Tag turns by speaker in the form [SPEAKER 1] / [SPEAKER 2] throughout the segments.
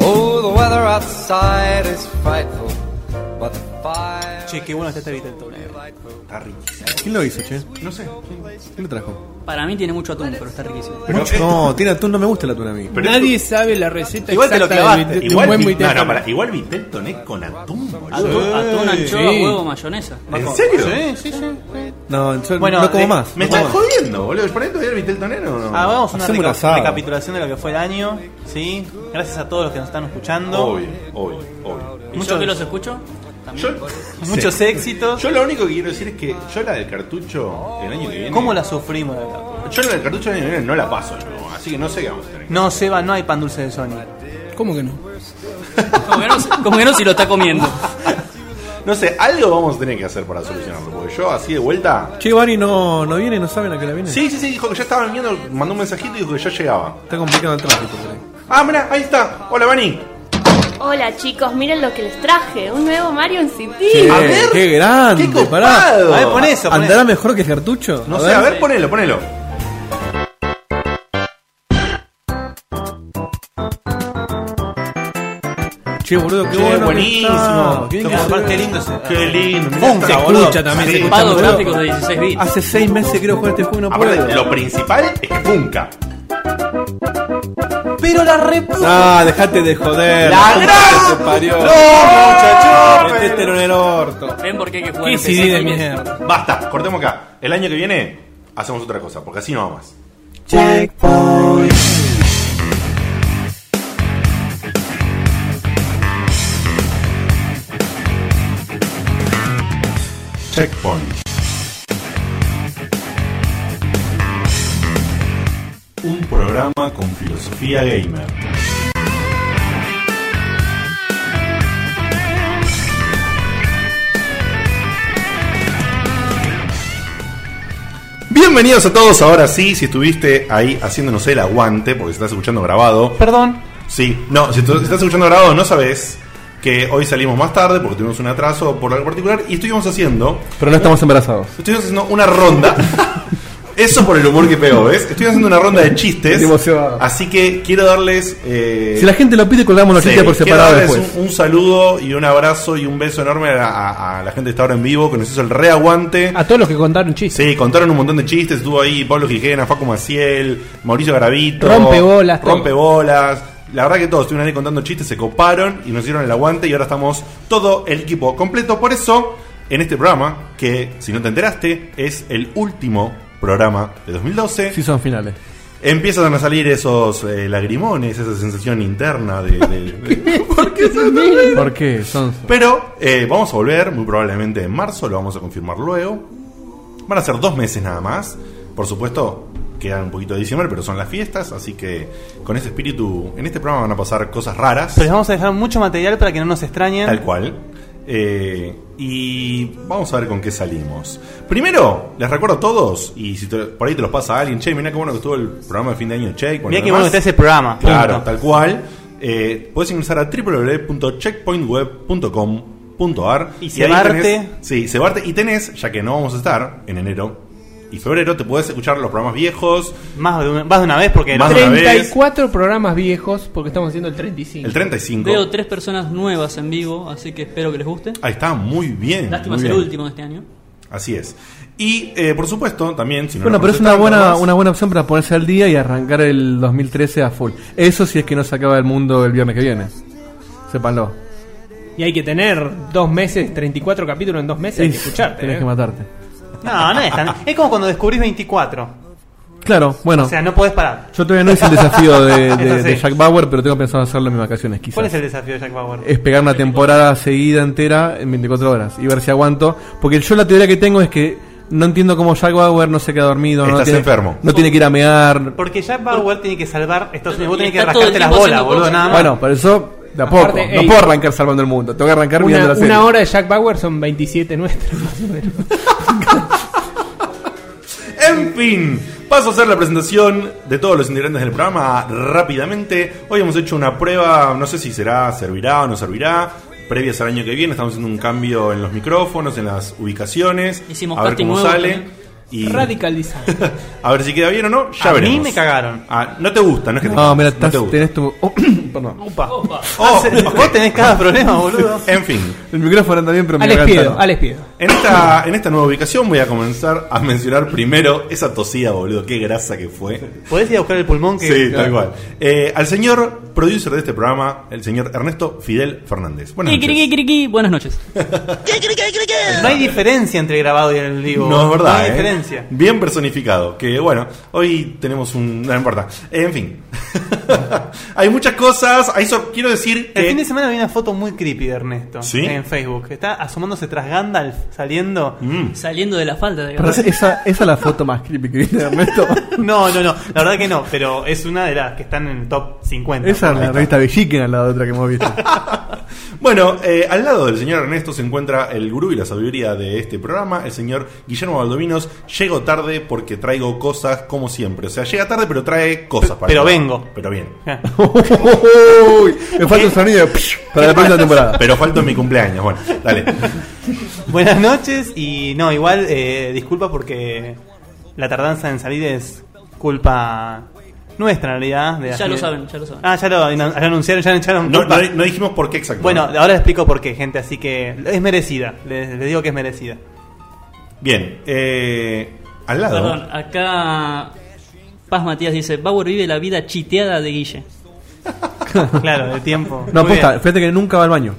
[SPEAKER 1] Oh, outside is frightful, but the fire.
[SPEAKER 2] Che, qué bueno está este Vitelton. eh.
[SPEAKER 3] Está riquísimo.
[SPEAKER 4] ¿Quién lo hizo, che?
[SPEAKER 3] No sé. ¿quién-
[SPEAKER 4] ¿Quién lo trajo?
[SPEAKER 2] Para mí tiene mucho atún, pero está riquísimo.
[SPEAKER 3] Pero
[SPEAKER 4] Mucho-
[SPEAKER 3] esto-
[SPEAKER 4] No, tiene atún, no me gusta el atún a mí.
[SPEAKER 3] Pero
[SPEAKER 5] Nadie
[SPEAKER 3] esto-
[SPEAKER 5] sabe la receta
[SPEAKER 2] Igual te lo
[SPEAKER 5] exacta
[SPEAKER 2] clavaste.
[SPEAKER 5] del- de un
[SPEAKER 3] igual,
[SPEAKER 5] buen
[SPEAKER 3] vi- no,
[SPEAKER 5] Vitelton.
[SPEAKER 3] no, pará, igual Vitelton es con atún, boludo.
[SPEAKER 2] Atún, atún, anchoa,
[SPEAKER 5] sí.
[SPEAKER 2] huevo, mayonesa.
[SPEAKER 3] ¿En serio?
[SPEAKER 5] Sí, sí, sí. sí.
[SPEAKER 4] No, yo
[SPEAKER 6] Bueno,
[SPEAKER 4] no como
[SPEAKER 6] de-
[SPEAKER 4] más.
[SPEAKER 3] Me
[SPEAKER 4] no como
[SPEAKER 3] estás
[SPEAKER 4] más.
[SPEAKER 3] jodiendo, boludo. ¿Por ahí todavía el Viteltonero o no?
[SPEAKER 6] Ah, vamos a una
[SPEAKER 4] Hacemos un
[SPEAKER 6] reca-
[SPEAKER 4] asado.
[SPEAKER 6] recapitulación de lo que fue el año, ¿sí? Gracias a todos los que nos están escuchando.
[SPEAKER 3] Obvio, obvio, obvio.
[SPEAKER 2] ¿Y yo
[SPEAKER 6] Muchos-
[SPEAKER 2] que los escucho?
[SPEAKER 3] Yo,
[SPEAKER 6] Muchos éxitos.
[SPEAKER 3] yo lo único que quiero decir es que yo la del cartucho el año que viene.
[SPEAKER 6] ¿Cómo la sufrimos, la verdad?
[SPEAKER 3] Yo la del cartucho el año que viene no la paso, no, así que no sé qué vamos a tener.
[SPEAKER 6] No, Seba, no hay pan dulce de Sony.
[SPEAKER 5] ¿Cómo que no?
[SPEAKER 2] Como que no, como que no si lo está comiendo.
[SPEAKER 3] No sé, algo vamos a tener que hacer para solucionarlo, porque yo así de vuelta.
[SPEAKER 4] Che, Vani no, no viene, no saben a qué la viene.
[SPEAKER 3] Sí, sí, sí, dijo que ya estaba viniendo, mandó un mensajito y dijo que ya llegaba.
[SPEAKER 4] Está complicado el tráfico por ahí.
[SPEAKER 3] Ah, mira, ahí está. Hola, Bani.
[SPEAKER 7] Hola chicos, miren lo que les traje, un nuevo Mario en CD.
[SPEAKER 4] Che,
[SPEAKER 3] a ver,
[SPEAKER 4] Eh, qué grande,
[SPEAKER 3] qué copado.
[SPEAKER 4] pará.
[SPEAKER 6] A ver, pon eso, pon
[SPEAKER 4] ¿Andará
[SPEAKER 6] eso.
[SPEAKER 4] mejor que Gertucho?
[SPEAKER 3] No sé, a ver, ponelo, ponelo.
[SPEAKER 4] Che, boludo, qué
[SPEAKER 3] Che,
[SPEAKER 4] bueno. que
[SPEAKER 3] buenísimo.
[SPEAKER 4] está. Qué bien
[SPEAKER 6] Como
[SPEAKER 4] que se
[SPEAKER 6] aparte,
[SPEAKER 4] ve.
[SPEAKER 6] Qué lindo ese.
[SPEAKER 3] Qué lindo. mirá
[SPEAKER 4] Boom,
[SPEAKER 3] esta,
[SPEAKER 4] se
[SPEAKER 3] boludo.
[SPEAKER 4] escucha también, se escucha.
[SPEAKER 2] Pago
[SPEAKER 4] boludo. Ah.
[SPEAKER 2] gráficos de 16 bits.
[SPEAKER 4] Hace seis meses quiero jugar este juego y no puedo.
[SPEAKER 3] Aparte, Ah, lo principal es que funca.
[SPEAKER 6] Pero la reputa.
[SPEAKER 4] Ah, dejate de joder.
[SPEAKER 6] La
[SPEAKER 4] puta
[SPEAKER 6] gran-
[SPEAKER 4] que te parió.
[SPEAKER 6] muchachos!
[SPEAKER 4] Metételo en el orto.
[SPEAKER 2] Ven por qué hay que jugar.
[SPEAKER 5] ¿Qué
[SPEAKER 2] en PC
[SPEAKER 5] CD de
[SPEAKER 2] también.
[SPEAKER 5] mierda?
[SPEAKER 3] Basta, cortemos acá. El año que viene hacemos otra cosa, porque así no va más. Checkpoint. Un programa con filosofía gamer. Bienvenidos a todos, ahora sí, si estuviste ahí haciéndonos el aguante, porque si estás escuchando grabado,
[SPEAKER 6] Perdón.
[SPEAKER 3] Sí, no, si tú- si estás escuchando grabado no sabes que hoy salimos más tarde porque tuvimos un atraso por algo particular y estuvimos haciendo,
[SPEAKER 4] Pero no estamos embarazados.
[SPEAKER 3] estuvimos haciendo una ronda. Eso por el humor que pegó, ¿ves? Estuvimos haciendo una ronda de chistes.
[SPEAKER 4] Estoy emocionado.
[SPEAKER 3] Así que quiero darles eh,
[SPEAKER 4] Si la gente lo pide, colgamos los
[SPEAKER 3] sí,
[SPEAKER 4] chistes por
[SPEAKER 3] quiero
[SPEAKER 4] separado
[SPEAKER 3] darles
[SPEAKER 4] después.
[SPEAKER 3] Un, un saludo y un abrazo y un beso enorme a, a- a la gente que está ahora en vivo, que nos hizo el reaguante.
[SPEAKER 5] A todos los que contaron chistes.
[SPEAKER 3] Sí, contaron un montón de chistes. Estuvo ahí Pablo Gijena, Facu Maciel, Mauricio Garavito.
[SPEAKER 5] Rompebolas, todo.
[SPEAKER 3] Rompebolas. La verdad que todos estuvieron ahí contando chistes, se coparon y nos dieron el aguante. Y ahora estamos todo el equipo completo. Por eso, en este programa, que si no te enteraste, es el último programa de 2012.
[SPEAKER 4] Sí, son finales.
[SPEAKER 3] Empiezan a salir esos eh, lagrimones, esa sensación interna de. de- de- ¿Por qué se ríen?
[SPEAKER 4] ¿Por qué? Son.
[SPEAKER 3] Pero eh, vamos a volver, muy probablemente en marzo, lo vamos a confirmar luego. Van a ser dos meses nada más. Por supuesto, quedan un poquito de diciembre, pero son las fiestas, así que con ese espíritu, en este programa van a pasar cosas raras,
[SPEAKER 6] Pero les vamos a dejar mucho material para que no nos extrañen.
[SPEAKER 3] tal cual. Eh, y vamos a ver con qué salimos. Primero, les recuerdo a todos, y si te- por ahí te los pasa a alguien, che, mirá qué bueno que estuvo el programa de fin de año, che. cuando
[SPEAKER 6] Mira qué
[SPEAKER 3] demás".
[SPEAKER 6] bueno que está ese programa.
[SPEAKER 3] Claro,
[SPEAKER 6] Punto.
[SPEAKER 3] tal cual. Eh, podés ingresar a www.checkpointweb.com.ar
[SPEAKER 6] Y
[SPEAKER 3] ahí
[SPEAKER 6] cebarte.
[SPEAKER 3] tenés- sí, cebarte. Y tenés, ya que no vamos a estar en enero y febrero, te podés escuchar los programas viejos,
[SPEAKER 6] Más de una, vas de una vez porque
[SPEAKER 3] Más de una vez.
[SPEAKER 5] 34 programas viejos, porque estamos haciendo el 35.
[SPEAKER 3] el 35.
[SPEAKER 2] Veo tres personas nuevas en vivo, así que espero que les guste.
[SPEAKER 3] Ahí está, muy bien.
[SPEAKER 2] Lástima
[SPEAKER 3] muy
[SPEAKER 2] ser el
[SPEAKER 3] bien.
[SPEAKER 2] último de este año.
[SPEAKER 3] Así es. Y, eh, por supuesto, también... si no
[SPEAKER 4] Bueno,
[SPEAKER 3] nos
[SPEAKER 4] pero es una
[SPEAKER 3] presentamos
[SPEAKER 4] buena,
[SPEAKER 3] más-
[SPEAKER 4] una buena opción para ponerse al día y arrancar el 2013 a full. Eso si es que no se acaba el mundo el viernes que viene. Sépanlo.
[SPEAKER 5] Y hay que tener dos meses, 34 capítulos en dos meses, hay que escucharte.
[SPEAKER 4] Tienes
[SPEAKER 5] ¿eh?
[SPEAKER 4] que matarte.
[SPEAKER 6] No, no es tan. Es como cuando descubrís 24.
[SPEAKER 4] Claro, bueno.
[SPEAKER 6] O sea, no podés parar.
[SPEAKER 4] yo todavía no hice el desafío de, de-
[SPEAKER 6] Eso sí.
[SPEAKER 4] de Jack Bauer, pero tengo pensado hacerlo en mis vacaciones, quizás.
[SPEAKER 6] ¿Cuál es el desafío de Jack Bauer?
[SPEAKER 3] Eh,
[SPEAKER 4] es pegar una temporada seguida entera en 24 horas y ver si aguanto. Porque yo la teoría que tengo es que no entiendo cómo Jack Bauer no se queda dormido. no
[SPEAKER 3] Estás
[SPEAKER 4] tiene,
[SPEAKER 3] enfermo.
[SPEAKER 4] No tiene que ir a mear.
[SPEAKER 6] Porque Jack Bauer tiene que salvar Estados Unidos. Vos
[SPEAKER 2] Y
[SPEAKER 6] tenés que
[SPEAKER 2] está todo el
[SPEAKER 6] rascarte las
[SPEAKER 2] tiempo
[SPEAKER 6] bolas,
[SPEAKER 2] haciendo
[SPEAKER 6] boludo,
[SPEAKER 2] cosas.
[SPEAKER 6] nada más.
[SPEAKER 4] Bueno, pero eso de a poco.
[SPEAKER 5] Aparte,
[SPEAKER 4] no
[SPEAKER 5] ey.
[SPEAKER 4] puedo arrancar salvando el mundo. Tengo que arrancar mirando
[SPEAKER 5] Una,
[SPEAKER 4] la serie.
[SPEAKER 5] una hora de Jack Bauer son 27 nuestros. más o menos.
[SPEAKER 3] En fin, paso a hacer la presentación de todos los integrantes del programa rápidamente. Hoy hemos hecho una prueba, no sé si será, servirá o no servirá. Previas al año que viene, estamos haciendo un cambio en los micrófonos, en las ubicaciones.
[SPEAKER 2] Hicimos
[SPEAKER 3] a ver
[SPEAKER 2] casting
[SPEAKER 3] cómo
[SPEAKER 2] nuevo
[SPEAKER 3] sale.
[SPEAKER 2] también.
[SPEAKER 3] Y
[SPEAKER 5] Radical Design.
[SPEAKER 3] a ver si queda bien o no, ya
[SPEAKER 6] A mí
[SPEAKER 3] veremos.
[SPEAKER 6] me cagaron.
[SPEAKER 3] Ah, no te gusta, no es que te
[SPEAKER 4] No, mira,
[SPEAKER 3] gusta, no
[SPEAKER 4] estás-
[SPEAKER 3] te gusta.
[SPEAKER 4] tenés tu. oh, perdón.
[SPEAKER 6] Upa.
[SPEAKER 3] Oh,
[SPEAKER 6] Ah, Vos tenés cada problema, boludo.
[SPEAKER 3] En fin,
[SPEAKER 4] El micrófono anda bien, pero
[SPEAKER 5] Alex
[SPEAKER 4] garganta
[SPEAKER 5] Piedo,
[SPEAKER 4] no.
[SPEAKER 5] Alex Piedo.
[SPEAKER 3] en esta, en esta nueva ubicación voy a comenzar a mencionar primero esa tosía, boludo, qué grasa que fue.
[SPEAKER 6] ¿Podés ir a buscar el pulmón que.
[SPEAKER 3] Sí, tal cual. Eh, al señor producer de este programa, el señor Ernesto Fidel Fernández. Buenas noches.
[SPEAKER 2] Criqui, Buenas noches.
[SPEAKER 6] No hay diferencia entre el grabado y el vivo.
[SPEAKER 3] No es verdad.
[SPEAKER 6] No hay
[SPEAKER 3] eh.
[SPEAKER 6] diferencia.
[SPEAKER 3] Bien personificado. Que bueno, hoy tenemos un. No importa. Eh, en fin. hay muchas cosas. Ahí so- quiero decir.
[SPEAKER 6] El
[SPEAKER 3] que-
[SPEAKER 6] fin de semana vi una foto muy creepy de Ernesto
[SPEAKER 3] Eh, ¿Sí?
[SPEAKER 6] en Facebook. Está asomándose tras Gandalf, saliendo.
[SPEAKER 3] Mm.
[SPEAKER 2] Saliendo de la falda,
[SPEAKER 4] Pero
[SPEAKER 2] digamos.
[SPEAKER 4] Esa, esa es la foto más creepy que viene de Ernesto.
[SPEAKER 6] No, no, no. La verdad que no, pero es una de las que están en el top 50.
[SPEAKER 4] Esa es la revista Villiquen al lado de otra que hemos visto.
[SPEAKER 3] Bueno, eh, al lado del señor Ernesto se encuentra el gurú y la sabiduría de este programa, el señor Guillermo Baldovinos. Llego tarde porque traigo cosas como siempre. O sea, llega tarde pero trae cosas. para
[SPEAKER 6] Pero
[SPEAKER 3] el programa.
[SPEAKER 6] vengo.
[SPEAKER 3] Pero bien.
[SPEAKER 6] Ja.
[SPEAKER 4] Uy, me falta un sonido de para la próxima temporada.
[SPEAKER 3] Pero falta en mi cumpleaños. Bueno, dale.
[SPEAKER 6] Buenas noches y no, igual eh, disculpa porque la tardanza en salir es culpa nuestra en realidad. de las-
[SPEAKER 2] Ya lo saben, ya lo saben.
[SPEAKER 6] Ah, ya lo, ya lo anunciaron, ya lo echaron.
[SPEAKER 3] No,
[SPEAKER 6] culpa.
[SPEAKER 3] no- no dijimos por qué exactamente.
[SPEAKER 6] Bueno, ahora les explico por qué, gente, así que es merecida. Les, les digo que es merecida.
[SPEAKER 3] Bien, eh, al lado.
[SPEAKER 2] Perdón, acá Paz Matías dice, Bauer vive la vida chiteada de Guille.
[SPEAKER 6] Claro, de tiempo.
[SPEAKER 4] No,
[SPEAKER 6] Muy
[SPEAKER 4] aposta,
[SPEAKER 6] bien.
[SPEAKER 4] fíjate que nunca va al baño.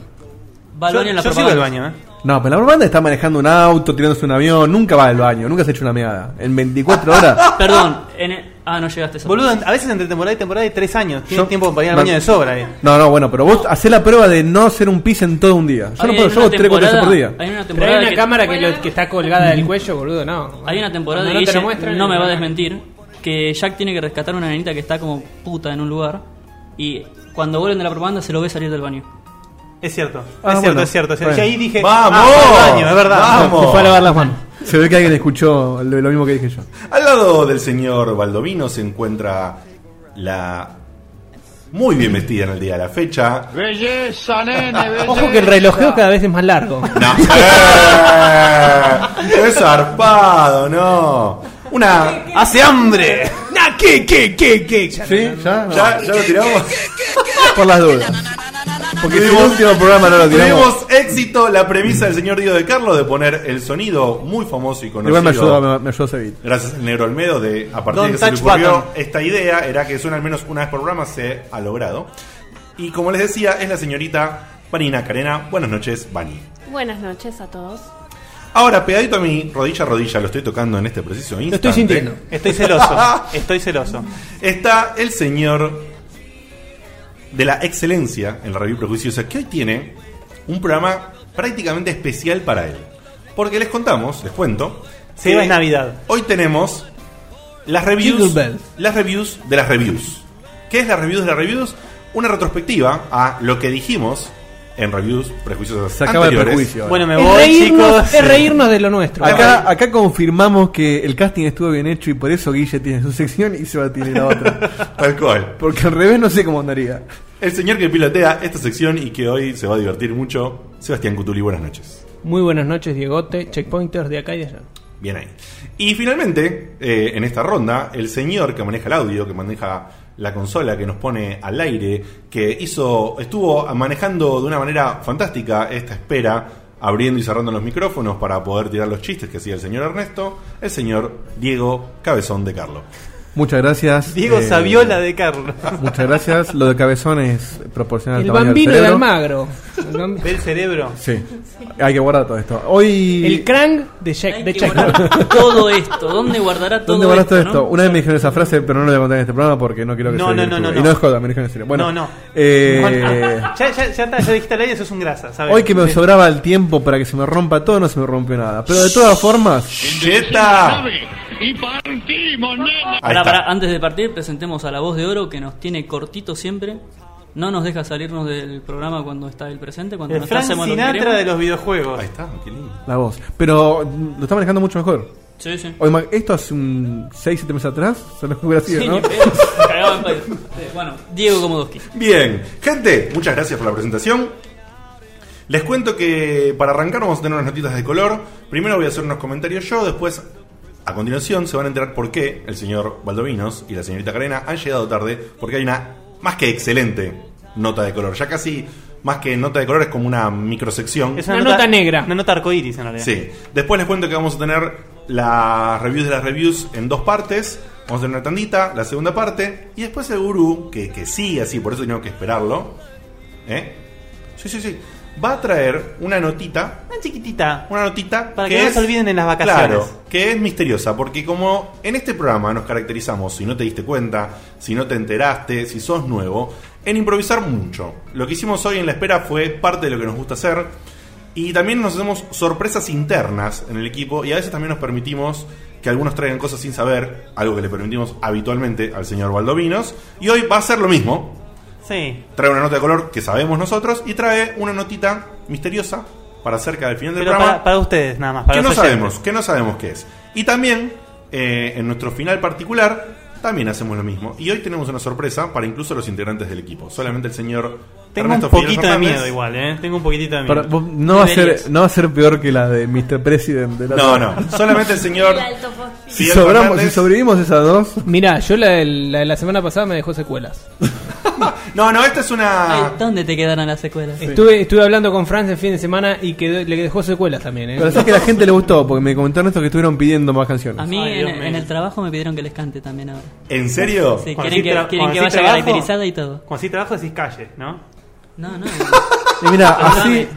[SPEAKER 2] Va al
[SPEAKER 6] Yo,
[SPEAKER 2] baño en la
[SPEAKER 6] yo sigo
[SPEAKER 2] propaganda.
[SPEAKER 6] al baño, ¿eh?
[SPEAKER 4] No, pero la propaganda está manejando un auto, tirándose un avión, nunca va al baño, nunca se echa una meada. En 24 horas.
[SPEAKER 2] Perdón, en el- ah, no llegaste a esa
[SPEAKER 6] Boludo, a veces entre temporada y temporada hay tres años. Tienes
[SPEAKER 4] Yo-
[SPEAKER 6] tiempo para ir al baño
[SPEAKER 4] Mar-
[SPEAKER 6] de sobra ahí.
[SPEAKER 4] No, no, bueno, pero vos hacés la prueba de no hacer un pis en todo un día. Yo
[SPEAKER 2] Hay
[SPEAKER 4] no puedo,
[SPEAKER 2] una
[SPEAKER 4] yo hago 3 4 veces por
[SPEAKER 2] temporada-
[SPEAKER 4] día.
[SPEAKER 2] Hay una temporada
[SPEAKER 5] Pero hay una
[SPEAKER 2] que-
[SPEAKER 5] cámara que, lo- que está colgada del cuello, boludo, no.
[SPEAKER 2] Hay una temporada
[SPEAKER 5] Cuando
[SPEAKER 2] de
[SPEAKER 5] no te
[SPEAKER 2] Guille,
[SPEAKER 5] lo muestran,
[SPEAKER 2] no me va a
[SPEAKER 5] no.
[SPEAKER 2] desmentir, que Jack tiene que rescatar una nenita que está como puta en un lugar y cuando vuelven de la propaganda se lo ve salir del baño.
[SPEAKER 6] Es cierto,
[SPEAKER 4] Ah,
[SPEAKER 6] es cierto,
[SPEAKER 4] bueno.
[SPEAKER 6] es cierto. es cierto.
[SPEAKER 4] Bueno.
[SPEAKER 6] Y ahí dije,
[SPEAKER 3] ¡Vamos!
[SPEAKER 6] ah, fue al baño, es verdad.
[SPEAKER 3] ¡Vamos!
[SPEAKER 5] Se fue a lavar las manos.
[SPEAKER 4] Se ve que alguien escuchó lo, lo mismo que dije yo.
[SPEAKER 3] Al lado del señor Baldovino se encuentra la muy bien vestida en el día de la fecha.
[SPEAKER 8] Belleza, nene, belleza.
[SPEAKER 5] Ojo que el relojeo cada vez es más largo.
[SPEAKER 3] No. ¡Eh! es zarpado, no. Una.
[SPEAKER 6] ¡Hace hambre!
[SPEAKER 3] ¿Qué, qué, qué, qué?
[SPEAKER 4] ¿Sí? ¿Ya? No.
[SPEAKER 3] ¿Ya, ya lo tiramos?
[SPEAKER 4] Por las dudas. Porque si el último programa no lo tiramos.
[SPEAKER 3] Tuvimos éxito la premisa del señor Diego de Carlos de poner el sonido muy famoso y conocido.
[SPEAKER 4] Igual me ayudó, me, me ayudó Cevit.
[SPEAKER 3] Gracias al negro Olmedo de a partir
[SPEAKER 6] Don't
[SPEAKER 3] de que se le
[SPEAKER 6] touch
[SPEAKER 3] ocurrió
[SPEAKER 6] button.
[SPEAKER 3] esta idea era que suena al menos una vez por programa se ha logrado. Y como les decía, es la señorita Vanina Carena. Buenas noches, Vani.
[SPEAKER 7] Buenas noches a todos.
[SPEAKER 3] Ahora, pegadito a mi rodilla a rodilla, lo estoy tocando en este preciso instante.
[SPEAKER 5] estoy sintiendo.
[SPEAKER 6] Estoy celoso, estoy celoso.
[SPEAKER 3] Está el señor de la excelencia en la review prejuiciosa que hoy tiene un programa prácticamente especial para él. Porque les contamos, les cuento.
[SPEAKER 6] Se
[SPEAKER 3] que
[SPEAKER 6] va, es Navidad.
[SPEAKER 3] Hoy tenemos las
[SPEAKER 5] Jingle
[SPEAKER 3] reviews,
[SPEAKER 5] bells.
[SPEAKER 3] las reviews de las reviews. ¿Qué es la reviews de las reviews? Una retrospectiva a lo que dijimos en reviews prejuiciosas
[SPEAKER 4] Se acaba el
[SPEAKER 3] anteriores.
[SPEAKER 4] prejuicio. ahora.
[SPEAKER 6] Bueno, me
[SPEAKER 5] Es
[SPEAKER 6] voy,
[SPEAKER 5] reírnos,
[SPEAKER 6] chicos.
[SPEAKER 5] es reírnos de lo nuestro.
[SPEAKER 4] Acá, acá confirmamos que el casting estuvo bien hecho y por eso Guille tiene su sección y se va a tirar la otra.
[SPEAKER 3] Tal cual.
[SPEAKER 4] Porque al revés no sé cómo andaría.
[SPEAKER 3] El señor que pilotea esta sección y que hoy se va a divertir mucho, Sebastián Cutuli, buenas noches.
[SPEAKER 5] Muy buenas noches, Diegote. Checkpointers de acá y de allá.
[SPEAKER 3] Bien ahí. Y finalmente, eh, en esta ronda, el señor que maneja el audio, que maneja la consola, que nos pone al aire, que hizo, estuvo manejando de una manera fantástica esta espera, abriendo y cerrando los micrófonos para poder tirar los chistes que hacía el señor Ernesto, el señor Diego Cabezón de Carlo.
[SPEAKER 4] Muchas gracias.
[SPEAKER 6] Diego
[SPEAKER 4] eh,
[SPEAKER 6] Saviola de Carlos.
[SPEAKER 4] Muchas gracias. Lo de cabezón es proporcional al
[SPEAKER 5] El
[SPEAKER 4] Ah, tamaño del
[SPEAKER 5] bambino de
[SPEAKER 4] cerebro.
[SPEAKER 5] Almagro. El, bambi-
[SPEAKER 6] Del cerebro.
[SPEAKER 4] Sí. Hay que guardar todo esto. Hoy.
[SPEAKER 5] el crank de Check.
[SPEAKER 2] Hay
[SPEAKER 5] De
[SPEAKER 2] que
[SPEAKER 5] Check.
[SPEAKER 2] guardar todo esto, ¿dónde guardará todo
[SPEAKER 4] ¿Dónde guardaste
[SPEAKER 2] esto?
[SPEAKER 4] esto?
[SPEAKER 2] no?
[SPEAKER 4] Una vez me dijeron esa frase, pero no lo voy a contar en este programa porque no quiero que
[SPEAKER 6] No,
[SPEAKER 4] se
[SPEAKER 6] no, no,
[SPEAKER 4] YouTube.
[SPEAKER 6] no,
[SPEAKER 4] Y no
[SPEAKER 6] no.
[SPEAKER 4] es joda, me dijeron en serio. Bueno,
[SPEAKER 6] no, no.
[SPEAKER 4] eh,
[SPEAKER 6] Ya, ya, ya, está, ya dijiste al aire, sos un grasa, ¿sabes?
[SPEAKER 4] hoy que me sobraba el tiempo para que se me rompa todo, no se me rompió nada. Pero de todas formas,
[SPEAKER 3] ¡Cheta!
[SPEAKER 8] Y partimos, nene.
[SPEAKER 3] Ahí
[SPEAKER 2] Pará, pará,
[SPEAKER 3] está.
[SPEAKER 2] antes de partir presentemos a la voz de oro que nos tiene cortito siempre. No nos deja salirnos del programa cuando está el presente, cuando
[SPEAKER 6] El
[SPEAKER 2] nos
[SPEAKER 6] Frank
[SPEAKER 2] hacemos lo que
[SPEAKER 6] Sinatra de
[SPEAKER 2] queremos.
[SPEAKER 6] los videojuegos.
[SPEAKER 3] Ahí está, qué lindo.
[SPEAKER 4] la voz. Pero mm, lo está manejando mucho mejor.
[SPEAKER 2] Sí, sí.
[SPEAKER 4] Hoy, ma- esto hace un 6, 7 meses atrás, se lo hubiera sido,
[SPEAKER 2] Sí,
[SPEAKER 4] ¿no?
[SPEAKER 2] ni pedo. Cagaba en palo. Eh, Bueno, Diego Komodowski.
[SPEAKER 3] Bien, gente, muchas gracias por la presentación. Les cuento que para arrancar vamos a tener unas notitas de color. Primero voy a hacer unos comentarios yo, después A continuación se van a enterar por qué el señor Baldovinos y la señorita Carena han llegado tarde, porque hay una más que excelente nota de color. Ya casi más que nota de color es como una microsección.
[SPEAKER 6] Es
[SPEAKER 5] Una nota negra.
[SPEAKER 6] Una nota arcoíris en realidad.
[SPEAKER 3] Sí. Después les cuento que vamos a tener las reviews de las reviews en dos partes. Vamos a tener una tandita, la segunda parte. Y después el gurú, que, que sigue así, por eso tenemos que esperarlo. ¿Eh? Sí, sí, sí. Va a traer una notita.
[SPEAKER 6] Una chiquitita.
[SPEAKER 3] Una notita.
[SPEAKER 6] Para que no se olviden en las vacaciones.
[SPEAKER 3] Claro, que es misteriosa, porque como en este programa nos caracterizamos, si no te diste cuenta, si no te enteraste, si sos nuevo, en improvisar mucho. Lo que hicimos hoy en la espera fue parte de lo que nos gusta hacer. Y también nos hacemos sorpresas internas en el equipo y a veces también nos permitimos que algunos traigan cosas sin saber, algo que le permitimos habitualmente al señor Valdovinos. Y hoy va a ser lo mismo.
[SPEAKER 6] Sí.
[SPEAKER 3] Trae una nota de color que sabemos nosotros y trae una notita misteriosa para cerca del final del
[SPEAKER 6] Pero
[SPEAKER 3] programa
[SPEAKER 6] para, para ustedes, nada más. Para
[SPEAKER 3] que no
[SPEAKER 6] los oyentes.
[SPEAKER 3] sabemos, que no sabemos qué es. Y también, eh, en nuestro final particular, también hacemos lo mismo. Y hoy tenemos una sorpresa para incluso los integrantes del equipo. Solamente el señor
[SPEAKER 6] Tengo un
[SPEAKER 3] Fidel
[SPEAKER 6] poquito de
[SPEAKER 3] Fernández.
[SPEAKER 6] miedo igual, ¿eh? Tengo un poquitito de miedo.
[SPEAKER 4] Para- vos- no, va a ser,
[SPEAKER 2] Deberías.
[SPEAKER 4] no va a ser peor que la de Mr. President. de la
[SPEAKER 3] No, no, solamente el señor
[SPEAKER 7] El alto fósforo.
[SPEAKER 4] Si,
[SPEAKER 3] Fidel
[SPEAKER 4] sobramos, si
[SPEAKER 3] Fernández.
[SPEAKER 4] sobrevivimos esas dos,
[SPEAKER 5] Mirá, yo la, de la de la semana pasada me dejó secuelas.
[SPEAKER 3] No, no, esta es
[SPEAKER 2] Ay,
[SPEAKER 3] una...
[SPEAKER 2] ¿Dónde te quedaron las secuelas?
[SPEAKER 5] Estuve, estuve hablando con Franz el fin de semana y quedó- le dejó secuelas también. ¿eh?
[SPEAKER 4] pero sé que a la gente le gustó porque me comentaron esto que estuvieron pidiendo más canciones.
[SPEAKER 2] A mí
[SPEAKER 6] Ay,
[SPEAKER 2] en,
[SPEAKER 6] Dios mío.
[SPEAKER 2] en el trabajo me pidieron que les cante también ahora.
[SPEAKER 3] ¿En serio?
[SPEAKER 2] Sí,
[SPEAKER 6] Cuando
[SPEAKER 2] quieren
[SPEAKER 6] sí tra-
[SPEAKER 2] que, quieren
[SPEAKER 6] cuando
[SPEAKER 2] que
[SPEAKER 6] sí
[SPEAKER 2] vaya
[SPEAKER 6] trabajo-
[SPEAKER 2] caracterizada y todo.
[SPEAKER 6] Cuando sí trabajo decís calle, ¿no?
[SPEAKER 2] No, no.
[SPEAKER 4] Y mira, así
[SPEAKER 2] Perdóname,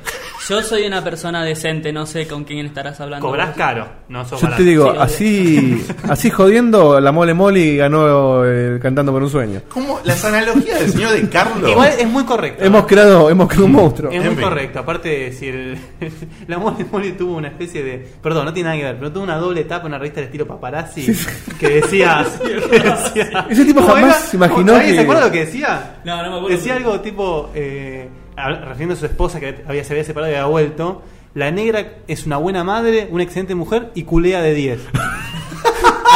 [SPEAKER 2] Yo soy una persona decente, no sé con quién estarás hablando.
[SPEAKER 6] Cobrás
[SPEAKER 2] vos.
[SPEAKER 6] caro, no sos
[SPEAKER 4] yo
[SPEAKER 6] barato.
[SPEAKER 4] te digo,
[SPEAKER 2] Sí, obvio.
[SPEAKER 4] así así jodiendo, la mole mole ganó el Cantando por un sueño.
[SPEAKER 3] ¿Cómo? Las analogías del señor de Carlos.
[SPEAKER 6] Igual es muy correcto. ¿eh?
[SPEAKER 4] Hemos creado, hemos creado un monstruo.
[SPEAKER 2] Eh,
[SPEAKER 6] Es
[SPEAKER 3] En
[SPEAKER 6] muy
[SPEAKER 3] fin.
[SPEAKER 6] correcto, aparte si el, la Mole Mole tuvo una especie de, perdón, no tiene nada que ver, pero tuvo una doble etapa en una revista del estilo paparazzi que decía, que decía-
[SPEAKER 4] Ese tipo
[SPEAKER 6] ¿Cómo
[SPEAKER 4] jamás se imaginó
[SPEAKER 6] ¿Alguien
[SPEAKER 4] que-
[SPEAKER 6] se acuerda lo que decía?
[SPEAKER 2] Ah, No, no me acuerdo.
[SPEAKER 6] Decía algo tipo eh, hab- refiriendo a su esposa que había se había separado y había vuelto. La negra es una buena madre, una excelente mujer y culea de 10.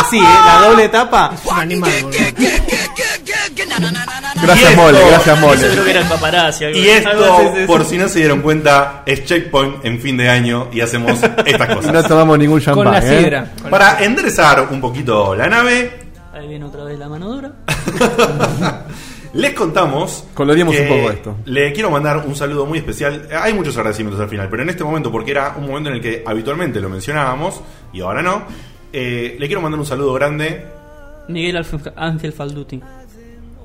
[SPEAKER 6] Así, ¿eh? la doble etapa.
[SPEAKER 5] Un animal, boludo.
[SPEAKER 3] Y
[SPEAKER 4] Gracias
[SPEAKER 3] esto-
[SPEAKER 4] mole, gracias mole.
[SPEAKER 2] Creo que era el paparazzi. algo
[SPEAKER 3] Y
[SPEAKER 2] así.
[SPEAKER 3] esto, por si no se dieron cuenta, es Checkpoint en fin de año y hacemos estas
[SPEAKER 4] Y no
[SPEAKER 3] cosas.
[SPEAKER 4] tomamos ningún
[SPEAKER 5] Con
[SPEAKER 4] champán.
[SPEAKER 5] la
[SPEAKER 4] ¿eh?
[SPEAKER 5] sidra.
[SPEAKER 3] Para enderezar un poquito la nave,
[SPEAKER 2] Ahí viene otra vez la mano dura.
[SPEAKER 3] Les contamos.
[SPEAKER 4] Coloreamos
[SPEAKER 3] que
[SPEAKER 4] un poco esto.
[SPEAKER 3] Le quiero mandar un saludo muy especial. Hay muchos agradecimientos al final, pero en este momento, porque era un momento en el que habitualmente lo mencionábamos y ahora no, eh, le quiero mandar un saludo grande.
[SPEAKER 2] Miguel Alf- Ángel Falduti.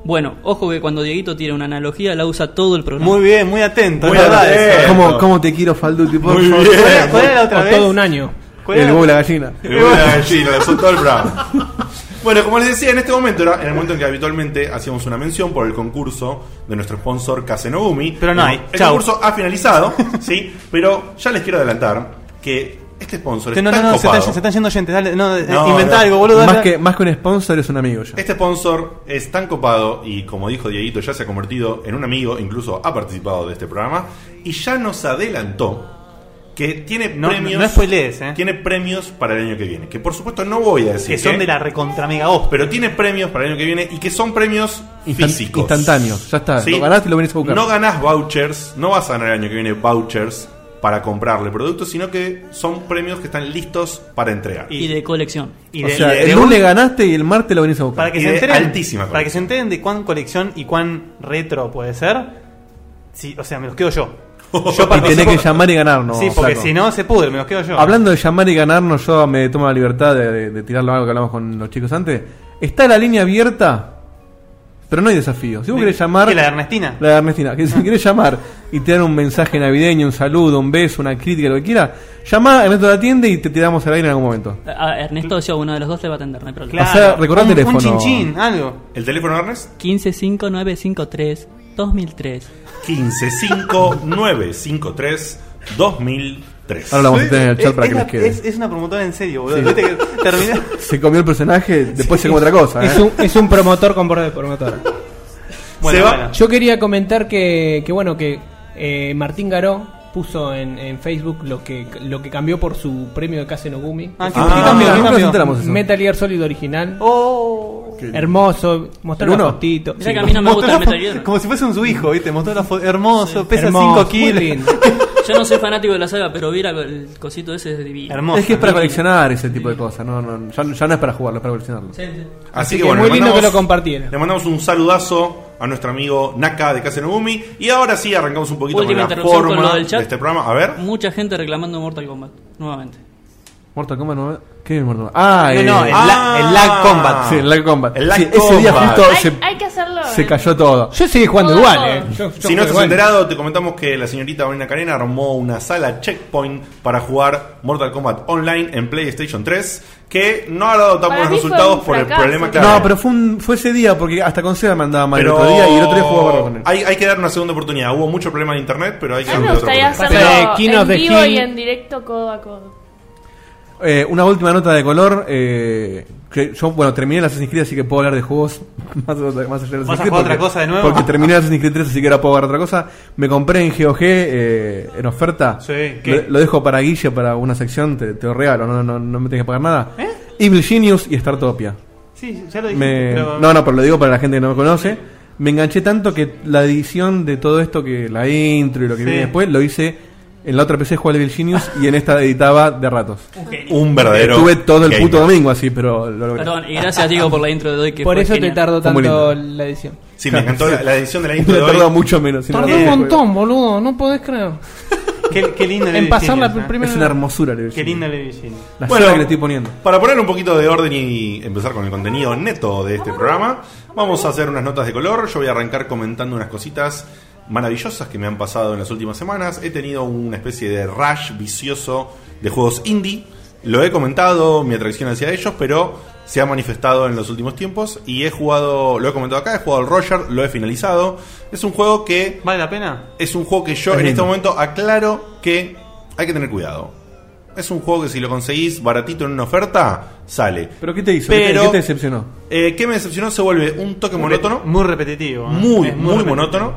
[SPEAKER 2] Bueno, ojo que cuando Dieguito tira una analogía la usa todo el programa.
[SPEAKER 6] Muy bien, muy atento, es
[SPEAKER 3] Muy
[SPEAKER 6] verdad
[SPEAKER 3] atento.
[SPEAKER 6] eso.
[SPEAKER 4] ¿Cómo, cómo te quiero, Falduti? Por favor.
[SPEAKER 6] ¿Cuál era- cuál era la otra
[SPEAKER 5] O
[SPEAKER 6] vez?
[SPEAKER 5] todo un año.
[SPEAKER 6] ¿Cuál
[SPEAKER 4] El
[SPEAKER 6] era?
[SPEAKER 4] huevo y la gallina.
[SPEAKER 3] Le voy a decir, le soltó el programa. Bueno, como les decía, en este momento era en el momento en que habitualmente hacíamos una mención por el concurso de nuestro sponsor Casenogumi.
[SPEAKER 6] Pero no hay.
[SPEAKER 3] El
[SPEAKER 6] Chau.
[SPEAKER 3] concurso ha finalizado, ¿sí? Pero ya les quiero adelantar que este sponsor
[SPEAKER 6] No,
[SPEAKER 3] es
[SPEAKER 6] no,
[SPEAKER 3] tan
[SPEAKER 6] no, se,
[SPEAKER 3] copado.
[SPEAKER 6] están, se están yendo oyentes, dale, no, eh,
[SPEAKER 3] No,
[SPEAKER 6] inventá
[SPEAKER 3] no.
[SPEAKER 6] algo, boludo.
[SPEAKER 4] Más
[SPEAKER 6] dale.
[SPEAKER 4] que, más que un sponsor es un amigo ya.
[SPEAKER 3] Este sponsor es tan copado y como dijo Dieguito ya se ha convertido en un amigo, incluso ha participado de este programa y ya nos adelantó que tiene
[SPEAKER 6] No,
[SPEAKER 3] premios
[SPEAKER 6] no spoilees, eh.
[SPEAKER 3] tiene premios para el año que viene, que por supuesto no voy a decir
[SPEAKER 6] que son
[SPEAKER 3] qué,
[SPEAKER 6] de la recontra mega host.
[SPEAKER 3] pero tiene premios para el año que viene y que son premios
[SPEAKER 4] Instan-
[SPEAKER 3] físicos.
[SPEAKER 4] instantáneos, ya está, lo ganaste y lo venís a buscar.
[SPEAKER 3] No ganás vouchers, no vas a ganar el año que viene vouchers para comprarle productos, sino que son premios que están listos para entregar.
[SPEAKER 2] Y de colección.
[SPEAKER 6] Y
[SPEAKER 4] o
[SPEAKER 6] de-
[SPEAKER 4] sea,
[SPEAKER 6] y de
[SPEAKER 4] el
[SPEAKER 6] un-
[SPEAKER 4] lunes ganaste y el martes lo venís a buscar.
[SPEAKER 6] para que
[SPEAKER 3] y
[SPEAKER 6] se
[SPEAKER 3] de
[SPEAKER 6] enteren,
[SPEAKER 3] altísima
[SPEAKER 6] para que
[SPEAKER 3] colección.
[SPEAKER 6] se enteren de cuán colección y cuán retro puede ser. Sí, o sea, me los quedo yo. Yo
[SPEAKER 4] y tenés
[SPEAKER 6] participo-
[SPEAKER 4] que llamar y ganarnos.
[SPEAKER 6] sí, porque
[SPEAKER 4] flaco.
[SPEAKER 6] si no se pudre, me los quedo yo.
[SPEAKER 4] Hablando de llamar y ganarnos, yo me tomo la libertad de, de- de tirarlo a algo que hablamos con los chicos antes. Está la línea abierta, pero no hay desafío. Si vos querés llamar.
[SPEAKER 6] ¿Qué, la de Ernestina?
[SPEAKER 4] La de Ernestina. Que si querés llamar y tirar un mensaje navideño, un saludo, un beso, una crítica, lo que quiera, llamá, Ernesto te atiende y te tiramos al aire en algún momento.
[SPEAKER 2] Ah, Ernesto, yo, uno de los dos le va a atender, no hay problema.
[SPEAKER 4] Claro. o sea, recordá
[SPEAKER 6] un,
[SPEAKER 4] el
[SPEAKER 6] Un
[SPEAKER 4] teléfono.
[SPEAKER 6] chinchín, algo.
[SPEAKER 3] ¿El teléfono, Ernest?
[SPEAKER 2] 155953 2003.
[SPEAKER 3] 155953 2003.
[SPEAKER 4] Ahora lo vamos a tener en el
[SPEAKER 6] Es,
[SPEAKER 4] chat para
[SPEAKER 6] es
[SPEAKER 4] que
[SPEAKER 6] la-
[SPEAKER 4] les quede.
[SPEAKER 6] es- es una promotora en serio, boludo. Viste que termina-
[SPEAKER 4] Se comió el personaje, después se come otra cosa. ¿eh?
[SPEAKER 5] Es un, es un promotor con borde de promotora.
[SPEAKER 6] Bueno,
[SPEAKER 3] Se va.
[SPEAKER 6] bueno.
[SPEAKER 5] Yo quería comentar que, que bueno, que eh, Martín Garó puso en, en Facebook lo que, lo que cambió por su premio de Kase no Gumi.
[SPEAKER 6] Ah,
[SPEAKER 5] Es
[SPEAKER 6] qué-
[SPEAKER 3] Ah,
[SPEAKER 6] qué cambio,
[SPEAKER 4] mira,
[SPEAKER 6] qué
[SPEAKER 4] nunca
[SPEAKER 6] cambio.
[SPEAKER 4] nos enteramos eso.
[SPEAKER 5] Metal Gear Solid original.
[SPEAKER 6] Oh.
[SPEAKER 5] Hermoso. Mostrar
[SPEAKER 4] ¿El
[SPEAKER 5] la
[SPEAKER 4] uno?
[SPEAKER 5] fotito.
[SPEAKER 2] Mirá que a mí no me
[SPEAKER 6] Mostró
[SPEAKER 2] gusta el
[SPEAKER 6] la fo-
[SPEAKER 2] Metal Gear.
[SPEAKER 6] Como si fuese un su hijo, ¿viste? Mostró la foto. Hermoso, pesa
[SPEAKER 5] Hermoso,
[SPEAKER 6] 5
[SPEAKER 5] muy
[SPEAKER 6] kilos.
[SPEAKER 5] lindo.
[SPEAKER 2] Yo Yo no soy fanático de la saga, pero vi la- el cosito ese de divino.
[SPEAKER 6] Hermoso.
[SPEAKER 4] es que es para coleccionar ese tipo de cosas. No, no, ya, ya no es para jugarlo, es para coleccionarlo.
[SPEAKER 2] Sí, sí.
[SPEAKER 3] Así
[SPEAKER 5] Así
[SPEAKER 3] que
[SPEAKER 5] que
[SPEAKER 3] bueno,
[SPEAKER 5] muy
[SPEAKER 3] le
[SPEAKER 5] lindo
[SPEAKER 3] mandamos-
[SPEAKER 5] que lo compartieran.
[SPEAKER 3] Le mandamos un saludazo a nuestro amigo Naka de Kazenogumi. Y ahora sí, arrancamos un poquito
[SPEAKER 2] Última
[SPEAKER 3] con la
[SPEAKER 2] interrupción con
[SPEAKER 3] forma
[SPEAKER 2] lo del chat.
[SPEAKER 3] de este programa. A ver.
[SPEAKER 2] Mucha gente reclamando Mortal Kombat, nuevamente.
[SPEAKER 4] Mortal Kombat 9. ¿Qué es Mortal Kombat? Ah,
[SPEAKER 6] No, no,
[SPEAKER 4] eh,
[SPEAKER 6] el,
[SPEAKER 3] Ah.
[SPEAKER 6] la- el lag combat.
[SPEAKER 4] sí, el Lag Combat.
[SPEAKER 3] el Lag
[SPEAKER 4] Sí, Ese día
[SPEAKER 3] Combat.
[SPEAKER 4] justo
[SPEAKER 7] Hay,
[SPEAKER 4] se,
[SPEAKER 7] hay que hacerlo. eh.
[SPEAKER 4] se
[SPEAKER 7] en-
[SPEAKER 4] cayó todo.
[SPEAKER 5] Yo seguí jugando
[SPEAKER 7] Todo,
[SPEAKER 5] igual, eh.
[SPEAKER 7] todo.
[SPEAKER 5] Yo- yo
[SPEAKER 3] Si no
[SPEAKER 5] juego
[SPEAKER 3] estás
[SPEAKER 5] igual.
[SPEAKER 3] enterado, te comentamos que la señorita Marina Carena armó una sala checkpoint para jugar Mortal Kombat Online en PlayStation 3, que no ha dado tan
[SPEAKER 7] Para
[SPEAKER 3] buenos
[SPEAKER 7] mí fue
[SPEAKER 3] resultados
[SPEAKER 7] un
[SPEAKER 3] por el
[SPEAKER 7] fracaso.
[SPEAKER 3] problema que
[SPEAKER 4] No, pero fue, un- fue ese día porque hasta con Seba mandaba mal
[SPEAKER 3] Pero
[SPEAKER 4] el otro día y el otro día jugaba bárbaro con él.
[SPEAKER 3] Hay, hay que dar una segunda oportunidad. Hubo mucho problema de internet, pero hay que
[SPEAKER 7] A
[SPEAKER 3] dar
[SPEAKER 7] mí me
[SPEAKER 3] una otra
[SPEAKER 7] gustaría
[SPEAKER 3] oportunidad.
[SPEAKER 7] hacerlo
[SPEAKER 5] Pero, King of
[SPEAKER 7] en
[SPEAKER 5] the
[SPEAKER 7] vivo
[SPEAKER 5] Hill-
[SPEAKER 7] y en directo codo a codo.
[SPEAKER 4] Eh, una última nota de color. eh, que yo, bueno, terminé el Assassin's Creed, así que puedo hablar de juegos más, más allá de
[SPEAKER 6] ¿Vas a jugar otra cosa de nuevo?
[SPEAKER 4] Porque terminé el Assassin's Creed 3, así que ahora puedo hablar de otra cosa. Me compré en GOG eh, en oferta.
[SPEAKER 6] Sí,
[SPEAKER 4] lo,
[SPEAKER 6] ¿qué?
[SPEAKER 4] lo dejo para Guille, para una sección, te, te lo regalo, no, no, no me tenés que pagar nada.
[SPEAKER 6] ¿Eh?
[SPEAKER 4] Evil Genius y Startopia.
[SPEAKER 6] Sí, ya lo dije.
[SPEAKER 4] Me- No, no, pero lo digo para la gente que no me conoce. Me enganché tanto que la edición de todo esto, que la intro y lo que
[SPEAKER 6] Sí.
[SPEAKER 4] viene después, lo hice en la otra PC, jugaba Evil Genius y en esta editaba de ratos.
[SPEAKER 3] Un verdadero.
[SPEAKER 4] Estuve todo el
[SPEAKER 3] gamer.
[SPEAKER 4] puto domingo así, pero lo logré.
[SPEAKER 2] Perdón, y gracias Diego por la intro de hoy que
[SPEAKER 5] Por
[SPEAKER 2] fue
[SPEAKER 5] eso te
[SPEAKER 2] genial.
[SPEAKER 5] tardó
[SPEAKER 4] Fue muy
[SPEAKER 5] tanto
[SPEAKER 4] lindo.
[SPEAKER 5] la edición.
[SPEAKER 3] Sí, me encantó la, la edición de la intro
[SPEAKER 4] Me
[SPEAKER 3] de
[SPEAKER 4] tardó
[SPEAKER 3] hoy.
[SPEAKER 4] mucho menos. si no,
[SPEAKER 5] Tardó
[SPEAKER 4] no
[SPEAKER 5] un
[SPEAKER 3] Eh,
[SPEAKER 4] lo
[SPEAKER 5] montón, boludo, no podés creer.
[SPEAKER 6] Qué, qué lindo el
[SPEAKER 5] En
[SPEAKER 6] Evil
[SPEAKER 5] pasar la
[SPEAKER 6] Genius, ¿eh?
[SPEAKER 4] juego.
[SPEAKER 5] primera.
[SPEAKER 4] Es una hermosura, le
[SPEAKER 6] Qué lindo el Evil Genius.
[SPEAKER 4] La
[SPEAKER 3] Bueno.
[SPEAKER 4] sola que le estoy poniendo.
[SPEAKER 3] Para poner un poquito de orden y empezar con el contenido neto de este programa, vamos a hacer unas notas de color. Yo voy a arrancar comentando unas cositas maravillosas que me han pasado en las últimas semanas. He tenido una especie de rush vicioso de juegos indie. Lo he comentado, mi atracción hacia ellos, pero se ha manifestado en los últimos tiempos y he jugado, lo he comentado acá, he jugado al Roger, lo he finalizado. Es un juego que
[SPEAKER 6] ¿Vale la pena?
[SPEAKER 3] es un juego que yo
[SPEAKER 4] Es
[SPEAKER 3] en este
[SPEAKER 4] lindo.
[SPEAKER 3] momento aclaro que hay que tener cuidado. Es un juego que si lo conseguís baratito en una oferta, sale.
[SPEAKER 4] ¿Pero qué te hizo? ¿Qué,
[SPEAKER 3] Pero-
[SPEAKER 4] te, qué te decepcionó?
[SPEAKER 3] Eh, ¿Qué me decepcionó? Se vuelve un toque monótono.
[SPEAKER 6] Muy repetitivo. ¿eh?
[SPEAKER 3] Muy,
[SPEAKER 6] Es
[SPEAKER 3] muy
[SPEAKER 6] repetitivo.
[SPEAKER 3] monótono.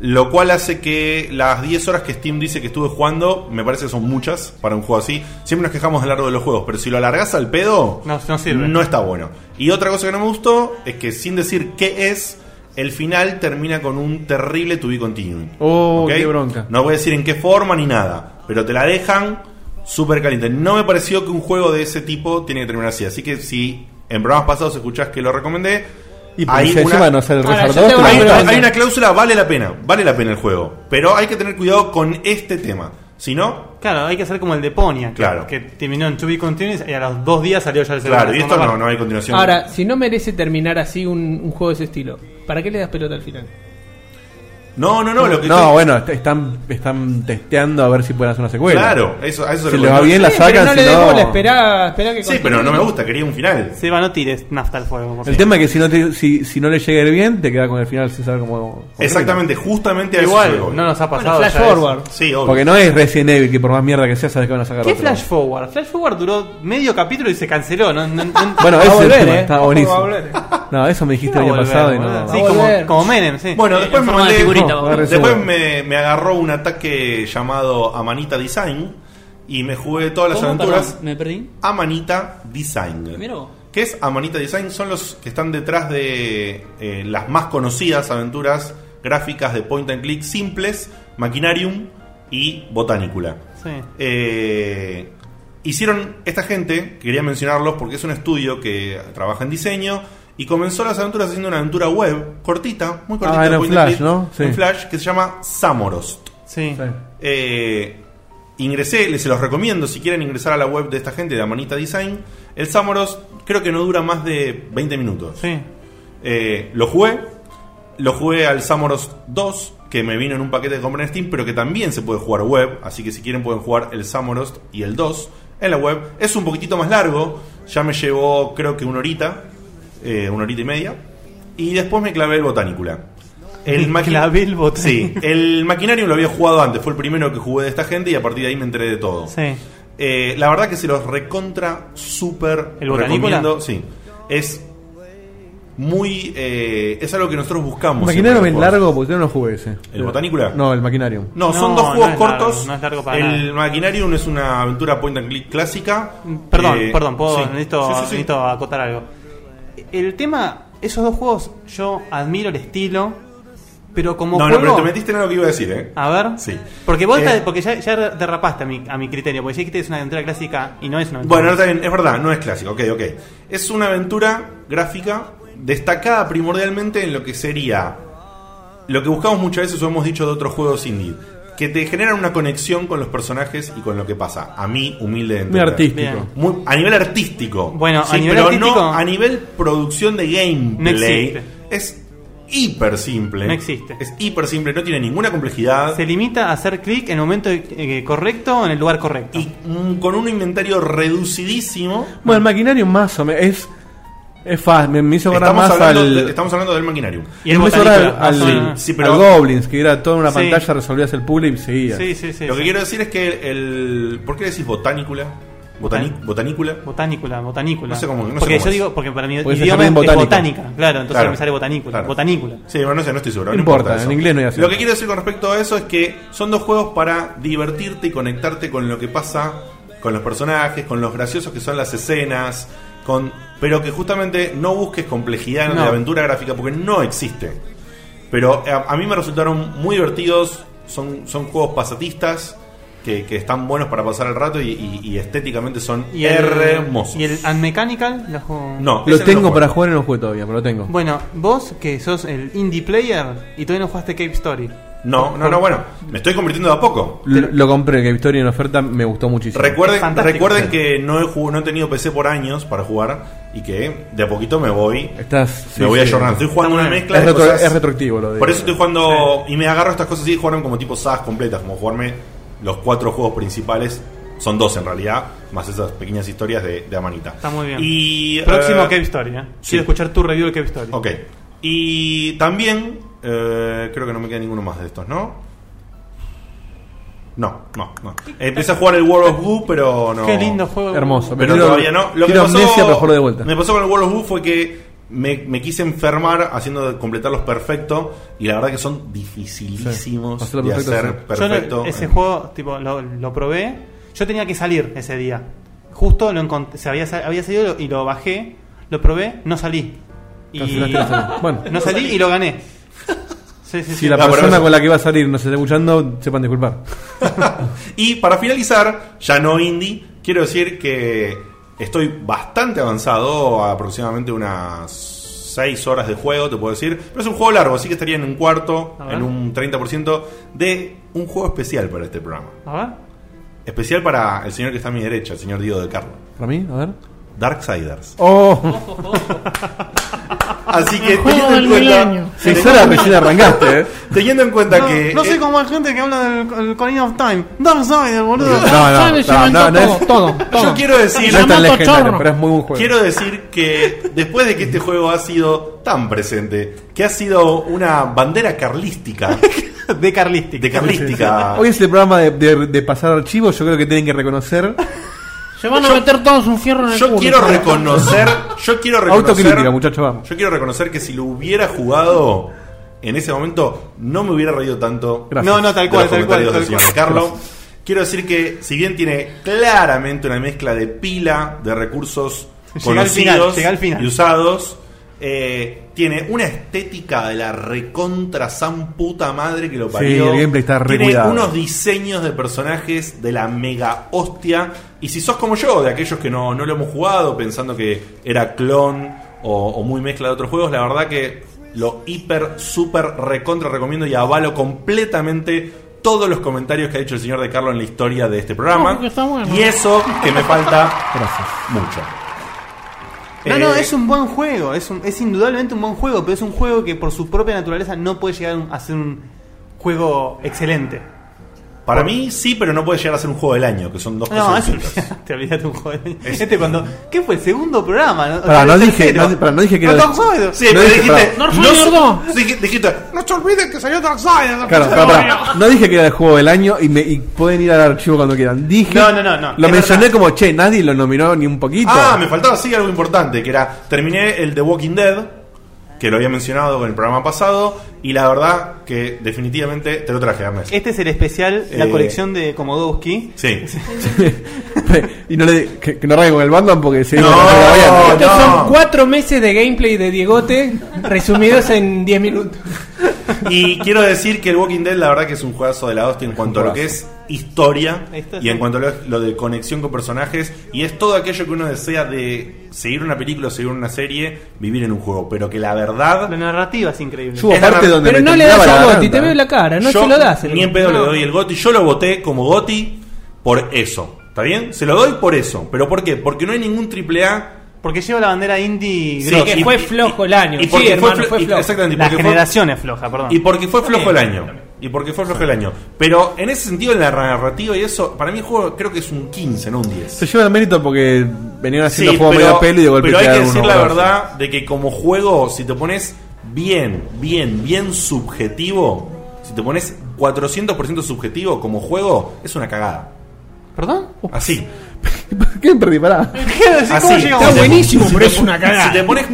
[SPEAKER 3] Lo cual hace que las 10 horas que Steam dice que estuve jugando, me parece que son muchas para un juego así. Siempre nos quejamos del largo de los juegos, pero si lo alargás al pedo,
[SPEAKER 6] No, no sirve.
[SPEAKER 3] no está bueno. Y otra cosa que no me gustó es que sin decir qué es, el final termina con un terrible to be continuing.
[SPEAKER 4] Oh,
[SPEAKER 3] ¿Ok?
[SPEAKER 4] qué bronca.
[SPEAKER 3] No voy a decir en qué forma ni nada, pero te la dejan súper caliente. No me pareció que un juego de ese tipo tiene que terminar así. Así que si en programas pasados escuchás que lo recomendé,
[SPEAKER 4] Y por
[SPEAKER 3] hay
[SPEAKER 4] si
[SPEAKER 3] una-
[SPEAKER 4] encima no sale el
[SPEAKER 5] Ahora,
[SPEAKER 4] Roger
[SPEAKER 5] yo
[SPEAKER 4] 2,
[SPEAKER 5] tengo
[SPEAKER 3] hay,
[SPEAKER 4] pero-
[SPEAKER 5] pregunta.
[SPEAKER 3] una, hay una cláusula, vale la pena, vale la pena el juego. Pero hay que tener cuidado con este tema. Si no,
[SPEAKER 6] Claro, hay que hacer como el de Ponia. que-
[SPEAKER 3] Claro.
[SPEAKER 6] Que terminó en To Be Continuous y a los dos días salió ya el segundo.
[SPEAKER 3] claro, y esto
[SPEAKER 6] la
[SPEAKER 3] no,
[SPEAKER 6] segunda
[SPEAKER 3] no hay continuación.
[SPEAKER 5] Ahora, si no merece terminar así un, un juego de ese estilo, ¿para qué le das pelota al final?
[SPEAKER 3] no, no, no, lo que
[SPEAKER 4] No,
[SPEAKER 3] estoy-
[SPEAKER 4] bueno, est- están, están testeando a ver si pueden hacer una secuela.
[SPEAKER 3] Claro, eso, a eso
[SPEAKER 4] Si
[SPEAKER 3] lo
[SPEAKER 4] le va
[SPEAKER 3] cuento.
[SPEAKER 4] bien la
[SPEAKER 5] Sí,
[SPEAKER 4] sacan,
[SPEAKER 5] pero no
[SPEAKER 4] si
[SPEAKER 5] le
[SPEAKER 4] no-
[SPEAKER 5] demos bola, esperá, esperá que
[SPEAKER 3] Sí, pero no me gusta, quería un final.
[SPEAKER 6] parte. Seba, no tires nafta al fuego. por
[SPEAKER 4] El
[SPEAKER 6] favor.
[SPEAKER 4] tema es que si no, te- si, si no le llega a ir bien, te queda con el final sin saber cómo. cómo
[SPEAKER 3] Exactamente, justamente a eso
[SPEAKER 6] Igual,
[SPEAKER 3] voy.
[SPEAKER 6] no nos ha
[SPEAKER 5] Bueno,
[SPEAKER 6] pasado.
[SPEAKER 5] flash
[SPEAKER 6] ya eso.
[SPEAKER 5] forward.
[SPEAKER 3] Sí,
[SPEAKER 4] termina.
[SPEAKER 3] obvio.
[SPEAKER 4] Porque no es Resident Evil, que por más mierda que sea, sabes que van a sacar
[SPEAKER 6] ¿Qué
[SPEAKER 4] otro.
[SPEAKER 6] Flash Forward? Flash Forward duró medio capítulo y se canceló. No, no- no-
[SPEAKER 4] Bueno,
[SPEAKER 5] Va a
[SPEAKER 4] ese es
[SPEAKER 5] volver,
[SPEAKER 4] el tema,
[SPEAKER 5] eh.
[SPEAKER 4] está
[SPEAKER 5] Va a
[SPEAKER 4] buenísimo.
[SPEAKER 5] volver.
[SPEAKER 4] No, eso me dijiste el
[SPEAKER 6] Va a
[SPEAKER 4] año
[SPEAKER 6] volver,
[SPEAKER 4] pasado y no.
[SPEAKER 6] boludo. Sí,
[SPEAKER 5] Va a
[SPEAKER 6] como,
[SPEAKER 5] volver.
[SPEAKER 6] como Menem, sí.
[SPEAKER 3] Bueno,
[SPEAKER 2] Eh,
[SPEAKER 3] después
[SPEAKER 2] en
[SPEAKER 3] me,
[SPEAKER 2] forma de
[SPEAKER 3] mandé-
[SPEAKER 2] figurita,
[SPEAKER 4] vos.
[SPEAKER 3] después me, me agarró un ataque llamado Amanita Design y me jugué todas las
[SPEAKER 2] ¿Cómo?
[SPEAKER 3] aventuras
[SPEAKER 2] Perdón, me perdí.
[SPEAKER 3] Amanita Design.
[SPEAKER 2] Mirá vos.
[SPEAKER 3] ¿Qué es Amanita Design? Son los que están detrás de eh, las más conocidas aventuras gráficas de point and click simples, Maquinarium y Botanicula.
[SPEAKER 6] Sí.
[SPEAKER 3] Eh, hicieron esta gente, quería mencionarlos porque es un estudio que trabaja en diseño y comenzó las aventuras haciendo una aventura web cortita, muy cortita,
[SPEAKER 4] Ah, era en
[SPEAKER 3] point and
[SPEAKER 4] Flash,
[SPEAKER 3] click,
[SPEAKER 4] ¿no? Sí.
[SPEAKER 3] en Flash que se llama Samorost.
[SPEAKER 6] Sí.
[SPEAKER 4] Sí.
[SPEAKER 3] Eh, ingresé, les se los recomiendo si quieren ingresar a la web de esta gente de Amanita Design. El Samorost creo que no dura más de 20 minutos.
[SPEAKER 6] Sí.
[SPEAKER 3] Eh, lo jugué. Lo jugué al Samoros 2, que me vino en un paquete que compré en Steam, pero que también se puede jugar web. Así que si quieren pueden jugar el Samoros y el 2 en la web. Es un poquitito más largo. Ya me llevó creo que una horita. eh, una horita y media. Y después me clavé el Botanicula.
[SPEAKER 6] Me
[SPEAKER 3] maqui-
[SPEAKER 6] clavé el
[SPEAKER 3] Sí,
[SPEAKER 6] Botanicula.
[SPEAKER 3] el maquinario lo había jugado antes. Fue el primero que jugué de esta gente y a partir de ahí me enteré de todo.
[SPEAKER 6] Sí.
[SPEAKER 3] Eh, la verdad que se los recontra super
[SPEAKER 6] ¿El Botanícola?
[SPEAKER 3] recomiendo. Sí. Es muy. eh, es algo que nosotros buscamos.
[SPEAKER 4] Maquinarium
[SPEAKER 3] siempre en
[SPEAKER 4] es
[SPEAKER 3] los juegos.
[SPEAKER 4] largo porque yo no jugué ese.
[SPEAKER 3] ¿El Botanicula?
[SPEAKER 4] No, el Maquinarium.
[SPEAKER 3] No, son
[SPEAKER 6] No,
[SPEAKER 3] dos
[SPEAKER 6] no
[SPEAKER 3] juegos
[SPEAKER 6] es largo,
[SPEAKER 3] cortos.
[SPEAKER 6] no es largo para
[SPEAKER 3] el
[SPEAKER 6] nada.
[SPEAKER 3] Maquinarium es una aventura point and click clásica.
[SPEAKER 6] Perdón,
[SPEAKER 3] Eh,
[SPEAKER 6] perdón, puedo,
[SPEAKER 3] sí.
[SPEAKER 6] necesito,
[SPEAKER 3] Sí, sí, sí.
[SPEAKER 6] necesito acotar algo. El tema, esos dos juegos, yo admiro el estilo, Pero como
[SPEAKER 3] No, no,
[SPEAKER 6] juego. Ah,
[SPEAKER 3] pero te metiste en lo que iba a decir, ¿eh?
[SPEAKER 6] A ver.
[SPEAKER 3] Sí.
[SPEAKER 6] Porque vos
[SPEAKER 3] Eh.
[SPEAKER 6] estás- porque ya, ya derrapaste a mi, a mi criterio. Porque ya dijiste que es una aventura clásica y no es una aventura.
[SPEAKER 3] Bueno, está bien, es verdad, no es clásico, ok, ok. Es una aventura gráfica destacada primordialmente en lo que sería lo que buscamos muchas veces o hemos dicho de otros juegos indie, que te generan una conexión con los personajes y con lo que pasa. A mí, humilde de
[SPEAKER 4] Muy
[SPEAKER 3] entender.
[SPEAKER 4] artístico.
[SPEAKER 6] Bien.
[SPEAKER 3] Muy- a nivel artístico.
[SPEAKER 6] Bueno, a nivel
[SPEAKER 3] pero
[SPEAKER 6] artístico-
[SPEAKER 3] no a nivel producción de
[SPEAKER 6] No
[SPEAKER 3] gameplay.
[SPEAKER 6] existe.
[SPEAKER 3] es hiper simple.
[SPEAKER 6] No existe.
[SPEAKER 3] Es hiper simple, no tiene ninguna complejidad.
[SPEAKER 6] Se limita a hacer clic en el momento eh, correcto, en el lugar correcto.
[SPEAKER 3] y mm, con un inventario reducidísimo.
[SPEAKER 4] Bueno, el maquinario más o menos es. Es fácil, me, me hizo agarrar
[SPEAKER 3] Estamos
[SPEAKER 4] más
[SPEAKER 3] hablando,
[SPEAKER 4] al.
[SPEAKER 3] de- estamos hablando del maquinario.
[SPEAKER 6] Y el
[SPEAKER 4] me hizo
[SPEAKER 6] botánico,
[SPEAKER 4] agarrar al,
[SPEAKER 6] más o
[SPEAKER 5] Ah.
[SPEAKER 6] menos.
[SPEAKER 3] sí, pero-
[SPEAKER 4] al Goblins, que era toda una
[SPEAKER 6] Sí.
[SPEAKER 4] pantalla, resolvías el puzzle y seguías.
[SPEAKER 6] Sí, sí, sí.
[SPEAKER 3] Lo que
[SPEAKER 6] sí.
[SPEAKER 3] quiero decir es que el. ¿Por qué decís botánicula? Botani-
[SPEAKER 6] Botan-
[SPEAKER 3] botanícula.
[SPEAKER 6] Botanícula, botanícula.
[SPEAKER 3] No sé cómo- no sé
[SPEAKER 6] porque
[SPEAKER 3] cómo
[SPEAKER 6] yo
[SPEAKER 3] es.
[SPEAKER 6] digo, porque para mí el
[SPEAKER 4] Porque es
[SPEAKER 6] idioma es,
[SPEAKER 4] jardín botánico.
[SPEAKER 6] botánica. Claro, entonces
[SPEAKER 3] Claro.
[SPEAKER 6] me sale botanícula.
[SPEAKER 3] Claro.
[SPEAKER 6] Botanícula.
[SPEAKER 3] Sí, bueno, no sé, no estoy seguro.
[SPEAKER 4] No importa,
[SPEAKER 3] eso.
[SPEAKER 4] en inglés no hay acento.
[SPEAKER 3] Lo que quiero decir con respecto a eso es que son dos juegos para divertirte y conectarte con lo que pasa, con los personajes, con los graciosos que son las escenas, con pero que justamente no busques complejidad en
[SPEAKER 6] No.
[SPEAKER 3] la aventura gráfica porque no existe. Pero a, a mí me resultaron muy divertidos, son, son juegos pasatistas. Que, que están buenos para pasar el rato y, y- y estéticamente son
[SPEAKER 6] Y el-
[SPEAKER 3] hermosos.
[SPEAKER 6] ¿Y el Unmechanical? Lo juego-
[SPEAKER 3] No,
[SPEAKER 4] Lo
[SPEAKER 3] ese no
[SPEAKER 4] tengo
[SPEAKER 3] juego.
[SPEAKER 4] para jugar y no lo jugué todavía, pero lo tengo.
[SPEAKER 6] Bueno, vos que sos el indie player y todavía no jugaste Cave Story.
[SPEAKER 3] No, no, no, bueno, me estoy convirtiendo de a poco.
[SPEAKER 4] Lo, lo compré, que Victoria en oferta me gustó muchísimo.
[SPEAKER 3] Recuerden,
[SPEAKER 6] Es fantástico.
[SPEAKER 3] recuerden
[SPEAKER 6] Sí.
[SPEAKER 3] que no he, jug- no he tenido PC por años para jugar y que de a poquito me voy.
[SPEAKER 4] Estás. sí,
[SPEAKER 3] me voy
[SPEAKER 4] sí.
[SPEAKER 3] ayornando. Estoy jugando
[SPEAKER 6] Está
[SPEAKER 3] una
[SPEAKER 6] muy bien.
[SPEAKER 3] mezcla
[SPEAKER 4] Es
[SPEAKER 3] de
[SPEAKER 4] retro-
[SPEAKER 3] cosas.
[SPEAKER 4] es retroactivo lo de-
[SPEAKER 3] Por eso estoy jugando. Y me agarro estas cosas así y jugaron como tipo sagas completas, como jugarme los cuatro juegos principales. Son dos en realidad, más esas pequeñas historias de, de Amanita.
[SPEAKER 6] Está muy bien.
[SPEAKER 3] Y,
[SPEAKER 6] Próximo
[SPEAKER 3] eh,
[SPEAKER 6] Cave Story, ¿eh?
[SPEAKER 3] sí.
[SPEAKER 6] Quiero escuchar tu review de Cave Story.
[SPEAKER 3] Ok. Y también, eh, creo que no me queda ninguno más de estos, ¿no? No, no, no. Empecé a jugar el World of Goo, pero no.
[SPEAKER 6] Qué lindo juego.
[SPEAKER 4] Hermoso.
[SPEAKER 3] Pero
[SPEAKER 4] Quiero-
[SPEAKER 3] todavía no. Lo que
[SPEAKER 4] quiero
[SPEAKER 3] pasó,
[SPEAKER 4] amnesia, pero jugarlo de vuelta.
[SPEAKER 3] Me pasó con el World of Goo fue que me, me quise enfermar haciendo completarlos perfecto. Y la verdad que son dificilísimos
[SPEAKER 4] Hacerlo
[SPEAKER 3] de
[SPEAKER 4] perfecto,
[SPEAKER 3] hacer
[SPEAKER 6] Yo lo-
[SPEAKER 3] perfecto.
[SPEAKER 6] ese
[SPEAKER 3] en-
[SPEAKER 6] juego, tipo, lo, lo probé. Yo tenía que salir ese día. Justo lo encontré, se había, sa- había salido y lo bajé, lo probé, no salí. Y
[SPEAKER 4] Cancelaste la salida. Bueno.
[SPEAKER 6] no salí y lo gané. Sí, sí, sí.
[SPEAKER 4] Si la
[SPEAKER 3] No, pero
[SPEAKER 4] persona
[SPEAKER 3] eso-
[SPEAKER 4] con la que va a salir nos está escuchando, sepan disculpar.
[SPEAKER 3] Y para finalizar, ya no indie, quiero decir que estoy bastante avanzado, aproximadamente unas 6 horas de juego, te puedo decir. Pero es un juego largo, así que estaría en un cuarto,
[SPEAKER 6] A ver.
[SPEAKER 3] en un 30% de un juego especial para este programa.
[SPEAKER 6] A ver.
[SPEAKER 3] Especial para el señor que está a mi derecha, el señor Diego de Carlos.
[SPEAKER 4] Para mí, a ver.
[SPEAKER 3] Darksiders.
[SPEAKER 4] Oh,
[SPEAKER 3] Así que teniendo en cuenta,
[SPEAKER 4] si Sara recién arrancaste, eh.
[SPEAKER 3] teniendo en cuenta
[SPEAKER 6] No,
[SPEAKER 3] que...
[SPEAKER 6] no sé
[SPEAKER 3] eh,
[SPEAKER 6] cómo hay gente que habla del del Ocarina of Time. Darksiders,
[SPEAKER 4] No,
[SPEAKER 6] boludo.
[SPEAKER 4] no,
[SPEAKER 5] Sabe,
[SPEAKER 4] no,
[SPEAKER 5] llevan
[SPEAKER 4] no, no
[SPEAKER 5] todo,
[SPEAKER 4] es, no
[SPEAKER 5] todo, todo.
[SPEAKER 3] yo quiero decir...
[SPEAKER 4] es tan
[SPEAKER 5] Yamato
[SPEAKER 4] legendario,
[SPEAKER 5] Chorro.
[SPEAKER 4] pero es muy buen juego.
[SPEAKER 3] Quiero decir que después de que este juego ha sido tan presente, que ha sido una bandera carlística,
[SPEAKER 6] De Carlistic.
[SPEAKER 3] de carlística.
[SPEAKER 4] Hoy es el programa de, de- de pasar archivos, yo creo que tienen que reconocer.
[SPEAKER 5] Se van a meter todos un fierro en el
[SPEAKER 3] Yo
[SPEAKER 5] culo.
[SPEAKER 3] quiero reconocer, yo quiero reconocer,
[SPEAKER 4] Autocrítica, muchachos, vamos.
[SPEAKER 3] Yo quiero reconocer que si lo hubiera jugado en ese momento no me hubiera reído tanto.
[SPEAKER 4] Gracias.
[SPEAKER 6] No, no, tal
[SPEAKER 3] de
[SPEAKER 6] cual,
[SPEAKER 3] los
[SPEAKER 6] tal cual.
[SPEAKER 3] comentarios
[SPEAKER 6] tal
[SPEAKER 3] del señor
[SPEAKER 6] cual.
[SPEAKER 3] Carlo. Quiero decir que si bien tiene claramente una mezcla de pila de recursos
[SPEAKER 6] Llega al final,
[SPEAKER 3] conocidos
[SPEAKER 6] llega al final.
[SPEAKER 3] y usados, eh, tiene una estética de la recontra san puta madre que lo parió.
[SPEAKER 4] el gameplay está re
[SPEAKER 3] tiene
[SPEAKER 4] cuidado.
[SPEAKER 3] unos diseños de personajes de la mega hostia. Y si sos como yo, de aquellos que no, no lo hemos jugado pensando que era clon o, o muy mezcla de otros juegos, la verdad que lo hiper, super, recontra recomiendo y avalo completamente todos los comentarios que ha hecho el señor De Carlo en la historia de este programa.
[SPEAKER 5] No, porque está bueno.
[SPEAKER 3] Y eso que me falta
[SPEAKER 4] Gracias.
[SPEAKER 3] mucho.
[SPEAKER 6] No, no,
[SPEAKER 3] Eh,
[SPEAKER 6] es un buen juego. Es, un- es indudablemente un buen juego, pero es un juego que por su propia naturaleza no puede llegar a ser un juego excelente.
[SPEAKER 3] Para mí sí, pero no puede llegar a ser un juego del año, que son dos
[SPEAKER 6] No,
[SPEAKER 3] cosas
[SPEAKER 6] eso
[SPEAKER 3] distintas.
[SPEAKER 6] te olvidaste un juego. de- Este cuando. ¿Qué fue? ¿El segundo programa? ¿no?
[SPEAKER 4] Pará,
[SPEAKER 6] El
[SPEAKER 4] no dije-
[SPEAKER 6] tercero.
[SPEAKER 4] no- pará, no dije que era-
[SPEAKER 6] Darksiders.
[SPEAKER 3] Sí,
[SPEAKER 4] No
[SPEAKER 3] pero
[SPEAKER 4] dije,
[SPEAKER 3] dijiste,
[SPEAKER 5] pará.
[SPEAKER 3] no, se-
[SPEAKER 5] Gordo.
[SPEAKER 3] dij- dijiste, no se olviden que salió Darksiders.
[SPEAKER 4] Claro, pará,
[SPEAKER 3] Ah,
[SPEAKER 4] pará. no dije que era el juego del año y, me, y pueden ir al archivo cuando quieran. Dije,
[SPEAKER 6] No, no, no, no,
[SPEAKER 4] lo
[SPEAKER 6] es
[SPEAKER 4] mencioné
[SPEAKER 6] verdad.
[SPEAKER 4] como che, nadie lo nominó ni un poquito.
[SPEAKER 3] Ah, me faltaba sí algo importante, que era terminé el The Walking Dead, que lo había mencionado en el programa pasado, y la verdad que definitivamente te lo traje, Ernest.
[SPEAKER 6] Este es el especial,
[SPEAKER 3] Eh,
[SPEAKER 6] la colección de Komodowski.
[SPEAKER 3] Sí.
[SPEAKER 4] y no le que, que no rayen con el bandón porque se
[SPEAKER 3] No,
[SPEAKER 5] Estos
[SPEAKER 3] No.
[SPEAKER 5] son cuatro meses de gameplay de Diegote resumidos en 10 minutos.
[SPEAKER 3] Y quiero decir que el Walking Dead, la verdad que es un juegazo de la hostia en cuanto a lo que es historia
[SPEAKER 6] Ahí está,
[SPEAKER 3] y en
[SPEAKER 6] sí.
[SPEAKER 3] cuanto a lo, lo de conexión con personajes. Y es todo aquello que uno desea de seguir una película, seguir una serie, vivir en un juego. Pero que la
[SPEAKER 6] La
[SPEAKER 3] verdad.
[SPEAKER 6] narrativa es increíble.
[SPEAKER 4] Yo hubo
[SPEAKER 3] Es la
[SPEAKER 4] parte
[SPEAKER 3] verdad.
[SPEAKER 4] donde
[SPEAKER 5] Pero
[SPEAKER 4] me
[SPEAKER 5] no le
[SPEAKER 4] temblaba
[SPEAKER 5] das a
[SPEAKER 4] la
[SPEAKER 5] Gotti, te
[SPEAKER 4] garganta.
[SPEAKER 5] veo la cara, no
[SPEAKER 3] yo
[SPEAKER 5] se lo das.
[SPEAKER 3] Ni en pedo le doy el Goti. Yo lo voté como Goti por eso. ¿Está bien? Se lo doy por eso. ¿Pero por qué? Porque no hay ningún triple A.
[SPEAKER 6] Porque lleva la bandera indie
[SPEAKER 3] Sí,
[SPEAKER 6] grossa.
[SPEAKER 5] que fue flojo el año.
[SPEAKER 3] Y porque
[SPEAKER 5] Sí,
[SPEAKER 3] fue
[SPEAKER 5] hermano,
[SPEAKER 3] flo-
[SPEAKER 5] fue
[SPEAKER 3] y-
[SPEAKER 5] flojo.
[SPEAKER 3] Exactamente. y
[SPEAKER 6] La
[SPEAKER 3] porque fue-
[SPEAKER 6] generación es floja, perdón.
[SPEAKER 3] Y porque fue flojo el año. Y porque fue flojo el año. Pero en ese sentido, en la narrativa y eso, para mí el juego creo que es un 15, no un 10.
[SPEAKER 4] Se lleva el mérito porque venían
[SPEAKER 3] Sí,
[SPEAKER 4] haciendo juegos medio a pelo y de golpe
[SPEAKER 3] pero hay que
[SPEAKER 4] quedaron
[SPEAKER 3] decir
[SPEAKER 4] unos
[SPEAKER 3] la
[SPEAKER 4] brazos.
[SPEAKER 3] verdad de que como juego, si te pones bien, bien, bien subjetivo, si te pones 400% subjetivo como juego, es una cagada.
[SPEAKER 6] ¿Perdón?
[SPEAKER 3] Así.
[SPEAKER 4] ¿Qué perdí? Pará.
[SPEAKER 3] Así.
[SPEAKER 6] llegamos?
[SPEAKER 5] Está buenísimo, pero es
[SPEAKER 3] te-
[SPEAKER 5] una cagada.
[SPEAKER 3] Si te pones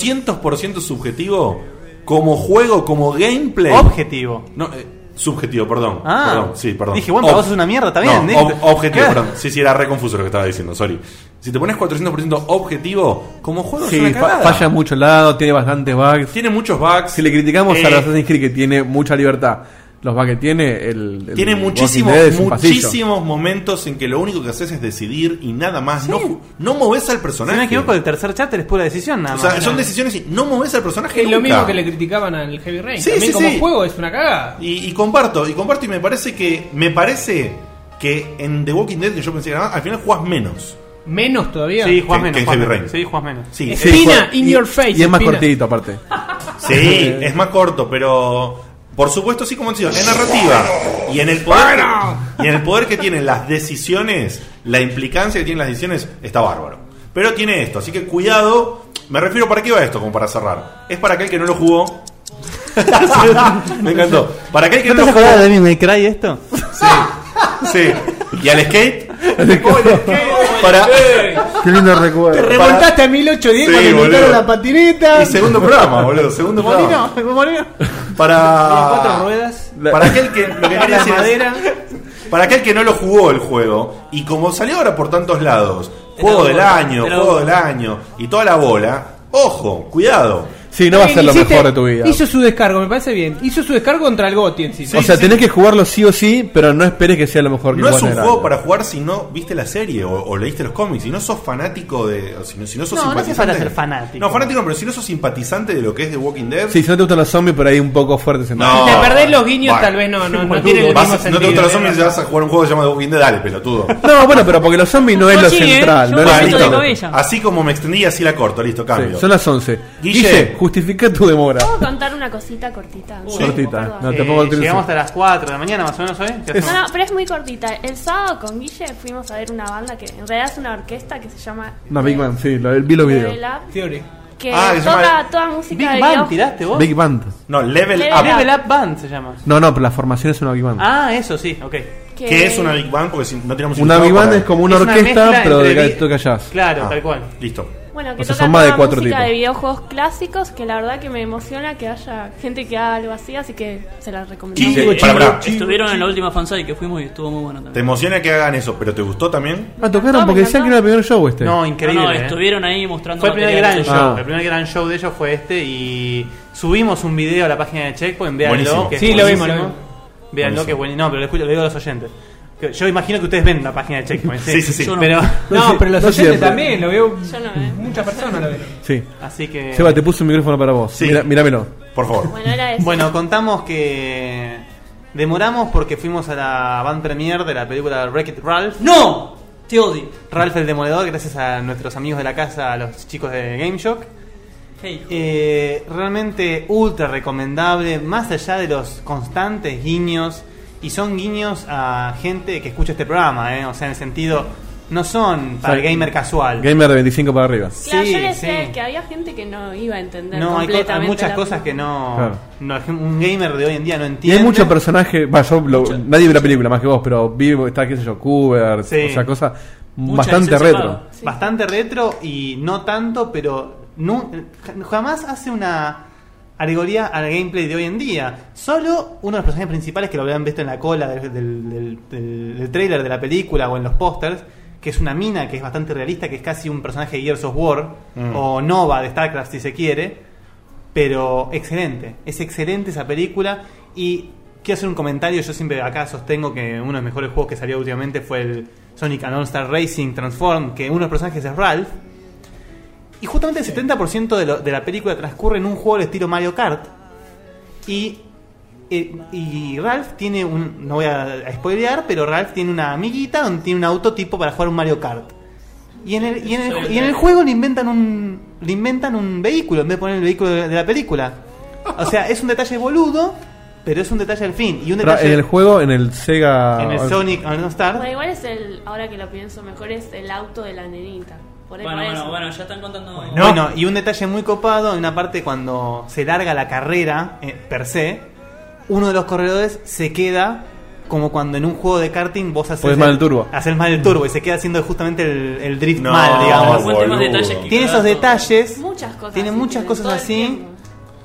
[SPEAKER 3] 400% subjetivo como juego, como gameplay.
[SPEAKER 6] Objetivo.
[SPEAKER 3] No, eh, subjetivo, perdón.
[SPEAKER 6] Ah.
[SPEAKER 3] perdón, sí, perdón.
[SPEAKER 6] Dije, bueno, para
[SPEAKER 3] Ob-
[SPEAKER 6] vos es una mierda, está bien,
[SPEAKER 3] No,
[SPEAKER 6] ¿eh?
[SPEAKER 3] ob- objetivo,
[SPEAKER 6] Claro.
[SPEAKER 3] perdón. Sí, sí, era re confuso lo que estaba diciendo, sorry. Si te pones 400% objetivo, como juego es
[SPEAKER 4] Sí,
[SPEAKER 3] una
[SPEAKER 4] fa-
[SPEAKER 3] cagada.
[SPEAKER 4] falla en muchos lados, tiene bastantes bugs.
[SPEAKER 3] Tiene muchos bugs.
[SPEAKER 4] Si le criticamos
[SPEAKER 3] Eh,
[SPEAKER 4] a Assassin's Creed que tiene mucha libertad, los bugs que tiene, el. el
[SPEAKER 3] Tiene
[SPEAKER 4] Walking
[SPEAKER 3] muchísimos,
[SPEAKER 4] Dead es un pasillo.
[SPEAKER 3] muchísimos momentos en que lo único que haces es decidir y nada más. No, ju- no moves al
[SPEAKER 6] Si no
[SPEAKER 3] personaje.
[SPEAKER 6] me equivoco, el Ah, tercer chat es pura decisión, nada
[SPEAKER 3] o
[SPEAKER 6] más.
[SPEAKER 3] sea, son decisiones y no moves al personaje.
[SPEAKER 5] Es lo
[SPEAKER 3] nunca.
[SPEAKER 5] mismo que le criticaban al Heavy Rain.
[SPEAKER 3] Sí,
[SPEAKER 5] También
[SPEAKER 3] sí,
[SPEAKER 5] como
[SPEAKER 3] sí.
[SPEAKER 5] juego es una cagada.
[SPEAKER 3] Y, y comparto, y comparto, y me parece que. Me parece que en The Walking Dead, que yo pensé que era más, al final jugás menos.
[SPEAKER 5] Menos todavía.
[SPEAKER 6] Sí, jugás
[SPEAKER 3] Que-
[SPEAKER 6] menos.
[SPEAKER 3] que en
[SPEAKER 6] jugás
[SPEAKER 3] Heavy
[SPEAKER 6] menos.
[SPEAKER 3] Rain.
[SPEAKER 6] Sí, jugás menos.
[SPEAKER 3] Sí,
[SPEAKER 5] Es-
[SPEAKER 3] eh,
[SPEAKER 5] Espina, in
[SPEAKER 4] y-
[SPEAKER 5] your face,
[SPEAKER 4] Y es más
[SPEAKER 5] espina.
[SPEAKER 4] cortito aparte.
[SPEAKER 3] sí, es más corto, pero. Por supuesto, sí, como han sido, en narrativa y en el poder. Y en el poder que tienen las decisiones, la implicancia que tienen las decisiones, está bárbaro. Pero tiene esto, así que cuidado. Me refiero para qué va esto, como para cerrar. Es para aquel que no lo jugó. me encantó. Para aquel que no,
[SPEAKER 6] ¿No te
[SPEAKER 3] lo
[SPEAKER 6] has
[SPEAKER 3] jugó.
[SPEAKER 6] acordado de Devil May Cry esto?
[SPEAKER 3] Sí. Y al skate. para.
[SPEAKER 4] Qué lindo recuerdo.
[SPEAKER 3] Para-
[SPEAKER 5] Remontaste a 1810
[SPEAKER 3] Sí,
[SPEAKER 5] cuando inventaron
[SPEAKER 3] boludo.
[SPEAKER 5] la patineta.
[SPEAKER 3] Y segundo programa, boludo. Segundo programa.
[SPEAKER 6] Cuatro
[SPEAKER 3] Para.
[SPEAKER 6] ruedas.
[SPEAKER 3] Para aquel que. Lo que quería
[SPEAKER 6] La
[SPEAKER 3] decir es-
[SPEAKER 6] madera.
[SPEAKER 3] para aquel que no lo jugó el juego. Y como salió ahora por tantos lados. Juego
[SPEAKER 6] la
[SPEAKER 3] del
[SPEAKER 6] bola,
[SPEAKER 3] año,
[SPEAKER 6] de la
[SPEAKER 3] juego
[SPEAKER 6] bola.
[SPEAKER 3] del año. Y toda la bola. Ojo, cuidado.
[SPEAKER 4] Sí, no va a ser lo
[SPEAKER 5] Hiciste-
[SPEAKER 4] mejor de tu vida.
[SPEAKER 5] Hizo su descargo, me parece bien. Hizo su descargo contra el Gotti en sí.
[SPEAKER 4] o sea, tenés que jugarlo sí o sí, pero no esperes que sea lo mejor que
[SPEAKER 3] No es
[SPEAKER 4] puedas
[SPEAKER 3] un
[SPEAKER 4] tener
[SPEAKER 3] juego
[SPEAKER 4] algo.
[SPEAKER 3] para jugar si no viste la serie o, o leíste los cómics. Si no sos fanático de. o Si no, si no sos
[SPEAKER 6] No, no hace
[SPEAKER 3] simpatizante-
[SPEAKER 6] falta ser fanático.
[SPEAKER 3] No, fanático, no, pero si no sos simpatizante de lo que es The Walking Dead.
[SPEAKER 4] Sí, si no te gustan los zombies, por ahí un poco fuertes en
[SPEAKER 3] No.
[SPEAKER 5] te perdés los guiños,
[SPEAKER 3] Bueno.
[SPEAKER 5] tal vez no, no, no tiene el
[SPEAKER 3] Vas-
[SPEAKER 5] mismo
[SPEAKER 3] no
[SPEAKER 5] sentido.
[SPEAKER 3] te gustan los
[SPEAKER 5] ¿eh?
[SPEAKER 3] zombies y vas a jugar un juego llamado Walking Dead, dale, pelotudo.
[SPEAKER 4] No, bueno, pero porque los zombies no es
[SPEAKER 2] No,
[SPEAKER 4] lo
[SPEAKER 2] sí, ¿eh?
[SPEAKER 4] central.
[SPEAKER 2] Yo
[SPEAKER 4] no es
[SPEAKER 2] me
[SPEAKER 4] lo
[SPEAKER 3] Bueno,
[SPEAKER 2] siento de
[SPEAKER 4] central.
[SPEAKER 3] listo.
[SPEAKER 2] cabeza.
[SPEAKER 3] Así como me extendí, así la corto, listo, cambio.
[SPEAKER 4] Sí, son las 11.
[SPEAKER 3] Guille.
[SPEAKER 4] Guille, justifica tu demora.
[SPEAKER 7] ¿Puedo contar una cosita cortita?
[SPEAKER 4] Sí. Cortita,
[SPEAKER 7] Perdón.
[SPEAKER 4] no te
[SPEAKER 6] Eh,
[SPEAKER 4] pongo el cruce.
[SPEAKER 6] Llegamos hasta las 4 de la mañana más o menos hoy. ¿Qué
[SPEAKER 7] No,
[SPEAKER 6] hacemos?
[SPEAKER 7] no, pero es muy cortita. El sábado con Guille fuimos a ver una banda que en realidad es una orquesta que se llama
[SPEAKER 4] No, Big Bang, sí, lo- vi los videos.
[SPEAKER 7] Level Up,
[SPEAKER 5] Theory.
[SPEAKER 7] que
[SPEAKER 3] Ah, que se
[SPEAKER 7] toca
[SPEAKER 3] llama-
[SPEAKER 7] toda música
[SPEAKER 6] Big
[SPEAKER 7] de
[SPEAKER 6] Band,
[SPEAKER 7] videojuegos.
[SPEAKER 6] tiraste vos.
[SPEAKER 4] Big Band.
[SPEAKER 3] No, Level
[SPEAKER 7] Level
[SPEAKER 3] Up.
[SPEAKER 6] Level Up Band se llama.
[SPEAKER 4] No, no, pero la formación es una Big Band.
[SPEAKER 6] Ah, eso sí, ok.
[SPEAKER 7] que-
[SPEAKER 3] Que es una Big Band, porque si no tenemos
[SPEAKER 4] una
[SPEAKER 3] invitado
[SPEAKER 4] Big Band
[SPEAKER 3] para-
[SPEAKER 4] es como una
[SPEAKER 6] Es
[SPEAKER 4] orquesta,
[SPEAKER 6] mezcla
[SPEAKER 4] pero de
[SPEAKER 6] entre
[SPEAKER 4] que
[SPEAKER 6] vi-
[SPEAKER 4] toca jazz.
[SPEAKER 6] Claro,
[SPEAKER 3] Ah,
[SPEAKER 6] tal cual.
[SPEAKER 3] Listo.
[SPEAKER 7] Bueno, que
[SPEAKER 4] O sea,
[SPEAKER 7] toca
[SPEAKER 4] son más de
[SPEAKER 7] toda
[SPEAKER 4] cuatro
[SPEAKER 7] música
[SPEAKER 4] tipos.
[SPEAKER 7] de videojuegos clásicos, que la verdad que me emociona que haya gente que haga algo así, así que se las recomendamos.
[SPEAKER 3] Sí, Eh, pará, pará.
[SPEAKER 2] Estuvieron en la última fansite que fuimos y estuvo muy bueno
[SPEAKER 3] ¿Te
[SPEAKER 2] también.
[SPEAKER 3] emociona que hagan eso? ¿Pero te gustó también?
[SPEAKER 4] Ah, tocaron
[SPEAKER 7] No,
[SPEAKER 4] porque
[SPEAKER 7] me
[SPEAKER 4] decían que era
[SPEAKER 7] encantó.
[SPEAKER 4] el primer show este.
[SPEAKER 6] No,
[SPEAKER 2] No,
[SPEAKER 6] increíble.
[SPEAKER 2] no,
[SPEAKER 6] ¿eh?
[SPEAKER 2] estuvieron ahí mostrando
[SPEAKER 6] Fue el primer
[SPEAKER 2] material.
[SPEAKER 6] gran
[SPEAKER 4] suyo.
[SPEAKER 6] show.
[SPEAKER 4] Ah.
[SPEAKER 6] El primer gran show de ellos fue este y subimos un video a la página de Checkpoint, véanlo.
[SPEAKER 3] Buenísimo.
[SPEAKER 6] Que es
[SPEAKER 5] Sí, lo vimos,
[SPEAKER 6] buenísimo.
[SPEAKER 5] lo
[SPEAKER 6] Véanlo,
[SPEAKER 3] Buenísimo.
[SPEAKER 6] que bueno. No, pero lo, escucho, lo digo a los oyentes. Que Yo imagino que ustedes ven la página de Checkpoint. Sí,
[SPEAKER 3] Sí, sí, sí.
[SPEAKER 2] Yo no.
[SPEAKER 6] Pero,
[SPEAKER 5] No,
[SPEAKER 4] sí,
[SPEAKER 5] pero los
[SPEAKER 4] no
[SPEAKER 5] oyentes
[SPEAKER 4] siempre.
[SPEAKER 5] también, lo veo.
[SPEAKER 7] Yo no, eh.
[SPEAKER 5] Muchas personas lo ven.
[SPEAKER 4] Sí.
[SPEAKER 6] así que.
[SPEAKER 4] Seba, te puse un micrófono para vos.
[SPEAKER 3] Sí.
[SPEAKER 4] Mira, míramelo.
[SPEAKER 3] Por favor.
[SPEAKER 7] Bueno, era eso.
[SPEAKER 6] Bueno, contamos que demoramos porque fuimos a la band premiere de la película Wreck-It Ralph.
[SPEAKER 2] ¡No! Te odio.
[SPEAKER 6] Ralph el Demoledor, gracias a nuestros amigos de la casa, a los chicos de Game Shock.
[SPEAKER 2] Hey.
[SPEAKER 6] Eh, realmente ultra recomendable, más allá de los constantes guiños, y son guiños a gente que escucha este programa, ¿eh? o sea, en el sentido, no son para
[SPEAKER 4] O sea,
[SPEAKER 6] el gamer casual.
[SPEAKER 4] Gamer de 25 para arriba.
[SPEAKER 7] Claro, yo
[SPEAKER 6] sí,
[SPEAKER 7] les sé
[SPEAKER 6] sí.
[SPEAKER 7] que había gente que no iba a entender
[SPEAKER 6] no, hay, co- hay
[SPEAKER 7] completamente
[SPEAKER 6] muchas
[SPEAKER 7] la
[SPEAKER 6] cosas que
[SPEAKER 7] película.
[SPEAKER 6] no,
[SPEAKER 4] Claro.
[SPEAKER 6] no- Un gamer de hoy en día no
[SPEAKER 4] Y
[SPEAKER 6] entiende.
[SPEAKER 4] hay mucho personaje. Va, yo lo- nadie vio la película más que vos, pero vi, está, qué sé yo, Cooper.
[SPEAKER 6] Sí.
[SPEAKER 4] O sea, cosas
[SPEAKER 2] Mucha
[SPEAKER 4] bastante
[SPEAKER 2] licencia
[SPEAKER 4] retro.
[SPEAKER 2] paga.
[SPEAKER 7] Sí.
[SPEAKER 6] Bastante retro y no tanto, pero nu- jamás hace una alegoría al gameplay de hoy en día. Solo uno de los personajes principales que lo habían visto en la cola del, del, del- del- del trailer de la película o en los pósters, que es una mina que es bastante realista, que es casi un personaje de Gears of War o Nova de StarCraft si se quiere. Pero excelente, es excelente esa película. Y quiero hacer un comentario, yo siempre acá sostengo que uno de los mejores juegos que salió últimamente fue el Sonic and All Star Racing Transform, que uno de los personajes es Ralph. Y justamente el 70% de, lo- de la película transcurre en un juego del estilo Mario Kart. Y, eh, y Ralph tiene un. No voy a spoilear, pero Ralph tiene una amiguita donde tiene un auto tipo para jugar un Mario Kart. Y en el, y en el- y en el juego le inventan, un, le inventan un vehículo en vez de poner el vehículo de, de la película. O sea, es un detalle boludo, pero es un detalle al fin. Y un
[SPEAKER 4] Pero
[SPEAKER 6] detalle
[SPEAKER 4] En el Ah, juego, en el Sega.
[SPEAKER 6] en el Sonic All
[SPEAKER 7] Bueno,
[SPEAKER 6] Star.
[SPEAKER 7] igual es el, ahora que lo pienso mejor, es el auto de la nenita. Por ahí
[SPEAKER 2] Bueno,
[SPEAKER 7] por
[SPEAKER 2] bueno,
[SPEAKER 7] eso.
[SPEAKER 2] bueno, ya están contando.
[SPEAKER 6] No. Bueno, y un detalle muy copado, en una parte cuando se larga la carrera, eh, per se, uno de los corredores se queda como cuando en un juego de karting vos haces
[SPEAKER 4] Podés Pues mal el turbo.
[SPEAKER 6] Haces mal el turbo y se queda haciendo justamente el, el drift
[SPEAKER 3] No,
[SPEAKER 6] mal, digamos.
[SPEAKER 2] Cuente
[SPEAKER 3] boludo.
[SPEAKER 2] más detalles que cada
[SPEAKER 6] Tiene esos
[SPEAKER 2] uno.
[SPEAKER 6] detalles.
[SPEAKER 7] Muchas cosas.
[SPEAKER 6] Tiene
[SPEAKER 7] así,
[SPEAKER 6] muchas
[SPEAKER 7] tienen
[SPEAKER 6] cosas
[SPEAKER 7] todo el
[SPEAKER 6] así.
[SPEAKER 7] tiempo.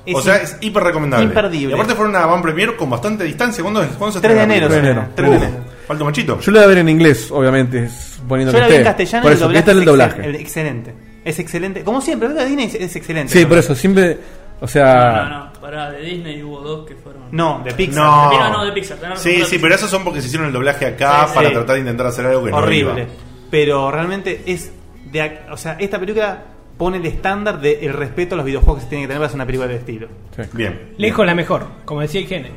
[SPEAKER 6] Es
[SPEAKER 3] o sea, es hiper recomendable.
[SPEAKER 6] Imperdible.
[SPEAKER 3] Y aparte fue una van premiere con bastante distancia. ¿Cuándo, es- cuándo se
[SPEAKER 6] 3 de
[SPEAKER 3] estrena la
[SPEAKER 6] enero.
[SPEAKER 3] película?
[SPEAKER 4] enero.
[SPEAKER 6] será, 3 de
[SPEAKER 3] Uf,
[SPEAKER 6] enero.
[SPEAKER 3] Falta machito.
[SPEAKER 4] Yo lo voy a ver en inglés, obviamente, suponiendo
[SPEAKER 6] Yo
[SPEAKER 4] que
[SPEAKER 6] la vi en
[SPEAKER 4] esté.
[SPEAKER 6] castellano
[SPEAKER 4] por
[SPEAKER 6] y
[SPEAKER 4] eso,
[SPEAKER 6] el
[SPEAKER 4] que está en el doblaje.
[SPEAKER 6] ex- el- excelente. Es excelente. Como siempre, la Disney es, es excelente.
[SPEAKER 4] Sí, por eso, siempre. O
[SPEAKER 2] No,
[SPEAKER 4] sea.
[SPEAKER 2] no, no, pará, de Disney hubo dos que fueron.
[SPEAKER 6] No, de Pixar.
[SPEAKER 3] No.
[SPEAKER 2] Mira, no, de Pixar, tenés razón,
[SPEAKER 3] Sí,
[SPEAKER 2] de
[SPEAKER 3] sí,
[SPEAKER 2] Pixar.
[SPEAKER 3] pero esos son porque se hicieron el doblaje acá
[SPEAKER 6] Sí,
[SPEAKER 3] para
[SPEAKER 6] sí.
[SPEAKER 3] tratar de intentar hacer algo que no
[SPEAKER 6] horrible.
[SPEAKER 3] iba.
[SPEAKER 6] Pero realmente es. De, ac- o sea, esta película pone el estándar del respeto a los videojuegos que se tiene que tener para hacer una película de este estilo.
[SPEAKER 4] Sí.
[SPEAKER 3] Bien.
[SPEAKER 5] Lejos la mejor, como decía Higiene.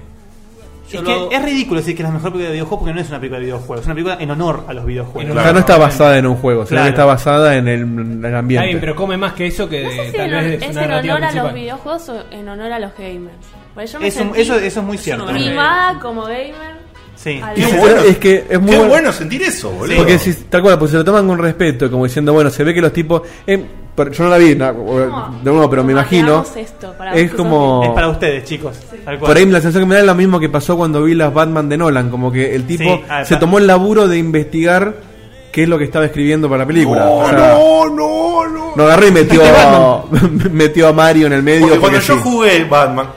[SPEAKER 2] Yo
[SPEAKER 6] es
[SPEAKER 2] lo
[SPEAKER 6] que
[SPEAKER 2] hago-
[SPEAKER 6] es ridículo decir que es la mejor película de videojuegos porque no es una película de videojuegos, es una película en honor a los videojuegos.
[SPEAKER 5] En
[SPEAKER 4] O
[SPEAKER 5] honor.
[SPEAKER 4] sea, no está basada en un juego, sino
[SPEAKER 6] Claro.
[SPEAKER 4] que está basada en el, en el
[SPEAKER 5] Está
[SPEAKER 4] ambiente.
[SPEAKER 5] bien, pero come más que eso que
[SPEAKER 6] Eh,
[SPEAKER 7] No sé si en-
[SPEAKER 5] tal vez es,
[SPEAKER 7] es
[SPEAKER 5] una
[SPEAKER 7] en
[SPEAKER 5] narrativa
[SPEAKER 7] honor a los
[SPEAKER 5] principal.
[SPEAKER 7] videojuegos o en honor a los gamers. Porque yo me
[SPEAKER 6] Eso,
[SPEAKER 7] sentí
[SPEAKER 6] eso, eso es muy cierto.
[SPEAKER 2] no me lo
[SPEAKER 7] mimada como gamer.
[SPEAKER 6] Sí.
[SPEAKER 7] Al-
[SPEAKER 3] Qué
[SPEAKER 4] Es-
[SPEAKER 3] bueno.
[SPEAKER 4] es que es muy
[SPEAKER 3] Qué
[SPEAKER 4] bueno.
[SPEAKER 3] bueno sentir eso, boludo.
[SPEAKER 4] Porque si, tal cual, pues se lo toman con respeto, como diciendo, bueno, se ve que los tipos. eh, pero yo no la vi, na-
[SPEAKER 7] ¿Cómo?
[SPEAKER 4] de nuevo, pero me
[SPEAKER 7] ¿Cómo
[SPEAKER 4] imagino.
[SPEAKER 7] hagamos esto para ver
[SPEAKER 4] Es
[SPEAKER 7] qué
[SPEAKER 4] como.
[SPEAKER 6] Es para ustedes, chicos. Tal cual.
[SPEAKER 4] Por ahí la sensación que me da es lo mismo que pasó cuando vi las Batman de Nolan, como que el tipo
[SPEAKER 6] Sí, ah,
[SPEAKER 4] se
[SPEAKER 6] pa-
[SPEAKER 4] tomó el laburo de investigar qué es lo que estaba escribiendo para la película.
[SPEAKER 3] No,
[SPEAKER 4] O sea,
[SPEAKER 3] no, no, no.
[SPEAKER 4] Lo agarré y metió, metió a Mario en el medio.
[SPEAKER 3] Porque
[SPEAKER 4] Porque,
[SPEAKER 3] cuando yo
[SPEAKER 4] sí.
[SPEAKER 3] jugué Batman.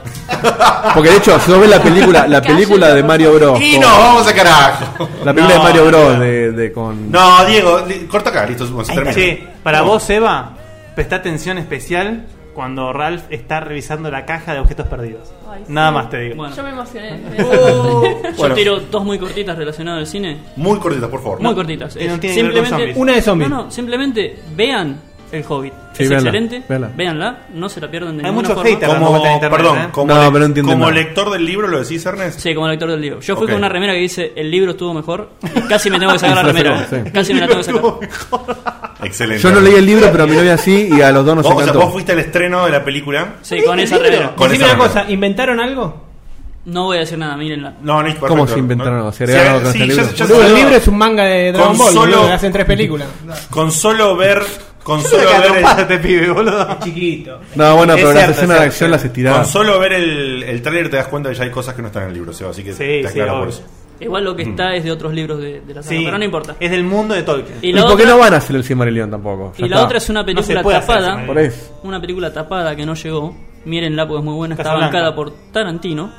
[SPEAKER 4] Porque, de hecho, si vos ves la película, la película de Mario Bros.
[SPEAKER 3] Y
[SPEAKER 4] con-
[SPEAKER 3] nos vamos a carajo.
[SPEAKER 4] La película de
[SPEAKER 6] No,
[SPEAKER 4] Mario Bros.
[SPEAKER 6] no.
[SPEAKER 4] De, de con.
[SPEAKER 3] No, Diego, li- corta acá, listo, se termina.
[SPEAKER 6] Che, para vos, Eva, presta atención especial cuando Ralph está revisando la caja de objetos perdidos.
[SPEAKER 7] Ay, sí.
[SPEAKER 6] Nada más te digo.
[SPEAKER 2] Bueno.
[SPEAKER 7] Yo me emocioné.
[SPEAKER 6] Uh,
[SPEAKER 2] Yo
[SPEAKER 3] Bueno.
[SPEAKER 2] tiro dos muy cortitas relacionadas al cine.
[SPEAKER 3] Muy cortita, por favor.
[SPEAKER 2] Muy cortitas.
[SPEAKER 6] que no
[SPEAKER 2] Es
[SPEAKER 6] tiene que ver con zombies.
[SPEAKER 5] Una de zombies.
[SPEAKER 2] No, no, simplemente vean El Hobbit.
[SPEAKER 4] Sí,
[SPEAKER 2] es
[SPEAKER 4] véanla,
[SPEAKER 2] excelente.
[SPEAKER 4] véanla.
[SPEAKER 2] Véanla, no se la pierdan de
[SPEAKER 6] Hay
[SPEAKER 2] ninguna
[SPEAKER 6] muchos
[SPEAKER 2] forma.
[SPEAKER 6] haters.
[SPEAKER 3] Como,
[SPEAKER 6] Está en internet,
[SPEAKER 3] perdón,
[SPEAKER 6] ¿eh?
[SPEAKER 3] como,
[SPEAKER 4] No,
[SPEAKER 3] le-
[SPEAKER 4] pero no entiendo
[SPEAKER 3] como
[SPEAKER 4] nada.
[SPEAKER 3] lector del libro, ¿lo decís, Ernest?
[SPEAKER 2] Sí, como lector del libro. Yo fui
[SPEAKER 3] Ok.
[SPEAKER 2] con una remera que dice el libro estuvo mejor y casi me tengo que sacar la
[SPEAKER 4] Sí,
[SPEAKER 2] remera.
[SPEAKER 4] sí.
[SPEAKER 2] Casi me la tengo que sacar.
[SPEAKER 3] Excelente.
[SPEAKER 4] Yo no leí el libro, pero a mi novia sí, y a los dos nos
[SPEAKER 3] Vos, o sea,
[SPEAKER 4] encantó.
[SPEAKER 3] vos fuiste al estreno de la película.
[SPEAKER 2] Sí, con esa remera.
[SPEAKER 3] Con
[SPEAKER 5] Decime
[SPEAKER 3] esa
[SPEAKER 5] una
[SPEAKER 3] remera.
[SPEAKER 5] cosa, ¿inventaron algo?
[SPEAKER 2] No voy a decir nada, mírenla.
[SPEAKER 3] No, no es perfecto.
[SPEAKER 4] ¿Cómo se inventaron algo? ¿Se agregaron algo con
[SPEAKER 3] sí,
[SPEAKER 4] este
[SPEAKER 3] ya-
[SPEAKER 4] libro?
[SPEAKER 3] ya
[SPEAKER 5] Boludo,
[SPEAKER 3] se-
[SPEAKER 5] el libro es un manga de Dragon
[SPEAKER 3] Con
[SPEAKER 5] Ball,
[SPEAKER 3] solo-
[SPEAKER 5] boludo, que hacen tres películas.
[SPEAKER 3] Con solo ver. Con
[SPEAKER 6] Solo
[SPEAKER 3] solo
[SPEAKER 6] que
[SPEAKER 3] ver.
[SPEAKER 6] atropada
[SPEAKER 3] el-
[SPEAKER 6] te pibe, boludo.
[SPEAKER 5] Chiquito.
[SPEAKER 4] No, bueno,
[SPEAKER 6] Es
[SPEAKER 4] pero las
[SPEAKER 6] cierto,
[SPEAKER 4] escenas de
[SPEAKER 6] es
[SPEAKER 4] acción
[SPEAKER 6] cierto.
[SPEAKER 4] las estiraron.
[SPEAKER 3] Con solo ver el, el tráiler te das cuenta que ya hay cosas que no están en el libro, Seba, así que
[SPEAKER 6] Sí,
[SPEAKER 3] te
[SPEAKER 6] sí,
[SPEAKER 3] aclaro por
[SPEAKER 6] obvio.
[SPEAKER 3] eso.
[SPEAKER 2] Igual lo que está es de otros libros de, de la saga,
[SPEAKER 6] Sí.
[SPEAKER 2] pero no importa.
[SPEAKER 6] Es del mundo de Tolkien.
[SPEAKER 2] Y
[SPEAKER 4] ¿Y
[SPEAKER 2] la,
[SPEAKER 4] por qué
[SPEAKER 2] otra,
[SPEAKER 4] no van a hacer el Silmarillion tampoco? Ya
[SPEAKER 2] y la
[SPEAKER 4] está.
[SPEAKER 2] otra es una
[SPEAKER 6] No se
[SPEAKER 2] película
[SPEAKER 6] puede hacer
[SPEAKER 2] tapada.
[SPEAKER 6] ese
[SPEAKER 4] Por eso.
[SPEAKER 2] Una película tapada que no llegó. Mírenla porque es muy buena. Está
[SPEAKER 6] Casablanca.
[SPEAKER 2] bancada por Tarantino.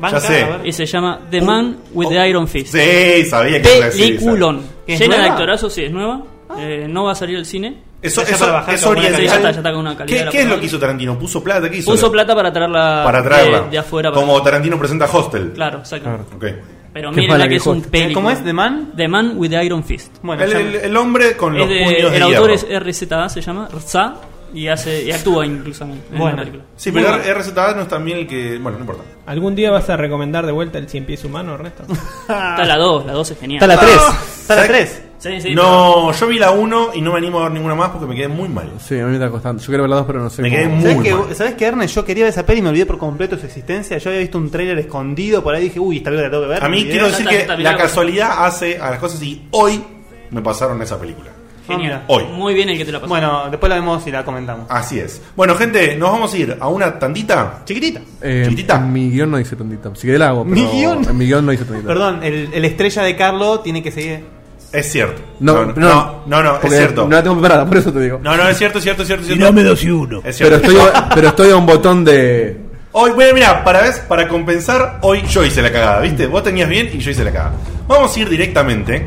[SPEAKER 6] Banca,
[SPEAKER 3] sé.
[SPEAKER 6] a ver.
[SPEAKER 2] Y se llama The Man
[SPEAKER 6] Oh,
[SPEAKER 2] with the Iron Fist.
[SPEAKER 3] Sí, sabía que ibas a decir esa.
[SPEAKER 2] Peliculón.
[SPEAKER 6] ¿Es
[SPEAKER 2] Llena de
[SPEAKER 6] nueva?
[SPEAKER 2] actorazos, sí, es nueva. Eh, no va a salir al cine.
[SPEAKER 3] Eso,
[SPEAKER 6] Ya
[SPEAKER 3] eso,
[SPEAKER 6] para bajar
[SPEAKER 3] es
[SPEAKER 6] con buena
[SPEAKER 3] oriental.
[SPEAKER 6] calidad. Sí, ya
[SPEAKER 2] está, ya está con una calidad
[SPEAKER 3] ¿Qué-
[SPEAKER 2] de la
[SPEAKER 3] ¿Qué, es lo
[SPEAKER 2] producción.
[SPEAKER 3] que hizo Tarantino? ¿Puso plata? ¿Qué hizo?
[SPEAKER 2] Puso plata para traerla,
[SPEAKER 3] para traerla.
[SPEAKER 2] de, de afuera. para-
[SPEAKER 3] Como Tarantino presenta Hostel.
[SPEAKER 2] Claro, exacto.
[SPEAKER 4] Claro.
[SPEAKER 3] Ok.
[SPEAKER 2] Pero
[SPEAKER 4] Qué
[SPEAKER 2] miren
[SPEAKER 4] mala
[SPEAKER 2] la que
[SPEAKER 4] que
[SPEAKER 2] es un
[SPEAKER 4] fue.
[SPEAKER 2] película.
[SPEAKER 6] ¿Cómo es? ¿The Man?
[SPEAKER 2] The Man with the Iron Fist.
[SPEAKER 6] Bueno,
[SPEAKER 3] El,
[SPEAKER 6] ya-
[SPEAKER 3] el- el hombre con los
[SPEAKER 2] Es de-
[SPEAKER 3] puños de
[SPEAKER 2] el autor
[SPEAKER 3] hierro.
[SPEAKER 2] es RZA, se llama RZA, y, hace, y actúa incluso en, en
[SPEAKER 6] Bueno.
[SPEAKER 2] la película.
[SPEAKER 3] Sí, pero RZA no es también el que... Bueno, no importa.
[SPEAKER 5] ¿Algún día vas a recomendar de vuelta el cien pies humano, Ernesto?
[SPEAKER 2] Está la 2, la 2 es genial.
[SPEAKER 6] Está la 3. Está la
[SPEAKER 3] ¿Sabes?
[SPEAKER 6] 3.
[SPEAKER 2] Sí, sí,
[SPEAKER 3] no, yo vi la 1 y no me animo a ver ninguna más porque me quedé muy mal.
[SPEAKER 4] Sí, a mí me está costando. Yo quiero ver las dos, pero no sé.
[SPEAKER 3] Me
[SPEAKER 4] cómo.
[SPEAKER 3] quedé muy
[SPEAKER 6] ¿Sabes que,
[SPEAKER 3] mal.
[SPEAKER 6] ¿Sabes que Ernest? Yo quería ver esa peli y me olvidé por completo de su existencia. Yo había visto un tráiler escondido por ahí y dije, uy, esta película la tengo que ver.
[SPEAKER 3] A mí
[SPEAKER 6] Me
[SPEAKER 3] quiero
[SPEAKER 6] olvidé.
[SPEAKER 3] decir
[SPEAKER 2] está,
[SPEAKER 3] que
[SPEAKER 2] está, mirá,
[SPEAKER 3] la
[SPEAKER 2] bueno.
[SPEAKER 3] casualidad hace a las cosas y hoy me pasaron esa película.
[SPEAKER 2] Genial.
[SPEAKER 3] Hoy.
[SPEAKER 2] Muy bien el que te la pasó.
[SPEAKER 6] Bueno, después la vemos y la comentamos.
[SPEAKER 3] Así es. Bueno, gente, nos vamos a ir a una tandita.
[SPEAKER 6] Chiquitita.
[SPEAKER 4] Eh,
[SPEAKER 3] Chiquitita.
[SPEAKER 4] en Mi guión no dice tantita. Si que la hago, pero
[SPEAKER 6] ¿Mi guión?
[SPEAKER 4] En mi guión no dice tantita.
[SPEAKER 6] Perdón, el, el estrella de Carlo tiene que seguir.
[SPEAKER 3] Es cierto.
[SPEAKER 4] No, no,
[SPEAKER 3] no, no, no, es
[SPEAKER 4] porque
[SPEAKER 3] cierto.
[SPEAKER 4] No la tengo preparada, por eso te digo.
[SPEAKER 3] No, no, es cierto, es cierto, es cierto. es cierto. Es
[SPEAKER 4] pero,
[SPEAKER 3] cierto.
[SPEAKER 4] estoy a, pero estoy a un botón de.
[SPEAKER 3] Hoy, bueno, mira, para, ves, para compensar, hoy yo hice la cagada, ¿viste? Vos tenías bien y yo hice la cagada. Vamos a ir directamente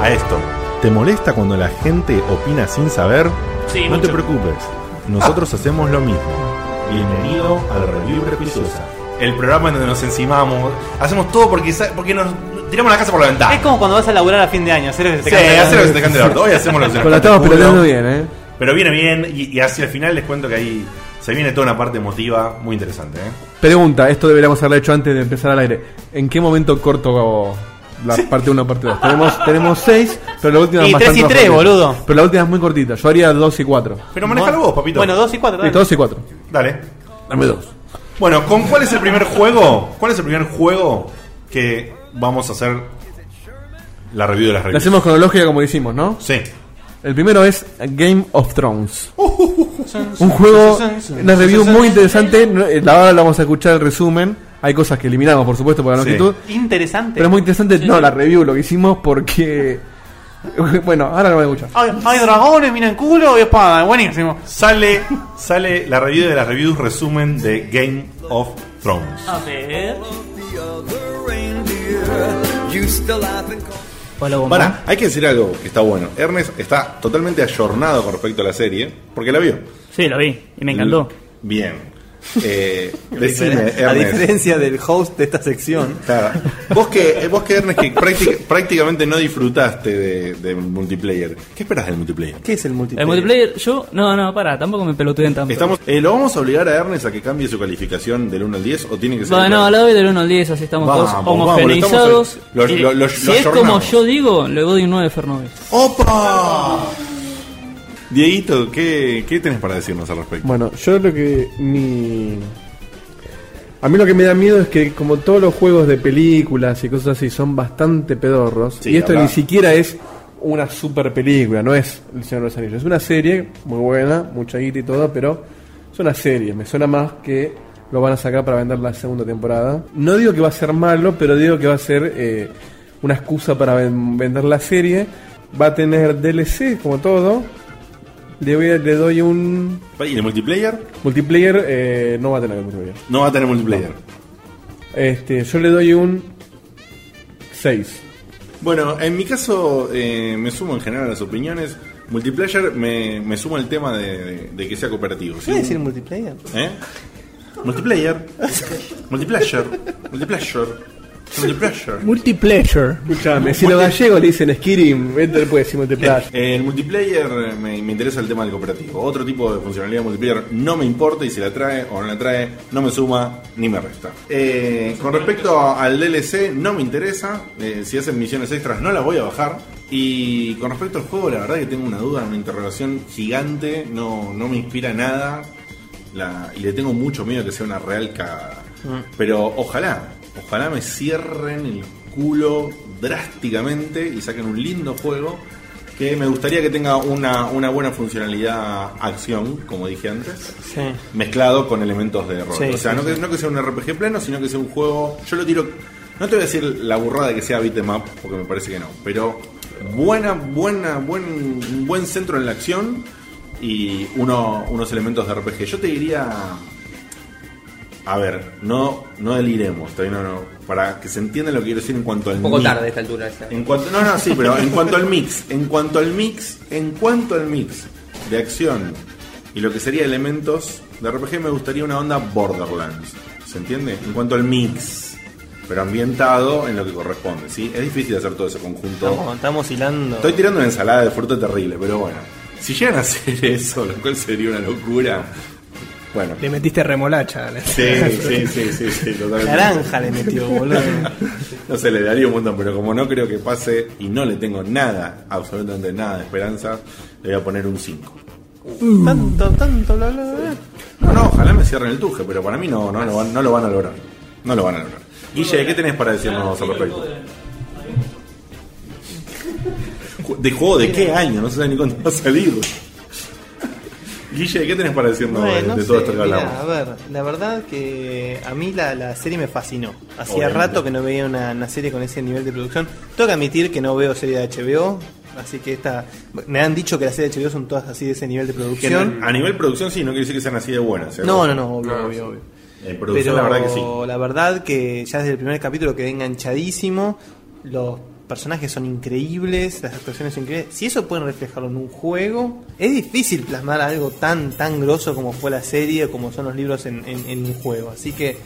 [SPEAKER 3] a esto. ¿Te molesta cuando la gente opina sin saber?
[SPEAKER 2] Sí,
[SPEAKER 3] no te
[SPEAKER 2] mucho.
[SPEAKER 3] preocupes,
[SPEAKER 4] Ah.
[SPEAKER 3] nosotros hacemos lo mismo. Bienvenido al Review Prejuiciosa. El programa en donde nos encimamos, hacemos todo porque, sa- porque nos tiramos la casa por la ventana.
[SPEAKER 6] Es como cuando vas a laburar a fin de año, Ah. hacer el
[SPEAKER 3] Sí, hacer lo que se te cante el orto. Hoy hacemos lo que se nos
[SPEAKER 4] Pero la
[SPEAKER 3] cante el
[SPEAKER 4] estamos
[SPEAKER 3] culo.
[SPEAKER 4] piloteando bien, ¿eh?
[SPEAKER 3] Pero viene bien y, y hacia el final les cuento que ahí se viene toda una parte emotiva muy interesante. ¿eh?
[SPEAKER 4] Pregunta, esto deberíamos haberlo hecho antes de empezar al aire. ¿En qué momento corto la parte 1 parte 2? Tenemos, tenemos 6, pero la última
[SPEAKER 6] Y
[SPEAKER 4] es
[SPEAKER 6] tres
[SPEAKER 4] bastante
[SPEAKER 6] y tres,
[SPEAKER 4] más cortita.
[SPEAKER 6] boludo.
[SPEAKER 4] Pero la última es muy cortita. Yo haría 2 y 4.
[SPEAKER 3] Pero manejalo vos, papito.
[SPEAKER 6] Bueno, dos y cuatro. dale.
[SPEAKER 4] Listo, 2 y 4.
[SPEAKER 3] Dale.
[SPEAKER 4] Dame 2.
[SPEAKER 3] Bueno, ¿con cuál es el primer juego? ¿Cuál es el primer juego que vamos a hacer la review de las
[SPEAKER 4] La
[SPEAKER 3] reviews?
[SPEAKER 4] hacemos cronológica como lo hicimos, ¿no?
[SPEAKER 3] Sí.
[SPEAKER 4] El primero es Game of Thrones. Un juego, una review muy interesante. No, eh, La hora la vamos a escuchar el resumen. Hay cosas que eliminamos, por supuesto, por la
[SPEAKER 3] Sí.
[SPEAKER 4] longitud.
[SPEAKER 6] Interesante.
[SPEAKER 4] Pero es muy interesante, no, la review lo que hicimos porque... Bueno, ahora lo voy a escuchar.
[SPEAKER 6] Hay, hay dragones, miran culo y espada. Buenísimo.
[SPEAKER 3] Sale, sale la review de las reviews resumen de Game of Thrones.
[SPEAKER 2] A ver.
[SPEAKER 3] Para, hay que decir algo que está bueno. Ernest está totalmente ayornado con respecto a la serie, porque la vio.
[SPEAKER 9] Sí, lo vi y me encantó.
[SPEAKER 3] Bien. Eh, decime,
[SPEAKER 10] A
[SPEAKER 3] Ernest.
[SPEAKER 10] diferencia del host de esta sección.
[SPEAKER 3] Claro. Vos que, eh, vos que Ernest, que prácti- prácticamente no disfrutaste de, de multiplayer. ¿Qué esperas del multiplayer?
[SPEAKER 10] ¿Qué es el multiplayer?
[SPEAKER 9] El multiplayer, yo. No, no, para, tampoco me pelotuden tanto.
[SPEAKER 3] Estamos, eh, ¿Lo vamos a obligar a Ernest a que cambie su calificación del 1 al 10 o tiene que ser...
[SPEAKER 9] Bueno, la doy del 1 al 10, así estamos
[SPEAKER 3] Vamos,
[SPEAKER 9] todos
[SPEAKER 3] vamos,
[SPEAKER 9] homogeneizados.
[SPEAKER 3] lo estamos-
[SPEAKER 9] Y
[SPEAKER 3] lo- lo- lo
[SPEAKER 9] si es como
[SPEAKER 3] ayornamos.
[SPEAKER 9] yo digo, le doy un 9 Fernández.
[SPEAKER 3] ¡Opa! Dieguito, ¿qué, ¿qué tenés para decirnos al respecto?
[SPEAKER 4] Bueno, yo lo que mi... A mí lo que me da miedo es que como todos los juegos de películas y cosas así son bastante pedorros,
[SPEAKER 3] Sí,
[SPEAKER 4] y esto
[SPEAKER 3] habrá.
[SPEAKER 4] ni siquiera es una super película, no es El Señor de los Anillos, es una serie muy buena, mucha guita y todo, pero es una serie, me suena más que lo van a sacar para vender la segunda temporada. No digo que va a ser malo, pero digo que va a ser eh, una excusa para ven- vender la serie, va a tener DLC como todo, le, voy a- le doy un
[SPEAKER 3] ¿Y el multiplayer?
[SPEAKER 4] Multiplayer eh, no va a tener multiplayer.
[SPEAKER 3] No va a tener multiplayer.
[SPEAKER 4] Este, yo le doy un 6.
[SPEAKER 3] Bueno, en mi caso eh, me sumo en general a las opiniones. Multiplayer me, me sumo al tema de, de- de que sea cooperativo. ¿sí?
[SPEAKER 10] ¿Puede decir multiplayer?
[SPEAKER 3] ¿Eh? Multiplayer. Multiplayer. Multiplayer. Multiplayer.
[SPEAKER 5] Multipleasure.
[SPEAKER 4] Escuchame, si los gallegos le dicen Skirim, este puede decir multiplayer.
[SPEAKER 3] Eh, El multiplayer eh, me, me interesa el tema del cooperativo. Otro tipo de funcionalidad de multiplayer no me importa y si la trae o no la trae, no me suma ni me resta. Eh, con respecto a- al DLC, no me interesa. Eh, si hacen misiones extras, no las voy a bajar. Y con respecto al juego, la verdad que tengo una duda, una interrogación gigante. No, no me inspira nada. La- y le tengo mucho miedo que sea una real cagada. Pero ojalá, ojalá me cierren el culo drásticamente y saquen un lindo juego que me gustaría que tenga una, una buena funcionalidad acción, como dije antes,
[SPEAKER 6] Sí.
[SPEAKER 3] mezclado con elementos de rol.
[SPEAKER 6] Sí,
[SPEAKER 3] o sea,
[SPEAKER 6] sí,
[SPEAKER 3] no, que, no que sea un RPG pleno, sino que sea un juego. Yo lo tiro. No te voy a decir la burrada de que sea beat 'em up, porque me parece que no, pero buena, buena, buen, un buen centro en la acción y uno, unos elementos de RPG. Yo te diría. A ver, no, no deliremos, todavía no, no, para que se entienda lo que quiero decir en cuanto al
[SPEAKER 11] Un poco
[SPEAKER 3] mix.
[SPEAKER 11] tarde a esta altura. ya.
[SPEAKER 3] En cuanto, no, no, sí, pero en cuanto al mix, en cuanto al mix, en cuanto al mix de acción y lo que sería elementos de RPG, me gustaría una onda Borderlands. ¿Se entiende? En cuanto al mix, pero ambientado en lo que corresponde, ¿sí? Es difícil hacer todo ese
[SPEAKER 6] Estamos,
[SPEAKER 3] conjunto.
[SPEAKER 6] estamos hilando.
[SPEAKER 3] Estoy tirando una ensalada de fruta terrible, pero bueno. Si llegan a hacer eso, lo cual sería una locura. Bueno.
[SPEAKER 5] Le metiste remolacha. le-
[SPEAKER 3] Sí, sí, sí, sí, sí, totalmente.
[SPEAKER 6] Naranja le metió, boludo.
[SPEAKER 3] No sé, le daría un montón, pero como no creo que pase y no le tengo nada, absolutamente nada de esperanza, le voy a poner un 5.
[SPEAKER 6] tanto, tanto, bla, bla, bla.
[SPEAKER 3] No, no, ojalá me cierren el tuje, pero para mí no, no, lo, van, no lo van a lograr. No lo van a lograr. Guille, ¿qué tenés para decirnos al respecto? Ju- ¿De juego de qué año? No sé ni cuándo va a salir. Guille, ¿qué tenés para decirnos de,
[SPEAKER 10] Bueno, no
[SPEAKER 3] de todo
[SPEAKER 10] sé,
[SPEAKER 3] esto que
[SPEAKER 10] mirá,
[SPEAKER 3] hablamos?
[SPEAKER 10] a ver, la verdad que a mí la, la serie me fascinó. Hacía
[SPEAKER 3] Obviamente.
[SPEAKER 10] rato que no veía una, una serie con ese nivel de producción. Tengo que admitir que no veo serie de HBO, así que esta... Me han dicho que las series de HBO son todas así de ese nivel de
[SPEAKER 3] Que
[SPEAKER 10] producción.
[SPEAKER 3] no- a nivel producción sí, no quiere decir que sean así de buenas. ¿eh?
[SPEAKER 10] No, no, no, obvio, obvio, obvio.
[SPEAKER 3] En producción la eh, verdad que sí.
[SPEAKER 10] la verdad que ya desde el primer capítulo quedé enganchadísimo. Los personajes son increíbles, las actuaciones son increíbles. Si eso pueden reflejarlo en un juego, es difícil plasmar algo tan, tan grosso como fue la serie o como son los libros en, en- en un juego. Así que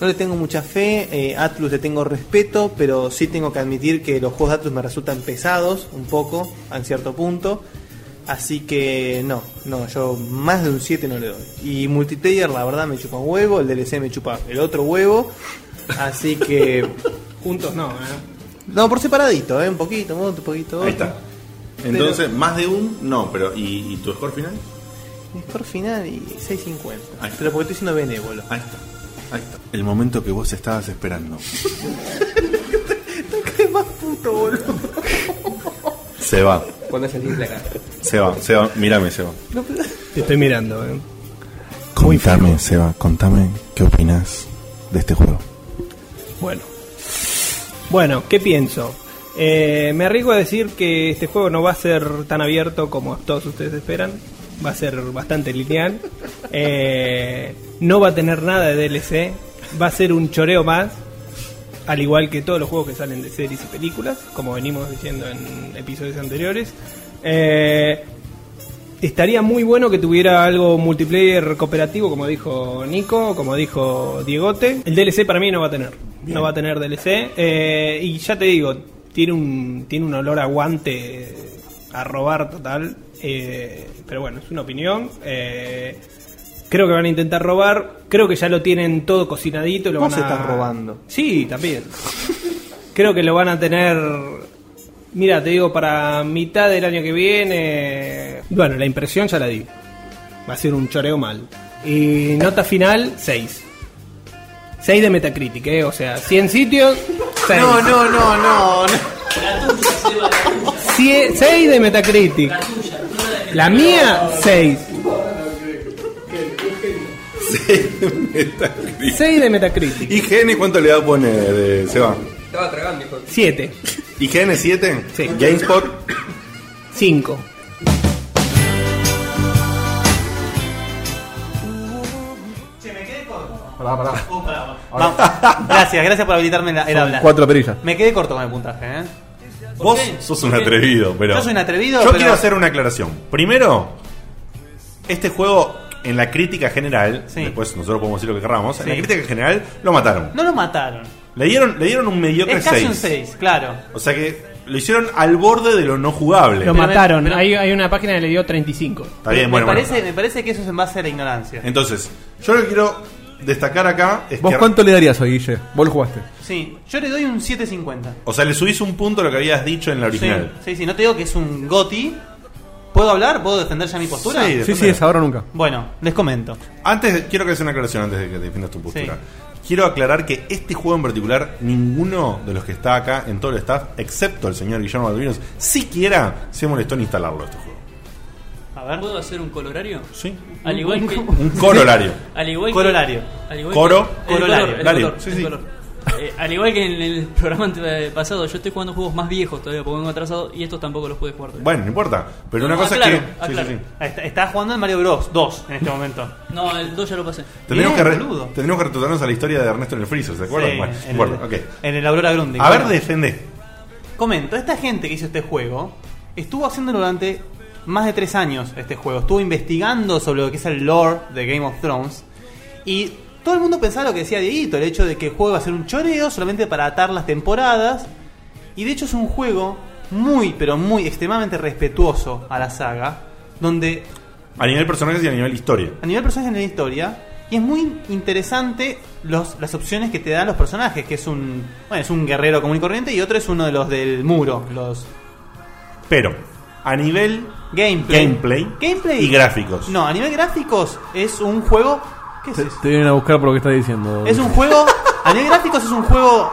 [SPEAKER 10] no le tengo mucha fe, eh, Atlus le tengo respeto, pero sí tengo que admitir que los juegos de Atlus me resultan pesados un poco, a un cierto punto. Así que no, no, yo más de un 7 no le doy. Y multiplayer, la verdad, me chupa un huevo, el DLC me chupa el otro huevo. Así que.
[SPEAKER 5] Juntos no, ¿eh?
[SPEAKER 10] No, por separadito, ¿eh? Un poquito, un poquito.
[SPEAKER 3] Ahí
[SPEAKER 10] otro.
[SPEAKER 3] está. Entonces, más de un, no, pero ¿y, y tu score final?
[SPEAKER 10] Mi score final y 6.50.
[SPEAKER 3] Ahí está.
[SPEAKER 10] Pero porque estoy siendo benévolo.
[SPEAKER 3] Ahí está. Ahí está. El momento que vos estabas esperando.
[SPEAKER 10] ¿Qué más puto, boludo?
[SPEAKER 3] Se va,
[SPEAKER 11] Cuando es el timbre acá.
[SPEAKER 3] se va, se va. Mírame, se va.
[SPEAKER 5] Te estoy mirando, ¿eh?
[SPEAKER 3] Contame, Seba, contame qué opinas de este juego.
[SPEAKER 5] Bueno. Bueno, ¿qué pienso? Eh, me arriesgo a decir que este juego no va a ser tan abierto como todos ustedes esperan. Va a ser bastante lineal. Eh, no va a tener nada de DLC. Va a ser un choreo más. Al igual que todos los juegos que salen de series y películas, como venimos diciendo en episodios anteriores. Eh, Estaría muy bueno que tuviera algo multiplayer cooperativo, como dijo Nico, como dijo Diegote. El DLC para mí no va a tener. No va a tener DLC. Eh, y ya te digo, tiene un, tiene un olor a guante a robar total. Eh, pero bueno, es una opinión. Eh, creo que van a intentar robar. Creo que ya lo tienen todo cocinadito. y Lo
[SPEAKER 10] Vos
[SPEAKER 5] van a...
[SPEAKER 10] estás robando.
[SPEAKER 5] Sí, también. Creo que lo van a tener. Mira, te digo, para mitad del año que viene. Bueno, la impresión ya la di. Va a ser un choreo mal. Y nota final, 6. 6 de Metacritic, ¿eh? O sea, 100 sitios, 6.
[SPEAKER 10] No, no, no, no. no.
[SPEAKER 5] 6 de Metacritic. La mía, 6. 6 de Metacritic.
[SPEAKER 3] IGN, ¿cuánto le va a poner, eh, Seba?
[SPEAKER 11] Estaba tragando, hijo.
[SPEAKER 5] 7.
[SPEAKER 3] IGN 7,
[SPEAKER 5] Sí.
[SPEAKER 3] GameSpot,
[SPEAKER 5] 5.
[SPEAKER 4] Pará, pará.
[SPEAKER 6] Vamos. Gracias, gracias por habilitarme la- el habla.
[SPEAKER 4] Cuatro perillas.
[SPEAKER 6] Me quedé corto con el puntaje, ¿eh?
[SPEAKER 3] vos sos un atrevido, pero.
[SPEAKER 6] Yo soy un atrevido,
[SPEAKER 3] Yo
[SPEAKER 6] pero-
[SPEAKER 3] quiero hacer una aclaración. Primero, este juego en la crítica general,
[SPEAKER 6] Sí.
[SPEAKER 3] después nosotros podemos decir lo que querramos, en la
[SPEAKER 6] Sí.
[SPEAKER 3] crítica general lo mataron.
[SPEAKER 6] No lo mataron.
[SPEAKER 3] Le dieron, le dieron un mediocre
[SPEAKER 6] Es casi un
[SPEAKER 3] 6.
[SPEAKER 6] 6, claro.
[SPEAKER 3] O sea que lo hicieron al borde de lo no jugable.
[SPEAKER 5] Lo
[SPEAKER 6] Pero me-
[SPEAKER 5] mataron.
[SPEAKER 6] pero-
[SPEAKER 5] Hay, hay una página que le dio 35.
[SPEAKER 3] Está bien,
[SPEAKER 6] me,
[SPEAKER 3] bueno, bueno.
[SPEAKER 6] parece, me parece que eso es en base a la ignorancia.
[SPEAKER 3] Entonces, yo lo que quiero destacar acá es
[SPEAKER 4] ¿Vos
[SPEAKER 3] que.
[SPEAKER 4] cuánto le darías a Guille? Vos lo jugaste.
[SPEAKER 6] Sí, yo le doy un 7.50.
[SPEAKER 3] O sea, le subís un punto a lo que habías dicho en la
[SPEAKER 6] Sí,
[SPEAKER 3] original.
[SPEAKER 6] sí, sí, no te digo que es un goti. ¿Puedo hablar? ¿Puedo defender ya mi postura?
[SPEAKER 3] Sí,
[SPEAKER 4] Sí,
[SPEAKER 3] defendelo.
[SPEAKER 4] sí, es ahora o nunca.
[SPEAKER 6] Bueno, les comento.
[SPEAKER 3] Antes, quiero que hagas una aclaración antes de que defiendas tu postura. Quiero aclarar que este juego en particular, ninguno de los que está acá en todo el staff, excepto el señor Guillermo Balvinos, siquiera se molestó en instalarlo este juego.
[SPEAKER 6] A ver.
[SPEAKER 2] ¿Puedo hacer un colorario?
[SPEAKER 3] Sí.
[SPEAKER 2] Al igual que.
[SPEAKER 3] Un corolario.
[SPEAKER 2] Al igual que-
[SPEAKER 6] Corolario.
[SPEAKER 2] al igual
[SPEAKER 3] Coro.
[SPEAKER 2] que- el
[SPEAKER 6] Corolario.
[SPEAKER 2] color, el
[SPEAKER 3] Lario.
[SPEAKER 2] color,
[SPEAKER 3] Sí,
[SPEAKER 2] el
[SPEAKER 3] sí.
[SPEAKER 2] color. Eh, al igual que en el programa ante- pasado, yo estoy jugando juegos más viejos todavía porque vengo atrasado y estos tampoco los pude jugar. todavía.
[SPEAKER 3] Bueno, no importa. Pero
[SPEAKER 6] Ah,
[SPEAKER 3] una
[SPEAKER 2] No,
[SPEAKER 3] cosa
[SPEAKER 2] aclaro,
[SPEAKER 3] es que.
[SPEAKER 2] aclaro.
[SPEAKER 6] Ahí Está, está jugando el Mario Bros. 2 en este momento.
[SPEAKER 2] No, el 2 ya lo pasé.
[SPEAKER 3] Tendríamos,
[SPEAKER 6] Bien,
[SPEAKER 3] que re-
[SPEAKER 6] boludo.
[SPEAKER 3] tendríamos que retornarnos a la historia de Ernesto en el Freezer, ¿se acuerdan?
[SPEAKER 6] Sí,
[SPEAKER 3] bueno,
[SPEAKER 6] en
[SPEAKER 3] no importa,
[SPEAKER 6] el,
[SPEAKER 3] ok.
[SPEAKER 6] en el Aurora Grundig.
[SPEAKER 3] A ver,
[SPEAKER 6] Bueno,
[SPEAKER 3] defende.
[SPEAKER 6] Comento, esta gente que hizo este juego estuvo haciéndolo durante más de tres años este juego. Estuvo investigando sobre lo que es el lore de Game of Thrones. Y todo el mundo pensaba lo que decía Dieguito, el hecho de que el juego va a ser un choreo solamente para atar las temporadas. Y de hecho es un juego muy, pero muy extremadamente respetuoso a la saga. Donde
[SPEAKER 3] A nivel personajes y a nivel historia.
[SPEAKER 6] a nivel personajes en la historia. Y es muy interesante los, las opciones que te dan los personajes, que es un. Bueno, es un guerrero común y corriente y otro es uno de los del muro. Los
[SPEAKER 3] Pero, a nivel
[SPEAKER 6] gameplay.
[SPEAKER 3] gameplay,
[SPEAKER 6] Gameplay.
[SPEAKER 3] y gráficos.
[SPEAKER 6] No, a nivel gráficos es un juego. ¿Qué es
[SPEAKER 4] Te,
[SPEAKER 6] eso?
[SPEAKER 4] te vienen a buscar por lo que estás diciendo.
[SPEAKER 6] Es un juego. A nivel gráficos es un juego.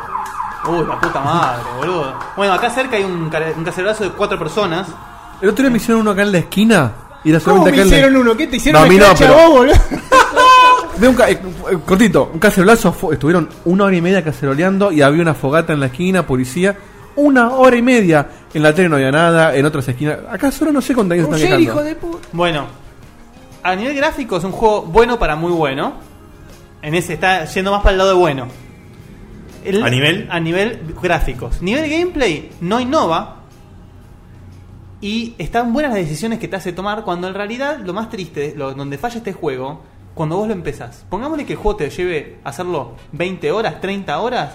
[SPEAKER 6] Uy, la puta madre, boludo. Bueno, acá cerca hay un, care- un cacerolazo de cuatro personas.
[SPEAKER 4] El otro día me hicieron uno acá en la esquina. Y era solamente acá en la-
[SPEAKER 5] uno? ¿Qué te
[SPEAKER 4] No, a mí no,
[SPEAKER 5] escrache
[SPEAKER 4] pero-
[SPEAKER 5] vos, boludo?
[SPEAKER 4] De un ca- eh, eh, cortito, un cacerolazo. fu- Estuvieron una hora y media caceroleando y había una fogata en la esquina, policía. Una hora y media. En la tele no había nada, en otras esquinas. Acá solo no sé cuánta gente
[SPEAKER 5] Un
[SPEAKER 4] están
[SPEAKER 5] sheriff, hijo
[SPEAKER 4] quejando.
[SPEAKER 5] de puta.
[SPEAKER 6] Bueno, a nivel gráfico es un juego bueno para muy bueno. En ese está yendo más para el lado de bueno. El-
[SPEAKER 12] ¿A nivel?
[SPEAKER 6] A nivel gráficos. Nivel gameplay no innova. Y están buenas las decisiones que te hace tomar cuando en realidad lo más triste, lo- donde falla este juego, cuando vos lo empezás. Pongámosle que el juego te lleve a hacerlo 20 horas, 30 horas.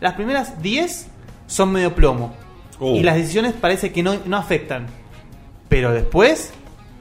[SPEAKER 6] Las primeras 10 son medio plomo.
[SPEAKER 12] Oh.
[SPEAKER 3] Uh.
[SPEAKER 6] Y las decisiones parece que no, no afectan. Pero después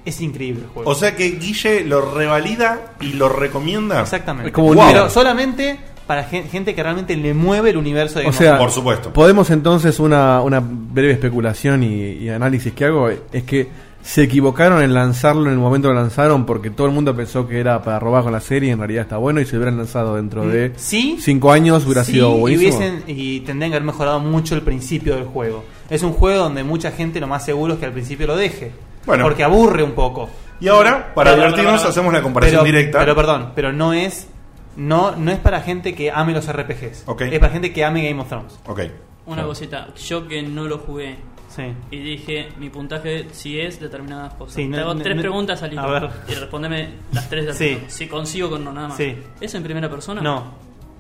[SPEAKER 6] es increíble el juego.
[SPEAKER 12] O sea que Guille lo revalida y lo recomienda.
[SPEAKER 6] Exactamente.
[SPEAKER 4] Es como un
[SPEAKER 6] Pero
[SPEAKER 4] libro.
[SPEAKER 6] solamente para gen- gente que realmente le mueve el universo de
[SPEAKER 4] O
[SPEAKER 6] Game
[SPEAKER 4] sea,
[SPEAKER 6] of Thrones.
[SPEAKER 4] podemos entonces una, una breve especulación y, y análisis que hago es que se equivocaron en lanzarlo en el momento que lo lanzaron porque todo el mundo pensó que era para robar con la serie y en realidad está bueno y se hubieran lanzado dentro de
[SPEAKER 6] Mm, Sí.
[SPEAKER 4] cinco años hubiera
[SPEAKER 6] Sí,
[SPEAKER 4] sido
[SPEAKER 6] y
[SPEAKER 4] buenísimo.
[SPEAKER 6] hubiesen- y tendrían que haber mejorado mucho el principio del juego. Es un juego donde mucha gente lo más seguro es que al principio lo deje.
[SPEAKER 12] Bueno.
[SPEAKER 6] Porque aburre un poco.
[SPEAKER 12] Y ahora, para divertirnos, hacemos la comparación
[SPEAKER 6] pero-
[SPEAKER 12] directa.
[SPEAKER 6] Pero perdón, pero no es. No, no es para gente que ame los RPGs. Es para gente que ame Game of Thrones.
[SPEAKER 12] Ok.
[SPEAKER 2] Una cosita, yo que no lo jugué.
[SPEAKER 6] Sí.
[SPEAKER 2] Y dije, mi puntaje si es determinadas cosas.
[SPEAKER 6] Sí, no-
[SPEAKER 2] Te hago
[SPEAKER 6] no-
[SPEAKER 2] tres
[SPEAKER 6] no-
[SPEAKER 2] preguntas al hilo.
[SPEAKER 6] a ver.
[SPEAKER 2] Y respondeme las tres de al
[SPEAKER 6] Sí.
[SPEAKER 2] hilo. Si consigo con no nada más.
[SPEAKER 6] Sí.
[SPEAKER 2] ¿Es en primera persona?
[SPEAKER 6] No.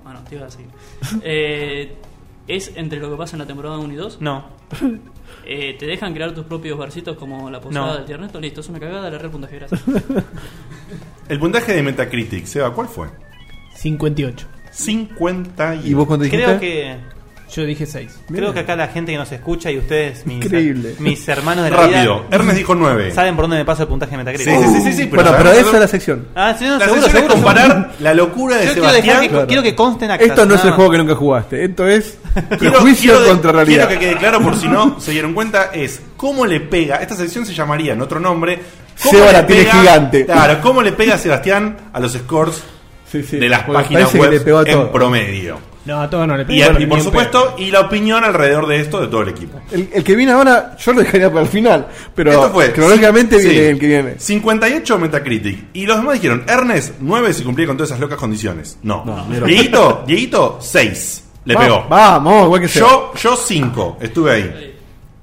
[SPEAKER 2] Bueno, te iba a decir. Eh, ¿Es entre lo que pasa en la temporada 1 y 2?
[SPEAKER 6] No.
[SPEAKER 2] Eh, ¿Te dejan crear tus propios barcitos como la posada
[SPEAKER 6] No.
[SPEAKER 2] del tío Ernesto? Listo, es una cagada, le erré el puntaje, gracias.
[SPEAKER 12] El puntaje de Metacritic, Seba, ¿cuál fue?
[SPEAKER 5] 58.
[SPEAKER 12] 50
[SPEAKER 4] ¿Y vos cuánto
[SPEAKER 6] Creo que.
[SPEAKER 5] Yo dije 6.
[SPEAKER 6] Creo que acá la gente que nos escucha y ustedes, mis,
[SPEAKER 5] Increíble.
[SPEAKER 6] mis hermanos de la
[SPEAKER 12] Rápido,
[SPEAKER 6] vida,
[SPEAKER 12] Ernest dijo 9.
[SPEAKER 6] ¿Saben por dónde me pasa el puntaje de Metacritic?
[SPEAKER 12] Sí, sí, sí, sí, sí, pero
[SPEAKER 4] Uh,
[SPEAKER 12] Bueno,
[SPEAKER 4] pero esa es la sección.
[SPEAKER 6] Ah, sí, no,
[SPEAKER 12] La
[SPEAKER 6] seguro,
[SPEAKER 12] sección es
[SPEAKER 6] seguro,
[SPEAKER 12] comparar
[SPEAKER 6] seguro.
[SPEAKER 12] la locura de
[SPEAKER 6] Yo quiero
[SPEAKER 12] Sebastián.
[SPEAKER 6] dejar que-
[SPEAKER 12] Claro.
[SPEAKER 6] Quiero que consten actas.
[SPEAKER 4] Esto no es
[SPEAKER 6] nada
[SPEAKER 4] el
[SPEAKER 6] más.
[SPEAKER 4] juego que nunca jugaste, esto es
[SPEAKER 12] Quiero-
[SPEAKER 4] prejuicio
[SPEAKER 12] quiero de-
[SPEAKER 4] contra realidad.
[SPEAKER 12] Quiero que quede claro por si no se dieron cuenta es cómo le pega, esta sección se llamaría en otro nombre, cómo
[SPEAKER 4] Seba
[SPEAKER 12] le
[SPEAKER 4] la tiene gigante.
[SPEAKER 12] Claro, cómo le pega a Sebastián a los scores de las
[SPEAKER 4] porque
[SPEAKER 12] páginas
[SPEAKER 4] parece que
[SPEAKER 12] web
[SPEAKER 4] le pegó a todo.
[SPEAKER 12] en promedio.
[SPEAKER 5] No, a todos no le
[SPEAKER 12] Y,
[SPEAKER 5] pegó.
[SPEAKER 12] y por supuesto, y la opinión alrededor de esto de todo el equipo.
[SPEAKER 4] El, el que viene ahora, yo lo dejaría para el final, pero
[SPEAKER 12] Esto fue.
[SPEAKER 4] cronológicamente
[SPEAKER 12] sí,
[SPEAKER 4] viene
[SPEAKER 12] sí.
[SPEAKER 4] el que viene.
[SPEAKER 12] 58 Metacritic. Y los demás dijeron, Ernest, 9 si cumplía con todas esas locas condiciones. No.
[SPEAKER 4] mira.
[SPEAKER 12] Dieguito, Dieguito, 6. Le
[SPEAKER 4] Va-
[SPEAKER 12] pegó.
[SPEAKER 4] Vamos, igual que sea.
[SPEAKER 12] Yo, yo 5, estuve ahí.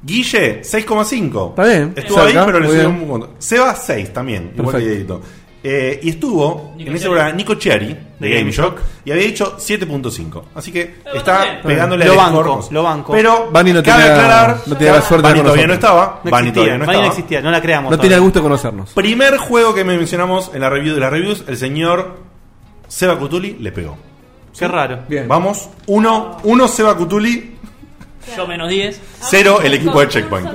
[SPEAKER 12] Guille, 6,5.
[SPEAKER 4] Está bien.
[SPEAKER 12] Estuvo
[SPEAKER 4] Cerca,
[SPEAKER 12] ahí, pero le
[SPEAKER 4] muy
[SPEAKER 12] subieron
[SPEAKER 4] bien.
[SPEAKER 12] un montón. Seba, 6 también, igual que
[SPEAKER 4] Perfecto.
[SPEAKER 12] Dieguito. Eh, y estuvo en ese programa Nico Cherry de Game Shock y había hecho 7.5. Así que está pegándole
[SPEAKER 6] Lo
[SPEAKER 12] al
[SPEAKER 6] banco,
[SPEAKER 12] score.
[SPEAKER 6] lo banco.
[SPEAKER 12] Pero
[SPEAKER 4] Bani no
[SPEAKER 12] cabe
[SPEAKER 4] tenía-
[SPEAKER 12] aclarar,
[SPEAKER 4] no tenía la suerte de
[SPEAKER 12] Bani todavía no
[SPEAKER 4] conocernos.
[SPEAKER 12] estaba.
[SPEAKER 6] No
[SPEAKER 12] Bani
[SPEAKER 6] existía,
[SPEAKER 12] todavía no
[SPEAKER 6] Bani
[SPEAKER 12] estaba.
[SPEAKER 6] no existía, no la creamos.
[SPEAKER 4] No tiene el gusto de conocernos.
[SPEAKER 12] Primer juego que me mencionamos en la review de las reviews, el señor Seba Cutuli le pegó.
[SPEAKER 6] Qué raro.
[SPEAKER 4] Bien.
[SPEAKER 12] Vamos, uno, uno Seba Cutuli,
[SPEAKER 2] Yo menos 10.
[SPEAKER 7] Ah,
[SPEAKER 12] cero el equipo de Checkpoint.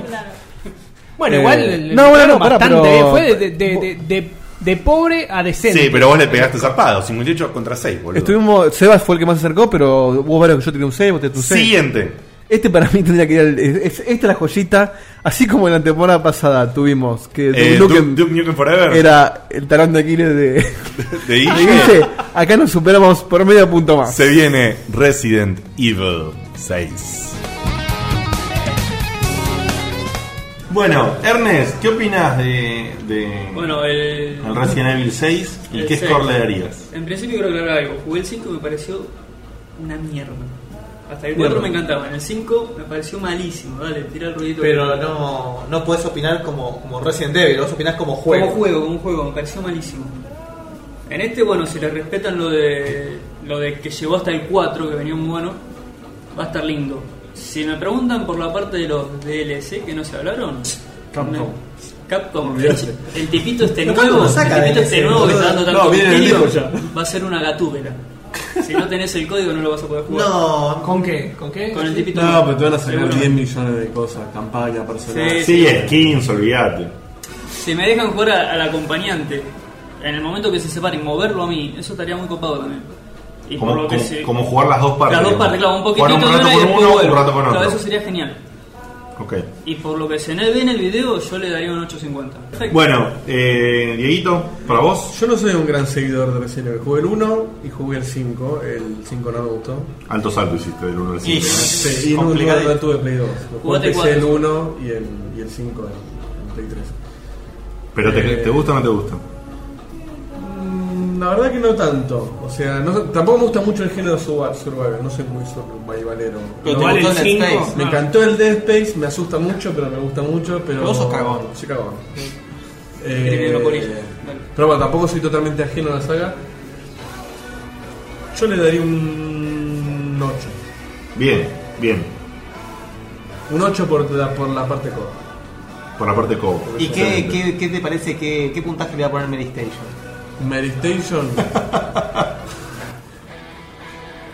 [SPEAKER 5] Bueno,
[SPEAKER 12] Eh,
[SPEAKER 5] igual. le- le
[SPEAKER 4] no, bueno, no, pará,
[SPEAKER 5] pegaron bastante,
[SPEAKER 4] pero-
[SPEAKER 5] eh, Fue de, de- de- de- de pobre a decente.
[SPEAKER 12] Sí, pero vos le pegaste zarpado, 58 contra 6, boludo.
[SPEAKER 4] Estuvimos, Sebas fue el que más se acercó, pero hubo varios que yo tiré un 6, vos tiré un 6.
[SPEAKER 12] Siguiente.
[SPEAKER 4] Este para mí tendría que ir al- es- es- esta es la joyita, así como en la temporada pasada tuvimos que
[SPEAKER 12] Eh,
[SPEAKER 4] Duke
[SPEAKER 12] Duke,
[SPEAKER 4] Nukem
[SPEAKER 12] Duke Nukem Forever
[SPEAKER 4] era el talón de Aquiles de,
[SPEAKER 12] de
[SPEAKER 4] de
[SPEAKER 12] Guille.
[SPEAKER 4] Guille. Acá nos superamos por medio punto más.
[SPEAKER 12] Se viene Resident Evil 6. Bueno, Ernest, ¿qué opinas de, de
[SPEAKER 2] Bueno, el.
[SPEAKER 12] el Resident Evil 6 y
[SPEAKER 2] el
[SPEAKER 12] qué
[SPEAKER 2] seis.
[SPEAKER 12] score le darías?
[SPEAKER 2] En principio quiero aclarar algo. Jugué el 5 y me pareció una mierda. Hasta el 4
[SPEAKER 1] Mierda.
[SPEAKER 2] me encantaba. En el 5 me pareció malísimo. Dale, tira el ruidito.
[SPEAKER 1] Pero
[SPEAKER 2] que-
[SPEAKER 1] no, no puedes opinar como, como Resident Evil, vos opinás como juego.
[SPEAKER 2] Como juego, como juego, me pareció malísimo. En este, bueno, si le respetan lo de lo de que llegó hasta el 4, que venía muy bueno, va a estar lindo. Si me preguntan por la parte de los DLC que no se hablaron,
[SPEAKER 4] Capcom.
[SPEAKER 2] me- Capcom, el tipito este
[SPEAKER 1] No,
[SPEAKER 2] nuevo,
[SPEAKER 1] no saca
[SPEAKER 2] el tipito este
[SPEAKER 1] DLC,
[SPEAKER 2] nuevo que está
[SPEAKER 1] boludo.
[SPEAKER 2] dando
[SPEAKER 1] No,
[SPEAKER 2] tanto
[SPEAKER 1] viene el
[SPEAKER 2] misterio,
[SPEAKER 1] viejo ya.
[SPEAKER 2] va a ser una gatúbela. Si no tenés el código no lo vas a poder jugar.
[SPEAKER 1] No,
[SPEAKER 5] ¿Con qué? ¿Con qué?
[SPEAKER 2] Con el tipito
[SPEAKER 13] No,
[SPEAKER 2] nuevo,
[SPEAKER 13] pero te van a sacar
[SPEAKER 2] seguro.
[SPEAKER 13] 10 millones de cosas, campaña, personajes.
[SPEAKER 2] Sí, sí.
[SPEAKER 12] skins, olvídate.
[SPEAKER 2] Si me dejan jugar a- al acompañante, en el momento que se separen, moverlo a mí, eso estaría muy copado también. Y
[SPEAKER 12] Como-
[SPEAKER 2] por lo que
[SPEAKER 12] como-
[SPEAKER 2] se-
[SPEAKER 12] como jugar las dos partes,
[SPEAKER 2] Las dos
[SPEAKER 12] digamos.
[SPEAKER 2] partes, claro, un
[SPEAKER 12] Jugar
[SPEAKER 2] poquitito
[SPEAKER 12] un rato
[SPEAKER 2] de una y
[SPEAKER 12] con
[SPEAKER 2] después
[SPEAKER 12] uno, un
[SPEAKER 2] vuelvo.
[SPEAKER 12] rato con
[SPEAKER 2] Claro,
[SPEAKER 12] otro.
[SPEAKER 2] eso sería genial.
[SPEAKER 12] Ok.
[SPEAKER 2] Y por lo que se ve en el video, yo le daría un 8.50. Perfecto.
[SPEAKER 12] Bueno, eh, Dieguito, para vos.
[SPEAKER 13] Yo no soy un gran seguidor de Resident Evil. Jugué el 1 y jugué el 5. El 5 no me gustó.
[SPEAKER 12] Alto salto hiciste del 1 al 5.
[SPEAKER 13] Sí, y no, no, no tuve Play 2. Lo jugué en
[SPEAKER 2] Jugate
[SPEAKER 13] PC el
[SPEAKER 2] cuatro.
[SPEAKER 13] 1 y el, y el 5 en, en Play 3.
[SPEAKER 12] Pero te,
[SPEAKER 13] Eh,
[SPEAKER 12] te gusta o no te gusta?
[SPEAKER 13] Mm, La verdad que no tanto. O sea, no, tampoco me gusta mucho el género survi- survival. No soy muy survivalero.
[SPEAKER 1] Pero
[SPEAKER 13] No,
[SPEAKER 1] te gustó
[SPEAKER 13] el
[SPEAKER 1] el
[SPEAKER 13] cinco,
[SPEAKER 1] Space.
[SPEAKER 13] Me
[SPEAKER 1] Ah.
[SPEAKER 13] encantó el Dead Space, me asusta mucho, pero me gusta mucho. Pero
[SPEAKER 1] Pero vos sos cagón.
[SPEAKER 13] Soy cagón.
[SPEAKER 2] Tiene que ver con ello.
[SPEAKER 13] Eh, pero bueno, tampoco soy totalmente ajeno a la saga. Yo le daría un 8.
[SPEAKER 12] Bien, bien.
[SPEAKER 4] Un 8 por la, por la parte core.
[SPEAKER 12] Por la parte cobo.
[SPEAKER 6] ¿Y qué,
[SPEAKER 12] Excelente.
[SPEAKER 6] qué, qué te parece? ¿Qué, qué puntaje le va a poner Medistation?
[SPEAKER 4] Medistation.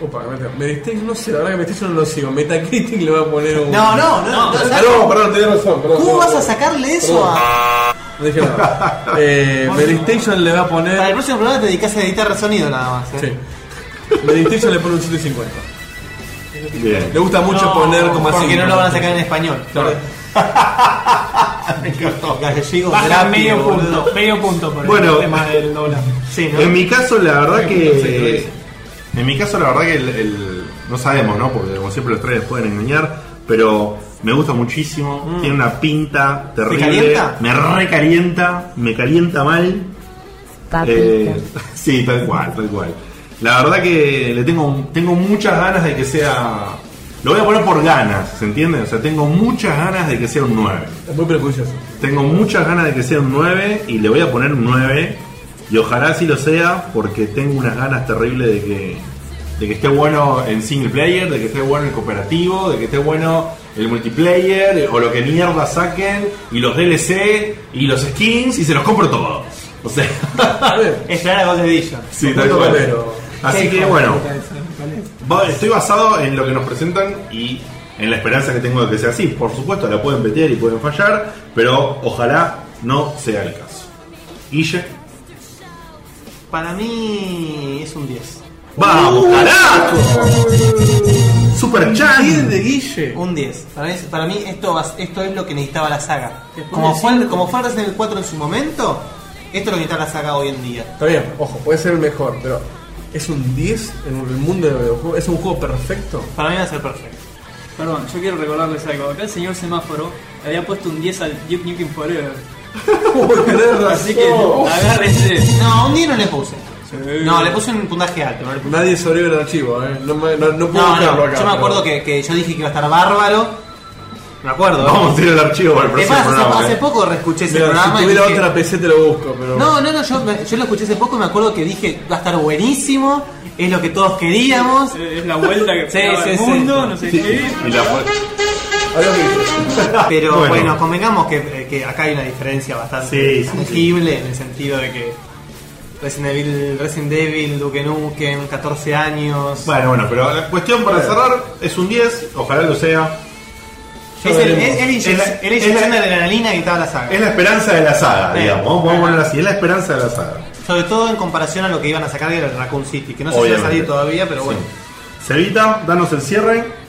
[SPEAKER 4] Opa, Medistation, no sé, la verdad que Medistation no lo sigo. Metacritic le voy a poner un.
[SPEAKER 6] No, no, no, no,
[SPEAKER 4] perdón,
[SPEAKER 6] saca-
[SPEAKER 4] perdón, te doy razón. Perdón, perdón,
[SPEAKER 6] ¿Cómo vas a
[SPEAKER 4] perdón.
[SPEAKER 6] sacarle eso
[SPEAKER 4] Perdón.
[SPEAKER 6] a.?
[SPEAKER 4] No dije nada. Eh, Medistation le va a poner.
[SPEAKER 6] Para el próximo programa te dedicas a editar sonido nada más. ¿eh?
[SPEAKER 4] Sí. Medistation le pone un 750.
[SPEAKER 12] Bien.
[SPEAKER 4] Le gusta mucho poner como así.
[SPEAKER 6] Porque no lo van a sacar en español. Me encantó. Gallegos, rápido, boludo.
[SPEAKER 5] medio punto por
[SPEAKER 12] Bueno.
[SPEAKER 5] del dólar.
[SPEAKER 6] Sí, ¿no?
[SPEAKER 12] En mi caso, la verdad que.
[SPEAKER 6] Entonces,
[SPEAKER 12] En mi caso, la verdad que el, el- no sabemos, ¿no? Porque como siempre los trailers pueden engañar. Pero me gusta muchísimo. Tiene una pinta terrible.
[SPEAKER 6] calienta?
[SPEAKER 12] Me recalienta. Me calienta mal. Eh, sí, tal cual, tal cual. La verdad que le tengo, tengo muchas ganas de que sea. Lo voy a poner por ganas, ¿se entiende? O sea, tengo muchas ganas de que sea un 9.
[SPEAKER 4] Es muy prejuicioso.
[SPEAKER 12] Tengo muchas ganas de que sea un 9 y le voy a poner un 9. Y ojalá sí lo sea, porque tengo unas ganas terribles de que, de que esté bueno en single player, de que esté bueno en cooperativo, de que esté bueno el multiplayer o lo que mierda saquen, y los DLC y los skins, y se los compro todos. O sea,
[SPEAKER 6] Es Clara Gold Edition.
[SPEAKER 12] sí, tal
[SPEAKER 4] Pero-
[SPEAKER 12] cual.
[SPEAKER 4] pero-
[SPEAKER 12] Así
[SPEAKER 6] Qué
[SPEAKER 12] que
[SPEAKER 6] hijo
[SPEAKER 12] bueno,
[SPEAKER 6] de puta eso, ¿cuál es?
[SPEAKER 12] va- estoy basado en lo que nos presentan y en la esperanza que tengo de que sea así. Por supuesto, la pueden meter y pueden fallar, pero ojalá no sea el caso. Guille.
[SPEAKER 6] Para mí es un 10.
[SPEAKER 12] ¡Vamos, carajo! ¡Super
[SPEAKER 6] ¿Un 10
[SPEAKER 12] chan!
[SPEAKER 6] de Guille? Un 10. Para mí, para mí esto, va- esto es lo que necesitaba la saga. Como
[SPEAKER 2] de
[SPEAKER 6] fue, el- como fue el Resident Evil 4 en su momento, esto es lo que necesita la saga hoy en día.
[SPEAKER 4] Está bien, ojo, puede ser el mejor, pero es un 10 en el mundo de videojuegos. Es un juego perfecto.
[SPEAKER 6] Para mí va a ser perfecto.
[SPEAKER 2] Perdón, yo quiero recordarles algo. Acá el señor semáforo le había puesto un 10 al Duke Nukem Forever. Así que agárrense.
[SPEAKER 6] No, un 10 no le puse. No, le puse un puntaje alto. No, le puse-
[SPEAKER 4] Nadie sobrevive al archivo, ¿eh? No, me- no, no puedo
[SPEAKER 6] no,
[SPEAKER 4] buscarlo
[SPEAKER 6] no,
[SPEAKER 4] acá.
[SPEAKER 6] yo me acuerdo que, que yo dije que iba a estar bárbaro. Me acuerdo. ¿eh?
[SPEAKER 12] Vamos a ir al archivo para el
[SPEAKER 6] Es
[SPEAKER 12] próximo
[SPEAKER 6] más, hace,
[SPEAKER 12] programa.
[SPEAKER 6] hace
[SPEAKER 12] ¿eh?
[SPEAKER 6] poco reescuché ese
[SPEAKER 4] Mira,
[SPEAKER 6] programa.
[SPEAKER 4] si
[SPEAKER 6] y
[SPEAKER 4] tuviera
[SPEAKER 6] dije-
[SPEAKER 4] otra PC te lo busco, pero.
[SPEAKER 6] No, no, no, yo, me- yo lo escuché hace poco y me acuerdo que dije va a estar buenísimo, es lo que todos queríamos.
[SPEAKER 2] Eh, Es la vuelta que
[SPEAKER 6] Sí,
[SPEAKER 2] pegaba
[SPEAKER 6] sí,
[SPEAKER 2] el
[SPEAKER 6] sí.
[SPEAKER 2] mundo, no sé
[SPEAKER 6] eh,
[SPEAKER 2] qué.
[SPEAKER 12] Y la fu-
[SPEAKER 4] Algo que dices.
[SPEAKER 6] Pero
[SPEAKER 12] Bueno.
[SPEAKER 6] bueno, convengamos que, eh, que acá hay una diferencia bastante
[SPEAKER 12] Sí, sí, sí.
[SPEAKER 6] tangible en el sentido de que Resident Evil, Resident Evil, Duke Nukem, 14 años.
[SPEAKER 12] Bueno, bueno, pero la cuestión para cerrar es un 10, ojalá lo sea.
[SPEAKER 6] es, el, es, el
[SPEAKER 12] Es
[SPEAKER 6] inye-
[SPEAKER 12] la-
[SPEAKER 6] es la
[SPEAKER 12] es
[SPEAKER 6] inyección
[SPEAKER 12] la-
[SPEAKER 6] de adrenalina que estaba la saga.
[SPEAKER 12] Es la esperanza de la saga,
[SPEAKER 6] Eh.
[SPEAKER 12] digamos. Vamos a ponerlo así, es la esperanza de la saga.
[SPEAKER 6] Sobre todo en comparación a lo que iban a sacar de Raccoon City, que no sé si va a
[SPEAKER 12] Obviamente.
[SPEAKER 6] salir todavía, pero bueno.
[SPEAKER 12] Cevita, danos el cierre.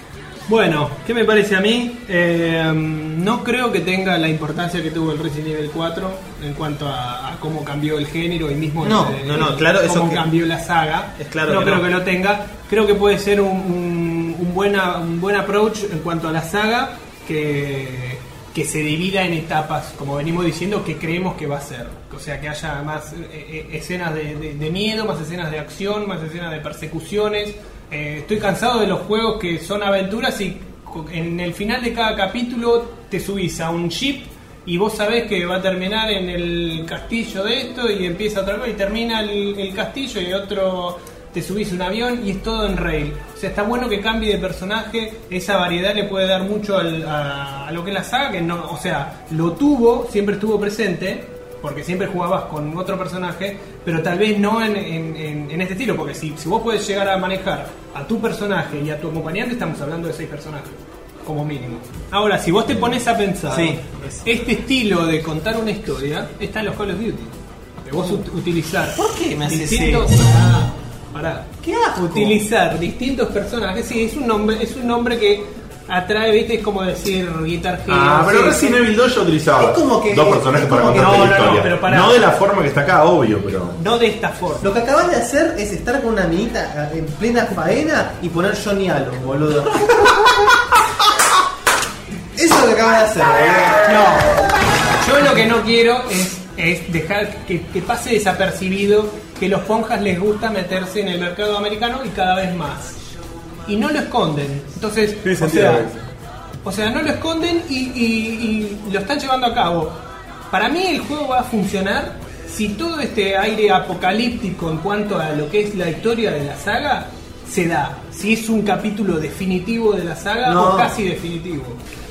[SPEAKER 5] Bueno, ¿qué me parece a mí? Eh, no creo que tenga la importancia que tuvo el Resident Evil 4 en cuanto a, a cómo cambió el género y mismo
[SPEAKER 6] No,
[SPEAKER 5] el-
[SPEAKER 6] no, no, claro, eso
[SPEAKER 5] cómo
[SPEAKER 6] que-
[SPEAKER 5] cambió la saga.
[SPEAKER 6] Es claro
[SPEAKER 5] no
[SPEAKER 6] que
[SPEAKER 5] creo
[SPEAKER 6] no.
[SPEAKER 5] que lo tenga. Creo que puede ser un, un- un buena, un buen approach en cuanto a la saga que, que se divida en etapas, como venimos diciendo, que creemos que va a ser. O sea, que haya más eh, eh, escenas de, de- de miedo, más escenas de acción, más escenas de persecuciones. Eh, estoy cansado de los juegos que son aventuras y co- en el final de cada capítulo te subís a un jeep y vos sabés que va a terminar en el castillo de esto y empieza otra cosa y termina el, el castillo y otro te subís a un avión y es todo en rail. O sea, está bueno que cambie de personaje, esa variedad le puede dar mucho al- a, a lo que es la saga, que no, o sea, lo tuvo, siempre estuvo presente, porque siempre jugabas con otro personaje, pero tal vez no en, en- en- en este estilo, porque si, si vos podés llegar a manejar a tu personaje y a tu acompañante, estamos hablando de seis personajes, como mínimo. Ahora, si vos te pones a pensar,
[SPEAKER 6] Sí.
[SPEAKER 5] este estilo de contar una historia está en los Call of Duty. De vos ut- utilizar.
[SPEAKER 6] ¿Por qué me haces
[SPEAKER 5] distintos-
[SPEAKER 6] eso?
[SPEAKER 5] Pará, pará.
[SPEAKER 6] ¡Qué asco!
[SPEAKER 5] Utilizar distintos personajes. Sí, es un nombre, es un nombre que atrae, viste, es como decir Guitar Hero.
[SPEAKER 12] Ah, pero
[SPEAKER 5] sí,
[SPEAKER 12] Resident
[SPEAKER 5] sí.
[SPEAKER 12] Evil 2 yo utilizaba
[SPEAKER 6] Es como que-
[SPEAKER 12] dos personajes
[SPEAKER 6] es
[SPEAKER 12] para
[SPEAKER 6] como que-
[SPEAKER 12] contar la
[SPEAKER 5] no, no, no,
[SPEAKER 12] historia. No,
[SPEAKER 5] pero pará.
[SPEAKER 12] de la forma que está acá, obvio, pero.
[SPEAKER 5] No de esta forma.
[SPEAKER 6] Lo que acabas de hacer es estar con una amiguita eh, en plena faena y poner Johnny Allen, boludo. Eso es lo que acabas de hacer,
[SPEAKER 5] No. Yo lo que no quiero es, es dejar que, que pase desapercibido que los ponjas les gusta meterse en el mercado americano y cada vez más. Y no lo esconden. Entonces,
[SPEAKER 4] Tiene
[SPEAKER 5] o
[SPEAKER 4] sentido,
[SPEAKER 5] sea,
[SPEAKER 4] ¿eh?
[SPEAKER 5] o sea, no lo esconden y, y- y lo están llevando a cabo. Para mí el juego va a funcionar si todo este aire apocalíptico en cuanto a lo que es la historia de la saga
[SPEAKER 14] se da. Si es un capítulo definitivo de la saga
[SPEAKER 5] No.
[SPEAKER 14] o casi definitivo.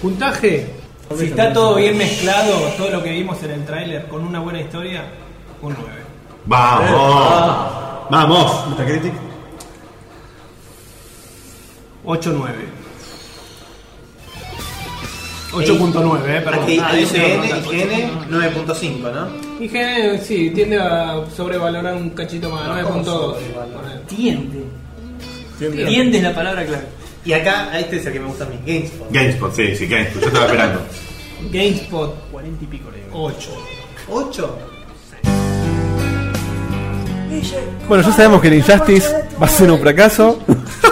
[SPEAKER 14] Puntaje.
[SPEAKER 5] Tal
[SPEAKER 14] Si
[SPEAKER 5] vez
[SPEAKER 14] está
[SPEAKER 5] también
[SPEAKER 14] todo
[SPEAKER 5] se da.
[SPEAKER 14] bien mezclado, todo lo que vimos en el tráiler con una buena historia, un 9.
[SPEAKER 6] Eh, ah.
[SPEAKER 12] ¡Vamos! ¡Vamos!
[SPEAKER 15] Metacritic.
[SPEAKER 14] 8-9. 8.9, eh, perdón.
[SPEAKER 16] Aquí,
[SPEAKER 14] Ah,
[SPEAKER 16] IGN,
[SPEAKER 14] IGN,
[SPEAKER 16] 9.5, ¿no?
[SPEAKER 14] IGN sí, tiende a sobrevalorar un cachito más,
[SPEAKER 16] No,
[SPEAKER 14] 9.2.
[SPEAKER 17] Tiende.
[SPEAKER 16] Tiende.
[SPEAKER 17] Tiende es la palabra clave.
[SPEAKER 16] Y acá, este es el que me gusta a mí, GameSpot.
[SPEAKER 12] GameSpot, sí, sí, GameSpot. Yo estaba esperando.
[SPEAKER 14] GameSpot 40 y pico le digo. 8. 8.
[SPEAKER 4] Bueno, ya sabemos que el Injustice va a ser un fracaso.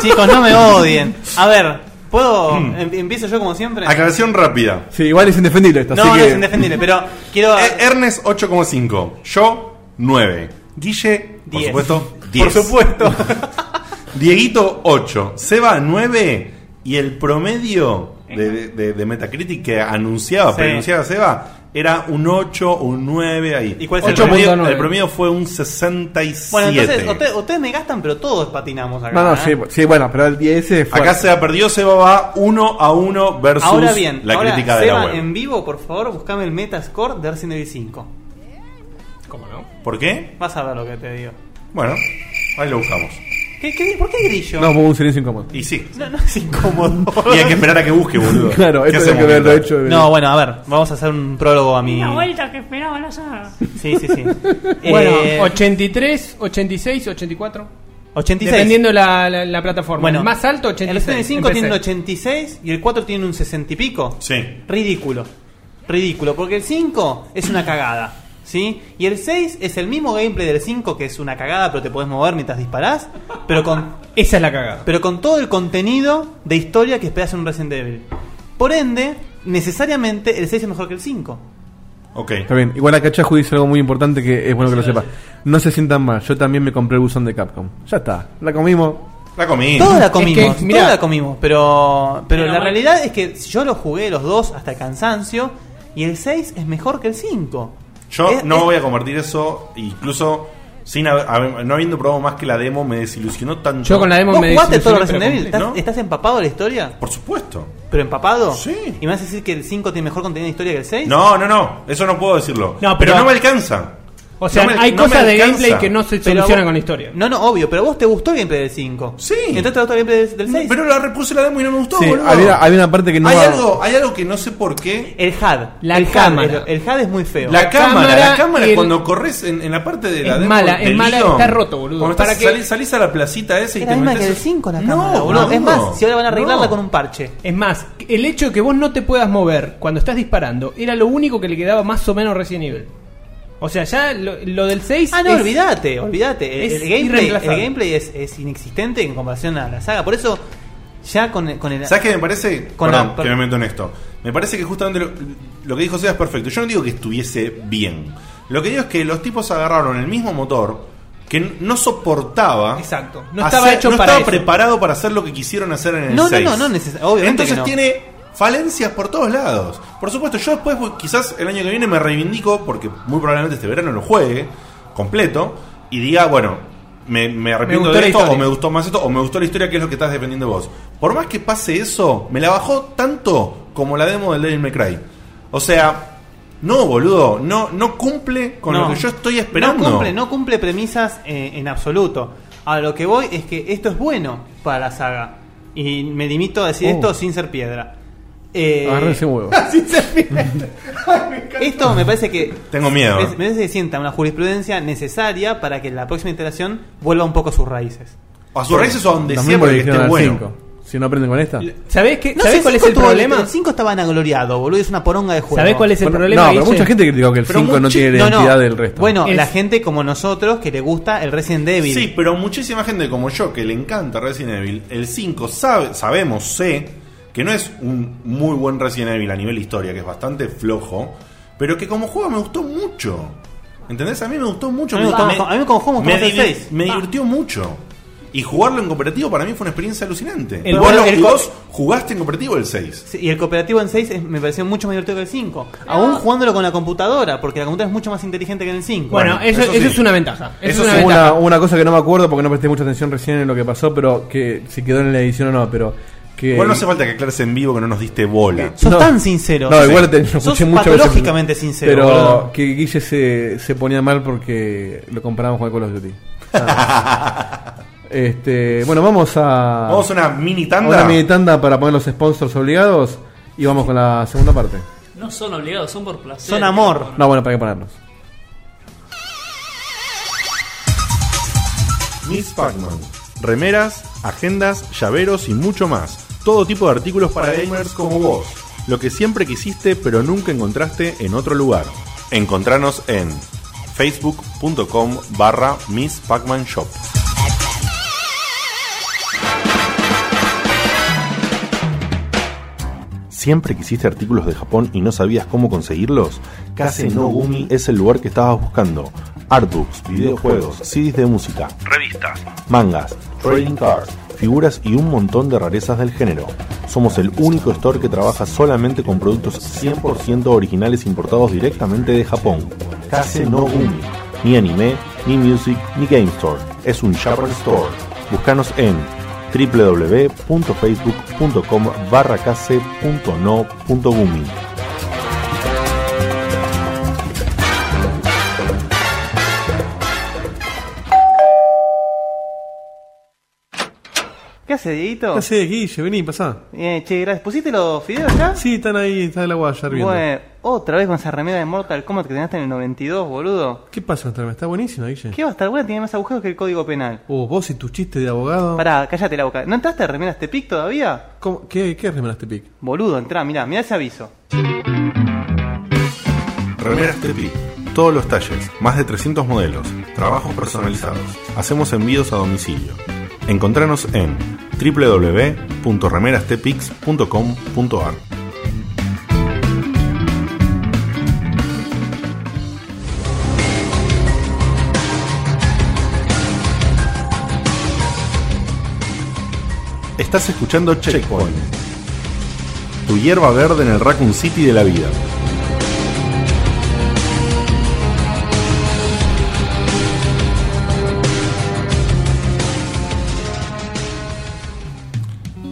[SPEAKER 6] Chicos, no me odien. A ver, ¿puedo?
[SPEAKER 12] Mm.
[SPEAKER 6] em- ¿Empiezo yo como siempre?
[SPEAKER 12] Aclaración rápida.
[SPEAKER 4] Sí, igual es indefendible esta,
[SPEAKER 6] No,
[SPEAKER 4] así
[SPEAKER 6] no
[SPEAKER 4] que...
[SPEAKER 6] es indefendible, pero quiero.
[SPEAKER 2] Eh,
[SPEAKER 12] Eh, Ernest 8,5. Yo 9. Guille, por
[SPEAKER 6] 10.
[SPEAKER 12] supuesto,
[SPEAKER 6] Por
[SPEAKER 12] 10.
[SPEAKER 6] supuesto.
[SPEAKER 12] Dieguito 8. Seba 9. Y el promedio de, de- de Metacritic que anunciaba,
[SPEAKER 6] Sí.
[SPEAKER 12] pronunciaba Seba, era un 8, un 9 ahí.
[SPEAKER 6] ¿Y cuál es el
[SPEAKER 12] 8.9?
[SPEAKER 6] promedio?
[SPEAKER 12] El promedio fue un 67.
[SPEAKER 6] Bueno, entonces, usted- ustedes me gastan, pero todos patinamos acá.
[SPEAKER 4] No, no,
[SPEAKER 6] ¿eh?
[SPEAKER 4] sí, sí, bueno, pero el 10 fue...
[SPEAKER 12] Acá Seba perdió, Seba va 1 a 1 versus
[SPEAKER 6] Ahora bien,
[SPEAKER 12] la
[SPEAKER 6] ahora,
[SPEAKER 12] crítica de
[SPEAKER 6] Seba,
[SPEAKER 12] la web.
[SPEAKER 6] en vivo, por favor, buscame el Metascore de Resident Evil 5. ¿Cómo no?
[SPEAKER 12] ¿Por qué?
[SPEAKER 6] Vas a ver lo que te digo.
[SPEAKER 12] Bueno, ahí lo buscamos.
[SPEAKER 6] ¿Qué, qué- por qué grillo?
[SPEAKER 4] No, hubo un silencio incómodo.
[SPEAKER 12] Y sí.
[SPEAKER 6] No, no es incómodo.
[SPEAKER 12] Y hay que esperar a que busque, boludo.
[SPEAKER 4] Claro, esto
[SPEAKER 12] ¿Qué
[SPEAKER 4] es lo
[SPEAKER 12] hacemos
[SPEAKER 4] que haberlo
[SPEAKER 12] mientras?
[SPEAKER 4] hecho. eh,
[SPEAKER 6] No, bueno, a ver, vamos a hacer un prólogo a mi.
[SPEAKER 7] Una vuelta que esperaban allá.
[SPEAKER 6] Sí, sí, sí.
[SPEAKER 5] Bueno,
[SPEAKER 6] Eh,
[SPEAKER 5] 83, 86, 84.
[SPEAKER 6] 86.
[SPEAKER 5] Dependiendo la, la, la plataforma.
[SPEAKER 6] Bueno,
[SPEAKER 5] el más alto,
[SPEAKER 6] El
[SPEAKER 5] 86.
[SPEAKER 6] Resident 5
[SPEAKER 5] en
[SPEAKER 6] tiene un
[SPEAKER 5] PC.
[SPEAKER 6] 86 y el 4 tiene un 60 y pico.
[SPEAKER 12] Sí.
[SPEAKER 6] Ridículo. Ridículo, porque el 5 es una cagada. ¿Sí? Y el 6 es el mismo gameplay del 5 que es una cagada, pero te podés mover mientras disparás. Pero con.
[SPEAKER 14] Esa es la cagada.
[SPEAKER 6] Pero con todo el contenido de historia que esperás en un Resident Evil. Por ende, necesariamente el 6 es mejor que el 5.
[SPEAKER 12] Ok.
[SPEAKER 4] Está bien. Igual acá Chahu dice algo muy importante que es bueno que lo sepa. No se sientan mal. Yo también me compré el buzón de Capcom. Ya está. La comimos.
[SPEAKER 12] La comimos.
[SPEAKER 6] Todos la comimos, todos la comimos, pero, pero la realidad es que yo lo jugué los dos hasta el cansancio y el 6 es mejor que el 5.
[SPEAKER 12] Yo
[SPEAKER 6] Es-
[SPEAKER 12] no
[SPEAKER 6] es-
[SPEAKER 12] voy a convertir eso, incluso sin haber- haber- no habiendo probado más que la demo, me desilusionó tanto.
[SPEAKER 6] ¿Vos jugaste todo Resident Evil? ¿Estás, estás empapado de la historia?
[SPEAKER 12] Por supuesto.
[SPEAKER 6] ¿Pero empapado?
[SPEAKER 12] Sí.
[SPEAKER 6] ¿Y me vas a decir que el 5 tiene mejor contenido de historia que el 6?
[SPEAKER 12] No, no, no, eso no puedo decirlo.
[SPEAKER 6] No,
[SPEAKER 12] No,
[SPEAKER 6] pero-
[SPEAKER 12] pero, no me alcanza.
[SPEAKER 6] O
[SPEAKER 5] sea, hay cosas de gameplay que no se solucionan con la
[SPEAKER 6] historia. No, no, obvio, pero vos te gustó el gameplay del 5. Sí. Entonces te gustó el gameplay del- del 6.
[SPEAKER 12] Pero la repuse la demo y no me gustó,
[SPEAKER 4] Sí,
[SPEAKER 12] boludo.
[SPEAKER 4] había, había una parte que no.
[SPEAKER 12] hay,
[SPEAKER 4] va-
[SPEAKER 12] algo, hay algo que no sé por qué.
[SPEAKER 6] El HUD.
[SPEAKER 5] La
[SPEAKER 6] el HUD,
[SPEAKER 5] cámara.
[SPEAKER 6] el, el HUD es muy feo.
[SPEAKER 12] La, cámara, la cámara,
[SPEAKER 5] el-
[SPEAKER 12] cuando corres en, en la parte de la
[SPEAKER 5] Es
[SPEAKER 12] demo.
[SPEAKER 5] mala,
[SPEAKER 12] del
[SPEAKER 5] es mala, está roto, boludo.
[SPEAKER 12] Cuando estás-
[SPEAKER 5] ¿Para qué?
[SPEAKER 12] salís, salís a la placita esa y
[SPEAKER 6] Es
[SPEAKER 12] te
[SPEAKER 6] la misma
[SPEAKER 12] metés
[SPEAKER 6] que el
[SPEAKER 12] en-
[SPEAKER 6] 5 la
[SPEAKER 12] No,
[SPEAKER 6] cámara, boludo. es
[SPEAKER 12] boludo.
[SPEAKER 6] más, si ahora van a arreglarla
[SPEAKER 5] No.
[SPEAKER 6] con un parche.
[SPEAKER 5] Es más, el hecho de que vos no te puedas mover cuando estás disparando era lo único que le quedaba más o menos Resident Evil. O sea, ya lo, lo del 6.
[SPEAKER 6] Ah, no,
[SPEAKER 5] es-
[SPEAKER 6] olvídate, olvídate. El,
[SPEAKER 5] es
[SPEAKER 6] el gameplay, el
[SPEAKER 5] irreemplazable.
[SPEAKER 6] gameplay es, es inexistente en comparación a la saga. Por eso, ya con el. Con el
[SPEAKER 12] ¿Sabes qué me parece?
[SPEAKER 6] Con
[SPEAKER 12] Perdón,
[SPEAKER 6] la- per-
[SPEAKER 12] que me meto en esto. Me parece que justamente lo, lo que dijo Seba es perfecto. Yo no digo que estuviese bien. Lo que digo es que los tipos agarraron el mismo motor que n- no soportaba.
[SPEAKER 14] Exacto.
[SPEAKER 6] No estaba hecho
[SPEAKER 12] no
[SPEAKER 6] para
[SPEAKER 12] estaba
[SPEAKER 6] eso.
[SPEAKER 12] preparado para hacer lo que quisieron hacer en el
[SPEAKER 6] No, no,
[SPEAKER 12] 6.
[SPEAKER 6] no, no neces- obviamente
[SPEAKER 12] Entonces
[SPEAKER 6] que no.
[SPEAKER 12] tiene falencias por todos lados. Por supuesto, yo después voy- quizás el año que viene me reivindico porque muy probablemente este verano lo juegue completo y diga, bueno, me, me arrepiento
[SPEAKER 6] gustó
[SPEAKER 12] de
[SPEAKER 6] la
[SPEAKER 12] esto,
[SPEAKER 6] historia.
[SPEAKER 12] o me gustó más esto, o me gustó la historia, que es lo que estás defendiendo vos. Por más que pase eso, me la bajó tanto como la demo del Devil May Cry. O sea, no, boludo, no, no cumple con
[SPEAKER 6] No.
[SPEAKER 12] lo que yo estoy esperando.
[SPEAKER 6] No cumple, no cumple premisas eh, en absoluto. A lo que voy es que esto es bueno para la saga. Y me limito a decir
[SPEAKER 4] Oh.
[SPEAKER 6] esto sin ser piedra. Eh,
[SPEAKER 4] Agarré ese huevo.
[SPEAKER 6] sin ser piedra. esto me parece que.
[SPEAKER 12] Tengo miedo,
[SPEAKER 6] Me,
[SPEAKER 12] eh.
[SPEAKER 6] me parece que sienta una jurisprudencia necesaria para que la próxima iteración vuelva un poco a sus raíces.
[SPEAKER 12] A sus raíces o a donde
[SPEAKER 4] Lo
[SPEAKER 12] siempre
[SPEAKER 4] mismo le
[SPEAKER 12] que
[SPEAKER 4] dijeron
[SPEAKER 12] esté
[SPEAKER 4] al
[SPEAKER 12] bueno.
[SPEAKER 4] 5. Si no aprenden con esta.
[SPEAKER 5] ¿Sabés, qué,
[SPEAKER 6] No
[SPEAKER 5] ¿sabés
[SPEAKER 6] sé,
[SPEAKER 5] cuál es
[SPEAKER 6] cinco
[SPEAKER 5] el
[SPEAKER 6] tuvo-
[SPEAKER 5] problema?
[SPEAKER 6] El 5 estaba vanagloriado, boludo. Es una poronga de juego.
[SPEAKER 5] ¿Sabés cuál es el problema?
[SPEAKER 4] no, pero
[SPEAKER 5] Guille?
[SPEAKER 4] mucha gente criticó que el
[SPEAKER 5] Pero
[SPEAKER 4] 5 no
[SPEAKER 5] muchi-
[SPEAKER 4] tiene la
[SPEAKER 5] no, no.
[SPEAKER 4] identidad del resto.
[SPEAKER 6] Bueno,
[SPEAKER 5] Es-
[SPEAKER 6] la gente como nosotros que le gusta el Resident Evil.
[SPEAKER 12] Sí, pero muchísima gente como yo que le encanta Resident Evil, el 5 sabe, sabemos, sé, que no es un muy buen Resident Evil a nivel historia, que es bastante flojo, pero que como juego me gustó mucho. ¿Entendés? A mí me gustó mucho.
[SPEAKER 6] A mí me gustó- a mí como juego me gustó más el
[SPEAKER 12] divir-
[SPEAKER 6] seis. Ah.
[SPEAKER 12] me divirtió mucho. Y jugarlo en cooperativo para mí fue una experiencia alucinante.
[SPEAKER 6] El-
[SPEAKER 12] vos, lo
[SPEAKER 6] el-
[SPEAKER 12] jugás- jugaste en cooperativo el 6.
[SPEAKER 6] Sí, Y el cooperativo en 6 es- me pareció mucho más divertido que el 5. Aún jugándolo con la computadora, porque la computadora es mucho más inteligente que en el 5.
[SPEAKER 5] Bueno, Bueno, eso- eso eso sí. es una ventaja.
[SPEAKER 6] Eso
[SPEAKER 5] es
[SPEAKER 6] sí.
[SPEAKER 5] una
[SPEAKER 4] una,
[SPEAKER 5] ventaja.
[SPEAKER 4] una cosa que no me acuerdo porque no presté mucha atención recién en lo que pasó, pero que si quedó en la edición o no, pero que.
[SPEAKER 12] Igual no hace falta que aclares en vivo que no nos diste bola.
[SPEAKER 4] No. No, igual te, lo escuché muchas veces. Pero
[SPEAKER 12] boludo.
[SPEAKER 4] que Guille se, se ponía mal porque lo comparamos con el Call of Duty. Ah. este, bueno, vamos a.
[SPEAKER 12] Vamos a una mini tanda.
[SPEAKER 4] a Una mini tanda para poner los sponsors obligados y vamos con la segunda parte.
[SPEAKER 2] No son obligados, son por placer.
[SPEAKER 4] No, bueno, para qué ponernos.
[SPEAKER 12] Miss Pac-Man. Remeras, agendas, llaveros y mucho más. Todo tipo de artículos para gamers como vos. Lo que siempre quisiste pero nunca encontraste en otro lugar. Encontranos en facebook.com barra Miss Pac-Man Shop. ¿Siempre quisiste artículos de Japón y no sabías cómo conseguirlos? Kase no Gumi es el lugar que estabas buscando. Artbooks, videojuegos, CDs de música,
[SPEAKER 18] Revistas.
[SPEAKER 12] mangas, trading cards, figuras y un montón de rarezas del género. Somos el único store que trabaja solamente con productos 100% originales importados directamente de Japón. Kase no Gumi. Ni anime, ni music, ni game store. Es un Japan store. Búscanos en www.facebook.com barra kase.no.gumi.
[SPEAKER 6] ¿Qué hace, Dieguito?
[SPEAKER 4] ¿Qué haces, Guille? Vení, pasá.
[SPEAKER 6] Bien, che, gracias. ¿Pusiste los fideos ya?
[SPEAKER 4] Sí, están ahí, está el agua ya hirviendo.
[SPEAKER 6] Bueno, otra vez con esa remera de Mortal Kombat que tenías en el 92, boludo.
[SPEAKER 4] ¿Qué pasa, Trama? Está buenísima, Guille.
[SPEAKER 6] ¿Qué va a estar buena? Tiene más agujeros que el código penal.
[SPEAKER 4] Oh, vos y tus chistes de abogado.
[SPEAKER 6] Pará, cállate la boca. ¿No entraste a remeras Tepic todavía?
[SPEAKER 4] ¿Cómo? ¿Qué, qué remeras Tepic?
[SPEAKER 6] Boludo, entrá, mirá, mirá ese aviso.
[SPEAKER 12] Remeras Tepi. Todos los talles, más de 300 modelos, trabajos personalizados. Hacemos envíos a domicilio. Encontranos en www.remerastepix.com.ar. Estás escuchando Checkpoint, tu hierba verde en el Raccoon City de la vida.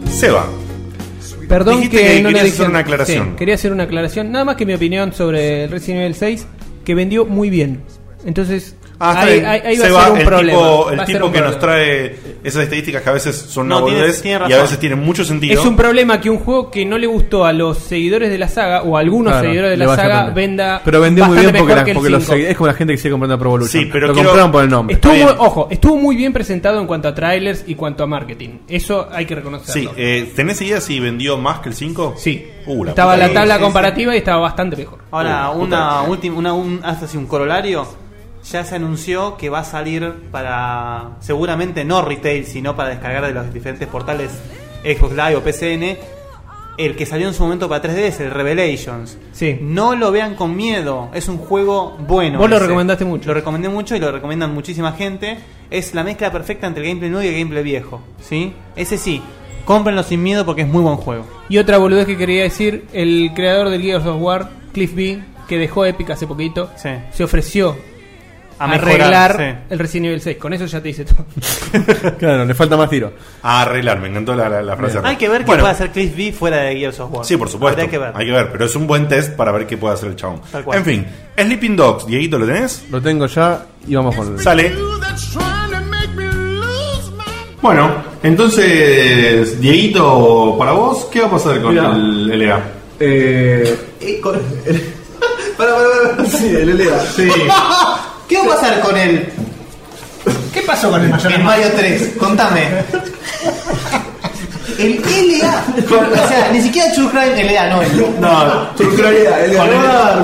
[SPEAKER 12] Seba.
[SPEAKER 5] Perdón
[SPEAKER 12] Dijiste
[SPEAKER 5] que,
[SPEAKER 12] que
[SPEAKER 5] no le
[SPEAKER 12] querías
[SPEAKER 5] dije-
[SPEAKER 12] hacer una aclaración.
[SPEAKER 5] Sí, quería hacer una aclaración. Nada más que mi opinión sobre el Resident Evil 6, que vendió muy bien. Entonces,
[SPEAKER 12] Ah, está
[SPEAKER 5] ahí,
[SPEAKER 12] bien.
[SPEAKER 5] ahí- ahí va
[SPEAKER 12] Seba,
[SPEAKER 5] a ser un
[SPEAKER 12] el
[SPEAKER 5] problema.
[SPEAKER 12] Tipo,
[SPEAKER 5] Va a
[SPEAKER 12] el
[SPEAKER 5] ser
[SPEAKER 12] tipo
[SPEAKER 5] un
[SPEAKER 12] que nos
[SPEAKER 5] problema.
[SPEAKER 12] trae esas estadísticas que a veces son
[SPEAKER 6] No,
[SPEAKER 12] una
[SPEAKER 6] tiene-
[SPEAKER 12] boludez
[SPEAKER 6] tiene
[SPEAKER 12] y a
[SPEAKER 6] razón.
[SPEAKER 12] veces tienen mucho sentido.
[SPEAKER 5] Es un problema que un juego que no le gustó a los seguidores de la saga o a algunos
[SPEAKER 4] Claro,
[SPEAKER 5] seguidores de
[SPEAKER 4] le
[SPEAKER 5] la
[SPEAKER 4] vas a
[SPEAKER 5] saga
[SPEAKER 4] poner.
[SPEAKER 5] venda.
[SPEAKER 4] Pero vendió muy bien
[SPEAKER 5] bastante
[SPEAKER 4] porque,
[SPEAKER 5] mejor
[SPEAKER 4] la-
[SPEAKER 5] que el
[SPEAKER 4] porque los
[SPEAKER 5] cinco.
[SPEAKER 4] segui- es como la gente que sigue comprando Pro Evolution.
[SPEAKER 12] Sí, pero
[SPEAKER 4] lo
[SPEAKER 12] quiero-
[SPEAKER 4] compraron por el nombre.
[SPEAKER 5] Estuvo, muy- ojo, estuvo muy bien presentado en cuanto a trailers y cuanto a marketing. Eso hay que reconocerlo.
[SPEAKER 12] Sí, eh, ¿tenés idea si vendió más que el 5?
[SPEAKER 5] Sí.
[SPEAKER 12] Uh, la
[SPEAKER 5] estaba
[SPEAKER 12] puta
[SPEAKER 5] la
[SPEAKER 12] que-
[SPEAKER 5] tabla
[SPEAKER 12] sí, sí.
[SPEAKER 5] comparativa y estaba bastante mejor.
[SPEAKER 6] Ahora,
[SPEAKER 5] Uh,
[SPEAKER 6] una
[SPEAKER 5] puta.
[SPEAKER 6] última, una, un, hasta así un corolario. Ya se anunció que va a salir para, seguramente no retail, sino para descargar de los diferentes portales Xbox Live o PCN, el que salió en su momento para 3DS, el Revelations. No lo vean con miedo, es un juego bueno.
[SPEAKER 5] Vos lo recomendaste mucho.
[SPEAKER 6] Lo recomendé mucho y lo recomiendan muchísima gente. Es la mezcla perfecta entre el gameplay nuevo y el gameplay viejo. ¿sí? Ese sí, cómprenlo sin miedo porque es muy buen juego.
[SPEAKER 5] Y otra boludez que quería decir, el creador del Gears of War, Cliff B, que dejó Epic hace poquito, se ofreció
[SPEAKER 6] A
[SPEAKER 5] a,
[SPEAKER 6] mejorar,
[SPEAKER 5] arreglar
[SPEAKER 6] sí.
[SPEAKER 5] el Resident Evil 6. Con eso ya te dice todo.
[SPEAKER 4] Claro, le falta más tiro.
[SPEAKER 12] A Ah, arreglar, me encantó la, la- la frase.
[SPEAKER 6] Hay que ver qué puede hacer Cliff B fuera de Gears of War.
[SPEAKER 12] Sí, por supuesto.
[SPEAKER 6] Habría que ver.
[SPEAKER 12] Hay que ver, pero es un buen test para ver qué puede hacer el chabón.
[SPEAKER 6] Tal cual.
[SPEAKER 12] En fin, Sleeping Dogs, Dieguito, ¿lo tenés?
[SPEAKER 4] Lo tengo ya y vamos con el.
[SPEAKER 12] Sale. Bueno, entonces, Dieguito, para vos, ¿qué va a pasar con
[SPEAKER 19] Mirá.
[SPEAKER 12] el LA?
[SPEAKER 19] Eh, con... para, para, para. Sí, el LA. Sí.
[SPEAKER 3] ¿Qué va a pasar con él? ¿Qué pasó con el En Mario 3, contame. El LA. O sea, ni siquiera True Crime LA, no. el-
[SPEAKER 12] No, True Crime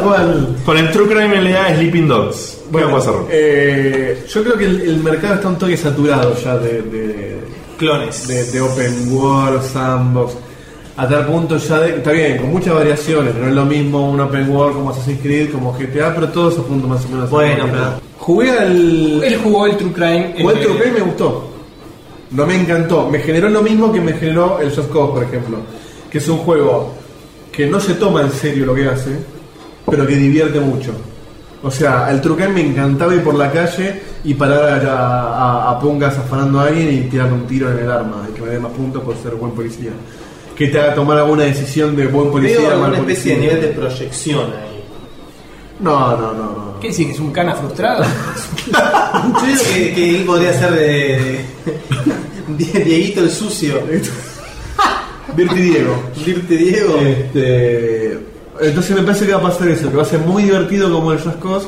[SPEAKER 19] Con el-
[SPEAKER 12] Con el True Crime LA Sleeping Dogs. ¿Qué va a pasar?
[SPEAKER 19] Eh, yo creo que el, el mercado está un toque saturado ya de, de-
[SPEAKER 3] clones.
[SPEAKER 19] De, de open world, sandbox. A tal punto ya de. Está bien, con muchas variaciones. No es lo mismo un open world como Assassin's Creed, como GTA, pero todos apuntan más o menos a lo
[SPEAKER 3] Bueno,
[SPEAKER 19] mismo.
[SPEAKER 3] pero-
[SPEAKER 19] Jugué al.
[SPEAKER 5] Él jugó el True Crime.
[SPEAKER 19] Jugué al
[SPEAKER 5] eh,
[SPEAKER 19] True Crime y me gustó.
[SPEAKER 4] No me encantó. Me generó lo mismo que me generó el Just Cause, por ejemplo. Que es un juego que no se toma en serio lo que hace, pero que divierte mucho. O sea, al truquen me encantaba ir por la calle y parar a, a- a pongas afanando a alguien y tirarle un tiro en el arma. Y que me dé más puntos por ser buen policía. Que te haga tomar alguna decisión de buen policía.
[SPEAKER 6] Veo
[SPEAKER 4] mal
[SPEAKER 6] alguna especie de
[SPEAKER 4] policía.
[SPEAKER 6] nivel de proyección ahí.
[SPEAKER 4] No, no, no, no.
[SPEAKER 5] ¿Qué decís? ¿Que es un cana frustrado?
[SPEAKER 6] Yo creo que, que él podría ser de, de- Dieguito el sucio.
[SPEAKER 4] Dirty Diego.
[SPEAKER 6] Dirty Diego.
[SPEAKER 4] Este, entonces me parece que va a pasar eso, que va a ser muy divertido como el Just Cause,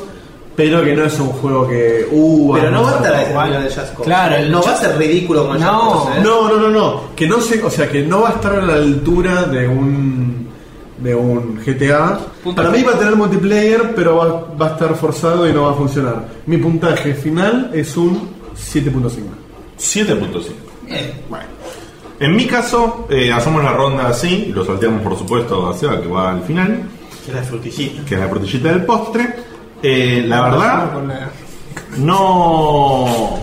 [SPEAKER 4] pero que no es un juego que... Uh,
[SPEAKER 6] Pero no
[SPEAKER 4] vamos
[SPEAKER 6] aguanta la
[SPEAKER 4] a-
[SPEAKER 6] descripción de Jazz Cause.
[SPEAKER 4] Claro, el
[SPEAKER 6] no va a
[SPEAKER 4] Just-
[SPEAKER 6] ser ridículo con Just
[SPEAKER 4] No,
[SPEAKER 6] Cause, ¿eh?
[SPEAKER 4] no, no, no, no. Que no se, o sea, que no va a estar a la altura de un de un GTA. Para mí va a tener multiplayer, pero va, va a estar forzado y no va a funcionar. Mi puntaje final es un 7.5.
[SPEAKER 12] 7.5. En mi caso, eh, hacemos la ronda así, y lo salteamos por supuesto a Seba, que va al final,
[SPEAKER 6] Que la frutillita.
[SPEAKER 12] que es la frutillita del postre. Eh, la verdad, no.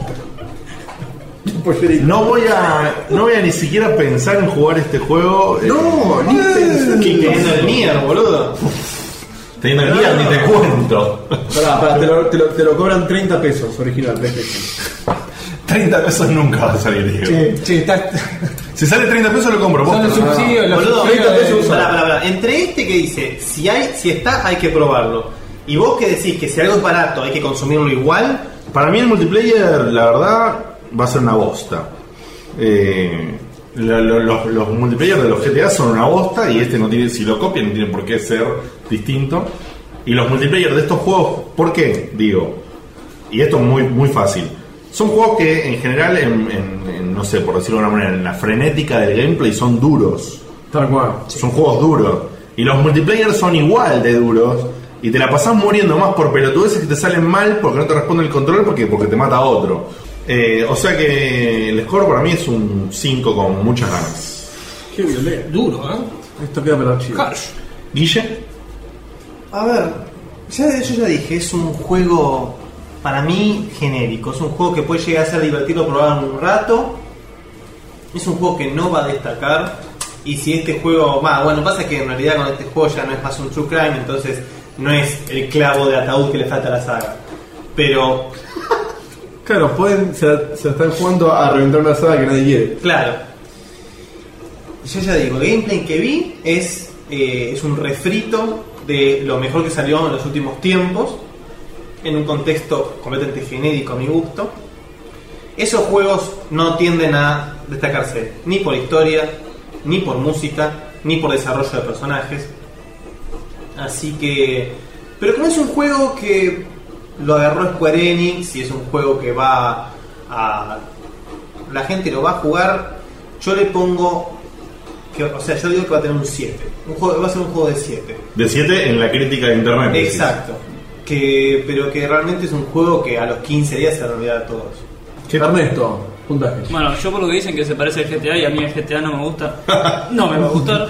[SPEAKER 4] Pues,
[SPEAKER 12] No voy a. No voy a ni siquiera pensar en jugar este juego. eh,
[SPEAKER 4] No, ni pensar.
[SPEAKER 12] Teniendo
[SPEAKER 6] el Nier, boludo.
[SPEAKER 12] Teniendo el Nier, ni te cuento.
[SPEAKER 4] Pará, pará, te lo, te lo- te lo cobran 30 pesos original, PlayStation.
[SPEAKER 12] 30 pesos nunca va a salir, Diego.
[SPEAKER 4] Che,
[SPEAKER 5] che, estás.
[SPEAKER 12] Si sale 30 pesos lo compro.
[SPEAKER 6] Son
[SPEAKER 12] posta.
[SPEAKER 6] los subsidios, los Boludo, subsidios 30 pesos de- usa. Pará, pará, pará. Entre este que dice, si hay, si está, hay que probarlo. Y vos que decís que si algo es barato hay que consumirlo igual.
[SPEAKER 12] Para mí el multiplayer, la verdad, va a ser una bosta. Eh, lo- lo- los, los multiplayer de los GTA son una bosta y este no tiene, si lo copian, no tiene por qué ser distinto. Y los multiplayer de estos juegos, ¿por qué? Digo, y esto es muy, muy fácil. Son juegos que en general, en, en- en, no sé, por decirlo de una manera, en la frenética del gameplay son duros.
[SPEAKER 4] Tal cual.
[SPEAKER 12] Son juegos duros. Y los multiplayer son igual de duros. Y te la pasás muriendo más por pelotudeces que te salen mal porque no te responde el control porque, porque te mata otro. Eh, o sea que el score para mí es un 5 con muchas ganas.
[SPEAKER 4] Qué violento.
[SPEAKER 5] Duro, ¿eh?
[SPEAKER 4] Esto queda para los chicos.
[SPEAKER 12] Guille,
[SPEAKER 6] A ver, ya, yo ya dije, es un juego para mí genérico. Es un juego que puede llegar a ser divertido probarlo un rato. Es un juego que no va a destacar. Y si este juego, va, bueno, pasa que en realidad con este juego ya no es más un true crime, entonces no es el clavo de ataúd que le falta a la saga. Pero,
[SPEAKER 4] Claro, pueden, se, la- se la están jugando a reventar una saga que nadie quiere.
[SPEAKER 6] claro, yo ya digo, el gameplay que vi es, eh, es un refrito de lo mejor que salió en los últimos tiempos, en un contexto completamente genérico a mi gusto. Esos juegos no tienden a destacarse ni por historia, ni por música, ni por desarrollo de personajes. Así que... Pero como es un juego que lo agarró Square Enix y es un juego que va a... La gente lo va a jugar. Yo le pongo que- o sea, yo digo que va a tener un 7. Un juego, va a ser un juego de 7.
[SPEAKER 12] de 7 en la crítica de internet. decís.
[SPEAKER 6] Exacto. Que, pero que realmente es un juego que a los 15 días se lo olvida a todos.
[SPEAKER 4] Ernesto, puntaje.
[SPEAKER 2] Bueno, yo por lo que dicen que se parece al GTA y a mí el GTA no me gusta, no me va a gustar.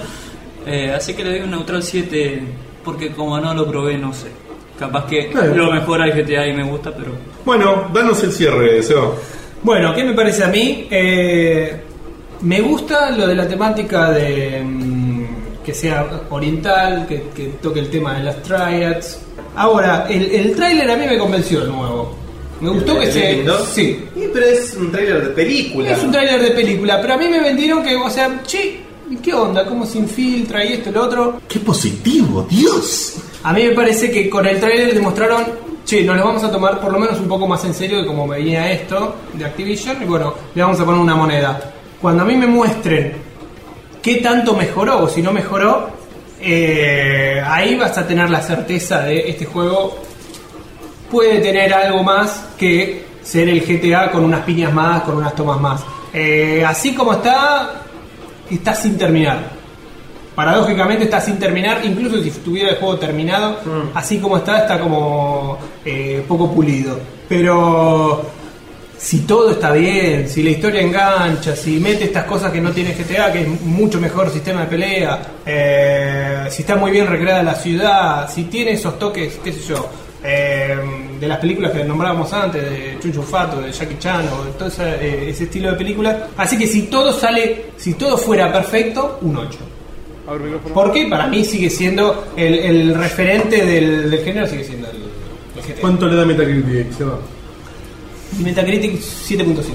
[SPEAKER 2] Eh, así que le doy un neutral 7 porque como no lo probé, no sé. Capaz que
[SPEAKER 12] Claro.
[SPEAKER 2] lo mejora el GTA y me gusta, pero...
[SPEAKER 12] Bueno, danos el cierre, Seba.
[SPEAKER 5] Bueno, ¿qué me parece a mí? Eh, me gusta lo de la temática de mm, que sea oriental, que, que toque el tema de las triads. Ahora, el, el tráiler a mí me convenció el nuevo. Me gustó que
[SPEAKER 6] ¿El
[SPEAKER 5] se...
[SPEAKER 6] Living Dog?
[SPEAKER 5] Sí,
[SPEAKER 6] Y, pero es un trailer de película.
[SPEAKER 5] Es un tráiler de película, pero a mí me vendieron que, o sea, che, ¿qué onda? ¿Cómo se infiltra y esto y lo otro?
[SPEAKER 12] ¡Qué positivo, Dios!
[SPEAKER 5] A mí me parece que con el tráiler demostraron, che, nos lo vamos a tomar por lo menos un poco más en serio de como venía esto de Activision, y bueno, le vamos a poner una moneda. Cuando a mí me muestren qué tanto mejoró o si no mejoró, eh, ahí vas a tener la certeza de este juego puede tener algo más que ser el GTA con unas piñas más, con unas tomas más. Eh, así como está, está sin terminar. Paradójicamente está sin terminar, incluso si estuviera el juego terminado, así como está, está como eh, poco pulido. Pero si todo está bien, si la historia engancha, si mete estas cosas que no tiene GTA, que es mucho mejor sistema de pelea, eh, si está muy bien recreada la ciudad, si tiene esos toques, qué sé yo, eh, de las películas que nombrábamos antes, de Chun Chun Fat o de Jackie Chan o de todo ese, eh, ese estilo de películas. Así que si todo sale, si todo fuera perfecto, un 8. Porque para mí sigue siendo el, el referente del, del género, sigue siendo el, el GTA.
[SPEAKER 20] ¿Cuánto le da Metacritic, Seba?
[SPEAKER 5] Metacritic 7.5. sí.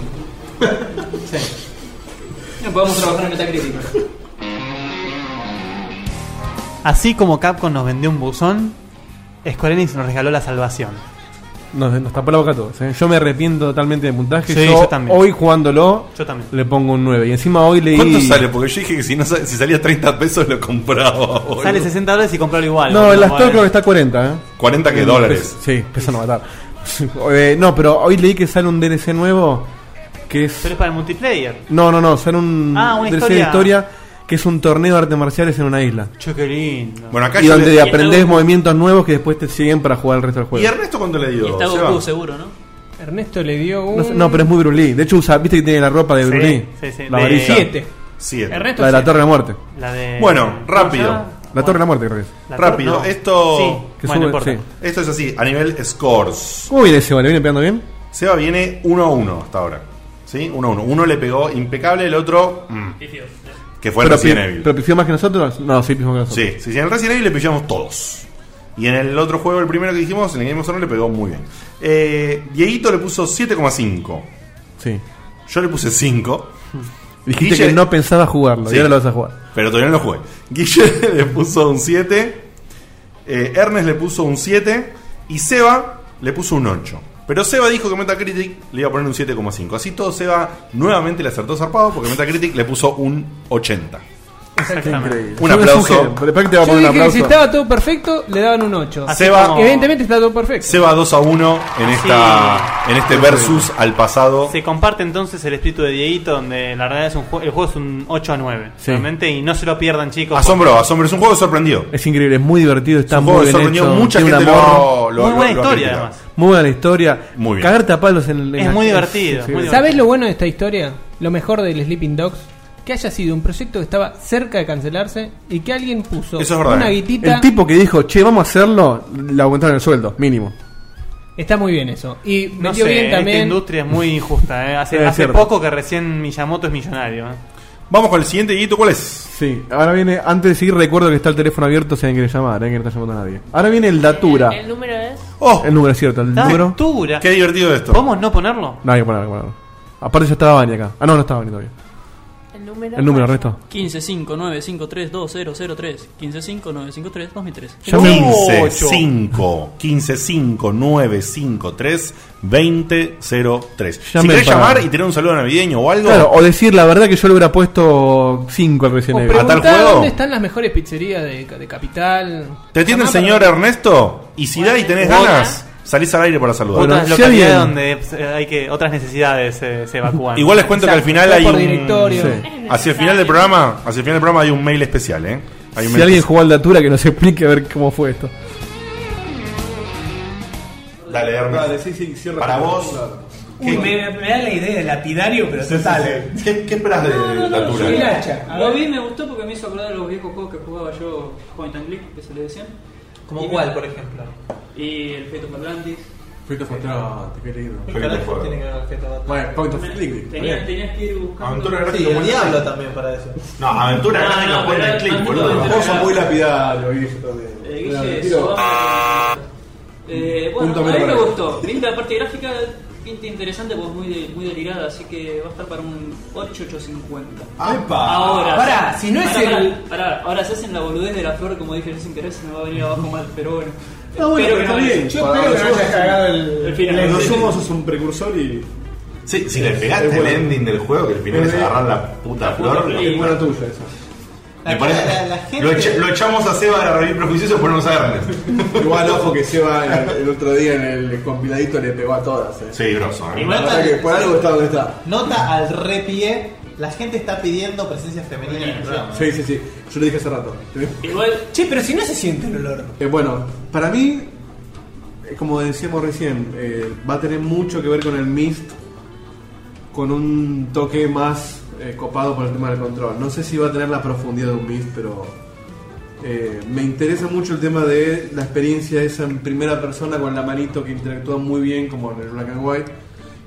[SPEAKER 5] No podemos trabajar en Metacritic.
[SPEAKER 6] Así como Capcom nos vendió un buzón, Square Enix nos regaló la salvación.
[SPEAKER 4] Nos, nos tapó la boca a todos. ¿eh? Yo me arrepiento totalmente del puntaje.
[SPEAKER 6] Sí, yo también.
[SPEAKER 4] Hoy jugándolo,
[SPEAKER 6] Yo también.
[SPEAKER 4] le pongo un 9. Y encima hoy leí.
[SPEAKER 12] ¿Cuánto sale? Porque yo dije que si, no, sa- si salía 30 pesos lo compraba. boludo.
[SPEAKER 6] Sale 60 dólares y comprarlo igual.
[SPEAKER 4] No, el
[SPEAKER 6] las
[SPEAKER 4] Astor creo que está a 40, ¿eh?
[SPEAKER 12] 40 que
[SPEAKER 4] Eh,
[SPEAKER 12] dólares.
[SPEAKER 4] pes- Sí, pesos no matar. Eh, no, pero hoy leí que sale un DLC nuevo que es.
[SPEAKER 6] Pero es para el multiplayer.
[SPEAKER 4] No, no, no, sale un
[SPEAKER 6] Ah,
[SPEAKER 4] DLC
[SPEAKER 6] una
[SPEAKER 4] de
[SPEAKER 6] historia.
[SPEAKER 4] historia que es un torneo de artes marciales en una isla.
[SPEAKER 6] Che, qué lindo.
[SPEAKER 12] Bueno, acá
[SPEAKER 4] y
[SPEAKER 12] yo
[SPEAKER 4] donde
[SPEAKER 12] le-
[SPEAKER 4] aprendés movimientos nuevos que después te siguen para jugar el resto del
[SPEAKER 12] ¿Y
[SPEAKER 4] juego.
[SPEAKER 12] Ernesto cuánto le dio?
[SPEAKER 2] Y está
[SPEAKER 12] Seba?
[SPEAKER 2] Goku seguro, ¿no?
[SPEAKER 21] Ernesto le dio un.
[SPEAKER 4] No, sé- no, pero es muy Brulí. De hecho, usa, viste que tiene la ropa de
[SPEAKER 6] Sí,
[SPEAKER 4] Brulí.
[SPEAKER 6] sí, sí.
[SPEAKER 4] La
[SPEAKER 6] De-
[SPEAKER 4] varilla.
[SPEAKER 6] Siete.
[SPEAKER 12] Siete.
[SPEAKER 4] La de la Torre de la Muerte.
[SPEAKER 6] La de-
[SPEAKER 12] Bueno, rápido.
[SPEAKER 6] ¿cómo se llama?
[SPEAKER 4] La Torre de la Muerte, creo que es.
[SPEAKER 6] La tor-
[SPEAKER 12] Rápido,
[SPEAKER 6] no.
[SPEAKER 12] esto.
[SPEAKER 6] Sí,
[SPEAKER 4] Que
[SPEAKER 6] bueno, no
[SPEAKER 4] sube-
[SPEAKER 6] importa.
[SPEAKER 4] sí.
[SPEAKER 12] Esto es así, a nivel scores.
[SPEAKER 4] ¿Cómo viene ese? ¿Le viene pegando bien?
[SPEAKER 12] Seba viene 1 a 1 hasta ahora. ¿Sí? 1 a 1. Uno le pegó impecable, el otro. mm, que fue el
[SPEAKER 4] pero,
[SPEAKER 12] Resident
[SPEAKER 4] pi-
[SPEAKER 12] Evil.
[SPEAKER 4] ¿Pero pifió más que nosotros? No, sí, pifió más que nosotros.
[SPEAKER 12] Sí, sí, sí, en el Resident Evil le pillamos todos. Y en el otro juego, el primero que dijimos, en el Game of Thrones le pegó muy bien. Eh, Dieguito le puso 7,5.
[SPEAKER 4] Sí.
[SPEAKER 12] Yo le puse 5.
[SPEAKER 4] Dijiste
[SPEAKER 12] Guille-
[SPEAKER 4] que no pensabas jugarlo
[SPEAKER 12] Sí.
[SPEAKER 4] y ahora lo vas a jugar.
[SPEAKER 12] Pero todavía no lo jugué. Guille le puso un 7. eh, Ernest le puso un 7. Y Seba le puso un 8. Pero Seba dijo que Metacritic le iba a poner un 7,5. Así todo Seba nuevamente le acertó zarpado porque Metacritic le puso un 80.
[SPEAKER 6] Exactamente.
[SPEAKER 12] Un
[SPEAKER 4] Yo me
[SPEAKER 12] aplauso.
[SPEAKER 4] sugiero, pero después que te va a
[SPEAKER 21] Yo
[SPEAKER 4] poner un
[SPEAKER 21] dije que si
[SPEAKER 4] aplauso.
[SPEAKER 21] estaba todo perfecto, le daban un 8.
[SPEAKER 12] Así Seba- como-
[SPEAKER 21] Evidentemente está todo perfecto.
[SPEAKER 12] Seba 2 a 1 en, esta, en este versus al pasado.
[SPEAKER 6] Se comparte entonces el espíritu de Dieguito, donde la realidad es un juego, el juego es un 8 a 9.
[SPEAKER 4] Sí.
[SPEAKER 6] Realmente, y no se lo pierdan, chicos.
[SPEAKER 12] Asombro, asombro. Es un juego que sorprendió.
[SPEAKER 4] Es increíble, es muy divertido, está
[SPEAKER 12] un
[SPEAKER 4] muy
[SPEAKER 12] juego
[SPEAKER 4] bien
[SPEAKER 12] que sorprendió.
[SPEAKER 4] hecho.
[SPEAKER 12] Mucha
[SPEAKER 4] tiene un
[SPEAKER 12] gente
[SPEAKER 4] amor,
[SPEAKER 12] lo, lo,
[SPEAKER 6] Muy buena
[SPEAKER 12] lo- lo
[SPEAKER 6] historia,
[SPEAKER 12] critica.
[SPEAKER 6] además.
[SPEAKER 4] Muy buena la historia.
[SPEAKER 12] Muy bien.
[SPEAKER 4] Cagarte a palos en el.
[SPEAKER 6] Es muy divertido, muy divertido.
[SPEAKER 21] ¿Sabes lo bueno de esta historia? Lo mejor del Sleeping Dogs. Que haya sido un proyecto que estaba cerca de cancelarse y que alguien puso
[SPEAKER 12] Eso es verdad,
[SPEAKER 21] una
[SPEAKER 12] eh.
[SPEAKER 21] guitita.
[SPEAKER 4] El tipo que dijo, che, vamos a hacerlo, le aumentaron el sueldo, mínimo.
[SPEAKER 21] Está muy bien eso. Y
[SPEAKER 6] No
[SPEAKER 21] metió
[SPEAKER 6] sé,
[SPEAKER 21] bien
[SPEAKER 6] esta
[SPEAKER 21] también.
[SPEAKER 6] industria es muy injusta. ¿eh? Hace,
[SPEAKER 4] Es
[SPEAKER 6] hace
[SPEAKER 4] cierto.
[SPEAKER 6] poco que recién Miyamoto es millonario. ¿eh?
[SPEAKER 12] Vamos con el siguiente, Dieguito. ¿Cuál es?
[SPEAKER 4] Sí, ahora viene, antes de seguir, recuerdo que está el teléfono abierto, si alguien quiere llamar, ¿eh? que no está llamando a nadie. Ahora viene el Datura.
[SPEAKER 7] El número es.
[SPEAKER 12] ¡Oh!
[SPEAKER 4] El número es cierto, el número.
[SPEAKER 6] Dura.
[SPEAKER 12] Qué divertido esto.
[SPEAKER 6] ¿Podemos no ponerlo?
[SPEAKER 4] No, hay que ponerlo, hay que ponerlo. Aparte ya estaba Bani acá. Ah, no, no estaba Bani todavía.
[SPEAKER 7] El número.
[SPEAKER 4] El número, resto.
[SPEAKER 2] 1559532003 155953 2003
[SPEAKER 4] Llamen-
[SPEAKER 12] 15 5 15 5 9 5 3 20 0 3 Si
[SPEAKER 4] Llamen
[SPEAKER 12] querés
[SPEAKER 4] para-
[SPEAKER 12] llamar y tener un saludo navideño o algo,
[SPEAKER 4] Claro, o decir la verdad que yo le hubiera puesto 5 al recién
[SPEAKER 21] O
[SPEAKER 4] Evil.
[SPEAKER 12] pregunta-
[SPEAKER 21] preguntá
[SPEAKER 12] juego?
[SPEAKER 21] dónde están las mejores pizzerías de, de Capital.
[SPEAKER 12] te atiende
[SPEAKER 21] Llamá
[SPEAKER 12] el
[SPEAKER 21] para-
[SPEAKER 12] señor Ernesto y si da y tenés
[SPEAKER 7] Hola.
[SPEAKER 12] ganas, salís al aire para saludar.
[SPEAKER 4] Bueno,
[SPEAKER 6] otras
[SPEAKER 4] si
[SPEAKER 6] localidades
[SPEAKER 4] alguien-
[SPEAKER 6] donde eh, hay que otras necesidades eh, se evacúan.
[SPEAKER 12] Igual les cuento que al final
[SPEAKER 21] Fue
[SPEAKER 12] hay
[SPEAKER 21] por
[SPEAKER 12] un,
[SPEAKER 21] directorio.
[SPEAKER 4] Sí.
[SPEAKER 12] hacia el final del programa, hacia el final del programa hay un mail especial, ¿eh? Hay
[SPEAKER 4] Si
[SPEAKER 12] un
[SPEAKER 4] alguien
[SPEAKER 12] mail especial.
[SPEAKER 4] jugó al Datura, que nos explique a ver cómo fue esto.
[SPEAKER 12] Dale, Ernesto.
[SPEAKER 20] Dale, sí, sí, cierra.
[SPEAKER 12] Para vos.
[SPEAKER 22] Uy, me, me da la idea de lapidario, pero se sale.
[SPEAKER 12] ¿Qué, qué esperás de Eh, la altura?
[SPEAKER 5] El hacha. A
[SPEAKER 2] Lo
[SPEAKER 5] ver.
[SPEAKER 2] vi, me gustó porque me hizo acordar de los viejos juegos que jugaba yo, Point and Click, que se le decían.
[SPEAKER 23] ¿Como
[SPEAKER 2] Y
[SPEAKER 23] cuál,
[SPEAKER 2] me-
[SPEAKER 23] por ejemplo?
[SPEAKER 2] Y el Fate of Atlantis.
[SPEAKER 20] Frito Fatrate, qué lindo.
[SPEAKER 23] ¿Qué carajo tiene que ver el objeto de batalla?
[SPEAKER 20] Bueno, Point of
[SPEAKER 2] Me-
[SPEAKER 20] Click. bien.
[SPEAKER 2] Tenías, tenías que ir buscando.
[SPEAKER 20] Aventura
[SPEAKER 23] Sí,
[SPEAKER 20] gráfica.
[SPEAKER 23] el diablo también para eso.
[SPEAKER 12] No, aventura
[SPEAKER 2] No, no,
[SPEAKER 12] gráfica,
[SPEAKER 2] pero
[SPEAKER 12] point and
[SPEAKER 2] era-
[SPEAKER 12] click,
[SPEAKER 2] aventura
[SPEAKER 12] boludo.
[SPEAKER 20] Los juegos son muy lapidarios, Guille, también.
[SPEAKER 2] Eh,
[SPEAKER 20] Claro,
[SPEAKER 2] Guille,
[SPEAKER 20] tiro-
[SPEAKER 2] eso, vamos con- Eh, bueno,
[SPEAKER 20] Punto
[SPEAKER 2] a mí
[SPEAKER 20] menos
[SPEAKER 2] me
[SPEAKER 20] para-
[SPEAKER 2] gustó. Pinta la parte gráfica, pinta interesante, pues muy, de- muy delirada, así que va a estar para un 8850. Ahora.
[SPEAKER 22] Pará, si no es
[SPEAKER 2] Pará,
[SPEAKER 22] el-
[SPEAKER 2] pará, pará. ahora se hacen la boludez de la flor, como dije yo sin querer, se me va a venir abajo mal, pero bueno.
[SPEAKER 20] Ah, bueno, pero
[SPEAKER 2] Espero que
[SPEAKER 20] está
[SPEAKER 2] no
[SPEAKER 20] bien.
[SPEAKER 2] me-
[SPEAKER 20] Yo espero que no hayas cagado
[SPEAKER 2] el
[SPEAKER 20] el.
[SPEAKER 2] final.
[SPEAKER 20] En los humos es un precursor y.
[SPEAKER 12] Sí, si le pegaste
[SPEAKER 20] Es bueno.
[SPEAKER 12] el ending del juego, que el final es agarrar la puta flor.
[SPEAKER 2] flor.
[SPEAKER 12] le-
[SPEAKER 20] Es buena tuya esa.
[SPEAKER 12] me
[SPEAKER 23] La-
[SPEAKER 12] parece-
[SPEAKER 23] la- la gente-
[SPEAKER 12] lo, echa- lo echamos a Seba de la revista prejuicioso y ponemos a Ernest.
[SPEAKER 20] Igual, ojo que Seba el, el otro día en el compiladito le pegó a todas. eh.
[SPEAKER 12] Sí, grosso. ¿eh?
[SPEAKER 20] La verdad que por algo está donde está.
[SPEAKER 23] Nota al repie, la gente está pidiendo presencia femenina en el programa.
[SPEAKER 20] Sí, sí, sí. Yo lo dije hace rato.
[SPEAKER 2] Igual,
[SPEAKER 22] Che, pero si no se siente el olor.
[SPEAKER 5] Ah,
[SPEAKER 20] Eh, bueno, para mí, eh, como decíamos recién, eh, va a tener mucho que ver con el Mist, con un toque más eh, copado por el tema del control. No sé si va a tener la profundidad de un Mist, pero
[SPEAKER 4] Eh, me interesa mucho el tema de la experiencia esa en primera persona con la manito que interactúa muy bien como en el Black and White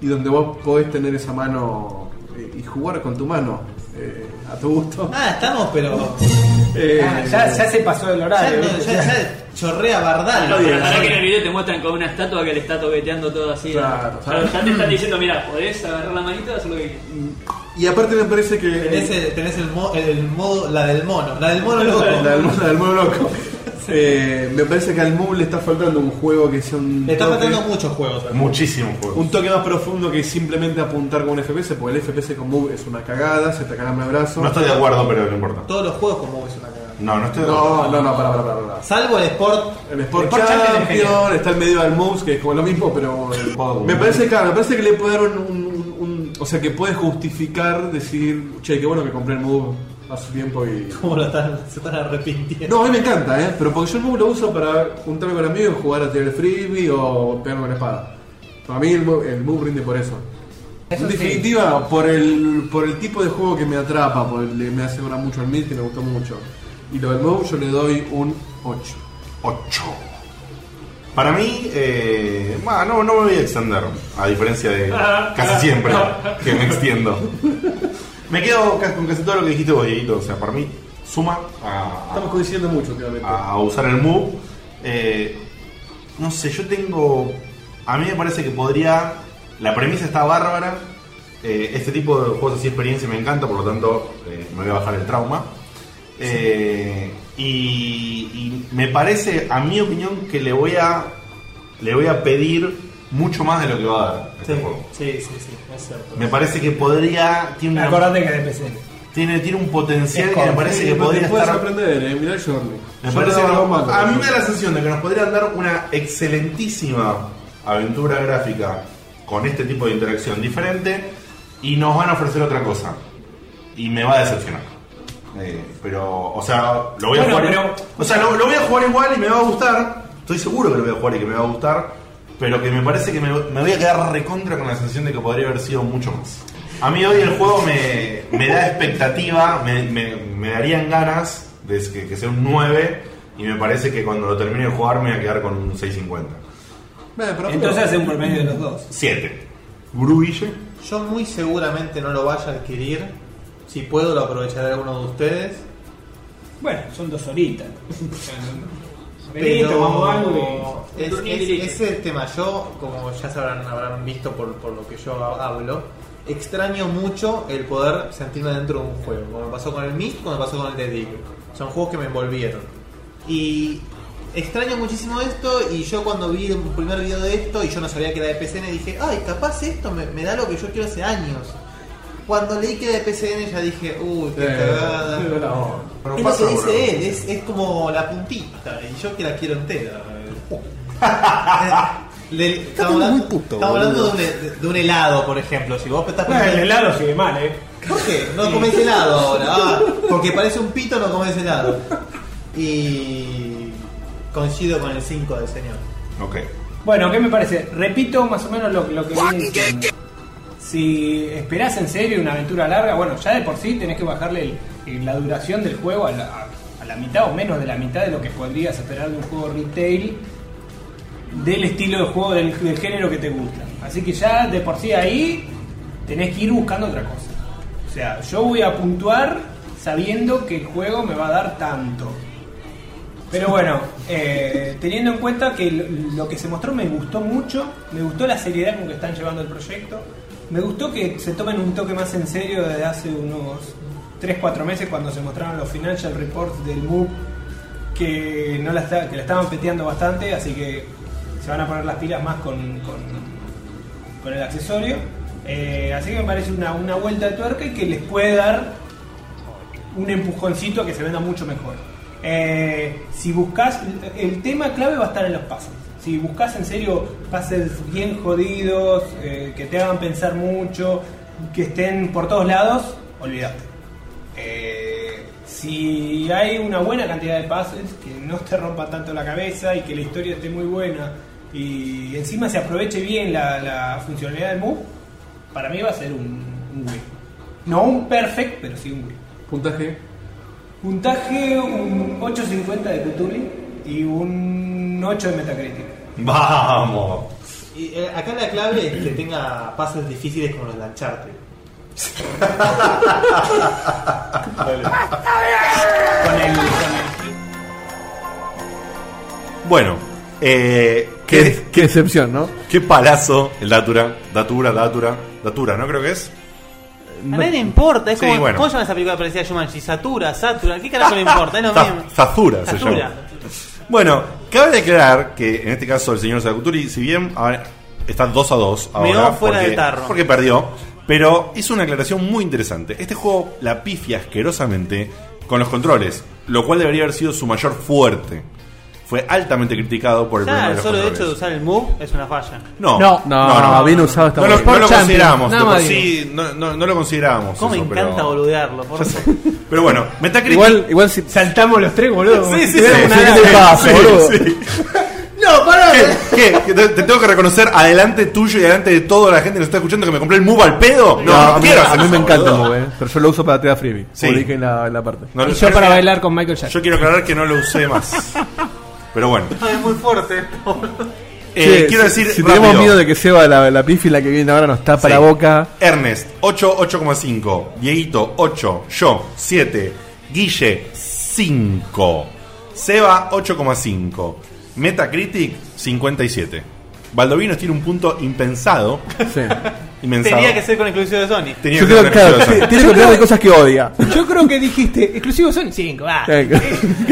[SPEAKER 4] y donde vos podés tener esa mano eh, y jugar con tu mano eh, a tu gusto.
[SPEAKER 6] Ah, estamos, pero.
[SPEAKER 4] Ah, ya- ya
[SPEAKER 5] se pasó el horario,
[SPEAKER 6] Ya, no,
[SPEAKER 5] ¿viste?
[SPEAKER 6] ya- ya chorrea bardal.
[SPEAKER 2] Claro, para que en el video te muestran con una estatua que le está toqueteando todo así.
[SPEAKER 4] Claro,
[SPEAKER 2] Ya-
[SPEAKER 4] claro.
[SPEAKER 2] ya te están diciendo, mira, podés agarrar la manita y hacer lo que quieras.
[SPEAKER 4] Y aparte me parece que...
[SPEAKER 6] Tenés, el, tenés el, mo- el- el modo, la del mono, la del mono loco.
[SPEAKER 4] La del, la del mono loco. Eh, me parece que al MOOC le está faltando un juego que sea un.
[SPEAKER 6] Le está
[SPEAKER 4] toque-
[SPEAKER 6] faltando muchos juegos.
[SPEAKER 12] Muchísimos juegos.
[SPEAKER 4] Un toque más profundo que simplemente apuntar con un FPS, porque el FPS con MOOC es una cagada, se te calambra el brazo.
[SPEAKER 12] No estoy de acuerdo, pero no importa.
[SPEAKER 6] Todos los juegos como es una cagada.
[SPEAKER 12] No, no estoy de
[SPEAKER 4] No,
[SPEAKER 12] acuerdo.
[SPEAKER 4] no, no, para, para, para. para.
[SPEAKER 6] Salvo el Sport.
[SPEAKER 4] El Sport,
[SPEAKER 6] Sport Champions
[SPEAKER 4] Champion,
[SPEAKER 6] es genial.
[SPEAKER 4] está el Medieval Moves, que es como lo mismo, pero. me parece, claro, me parece que le puede dar un, un- un- O sea, que puedes justificar, decir, che, qué bueno que compré el Move hace tiempo y.
[SPEAKER 6] ¿Cómo lo están, se están arrepintiendo?
[SPEAKER 4] No, a mí me encanta, ¿eh? Pero porque yo el MOOC lo uso para juntarme con amigos, jugar a tirar el frisbee o pegarme con la espada. Para mí el MOOC, el MOOC rinde por eso.
[SPEAKER 5] Eso
[SPEAKER 4] en
[SPEAKER 5] sí.
[SPEAKER 4] definitiva, por, el, por el tipo de juego que me atrapa, por el- me hace una mucho al mid, que me gustó mucho. Y lo del MOOC yo le doy un 8.
[SPEAKER 12] 8. Para mí, eh, bah, no, no me voy a extender, a diferencia de casi siempre que me extiendo. Me quedo ca- con casi todo lo que dijiste vos, Dieguito. O sea, para mí, suma a,
[SPEAKER 4] Estamos coincidiendo mucho últimamente.
[SPEAKER 12] a usar el move. Eh, no sé, yo tengo. A mí me parece que podría. La premisa está bárbara. Eh, este tipo de juegos así, experiencia, me encanta, por lo tanto, eh, me voy a bajar el trauma. Eh, y, y me parece, a mi opinión, que le voy a le voy a pedir mucho más de lo que va a dar a este juego.
[SPEAKER 6] Sí, sí, sí, es cierto.
[SPEAKER 12] Me parece que podría. Tiene, una-
[SPEAKER 5] Acordate que es de PC.
[SPEAKER 12] tiene, tiene un potencial
[SPEAKER 5] Es
[SPEAKER 12] que me
[SPEAKER 5] con-
[SPEAKER 12] parece que
[SPEAKER 4] Pero
[SPEAKER 12] podría
[SPEAKER 4] te puedes
[SPEAKER 12] estar
[SPEAKER 4] aprender, eh, mirá el Journey.
[SPEAKER 12] me
[SPEAKER 4] Yo
[SPEAKER 12] parece
[SPEAKER 4] te
[SPEAKER 12] que
[SPEAKER 4] daba
[SPEAKER 12] no-
[SPEAKER 4] más,
[SPEAKER 12] a
[SPEAKER 4] pero-
[SPEAKER 12] mí me da la sensación de que nos podrían dar una excelentísima aventura gráfica con este tipo de interacción diferente y nos van a ofrecer otra cosa. Y me va a decepcionar. Eh, pero, o sea, lo voy a
[SPEAKER 5] Bueno,
[SPEAKER 12] jugar.
[SPEAKER 5] pero-
[SPEAKER 12] O sea, lo, lo voy a jugar igual y me va a gustar. Estoy seguro que lo voy a jugar y que me va a gustar. Pero que me parece que me, me voy a quedar recontra con la sensación de que podría haber sido mucho más. A mí hoy el juego me, me da expectativa, me, me- me darían ganas de que, que sea un 9 y me parece que cuando lo termine de jugar me voy a quedar con un 6.50.
[SPEAKER 4] Bueno, pero-
[SPEAKER 5] Entonces hace un promedio de los dos.
[SPEAKER 12] 7. Gruille.
[SPEAKER 6] Yo muy seguramente no lo vaya a adquirir. Si puedo, lo aprovecharé alguno de ustedes.
[SPEAKER 5] Bueno, son dos horitas. Vení, tomamos
[SPEAKER 6] Pero
[SPEAKER 5] algo y-
[SPEAKER 6] es, es- es el tema. Yo, como ya sabrán, habrán visto por, por lo que yo hablo, extraño mucho el poder sentirme dentro de un juego. Como me pasó con el Myst, como me pasó con el The Dig. Son juegos que me envolvieron. Y extraño muchísimo esto. Y yo, cuando vi el primer video de esto, y yo no sabía que era de PCN, dije: Ay, capaz esto me, me da lo que yo quiero hace años. Cuando leí que era de PCN, ya dije: Uy, qué
[SPEAKER 4] Eh,
[SPEAKER 6] cagada.
[SPEAKER 4] no. Pero
[SPEAKER 6] Es lo que
[SPEAKER 4] pasa, bro.
[SPEAKER 6] dice él, es, es como la puntita, y yo que la quiero entera. Le- estamos
[SPEAKER 24] muy
[SPEAKER 6] hablando,
[SPEAKER 24] puto,
[SPEAKER 6] estamos hablando de,
[SPEAKER 24] boludo.
[SPEAKER 6] un, he- de un helado, por ejemplo. Si vos estás
[SPEAKER 5] Bueno, el helado sigue mal, ¿eh?
[SPEAKER 6] ¿Por qué? No comes helado ahora. ah, porque parece un pito, no comes helado. Y coincido con el 5 del señor.
[SPEAKER 12] Ok.
[SPEAKER 5] Bueno, ¿qué me parece? Repito más o menos lo, lo que viene diciendo. Si esperás en serio una aventura larga, bueno, ya de por sí tenés que bajarle el- el- la duración del juego a la, a- a la mitad o menos de la mitad de lo que podrías esperar de un juego retail del estilo de juego del, del género que te gusta. Así que ya de por sí ahí tenés que ir buscando otra cosa. O sea, yo voy a puntuar sabiendo que el juego me va a dar tanto. Pero bueno, eh, teniendo en cuenta que lo, lo que se mostró me gustó mucho, me gustó la seriedad con que están llevando el proyecto, me gustó que se tomen un toque más en serio desde hace unos 3-4 meses cuando se mostraron los financial reports del MOOC que, no la, está- que la estaban peteando bastante, así que se van a poner las pilas más con, con- con el accesorio. Eh, así que me parece una, una vuelta de tuerca y que les puede dar un empujoncito a que se venda mucho mejor. Eh, si buscas, el tema clave va a estar en los pases. Si buscas en serio pases bien jodidos, eh, que te hagan pensar mucho, que estén por todos lados, olvídate. Eh, si hay una buena cantidad de pases, que no te rompa tanto la cabeza y que la historia esté muy buena y encima se aproveche bien la, la funcionalidad del move, para mí va a ser un, un win. No un perfect, pero sí un win.
[SPEAKER 4] Puntaje.
[SPEAKER 3] Puntaje un 8.50 de Cthulhu y un 8 de Metacritic.
[SPEAKER 12] Vamos.
[SPEAKER 25] Y, eh, acá la clave es que tenga pasos difíciles como los de Uncharted.
[SPEAKER 3] Con el, con el
[SPEAKER 12] Bueno, eh, qué,
[SPEAKER 4] qué excepción, ¿no?
[SPEAKER 12] Qué palazo el Datura, Datura, Datura, Datura, ¿no creo que es?
[SPEAKER 6] A nadie le importa, es
[SPEAKER 12] Sí,
[SPEAKER 6] como.
[SPEAKER 12] bueno.
[SPEAKER 6] ¿Cómo se llama esa película parecida a Shumanji? Satura, Satura, ¿qué carajo le importa? Es lo
[SPEAKER 12] Za-
[SPEAKER 6] mismo.
[SPEAKER 12] Zazura se
[SPEAKER 6] Satura.
[SPEAKER 12] llama. Bueno, cabe declarar que en este caso el señor Sakuturi, si bien ahora está 2 a 2 ahora.
[SPEAKER 6] Meó fuera
[SPEAKER 12] porque,
[SPEAKER 6] de tarro.
[SPEAKER 12] Porque perdió. Pero hizo una aclaración muy interesante. Este juego la pifia asquerosamente con los controles, lo cual debería haber sido su mayor fuerte. Fue altamente criticado por el
[SPEAKER 6] Ya,
[SPEAKER 12] problema de
[SPEAKER 6] el
[SPEAKER 12] los
[SPEAKER 6] solo
[SPEAKER 12] controles.
[SPEAKER 6] hecho de usar el move es una falla.
[SPEAKER 12] No,
[SPEAKER 4] No, bien usado está
[SPEAKER 12] No lo,
[SPEAKER 4] bueno.
[SPEAKER 12] no lo
[SPEAKER 4] Por Champions,
[SPEAKER 12] considerábamos,
[SPEAKER 4] nada
[SPEAKER 12] de por
[SPEAKER 4] más
[SPEAKER 12] sí, no, no- no lo considerábamos.
[SPEAKER 6] ¿Cómo me
[SPEAKER 12] eso,
[SPEAKER 6] encanta
[SPEAKER 12] pero,
[SPEAKER 6] boludearlo? Por favor.
[SPEAKER 12] pero bueno, Metacritic.
[SPEAKER 4] Igual, igual si.
[SPEAKER 3] Saltamos los tres, boludo.
[SPEAKER 12] Sí, sí, sí,
[SPEAKER 4] Tuviéramos
[SPEAKER 12] sí,
[SPEAKER 4] una
[SPEAKER 12] sí,
[SPEAKER 4] gran paz,
[SPEAKER 12] sí,
[SPEAKER 4] boludo.
[SPEAKER 12] sí.
[SPEAKER 3] No, pará.
[SPEAKER 12] ¿Qué? ¿Qué? ¿Te, te tengo que reconocer adelante tuyo y adelante de toda la gente que nos está escuchando que me compré el Move al pedo? No,
[SPEAKER 4] No,
[SPEAKER 12] no
[SPEAKER 4] a, mí,
[SPEAKER 12] quiero
[SPEAKER 4] a
[SPEAKER 12] hacer
[SPEAKER 4] mí me
[SPEAKER 12] eso,
[SPEAKER 4] encanta el
[SPEAKER 12] boludo.
[SPEAKER 4] move, eh, pero yo lo uso para tirar freebie.
[SPEAKER 12] Sí.
[SPEAKER 4] Como dije en la, en la parte.
[SPEAKER 12] No,
[SPEAKER 5] Y
[SPEAKER 12] no,
[SPEAKER 5] yo
[SPEAKER 12] yo-
[SPEAKER 5] para bailar con Michael Jackson.
[SPEAKER 12] Yo quiero aclarar que no lo usé más. Pero bueno.
[SPEAKER 6] Es muy fuerte.
[SPEAKER 12] Eh,
[SPEAKER 4] Che,
[SPEAKER 12] quiero
[SPEAKER 4] si-
[SPEAKER 12] decir
[SPEAKER 4] Si
[SPEAKER 12] rápido.
[SPEAKER 4] tenemos miedo de que Seba, la, la pífila que viene ahora, nos tapa
[SPEAKER 12] Sí.
[SPEAKER 4] la boca.
[SPEAKER 12] Ernest, 8, 8,5. Dieguito, 8. Yo, 7. Guille, 5. Seba, 8,5. Metacritic, 57. Baldovino tiene un punto impensado.
[SPEAKER 4] Sí.
[SPEAKER 12] Impensado.
[SPEAKER 6] Tenía que ser con exclusivo de Sony.
[SPEAKER 12] Tenía
[SPEAKER 4] Yo
[SPEAKER 12] que
[SPEAKER 4] creo que
[SPEAKER 12] ser
[SPEAKER 4] claro,
[SPEAKER 12] gracioso.
[SPEAKER 4] tiene que hablar de cosas que odia. Eh,
[SPEAKER 5] Yo creo que dijiste, exclusivo Sony 5, va.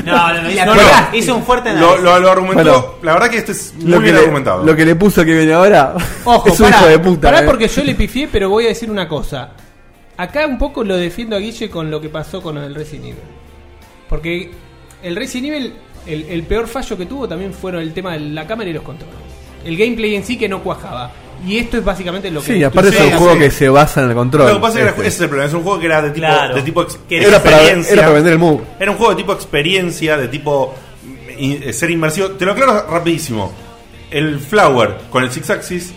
[SPEAKER 6] No, no, no, hizo,
[SPEAKER 5] La
[SPEAKER 6] no, no,
[SPEAKER 5] cagaste.
[SPEAKER 6] hizo un fuerte
[SPEAKER 12] Lo,
[SPEAKER 6] análisis.
[SPEAKER 12] lo, lo argumentó.
[SPEAKER 4] Bueno.
[SPEAKER 12] la verdad que este es muy
[SPEAKER 4] Lo que,
[SPEAKER 12] bien
[SPEAKER 4] le,
[SPEAKER 12] argumentado.
[SPEAKER 4] lo que le puso que viene ahora
[SPEAKER 5] Ojo,
[SPEAKER 4] es un
[SPEAKER 5] pará,
[SPEAKER 4] hijo de puta.
[SPEAKER 5] pará
[SPEAKER 4] eh.
[SPEAKER 5] porque yo le pifié, pero voy a decir una cosa. Acá un poco lo defiendo a Guille con lo que pasó con el Resident Evil. Porque el Resident Evil, el, el peor fallo que tuvo también fueron el tema de la cámara y los controles. El gameplay en sí que no cuajaba. Y esto es básicamente lo que...
[SPEAKER 4] Sí, aparte es
[SPEAKER 5] destruyó
[SPEAKER 4] un
[SPEAKER 5] la
[SPEAKER 4] juego
[SPEAKER 5] serie.
[SPEAKER 4] que se basa en el control.
[SPEAKER 12] Lo que pasa es que era-
[SPEAKER 4] Este.
[SPEAKER 12] ese es el problema. Es un juego que era de tipo,
[SPEAKER 6] Claro.
[SPEAKER 12] de tipo ex-
[SPEAKER 6] Que
[SPEAKER 4] era, para,
[SPEAKER 12] experiencia.
[SPEAKER 4] era para vender el move.
[SPEAKER 12] Era un juego de tipo experiencia, de tipo mm, in- eh, ser inmersivo. Te lo aclaro rapidísimo. El Flower con el Six Axis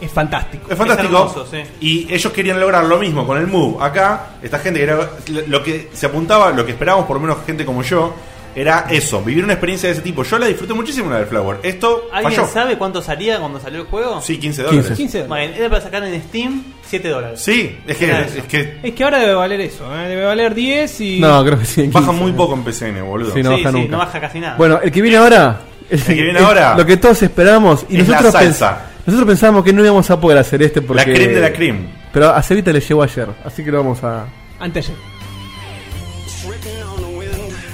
[SPEAKER 5] Es fantástico.
[SPEAKER 12] es fantástico.
[SPEAKER 6] hermoso, sí.
[SPEAKER 12] Y ellos querían lograr lo mismo con el Move. Acá, esta gente que era lo que se apuntaba, lo que esperábamos por lo menos gente como yo, era eso, vivir una experiencia de ese tipo. Yo la disfruté muchísimo la del Flower. Esto
[SPEAKER 6] ¿Alguien
[SPEAKER 12] falló.
[SPEAKER 6] sabe cuánto salía cuando salió el juego?
[SPEAKER 12] Sí, 15 dólares.
[SPEAKER 5] 15 dólares.
[SPEAKER 6] Bueno, era para sacar en Steam 7 dólares.
[SPEAKER 12] Sí, es que,
[SPEAKER 6] Era
[SPEAKER 12] es
[SPEAKER 6] eso.
[SPEAKER 12] que
[SPEAKER 5] Es que ahora debe valer eso. ¿eh? Debe valer 10 y...
[SPEAKER 4] No, creo que sí. en
[SPEAKER 12] baja
[SPEAKER 4] 15.
[SPEAKER 12] muy poco en PCN, boludo.
[SPEAKER 4] Sí, no
[SPEAKER 6] sí,
[SPEAKER 4] baja
[SPEAKER 6] sí,
[SPEAKER 4] nunca.
[SPEAKER 6] no baja casi nada.
[SPEAKER 4] Bueno, el que viene ahora.
[SPEAKER 12] El que viene ahora
[SPEAKER 4] Lo que todos esperamos. Y
[SPEAKER 12] es la
[SPEAKER 4] nosotros, pens-
[SPEAKER 12] salsa.
[SPEAKER 4] nosotros pensábamos que no íbamos a poder hacer este porque.
[SPEAKER 12] La creme de la creme.
[SPEAKER 4] Pero a Cevita le llegó ayer. Así que lo vamos a.
[SPEAKER 5] Antes ayer.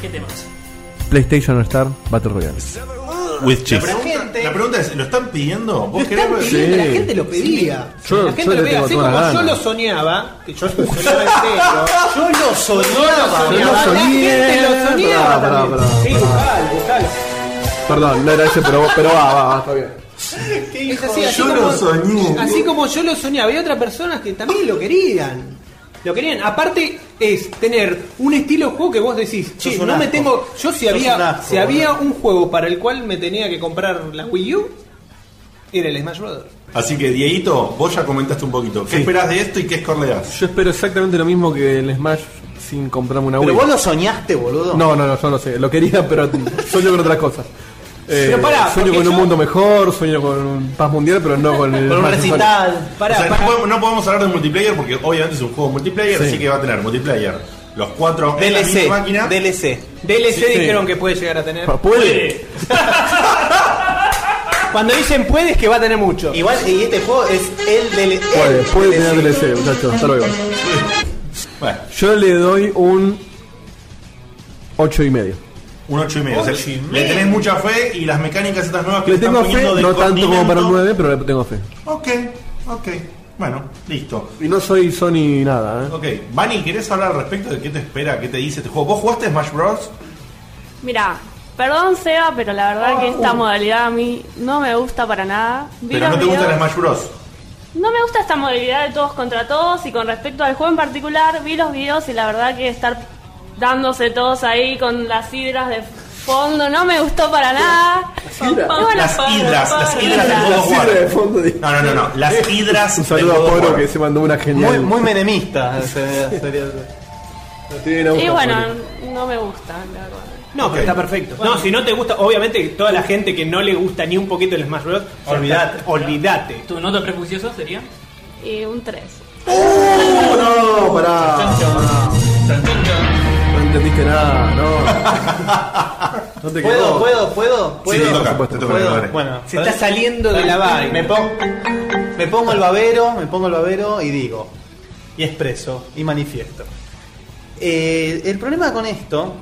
[SPEAKER 26] ¿Qué temas?
[SPEAKER 4] PlayStation Star Battle Royale.
[SPEAKER 12] With
[SPEAKER 27] La
[SPEAKER 12] cheese.
[SPEAKER 27] pregunta,
[SPEAKER 12] La pregunta es, ¿lo están pidiendo? ¿Vos
[SPEAKER 27] Lo
[SPEAKER 12] querés
[SPEAKER 27] están
[SPEAKER 12] ver?
[SPEAKER 27] pidiendo,
[SPEAKER 4] Sí.
[SPEAKER 27] la gente lo pedía.
[SPEAKER 4] Yo-
[SPEAKER 27] la gente
[SPEAKER 4] yo
[SPEAKER 27] lo
[SPEAKER 4] le
[SPEAKER 27] pedía,
[SPEAKER 4] tengo
[SPEAKER 27] así
[SPEAKER 4] todas
[SPEAKER 27] como
[SPEAKER 4] las
[SPEAKER 27] yo lo
[SPEAKER 4] ganas.
[SPEAKER 27] soñaba, que yo lo soñaba en serio. Yo lo soñaba,
[SPEAKER 4] Yo lo
[SPEAKER 27] la
[SPEAKER 4] soñé.
[SPEAKER 27] gente lo soñaba.
[SPEAKER 4] Pará,
[SPEAKER 27] también.
[SPEAKER 4] pará,
[SPEAKER 27] Sí, buscalo, buscalo.
[SPEAKER 4] Perdón, no era ese, pero, pero va, va, va, está bien.
[SPEAKER 27] Es así, así como-
[SPEAKER 5] Así como yo lo soñaba, había otras personas que también lo querían. Lo querían. Aparte es tener un estilo de juego que vos decís, che,
[SPEAKER 27] Sos
[SPEAKER 5] no
[SPEAKER 27] un
[SPEAKER 5] me
[SPEAKER 27] asco.
[SPEAKER 5] tengo. Yo si
[SPEAKER 27] Sos un
[SPEAKER 5] había,
[SPEAKER 27] asco,
[SPEAKER 5] si
[SPEAKER 27] boludo.
[SPEAKER 5] había un juego para el cual me tenía que comprar la Wii U, era el Smash Bros.
[SPEAKER 12] Así que, Dieguito, vos ya comentaste un poquito. ¿Qué
[SPEAKER 4] Sí.
[SPEAKER 12] esperás de esto y qué score le das?
[SPEAKER 4] Yo espero exactamente lo mismo que el Smash sin comprarme una
[SPEAKER 27] Pero
[SPEAKER 4] Wii.
[SPEAKER 27] vos lo soñaste, boludo.
[SPEAKER 4] No, no, no, yo no sé. Lo quería, pero sueño con otras cosas. Eh,
[SPEAKER 5] Pero pará,
[SPEAKER 4] sueño
[SPEAKER 5] porque
[SPEAKER 4] con un
[SPEAKER 5] yo-
[SPEAKER 4] mundo mejor, sueño con un paz mundial, pero no con el
[SPEAKER 27] Con un
[SPEAKER 4] Smash.
[SPEAKER 27] recital.
[SPEAKER 12] O
[SPEAKER 5] Pará,
[SPEAKER 12] sea, no,
[SPEAKER 5] pará.
[SPEAKER 12] podemos, no podemos hablar de multiplayer porque obviamente es un juego multiplayer,
[SPEAKER 4] Sí.
[SPEAKER 12] así que va a tener multiplayer. Los cuatro en la
[SPEAKER 28] DLC,
[SPEAKER 12] misma máquina.
[SPEAKER 28] DLC.
[SPEAKER 5] DLC
[SPEAKER 4] sí.
[SPEAKER 5] dijeron que puede llegar a tener.
[SPEAKER 4] Pa- ¿Puede?
[SPEAKER 5] Cuando dicen puedes que va a tener mucho.
[SPEAKER 28] Igual, y este juego es el DLC.
[SPEAKER 4] Puede, puede tener DLC, muchachos. Hasta luego.
[SPEAKER 12] Bueno,
[SPEAKER 4] Yo le doy un 8 y medio.
[SPEAKER 12] un 8 y medio. O sea, le tenés mucha fe y las mecánicas estas nuevas que
[SPEAKER 4] Le
[SPEAKER 12] están
[SPEAKER 4] tengo fe,
[SPEAKER 12] poniendo de
[SPEAKER 4] no tanto como para un
[SPEAKER 12] condimento-
[SPEAKER 4] 9, pero le tengo fe.
[SPEAKER 12] Ok, ok. Bueno, listo.
[SPEAKER 4] Y no soy Sony nada, ¿eh?
[SPEAKER 12] Ok, Vani, ¿querés hablar al respecto de qué te espera, qué te dice este juego? ¿Vos jugaste Smash Bros?
[SPEAKER 7] Mira, perdón Seba, pero la verdad que esta modalidad a mí no me gusta para nada. Vi
[SPEAKER 12] Pero
[SPEAKER 7] los
[SPEAKER 12] no te gusta el
[SPEAKER 7] videos-
[SPEAKER 12] Smash Bros.
[SPEAKER 7] No me gusta esta modalidad de todos contra todos y con respecto al juego en particular, vi los videos y la verdad que estar dándose todos ahí con las hidras de fondo no me gustó para nada. Y bueno,
[SPEAKER 12] Las
[SPEAKER 7] pa-
[SPEAKER 12] hidras,
[SPEAKER 7] pa-
[SPEAKER 12] las hidras de
[SPEAKER 7] hidras.
[SPEAKER 12] God of War.
[SPEAKER 4] Sirve de fondo, digo.
[SPEAKER 12] No, no, no, no. Las hidras.
[SPEAKER 4] Un saludo
[SPEAKER 12] del God
[SPEAKER 4] a
[SPEAKER 12] of
[SPEAKER 4] Poro
[SPEAKER 12] War.
[SPEAKER 4] que se mandó una genial.
[SPEAKER 28] Muy, muy menemista. sería- sería-
[SPEAKER 7] Y bueno, no me gusta, la verdad.
[SPEAKER 5] No, pero está perfecto. No, si no te gusta, obviamente toda la gente que no le gusta ni un poquito el Smash Bros. Olvídate. Olvídate.
[SPEAKER 2] ¿Tu nota prejuiciosa sería?
[SPEAKER 7] Y un 3.
[SPEAKER 3] no! ¡Pará! No entendiste nada, no. No te
[SPEAKER 6] ¿Puedo,
[SPEAKER 3] quedó.
[SPEAKER 6] puedo, puedo?
[SPEAKER 3] Sí,
[SPEAKER 6] ¿Puedo?
[SPEAKER 3] te toca, te toca,
[SPEAKER 6] ¿Puedo?
[SPEAKER 3] Lore.
[SPEAKER 6] Bueno,
[SPEAKER 5] Se está saliendo de la vaina.
[SPEAKER 6] Me, pon- me pongo el babero, me pongo el babero y digo, y expreso, y manifiesto. Eh, el problema con esto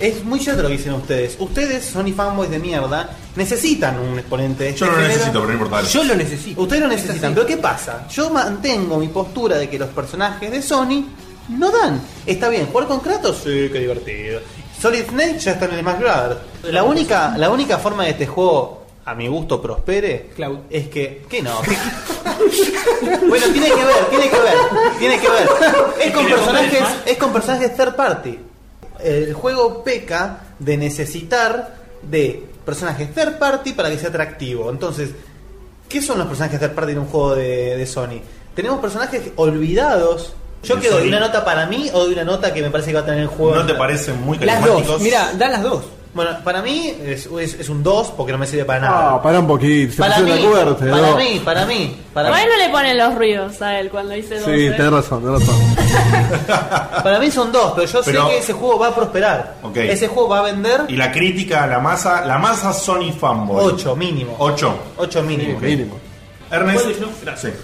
[SPEAKER 6] es muy chato lo que dicen ustedes. Ustedes, Sony fanboys de mierda, necesitan un exponente de este
[SPEAKER 12] Yo no lo
[SPEAKER 6] género.
[SPEAKER 12] necesito, pero no importa. dale.
[SPEAKER 6] Yo lo necesito. Ustedes lo necesitan, pero ¿qué pasa? Yo mantengo mi postura de que los personajes de Sony no dan. Está bien, jugar con Kratos, sí, qué divertido. Solid Snake ya está en el Smash Brothers. La única, la única forma de que este juego, a mi gusto, prospere es que. ¿Qué no? bueno, tiene que ver, tiene que ver, tiene que ver. Es con
[SPEAKER 29] ¿Que le pongan el
[SPEAKER 6] personajes,
[SPEAKER 29] Smash?
[SPEAKER 6] es con personajes third party. El juego peca de necesitar de personajes third party para que sea atractivo. Entonces, ¿Qué son los personajes de parte en un juego de, de Sony? Tenemos personajes olvidados. Yo
[SPEAKER 12] De
[SPEAKER 6] que doy
[SPEAKER 12] Sony.
[SPEAKER 6] una nota para mí o doy una nota que me parece que va a tener el juego.
[SPEAKER 12] ¿No te parecen muy
[SPEAKER 6] Las dos,
[SPEAKER 12] carismáticos?
[SPEAKER 6] mira, dan las dos. Bueno, para mí es, es- es un 2 porque no me sirve para nada.
[SPEAKER 4] Ah, pará un poquito. Se
[SPEAKER 6] para,
[SPEAKER 4] pusieron
[SPEAKER 6] mí,
[SPEAKER 4] de acuerdo ustedes
[SPEAKER 6] para
[SPEAKER 4] dos.
[SPEAKER 6] mí, para mí, para mí,
[SPEAKER 7] Igual no le ponen los ruidos a él cuando dice 12.
[SPEAKER 4] Sí, tenés razón, tenés razón.
[SPEAKER 6] para mí son dos, pero yo
[SPEAKER 12] Pero-
[SPEAKER 6] sé que ese juego va a prosperar.
[SPEAKER 12] Ok.
[SPEAKER 6] Ese juego va a vender
[SPEAKER 12] Y la crítica, la masa, la masa Sony fanboy.
[SPEAKER 6] 8 mínimo.
[SPEAKER 12] 8.
[SPEAKER 6] 8 mínimo.
[SPEAKER 12] mínimo. Ernest.
[SPEAKER 2] ¿Puedo yo? Gracias.
[SPEAKER 12] Sí.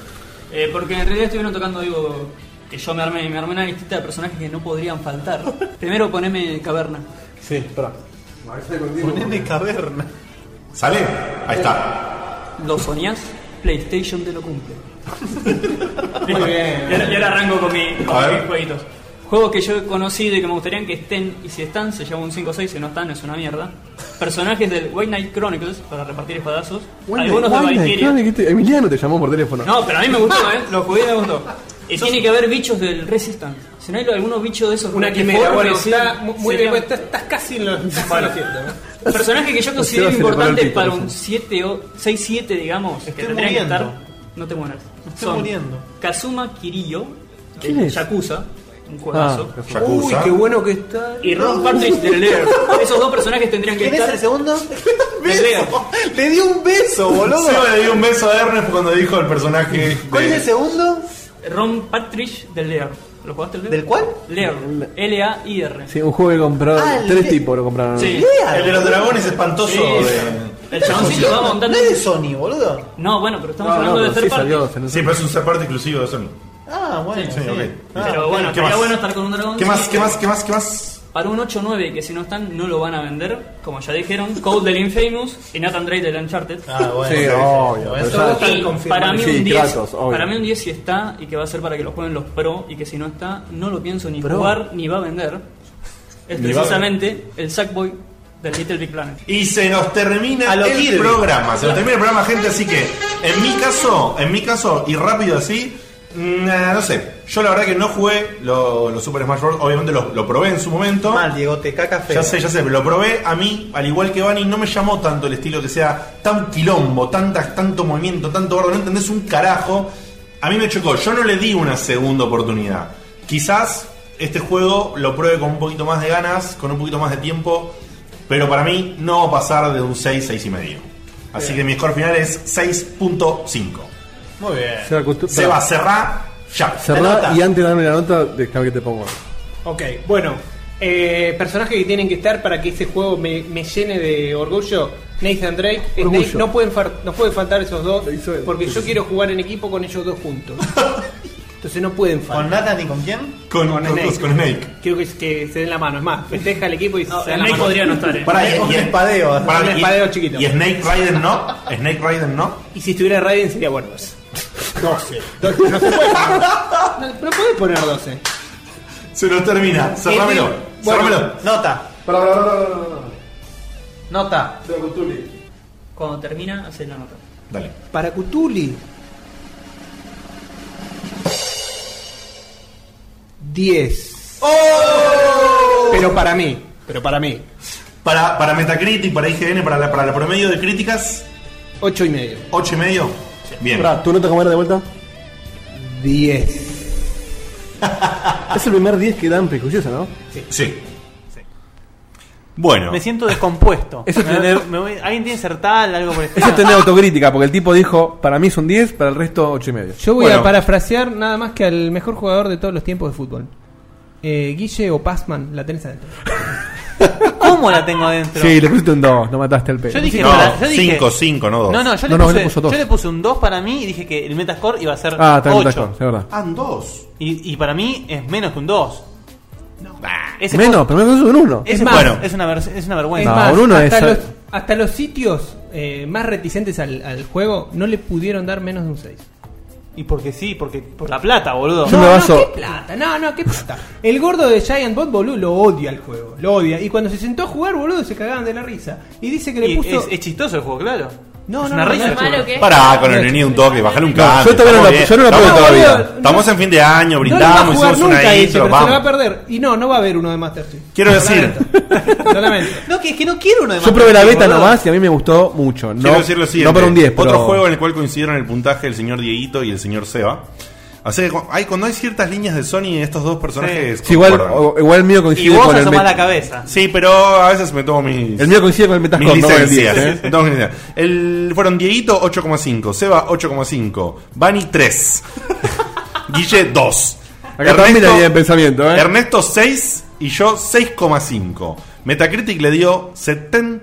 [SPEAKER 2] Eh, porque en realidad estuvieron tocando, digo, que yo me armé, me armé una listita de personajes que no podrían faltar. Primero poneme Caverna.
[SPEAKER 6] Sí, espera.
[SPEAKER 3] Poneme
[SPEAKER 6] caverna.
[SPEAKER 12] ¿Sale? Ahí está.
[SPEAKER 2] ¿Lo soñás? PlayStation te lo cumple.
[SPEAKER 30] Muy bien.
[SPEAKER 2] Y ahora, y ahora arranco con, mi- con
[SPEAKER 30] A ver.
[SPEAKER 2] mis jueguitos. Juegos que yo conocí de que me gustaría que estén, y si están, se lleva un 5 o 6, si no están, es una mierda. Personajes del White Knight Chronicles, para repartir espadazos. Algunos de
[SPEAKER 4] Guay,
[SPEAKER 2] Valkyria.
[SPEAKER 4] claro, que te- Emiliano te llamó por teléfono.
[SPEAKER 2] No, pero a mí me gustó, ¿eh? Lo jugué y me gustó. Y tiene que haber bichos del Resistance. Si no hay algunos bichos de esos...
[SPEAKER 5] Una
[SPEAKER 2] que
[SPEAKER 5] quimera, bueno,
[SPEAKER 2] formen,
[SPEAKER 5] está
[SPEAKER 2] sí,
[SPEAKER 5] mu- muy
[SPEAKER 2] serían-
[SPEAKER 5] bien, pues, estás, estás casi en los. casi en
[SPEAKER 2] Bueno.
[SPEAKER 5] lo cierto, ¿no?
[SPEAKER 2] Personaje que yo
[SPEAKER 5] Seba
[SPEAKER 2] considero
[SPEAKER 5] se le paró el
[SPEAKER 2] importante
[SPEAKER 5] pito,
[SPEAKER 2] para
[SPEAKER 5] parece.
[SPEAKER 2] un 7 o 6-7, digamos. que tendrían que
[SPEAKER 6] muriendo.
[SPEAKER 2] estar. No te mueras.
[SPEAKER 6] estoy muriendo.
[SPEAKER 2] Kazuma Kirillo,
[SPEAKER 4] ¿Quién
[SPEAKER 2] el
[SPEAKER 4] es?
[SPEAKER 2] Yakuza, un juegazo.
[SPEAKER 4] Ah,
[SPEAKER 6] Uy, qué bueno que está.
[SPEAKER 2] Y Ron Partridge del Lair. Esos dos personajes tendrían que
[SPEAKER 6] ¿Quién es
[SPEAKER 2] estar.
[SPEAKER 6] el segundo?
[SPEAKER 2] del Lair.
[SPEAKER 6] Le dio un beso, boludo.
[SPEAKER 12] Seba le dio un beso a Ernest cuando dijo el personaje.
[SPEAKER 6] ¿Cuál es el segundo?
[SPEAKER 2] Ron Partridge del Lair. ¿Lo jugaste el Lair?
[SPEAKER 6] ¿Del cuál?
[SPEAKER 2] Lair. L-A-I-R.
[SPEAKER 4] Sí, un juego que compraron.
[SPEAKER 2] Ah, el
[SPEAKER 4] tres
[SPEAKER 2] de-
[SPEAKER 4] tipos lo compraron.
[SPEAKER 2] Sí.
[SPEAKER 12] El de los dragones espantoso.
[SPEAKER 2] Sí.
[SPEAKER 12] de-
[SPEAKER 2] El chaboncito va montando.
[SPEAKER 6] No es de Sony, boludo.
[SPEAKER 2] No, bueno, pero estamos
[SPEAKER 12] No,
[SPEAKER 2] hablando
[SPEAKER 12] no,
[SPEAKER 2] de
[SPEAKER 12] pero
[SPEAKER 2] ser
[SPEAKER 12] sí
[SPEAKER 2] parte.
[SPEAKER 12] Sí, pero es un separate exclusivo de Sony.
[SPEAKER 6] Ah, bueno.
[SPEAKER 12] Sí, ok.
[SPEAKER 2] Pero bueno,
[SPEAKER 12] ¿Qué
[SPEAKER 2] estaría
[SPEAKER 12] más?
[SPEAKER 2] bueno estar con un dragón.
[SPEAKER 12] ¿Qué más?
[SPEAKER 2] Sí.
[SPEAKER 12] ¿Qué más? ¿Qué más? ¿Qué más?
[SPEAKER 2] Para un 8-9 que si no están no lo van a vender, como ya dijeron, Code del Infamous y Nathan Drake del Uncharted.
[SPEAKER 6] Ah,
[SPEAKER 4] bueno, Sí, sí, obvio, sí. pero
[SPEAKER 2] Eso
[SPEAKER 4] ya
[SPEAKER 2] y
[SPEAKER 4] están confirmados.
[SPEAKER 2] para mí
[SPEAKER 4] Sí,
[SPEAKER 2] un 10,
[SPEAKER 4] Kratos, obvio.
[SPEAKER 2] para mí un 10 si está y que va a ser para que lo jueguen los pro y que si no está no lo pienso ni jugar ni va a vender. Es
[SPEAKER 12] Ni va a
[SPEAKER 2] precisamente el Sackboy del Little Big Planet.
[SPEAKER 12] Y se nos termina
[SPEAKER 2] A lo
[SPEAKER 12] el
[SPEAKER 2] Kirby.
[SPEAKER 12] programa. Se nos termina el programa, gente. Así que, en mi caso, en mi caso, y rápido así, nah, no sé. Yo la verdad que no jugué lo- los Super Smash Bros. Obviamente lo, lo probé en su momento. Mal,
[SPEAKER 6] Diego, te caca feo.
[SPEAKER 12] Ya sé, ya sé, pero lo probé. A mí, al igual que Bani, no me llamó tanto el estilo que sea tan quilombo, tantas, tanto movimiento, tanto gordo. No entendés un carajo. A mí me chocó. Yo no le di una segunda oportunidad. Quizás este juego lo pruebe con un poquito más de ganas, con un poquito más de tiempo. Pero para mí no va a pasar de un 6, 6 y medio. Así que mi score final es 6.5.
[SPEAKER 6] Muy bien.
[SPEAKER 4] Se va a costu-
[SPEAKER 12] Se va a cerrar ya.
[SPEAKER 4] Cerrá y antes de darme la nota, déjame que te pongo.
[SPEAKER 5] Ok, bueno. eh, personajes que tienen que estar para que este juego me, me llene de orgullo. Nathan Drake,
[SPEAKER 4] Orgullo.
[SPEAKER 5] Snake, no pueden, far- no pueden faltar esos dos.
[SPEAKER 4] él.
[SPEAKER 5] Porque
[SPEAKER 4] Sí,
[SPEAKER 5] yo
[SPEAKER 4] sí.
[SPEAKER 5] quiero jugar en equipo con ellos dos juntos. Entonces no pueden faltar.
[SPEAKER 6] ¿Con Nathan y con quién?
[SPEAKER 12] Con, con- con Snake.
[SPEAKER 5] Quiero que, que se den la mano. Es más, festeja el equipo y se den la
[SPEAKER 2] Snake
[SPEAKER 5] mano.
[SPEAKER 2] podría no estar, eh.
[SPEAKER 12] Pará, y-
[SPEAKER 5] Un
[SPEAKER 12] y-
[SPEAKER 5] espadeo.
[SPEAKER 12] pará,
[SPEAKER 5] un
[SPEAKER 12] y-
[SPEAKER 5] espadeo chiquito.
[SPEAKER 12] ¿Y Snake Raiden no? ¿Snake Raiden no?
[SPEAKER 5] Y si estuviera Raiden sería bueno. 12. no se puede. No, no puedes poner eh. 12.
[SPEAKER 12] Se nos termina. Cerrámelo.
[SPEAKER 6] eh,
[SPEAKER 5] Bueno,
[SPEAKER 12] Cerrámelo.
[SPEAKER 6] Nota.
[SPEAKER 3] Pará, pará, pará, pará,
[SPEAKER 6] Nota.
[SPEAKER 2] Cuando termina, haces la nota.
[SPEAKER 12] Dale.
[SPEAKER 5] Para Cutuli. 10.
[SPEAKER 4] ¡Oh!
[SPEAKER 5] Pero para mí. Pero para mí.
[SPEAKER 12] Para, para Metacritic, para IGN, para la, para la promedio de críticas.
[SPEAKER 5] 8 y medio.
[SPEAKER 4] Ah,
[SPEAKER 12] ¿Ocho y medio? Bien.
[SPEAKER 4] Pará, ¿tú no te comer de vuelta?
[SPEAKER 5] 10.
[SPEAKER 4] Ah.
[SPEAKER 10] Es el primer 10 que dan prejuicioso, ¿no?
[SPEAKER 3] Sí. Bueno.
[SPEAKER 6] Me siento descompuesto.
[SPEAKER 4] Eso es
[SPEAKER 6] Me-
[SPEAKER 4] tener-
[SPEAKER 6] me voy- ¿Alguien tiene Sertal? Algo por el
[SPEAKER 4] Eso es tener autocrítica, porque el tipo dijo, para mí son 10, para el resto 8 y medio.
[SPEAKER 5] Yo voy a parafrasear nada más que al mejor jugador de todos los tiempos de fútbol. Eh, Guille o Passman, la tenés adentro.
[SPEAKER 6] ¿Cómo la tengo adentro?
[SPEAKER 4] Sí, le pusiste un 2, no mataste al pelo.
[SPEAKER 6] Yo dije,
[SPEAKER 3] No,
[SPEAKER 6] para- yo dije-
[SPEAKER 3] cinco, cinco, no dos.
[SPEAKER 6] No, no, yo,
[SPEAKER 4] No,
[SPEAKER 6] le,
[SPEAKER 4] no,
[SPEAKER 6] puse,
[SPEAKER 4] le puso dos.
[SPEAKER 6] yo le puse un 2 para mí y dije que el Metascore iba a ser
[SPEAKER 4] Ah, está bien,
[SPEAKER 6] 8.
[SPEAKER 4] Metascore, es verdad.
[SPEAKER 3] Ah, 2.
[SPEAKER 6] Y, y para mí es menos que un 2.
[SPEAKER 4] Menos, pero menos es un 1.
[SPEAKER 6] Es, más, es, una ver- es una
[SPEAKER 5] Es
[SPEAKER 6] vergüenza.
[SPEAKER 5] más,
[SPEAKER 4] por uno
[SPEAKER 5] hasta,
[SPEAKER 4] es-
[SPEAKER 5] los, hasta los sitios eh, más reticentes al, al juego no le pudieron dar menos de un 6.
[SPEAKER 6] Y porque sí, porque por la plata, boludo.
[SPEAKER 5] no, no, qué plata, no, no, qué plata. El gordo de Giant Bot, boludo, lo odia el juego, lo odia. Y cuando se sentó a jugar, boludo, se cagaban de la risa. Y dice que le
[SPEAKER 6] Y
[SPEAKER 5] puso.
[SPEAKER 6] es, es chistoso el juego, claro.
[SPEAKER 5] No,
[SPEAKER 6] es
[SPEAKER 5] no,
[SPEAKER 6] una
[SPEAKER 5] no,
[SPEAKER 6] risa.
[SPEAKER 5] no,
[SPEAKER 6] el
[SPEAKER 5] no,
[SPEAKER 6] juego.
[SPEAKER 5] malo que-
[SPEAKER 3] Pará, con el nenio un toque, bajale un
[SPEAKER 4] No, yo
[SPEAKER 3] cambio.
[SPEAKER 4] todavía no la- yo no la
[SPEAKER 3] Estamos
[SPEAKER 4] probé
[SPEAKER 3] bien.
[SPEAKER 4] todavía.
[SPEAKER 3] Estamos- Estamos en fin de año,
[SPEAKER 5] No lo va a
[SPEAKER 3] brindamos,
[SPEAKER 5] jugar
[SPEAKER 3] hicimos una
[SPEAKER 5] nunca, Guille,
[SPEAKER 3] intro,
[SPEAKER 5] pero se
[SPEAKER 3] vamos.
[SPEAKER 5] lo va a perder. Y no, no va a haber uno de Masterchef.
[SPEAKER 3] Quiero decir,
[SPEAKER 6] No, que es que no quiero uno de
[SPEAKER 4] Yo probé la
[SPEAKER 6] Masterchef,
[SPEAKER 4] beta
[SPEAKER 6] boludo.
[SPEAKER 4] nomás y a mí me gustó mucho. No,
[SPEAKER 3] quiero decir lo siguiente.
[SPEAKER 4] no para un 10,
[SPEAKER 3] Otro
[SPEAKER 4] pero-
[SPEAKER 3] juego en el cual coincidieron el puntaje el señor Dieguito y el señor Seba. Así que cu- hay, cuando hay ciertas líneas de Sony, estos dos personajes.
[SPEAKER 4] Sí, igual,
[SPEAKER 3] concuerdan.
[SPEAKER 4] o- igual el mío coincide con el met-
[SPEAKER 6] cabeza.
[SPEAKER 3] Sí, pero a veces me tomo mis.
[SPEAKER 4] El mío coincide con el Metascore,
[SPEAKER 3] mis
[SPEAKER 4] no con el
[SPEAKER 3] licencias.
[SPEAKER 4] 10, ¿eh?
[SPEAKER 3] Me tomo mis licencias. El- fueron Dieguito 8,5, Seba 8,5, Bani 3, Guille 2.
[SPEAKER 4] Acá también hay en pensamiento, ¿eh?
[SPEAKER 3] Ernesto 6 y yo
[SPEAKER 4] Oh.
[SPEAKER 3] 6,5. Metacritic le dio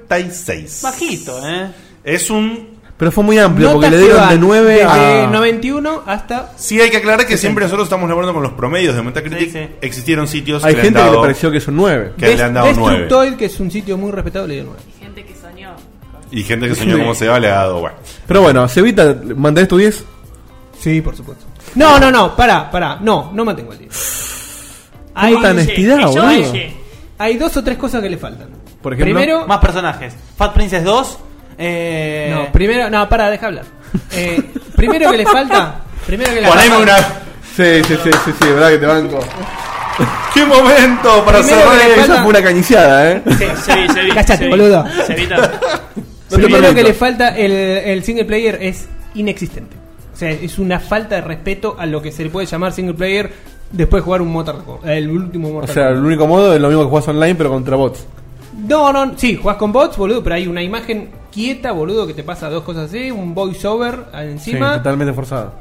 [SPEAKER 3] 76.
[SPEAKER 6] Bajito, ¿eh?
[SPEAKER 3] Es un
[SPEAKER 4] Pero fue muy amplio, porque
[SPEAKER 5] Notas
[SPEAKER 4] le
[SPEAKER 5] que
[SPEAKER 4] dieron
[SPEAKER 5] van
[SPEAKER 4] de 9
[SPEAKER 5] desde
[SPEAKER 4] a...
[SPEAKER 5] 91 hasta.
[SPEAKER 3] Sí, hay que aclarar que siempre nosotros estamos laborando con los promedios de Metacritic. Existieron sitios
[SPEAKER 4] Hay
[SPEAKER 3] que
[SPEAKER 4] gente
[SPEAKER 3] le han
[SPEAKER 4] que le
[SPEAKER 3] dado,
[SPEAKER 4] pareció que son 9.
[SPEAKER 3] que le han dado 9.
[SPEAKER 5] Destructoid, que es un sitio muy respetable, le dio 9.
[SPEAKER 7] Gente que soñó.
[SPEAKER 3] Y gente que soñó cómo se va le ha dado, bueno.
[SPEAKER 4] Pero bueno, Cevita, ¿mandaste tu 10?
[SPEAKER 5] Sí, por supuesto. No, no, no, pará, pará. No, no mantengo el 10.
[SPEAKER 4] Hay tanta honestidad,
[SPEAKER 5] hay-
[SPEAKER 4] boludo.
[SPEAKER 5] Hay dos o tres cosas que le faltan.
[SPEAKER 4] Por ejemplo,
[SPEAKER 5] primero,
[SPEAKER 6] Más personajes. Fat Princess 2. Eh...
[SPEAKER 5] no, primero, no, pará, deja hablar. Eh, primero que le falta, primero que le
[SPEAKER 3] Poneme
[SPEAKER 5] falta-
[SPEAKER 3] una.
[SPEAKER 4] Sí, sí, sí, sí, sí, verdad que te banco.
[SPEAKER 3] ¡Qué momento para
[SPEAKER 5] Primero
[SPEAKER 3] cerrar
[SPEAKER 5] que le
[SPEAKER 3] esto!
[SPEAKER 5] falta-
[SPEAKER 4] Esa fue una cañiciada, ¿eh?
[SPEAKER 9] Sí, se vi-
[SPEAKER 5] Cállate,
[SPEAKER 9] se vi-
[SPEAKER 5] boludo.
[SPEAKER 9] Se evita.
[SPEAKER 4] No te
[SPEAKER 5] Primero
[SPEAKER 4] permito.
[SPEAKER 5] que le falta el, el single player es inexistente. O sea, es una falta de respeto a lo que se le puede llamar single player después de jugar un Mortal Kombat, el último
[SPEAKER 4] O
[SPEAKER 5] Mortal
[SPEAKER 4] sea, el
[SPEAKER 5] Kombat.
[SPEAKER 4] único modo es lo mismo que jugás online, pero contra bots.
[SPEAKER 5] No, no, sí, jugás con bots, boludo, pero hay una imagen quieta, boludo, que te pasa dos cosas así, un voiceover
[SPEAKER 4] Sí,
[SPEAKER 5] encima,
[SPEAKER 4] totalmente forzado.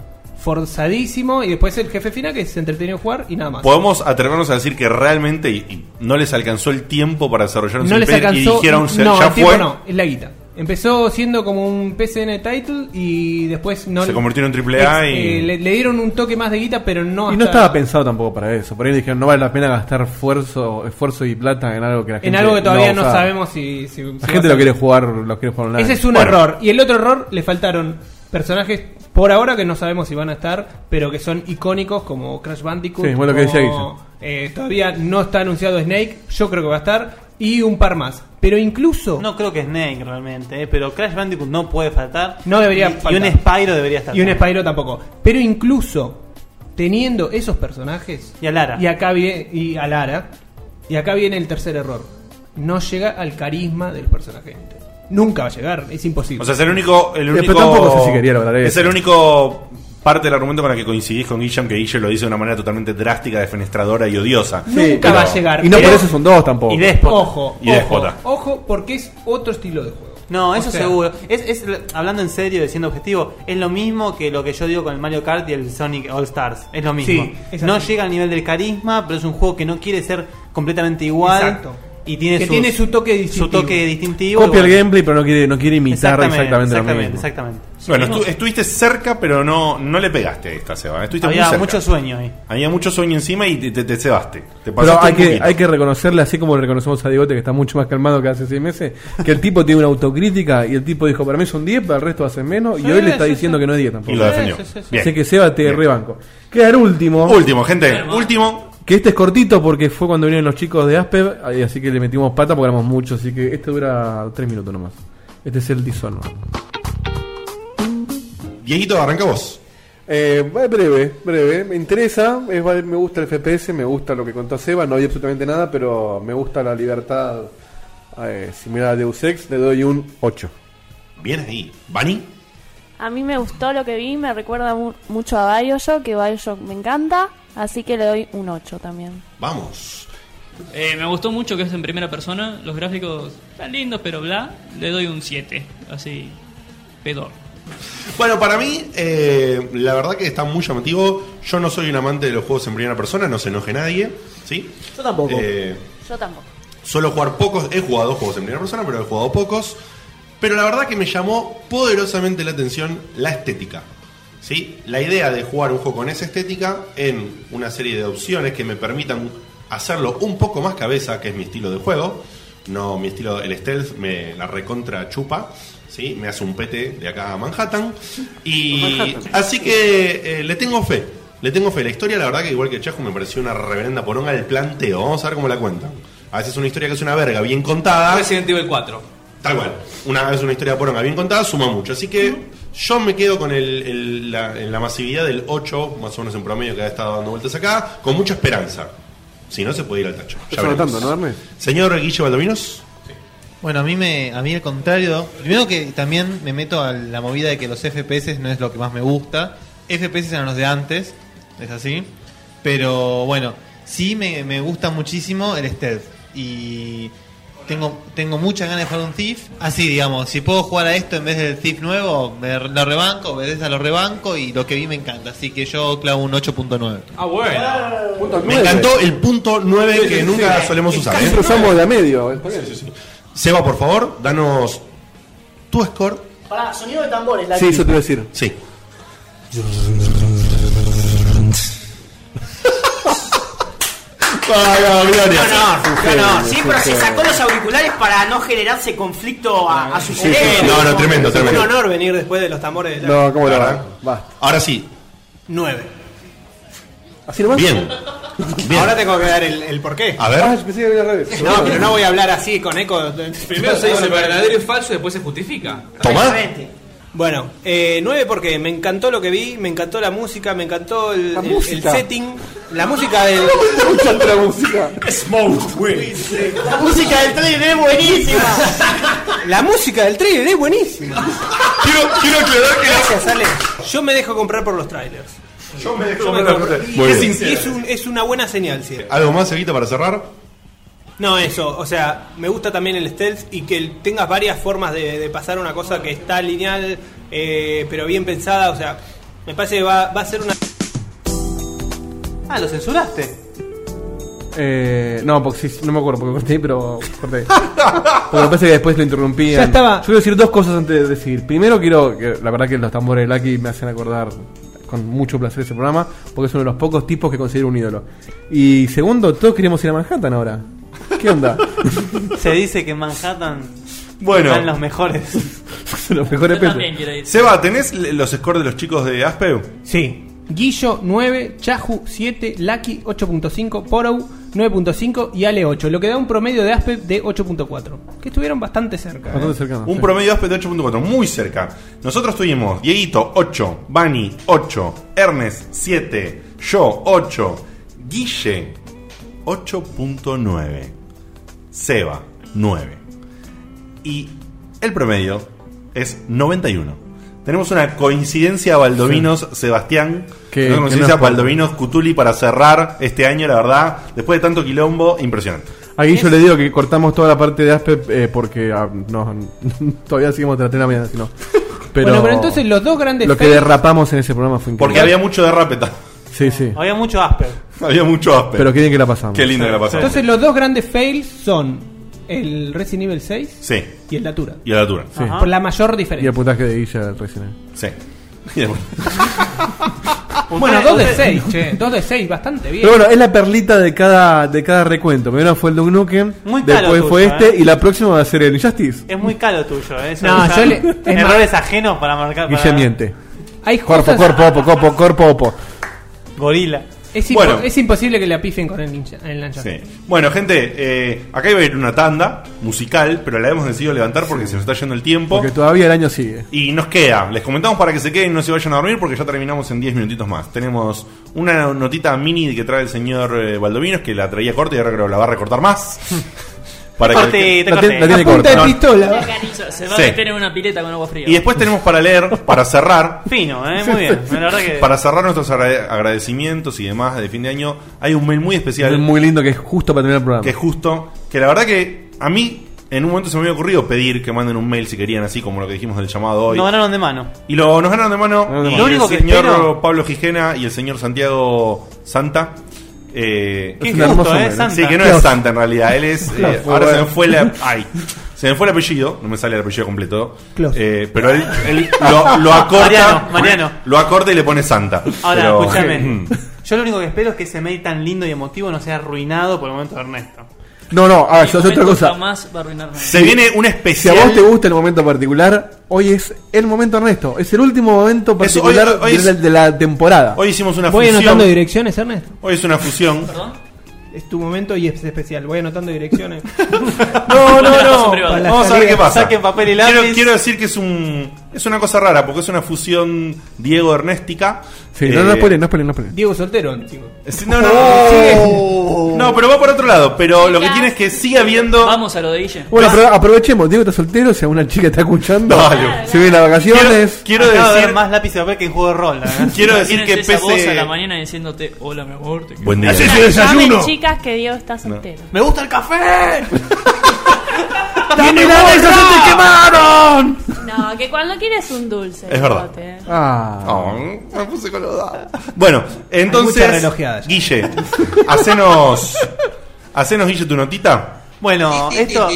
[SPEAKER 5] forzadísimo, y después el jefe final que se entretenido en jugar y nada más.
[SPEAKER 3] Podemos atrevernos a decir que realmente y- y no les alcanzó el tiempo para desarrollar un
[SPEAKER 5] no les
[SPEAKER 3] Simpel y
[SPEAKER 5] alcanzó.
[SPEAKER 3] dijeron se-
[SPEAKER 5] no,
[SPEAKER 3] ya
[SPEAKER 5] el tiempo
[SPEAKER 3] fue.
[SPEAKER 5] no, es la guita. Empezó siendo como un PCN title y después no.
[SPEAKER 3] Se convirtió en AAA y-
[SPEAKER 5] eh, le, le dieron un toque más de guita, pero no.
[SPEAKER 4] Y
[SPEAKER 5] hasta-
[SPEAKER 4] no estaba pensado tampoco para eso. Por ahí dijeron, no vale la pena gastar esfuerzo, esfuerzo y plata en algo que la
[SPEAKER 5] En
[SPEAKER 4] gente
[SPEAKER 5] algo que todavía
[SPEAKER 4] va a
[SPEAKER 5] no
[SPEAKER 4] usar.
[SPEAKER 5] sabemos si. si- si va
[SPEAKER 4] La
[SPEAKER 5] a
[SPEAKER 4] gente lo
[SPEAKER 5] ser-
[SPEAKER 4] quiere jugar, lo quiere jugar online.
[SPEAKER 5] Ese es un
[SPEAKER 4] Bueno,
[SPEAKER 5] error. Y el otro error, le faltaron personajes por ahora que no sabemos si van a estar, pero que son icónicos como Crash Bandicoot.
[SPEAKER 4] Sí, bueno, lo que
[SPEAKER 5] como,
[SPEAKER 4] decía Guille.
[SPEAKER 5] eh, Todavía no está anunciado Snake, yo creo que va a estar, y un par más. Pero incluso.
[SPEAKER 6] No creo que Snake realmente, eh, pero Crash Bandicoot no puede faltar.
[SPEAKER 5] No debería
[SPEAKER 6] y,
[SPEAKER 5] faltar.
[SPEAKER 6] Y un Spyro debería estar.
[SPEAKER 5] Y un Spyro tampoco. Pero incluso teniendo esos personajes.
[SPEAKER 6] Y a Lara.
[SPEAKER 5] Y acá viene. Y a Lara. Y acá viene el tercer error. No llega al carisma del personaje. Nunca va a llegar, es imposible.
[SPEAKER 3] O sea, es el único. El
[SPEAKER 4] Pero
[SPEAKER 3] único
[SPEAKER 4] tampoco sé si quería lograr
[SPEAKER 3] Es
[SPEAKER 4] eso.
[SPEAKER 3] el único parte del argumento con la que coincidís con Guillem, que Guille lo dice de una manera totalmente drástica, defenestradora y odiosa.
[SPEAKER 5] Nunca va a llegar.
[SPEAKER 4] Y no
[SPEAKER 5] Pero-
[SPEAKER 4] por eso son dos tampoco.
[SPEAKER 3] Y déspota.
[SPEAKER 5] Ojo,
[SPEAKER 3] Y déspota.
[SPEAKER 5] ojo, ojo, porque es otro estilo de juego.
[SPEAKER 6] No,
[SPEAKER 5] O
[SPEAKER 6] eso
[SPEAKER 5] sea,
[SPEAKER 6] seguro. Es, es, hablando en serio, siendo objetivo, es lo mismo que lo que yo digo con el Mario Kart y el Sonic All Stars. Es lo mismo.
[SPEAKER 5] Sí, es
[SPEAKER 6] no
[SPEAKER 5] así.
[SPEAKER 6] llega al nivel del carisma, pero es un juego que no quiere ser completamente igual.
[SPEAKER 5] Exacto.
[SPEAKER 6] Y tiene,
[SPEAKER 5] Que
[SPEAKER 6] sus-
[SPEAKER 5] tiene su toque
[SPEAKER 6] Su
[SPEAKER 5] distintivo.
[SPEAKER 6] toque distintivo.
[SPEAKER 4] Copia el
[SPEAKER 6] Bueno,
[SPEAKER 4] gameplay, pero no quiere, no quiere imitar
[SPEAKER 6] Exactamente,
[SPEAKER 4] exactamente, lo
[SPEAKER 6] exactamente,
[SPEAKER 4] mismo.
[SPEAKER 6] exactamente.
[SPEAKER 3] Bueno, estu- estuviste cerca, pero no, no le pegaste a esta, Seba. Estuviste muy
[SPEAKER 6] Había
[SPEAKER 3] cerca.
[SPEAKER 6] mucho sueño ahí.
[SPEAKER 3] Había mucho sueño encima y te, te, te cebaste. Te
[SPEAKER 4] Pero
[SPEAKER 3] pasaste
[SPEAKER 4] hay
[SPEAKER 3] un
[SPEAKER 4] que,
[SPEAKER 3] poquito.
[SPEAKER 4] hay que reconocerle, así como le reconocemos a Digote, que está mucho más calmado que hace seis meses, que el tipo tiene una autocrítica y el tipo dijo, para mí son 10, para el resto va a ser menos, y
[SPEAKER 6] Sí,
[SPEAKER 4] hoy le está
[SPEAKER 6] sí,
[SPEAKER 4] diciendo
[SPEAKER 6] sí.
[SPEAKER 4] que no es 10 tampoco.
[SPEAKER 3] Y lo defendió. Bien.
[SPEAKER 4] Así que Seba te
[SPEAKER 3] Bien.
[SPEAKER 4] rebanco. Queda el último.
[SPEAKER 3] Último, gente. Último.
[SPEAKER 4] Que este es cortito porque fue cuando vinieron los chicos de Aspe, ahí, así que le metimos pata porque éramos muchos, así que este dura 3 minutos nomás. Este es el Dishonored.
[SPEAKER 3] Dieguito, arranca vos.
[SPEAKER 4] Eh, eh, breve, breve. Me interesa, es va- me gusta el FPS, me gusta lo que contó Seba, no hay absolutamente nada, pero me gusta la libertad eh, similar a Deus Ex, le doy un 8.
[SPEAKER 3] Bien ahí. ¿Bani?
[SPEAKER 7] A mí me gustó lo que vi, me recuerda mu- mucho a Bioshock, que Bioshock me encanta. Así que le doy un 8 también.
[SPEAKER 12] Vamos.
[SPEAKER 2] Eh, me gustó mucho que es en primera persona. Los gráficos están lindos, pero bla. Le doy un 7. Así, pedor.
[SPEAKER 12] Bueno, para mí, eh, la verdad que está muy llamativo. Yo no soy un amante de los juegos en primera persona, no se enoje nadie. ¿sí?
[SPEAKER 10] Yo tampoco.
[SPEAKER 12] Eh,
[SPEAKER 7] Yo tampoco.
[SPEAKER 12] Suelo jugar pocos, he jugado juegos en primera persona, pero he jugado pocos. Pero la verdad que me llamó poderosamente la atención la estética. ¿sí? La idea de jugar un juego con esa estética en una serie de opciones que me permitan hacerlo un poco más cabeza, que es mi estilo de juego. No, mi estilo, el stealth me la recontra chupa. ¿sí? Me hace un pete de acá a Manhattan. Y
[SPEAKER 3] Manhattan.
[SPEAKER 12] así que eh, le tengo fe. Le tengo fe. La historia, la verdad que igual que Chajo me pareció una reverenda poronga el planteo. Vamos a ver cómo la cuentan. A veces es una historia que es una verga bien contada.
[SPEAKER 9] Resident Evil 4.
[SPEAKER 12] Tal cual. Una vez una historia poronga bien contada suma mucho. Así que yo me quedo con el- el- la, en la masividad del 8, más o menos en promedio que ha estado dando vueltas acá, con mucha esperanza. Si no, se puede ir al tacho. Ya
[SPEAKER 4] Está
[SPEAKER 12] veremos.
[SPEAKER 4] anotando, ¿no, Ernest?
[SPEAKER 12] Señor Guillo Valdominos.
[SPEAKER 11] Bueno, a mí me, a mí al contrario, primero que también me meto a la movida de que los FPS no es lo que más me gusta. FPS eran los de antes, es así. Pero bueno, sí me, me gusta muchísimo el stealth. Y tengo, tengo muchas ganas de jugar un Thief. Así, digamos, si puedo jugar a esto en vez del Thief nuevo, me lo rebanco, a lo rebanco y lo que vi me encanta. Así que yo clavo un 8.9.
[SPEAKER 9] Ah, bueno.
[SPEAKER 12] Me encantó el punto 9 que nunca solemos usar. ¿eh?
[SPEAKER 4] Siempre usamos de a medio. ¿eh?
[SPEAKER 12] Seba, por favor, danos tu score.
[SPEAKER 31] Pará, sonido de tambores. La
[SPEAKER 4] Sí, eso te iba a decir.
[SPEAKER 12] Sí. no, Gloria.
[SPEAKER 31] No, no,
[SPEAKER 12] Sí,
[SPEAKER 31] sí,
[SPEAKER 12] sí,
[SPEAKER 31] pero
[SPEAKER 12] sí.
[SPEAKER 31] se sacó los auriculares para no generarse conflicto a, a su
[SPEAKER 12] Sí,
[SPEAKER 31] cerebro.
[SPEAKER 12] sí, no, no, tremendo,
[SPEAKER 5] eh, Es un
[SPEAKER 12] tremendo.
[SPEAKER 5] honor venir después de los tambores. de la-
[SPEAKER 4] No, ¿cómo lo va?
[SPEAKER 12] Ahora sí.
[SPEAKER 5] 9.
[SPEAKER 4] ¿Así nomás?
[SPEAKER 12] Bien.
[SPEAKER 5] Ahora tengo que dar el, el porqué.
[SPEAKER 12] A ver.
[SPEAKER 4] Ah, yo pensé que había al revés.
[SPEAKER 5] No, pero no voy a hablar así con eco.
[SPEAKER 9] Primero se dice verdadero y falso y después se justifica.
[SPEAKER 12] Tomá.
[SPEAKER 5] Bueno, eh, 9 porque me encantó lo que vi, me encantó la música, me encantó el, el- el
[SPEAKER 4] música.
[SPEAKER 5] setting, la música del.
[SPEAKER 4] la música.
[SPEAKER 5] Smoke, güey.
[SPEAKER 31] La música del trailer es buenísima.
[SPEAKER 5] La música del trailer es buenísima.
[SPEAKER 12] quiero, quiero aclarar que.
[SPEAKER 5] Gracias, Ale. Yo me dejo comprar por los trailers.
[SPEAKER 12] Yo me dejo
[SPEAKER 5] comprar por los
[SPEAKER 12] Muy
[SPEAKER 5] trailers.
[SPEAKER 12] bien.
[SPEAKER 5] Es, es un- es una buena señal, sí.
[SPEAKER 12] ¿Algo más, Evita, para cerrar?
[SPEAKER 5] No, eso, o sea, me gusta también el stealth y que el- tengas varias formas de, de pasar una cosa que está lineal, eh, pero bien pensada, o sea, me parece que va, va a ser una...
[SPEAKER 10] Ah, lo censuraste.
[SPEAKER 4] Eh, no, porque sí, no me acuerdo porque corté, pero corté. Porque me parece que después lo interrumpían.
[SPEAKER 5] Ya estaba.
[SPEAKER 4] Yo quiero decir dos cosas antes de decir. Primero quiero, que la verdad que los tambores de Lucky me hacen acordar con mucho placer ese programa, porque es uno de los pocos tipos que considero un ídolo. Y segundo, todos queremos ir a Manhattan ahora. ¿Qué onda?
[SPEAKER 10] Se dice que en Manhattan
[SPEAKER 12] Bueno.
[SPEAKER 10] están los mejores.
[SPEAKER 4] Son los mejores peces.
[SPEAKER 12] Seba, ¿tenés l- los scores de los chicos de Aspeu?
[SPEAKER 5] Sí. Guillo 9, Chahu 7, Lucky 8.5, Porou 9.5 y Ale 8, lo que da un promedio de Aspe de 8.4, que estuvieron bastante cerca. ¿eh?
[SPEAKER 12] Un promedio de Aspeu de 8.4, muy cerca. Nosotros tuvimos Dieguito 8, Bani 8, Ernest 7, yo 8, Guille 8.9, Seba 9. Y el promedio es 91. Tenemos una coincidencia Valdovinos Sebastián.
[SPEAKER 4] Que-
[SPEAKER 12] una
[SPEAKER 4] que
[SPEAKER 12] coincidencia
[SPEAKER 4] no es poco.
[SPEAKER 12] Valdovinos Cutuli para cerrar este año, la verdad. Después de tanto quilombo, impresionante.
[SPEAKER 4] A Guillo le digo que cortamos toda la parte de Aspe eh, porque ah, no, todavía seguimos tras la mañana, si no. Pero,
[SPEAKER 5] Bueno, pero entonces los dos grandes
[SPEAKER 4] Lo que
[SPEAKER 5] fails-
[SPEAKER 4] derrapamos en ese programa fue increíble.
[SPEAKER 12] Porque había mucho derrape. ta-
[SPEAKER 4] Sí, sí.
[SPEAKER 10] Había mucho Asper.
[SPEAKER 12] Había mucho Aspeu.
[SPEAKER 4] Pero qué bien que la pasamos.
[SPEAKER 12] Qué lindo que la pasamos.
[SPEAKER 5] Entonces los dos grandes fails son el Resident Evil 6
[SPEAKER 12] Sí.
[SPEAKER 5] y el Datura.
[SPEAKER 12] Y a la altura.
[SPEAKER 4] Sí.
[SPEAKER 5] Por la mayor
[SPEAKER 4] Y el
[SPEAKER 5] diferencia.
[SPEAKER 4] puntaje de Guilla recién.
[SPEAKER 12] Sí. Y de-
[SPEAKER 5] Bueno, 2 de 6, che. 2 de 6, bastante bien.
[SPEAKER 4] Pero bueno, es la perlita de cada, de cada recuento. Primero fue el Duke Nukem,
[SPEAKER 10] Muy caro
[SPEAKER 4] después
[SPEAKER 10] tuyo,
[SPEAKER 4] fue este
[SPEAKER 10] eh.
[SPEAKER 4] y la próxima va a ser el Injustice.
[SPEAKER 10] Es muy caro tuyo, ¿eh? Eso
[SPEAKER 5] No,
[SPEAKER 10] es-
[SPEAKER 5] yo le- es
[SPEAKER 10] errores ajenos para marcar.
[SPEAKER 4] Guilla
[SPEAKER 10] para-
[SPEAKER 4] miente.
[SPEAKER 5] Hay
[SPEAKER 4] Corpo,
[SPEAKER 5] cosas-
[SPEAKER 4] corpo, opo, corpo, corpo, opo.
[SPEAKER 10] Gorila.
[SPEAKER 5] Es, impo-
[SPEAKER 12] Bueno.
[SPEAKER 5] es imposible que la pifen con el ninja. El ninja.
[SPEAKER 12] Sí. Bueno, gente, eh, acá iba a ir una tanda musical, pero la hemos decidido levantar porque se nos está yendo el tiempo.
[SPEAKER 4] Porque todavía el año sigue.
[SPEAKER 12] Y nos queda, les comentamos para que se queden y no se vayan a dormir porque ya terminamos en 10 minutitos más. Tenemos una notita mini que trae el señor eh, Valdovinos que la traía corta y ahora creo que la va a recortar más. Para
[SPEAKER 32] Corte,
[SPEAKER 12] que-
[SPEAKER 32] te La corte. ti- la tiene Apunta corta. de
[SPEAKER 12] No,
[SPEAKER 32] pistola.
[SPEAKER 2] Se, se va
[SPEAKER 12] Sí.
[SPEAKER 2] a meter en una pileta con agua fría.
[SPEAKER 12] Y después tenemos para leer, para cerrar.
[SPEAKER 6] Fino, ¿eh? Muy bien. La verdad que-
[SPEAKER 12] Para cerrar nuestros agra- agradecimientos y demás de fin de año, hay un mail muy especial.
[SPEAKER 4] Muy lindo que es justo para terminar el programa.
[SPEAKER 12] Que es justo. Que la verdad que a mí, en un momento se me había ocurrido pedir que manden un mail si querían, así como lo que dijimos del llamado hoy.
[SPEAKER 6] Nos ganaron de mano.
[SPEAKER 12] Y lo, nos ganaron de mano.
[SPEAKER 6] de
[SPEAKER 12] y
[SPEAKER 6] mano. Lo único
[SPEAKER 12] el
[SPEAKER 6] que
[SPEAKER 12] señor
[SPEAKER 6] espero-
[SPEAKER 12] Pablo Gijena y el señor Santiago Santa. Eh,
[SPEAKER 6] Qué Es un injusto, hermoso ¿eh? hombre, ¿no? Santa.
[SPEAKER 12] Sí, que no
[SPEAKER 6] Dios.
[SPEAKER 12] es Santa en realidad. Él es. eh,
[SPEAKER 6] Claro,
[SPEAKER 12] ahora se
[SPEAKER 6] bueno.
[SPEAKER 12] me fue la. Ay. Se me fue el apellido, no me sale el apellido completo.
[SPEAKER 6] Claro.
[SPEAKER 12] Eh, pero él, él lo, lo acorta.
[SPEAKER 6] Mariano, Mariano.
[SPEAKER 12] Lo acorta y le pone Santa.
[SPEAKER 6] Ahora,
[SPEAKER 12] Pero- Mm.
[SPEAKER 6] escúchame. Yo lo único que espero es que ese mail tan lindo y emotivo no sea arruinado por el momento de Ernesto.
[SPEAKER 4] No, no, a ver, Ah, yo hago otra cosa.
[SPEAKER 2] Jamás va a arruinar nada.
[SPEAKER 4] Sí. Si a vos te gusta el momento particular, hoy es el momento Ernesto. Es el último momento
[SPEAKER 12] Eso,
[SPEAKER 4] particular
[SPEAKER 12] hoy- hoy
[SPEAKER 4] de, la,
[SPEAKER 12] es-
[SPEAKER 4] de la temporada.
[SPEAKER 12] Hoy hicimos una
[SPEAKER 5] Voy
[SPEAKER 12] fusión.
[SPEAKER 5] anotando direcciones, Ernesto.
[SPEAKER 12] Hoy es una fusión.
[SPEAKER 5] Es tu momento y es especial. Voy anotando direcciones.
[SPEAKER 12] No, no, no.
[SPEAKER 5] Para la
[SPEAKER 12] Vamos a ver
[SPEAKER 5] salida.
[SPEAKER 12] qué pasa.
[SPEAKER 5] Saquen papel y
[SPEAKER 12] quiero,
[SPEAKER 5] lápiz.
[SPEAKER 12] quiero decir que es un es una cosa rara porque es una fusión Diego Ernéstica.
[SPEAKER 4] Sí, no, no
[SPEAKER 12] Eh,
[SPEAKER 4] spoilen, no spoilen, no spoilen.
[SPEAKER 5] Diego soltero, encima.
[SPEAKER 12] No, no,
[SPEAKER 5] Oh.
[SPEAKER 12] no, sigue. No, pero va por otro lado. Pero lo que tiene es que sigue habiendo.
[SPEAKER 2] Vamos a lo de Guille.
[SPEAKER 4] Bueno, apro- aprovechemos. Diego está soltero, si alguna chica está escuchando, se viene a vacaciones.
[SPEAKER 6] Quiero
[SPEAKER 12] Acaba de
[SPEAKER 6] decir
[SPEAKER 12] haber
[SPEAKER 6] más lápiz de papel que en juego de rol. ¿eh?
[SPEAKER 2] Tienes esa voz a la mañana diciéndote, hola mi amor, te quiero".
[SPEAKER 12] Buen día.
[SPEAKER 2] Así
[SPEAKER 7] Llamen,
[SPEAKER 2] es.
[SPEAKER 7] chicas que Diego está soltero.
[SPEAKER 6] ¡Me gusta el café!
[SPEAKER 7] ¡Dame
[SPEAKER 4] la
[SPEAKER 7] bolsa,
[SPEAKER 4] se te quemaron!
[SPEAKER 7] No, que cuando quieres un dulce.
[SPEAKER 12] Es verdad.
[SPEAKER 7] Bigote.
[SPEAKER 4] Ah.
[SPEAKER 12] me puse colorado. Bueno, entonces.
[SPEAKER 5] mucha relojeada ya.
[SPEAKER 12] Guille, hacenos. Hacenos, Guille, tu notita.
[SPEAKER 6] Bueno, esto,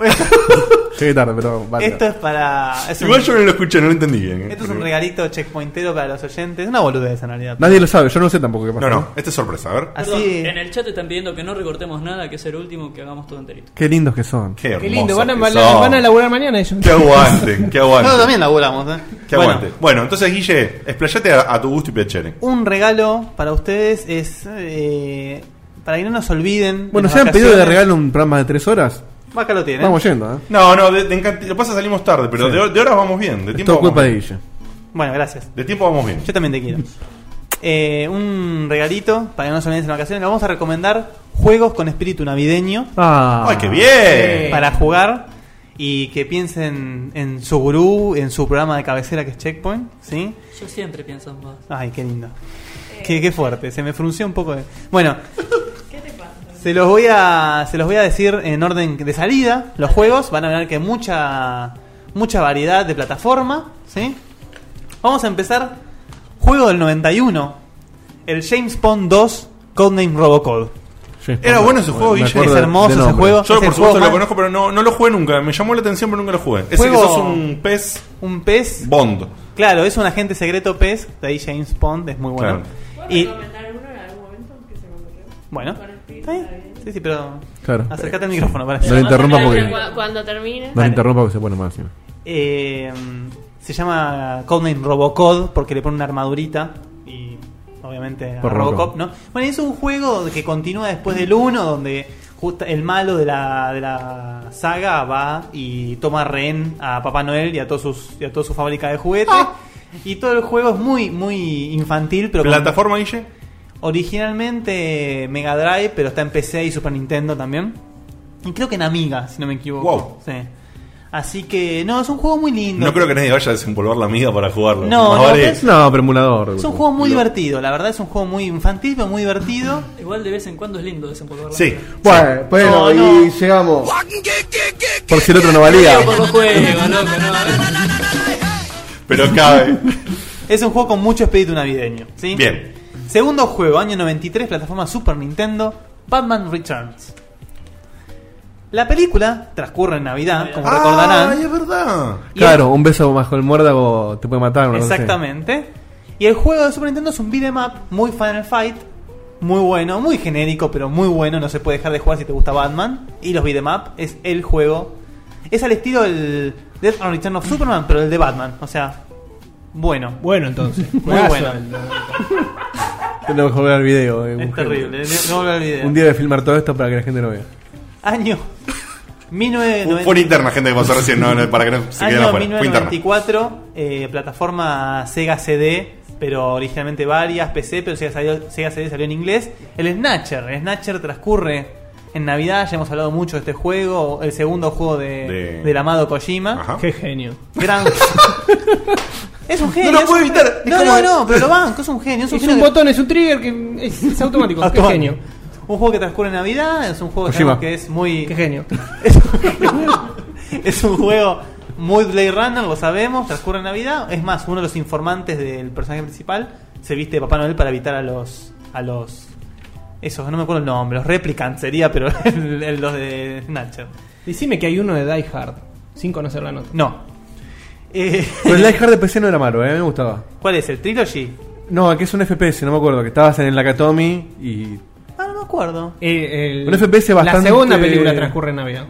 [SPEAKER 4] Ah, Llegué tarde, pero vale.
[SPEAKER 12] Este
[SPEAKER 6] esto es para. Es
[SPEAKER 12] Igual
[SPEAKER 6] un,
[SPEAKER 12] yo no lo escuché, no lo entendí bien. eh.
[SPEAKER 6] esto es un regalito checkpointero para los oyentes. Una boludez en realidad.
[SPEAKER 4] Nadie lo sabe, yo no sé tampoco qué pasa.
[SPEAKER 12] No, no, esta es sorpresa, a ver.
[SPEAKER 6] Así-
[SPEAKER 2] Perdón, En el chat te están pidiendo que no recortemos nada, que es el último que hagamos todo enterito.
[SPEAKER 4] Qué lindos que son.
[SPEAKER 5] Qué lindo, van a,
[SPEAKER 12] que
[SPEAKER 5] van, a,
[SPEAKER 12] son.
[SPEAKER 5] van a laburar mañana ellos.
[SPEAKER 12] Que aguanten, que aguanten.
[SPEAKER 6] Nosotros también laburamos, ¿eh?
[SPEAKER 12] Que
[SPEAKER 6] Bueno.
[SPEAKER 12] aguante. Bueno, entonces, Guille, explayate a, a tu gusto y piacere.
[SPEAKER 6] Un regalo para ustedes es. eh, para que no nos olviden.
[SPEAKER 4] Bueno,
[SPEAKER 6] de
[SPEAKER 4] ¿se
[SPEAKER 6] las
[SPEAKER 4] han pedido de
[SPEAKER 6] vacaciones.
[SPEAKER 4] regalo un programa de tres horas?
[SPEAKER 6] Acá lo tienen.
[SPEAKER 4] Vamos yendo, ¿eh?
[SPEAKER 12] No, no, de, de encant- lo que pasa es que salimos tarde, pero
[SPEAKER 4] Sí.
[SPEAKER 12] de, de horas vamos bien. De
[SPEAKER 4] Es
[SPEAKER 12] tiempo
[SPEAKER 4] todo
[SPEAKER 12] vamos
[SPEAKER 4] culpa de
[SPEAKER 12] bien.
[SPEAKER 4] Guille.
[SPEAKER 6] Bueno, gracias.
[SPEAKER 12] De tiempo vamos bien.
[SPEAKER 6] Yo también te quiero. Eh, un regalito para que no se olviden en vacaciones. Le vamos a recomendar juegos con espíritu navideño.
[SPEAKER 4] Ah.
[SPEAKER 12] ¡Ay, qué
[SPEAKER 4] Eh.
[SPEAKER 12] bien!
[SPEAKER 6] Para jugar y que piensen en su gurú, en su programa de cabecera que es Checkpoint. ¿sí?
[SPEAKER 2] Yo siempre pienso en vos.
[SPEAKER 6] Ay, qué lindo. Qué, qué fuerte, se me frunció un poco. de- Bueno. Se los voy a se los voy a decir en orden de salida. Los juegos van a ver que mucha mucha variedad de plataforma, ¿sí? Vamos a empezar juego del 91, el James Bond 2 Codename Robocall.
[SPEAKER 12] Era bueno ese juego, Guille.
[SPEAKER 6] Es hermoso ese juego.
[SPEAKER 12] Yo,
[SPEAKER 6] es el
[SPEAKER 12] por
[SPEAKER 6] juego
[SPEAKER 12] supuesto, lo
[SPEAKER 6] más-
[SPEAKER 12] conozco, pero no, no lo jugué nunca. Me llamó la atención, pero nunca lo jugué. Ese
[SPEAKER 6] Juego-
[SPEAKER 12] que sos un pez
[SPEAKER 6] un pez
[SPEAKER 12] Bond.
[SPEAKER 6] Claro, es un agente secreto PES, de ahí James Bond, es muy bueno. Y- Bueno, está bien. sí, sí, pero
[SPEAKER 4] Claro.
[SPEAKER 6] acércate al micrófono para
[SPEAKER 4] No lo interrumpa porque.
[SPEAKER 7] Cuando- cuando termine.
[SPEAKER 4] No lo
[SPEAKER 6] Dale.
[SPEAKER 4] interrumpa porque se pone mal encima.
[SPEAKER 6] Eh, se llama Codename Robocod porque le pone una armadurita y obviamente a
[SPEAKER 4] Por
[SPEAKER 6] Robocop,
[SPEAKER 4] Robocop.
[SPEAKER 6] ¿no? Bueno, es un juego que continúa después del 1 donde justa- el malo de la, de la saga va y toma rehén a Papá Noel y a todos sus y a toda su fábrica de juguetes. Y todo el juego es muy muy infantil, pero con-
[SPEAKER 12] ¿Plataforma, Guille?
[SPEAKER 6] Originalmente Mega Drive, pero está en PC y Super Nintendo también. Y creo que en Amiga, si no me equivoco.
[SPEAKER 12] Wow.
[SPEAKER 6] Sí. Así que, no, es un juego muy lindo.
[SPEAKER 12] No creo que nadie vaya a desempolvar la amiga para jugarlo.
[SPEAKER 6] No,
[SPEAKER 12] Más
[SPEAKER 6] no,
[SPEAKER 12] vale-
[SPEAKER 6] es-
[SPEAKER 4] No, pero emulador.
[SPEAKER 6] Es un juego muy divertido, la verdad es un juego muy infantil, pero muy divertido.
[SPEAKER 2] Igual de vez en cuando es lindo desempolvarla.
[SPEAKER 12] Sí.
[SPEAKER 4] Bueno, bueno,
[SPEAKER 2] No,
[SPEAKER 4] y llegamos. Por si el otro no valía.
[SPEAKER 2] Por los juegos, loco,
[SPEAKER 12] Pero cabe.
[SPEAKER 6] Es un juego con mucho espíritu navideño. ¿sí?
[SPEAKER 12] Bien.
[SPEAKER 6] Segundo juego, año 93, plataforma Super Nintendo, Batman Returns. La película transcurre en Navidad, como recordarán.
[SPEAKER 12] Ay, es verdad.
[SPEAKER 4] Claro, un beso bajo el muérdago te puede matar. una cosa así.
[SPEAKER 6] Exactamente. Y el juego de Super Nintendo es un beat'em up muy Final Fight, muy bueno, muy genérico, pero muy bueno. No se puede dejar de jugar si te gusta Batman. Y los beat'em up es el juego. Es al estilo del Death and Return of Superman, pero el de Batman. O sea, bueno.
[SPEAKER 5] Bueno, entonces.
[SPEAKER 6] Muy
[SPEAKER 5] Juegazo
[SPEAKER 6] bueno.
[SPEAKER 4] Tenemos que volver al video. eh,
[SPEAKER 6] Es
[SPEAKER 4] un-
[SPEAKER 6] terrible. No volver al video.
[SPEAKER 4] Un día de filmar todo esto para que la gente lo vea.
[SPEAKER 6] Año. 1990.
[SPEAKER 12] Fue una interna, gente, que pasó recién, no, no, para que no se
[SPEAKER 4] Ah,
[SPEAKER 12] queden
[SPEAKER 6] Año
[SPEAKER 12] afuera. Fue interna.
[SPEAKER 6] 1994, eh, plataforma Sega CD, pero originalmente varias, PC, pero Sega, salió- Sega CD salió en inglés. El Snatcher, el Snatcher transcurre en Navidad, ya hemos hablado mucho de este juego, el segundo juego de,
[SPEAKER 10] De-
[SPEAKER 6] del amado Kojima.
[SPEAKER 5] Qué genio.
[SPEAKER 6] Gran... es un genio.
[SPEAKER 5] No lo
[SPEAKER 6] es
[SPEAKER 5] puedo
[SPEAKER 6] un-
[SPEAKER 5] evitar, es
[SPEAKER 6] No,
[SPEAKER 5] como-
[SPEAKER 6] no, no, pero lo banco, es un genio. Es un,
[SPEAKER 5] Es
[SPEAKER 6] genio
[SPEAKER 5] un
[SPEAKER 6] que-
[SPEAKER 5] botón, es un trigger que es, es automático. Qué
[SPEAKER 6] Automático.
[SPEAKER 5] genio.
[SPEAKER 6] Un juego que transcurre en Navidad, es un juego
[SPEAKER 5] Kojima.
[SPEAKER 6] que es muy...
[SPEAKER 5] Qué genio.
[SPEAKER 6] es un juego muy Blade Runner, lo sabemos, transcurre en Navidad. Es más, uno de los informantes del personaje principal se viste de Papá Noel para evitar a los. a los. esos, no me acuerdo el nombre, los replicants sería, pero el- el- los de Snatcher.
[SPEAKER 5] Decime que hay uno de Die Hard, sin conocer la nota.
[SPEAKER 6] No. Eh,
[SPEAKER 4] Pero el Light Hard de PC no era malo, eh, a mí me gustaba.
[SPEAKER 6] ¿Cuál es? ¿El Trilogy?
[SPEAKER 4] No, aquí es un FPS, no me acuerdo, que estabas en el Nakatomi y.
[SPEAKER 6] Ah, no me acuerdo.
[SPEAKER 5] Eh, el-
[SPEAKER 4] Un FPS
[SPEAKER 5] La
[SPEAKER 4] bastante-
[SPEAKER 5] segunda película transcurre en Navidad.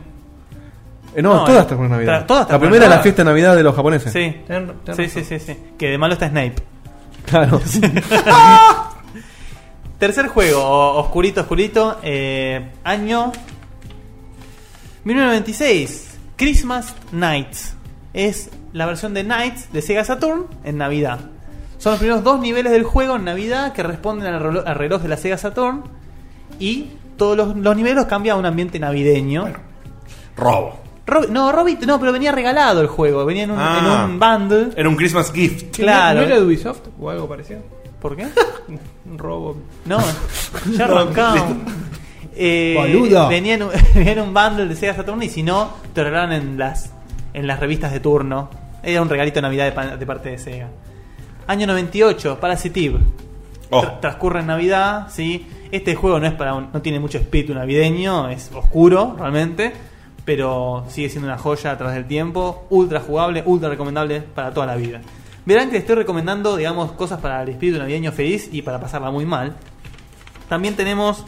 [SPEAKER 4] eh, no,
[SPEAKER 6] No,
[SPEAKER 4] todas
[SPEAKER 6] eh,
[SPEAKER 4] están con Navidad.
[SPEAKER 6] tra- todas
[SPEAKER 4] la
[SPEAKER 6] transcurren
[SPEAKER 4] primera es la
[SPEAKER 6] todas.
[SPEAKER 4] fiesta de Navidad de los japoneses.
[SPEAKER 6] Sí.
[SPEAKER 5] Ten- ten
[SPEAKER 6] Sí, sí, sí, sí. Que de malo está Snape.
[SPEAKER 4] Claro.
[SPEAKER 6] Tercer juego, o- oscurito, oscurito, eh, año 1996, Christmas Nights. Es la versión de Nights de Sega Saturn en Navidad. Son los primeros dos niveles del juego en Navidad que responden al relo- al reloj, de la Sega Saturn y todos los, los niveles los cambia a un ambiente navideño.
[SPEAKER 3] Robo.
[SPEAKER 6] Rob- no, Robit, no, pero venía regalado el juego, venía en un,
[SPEAKER 3] Ah.
[SPEAKER 6] en un bundle.
[SPEAKER 3] Era un Christmas gift.
[SPEAKER 6] Claro.
[SPEAKER 5] ¿No era de Ubisoft o algo parecido?
[SPEAKER 6] ¿Por qué?
[SPEAKER 5] Un robo.
[SPEAKER 6] No, ya arrancamos. Eh,
[SPEAKER 5] Boludo.
[SPEAKER 6] venía, en un, venía en un bundle de Sega Saturn y si no, te lo regalaban en las, en las revistas de turno. Era un regalito de Navidad de, pa- de parte de Sega. Año 98, Parasitive.
[SPEAKER 4] Oh.
[SPEAKER 6] Tra- transcurre en Navidad, ¿sí? Este juego no, es para un- no tiene mucho espíritu navideño, es oscuro realmente, pero sigue siendo una joya a través del tiempo, ultra jugable, ultra recomendable para toda la vida. Verán que les estoy recomendando, digamos, cosas para el espíritu navideño feliz y para pasarla muy mal. También tenemos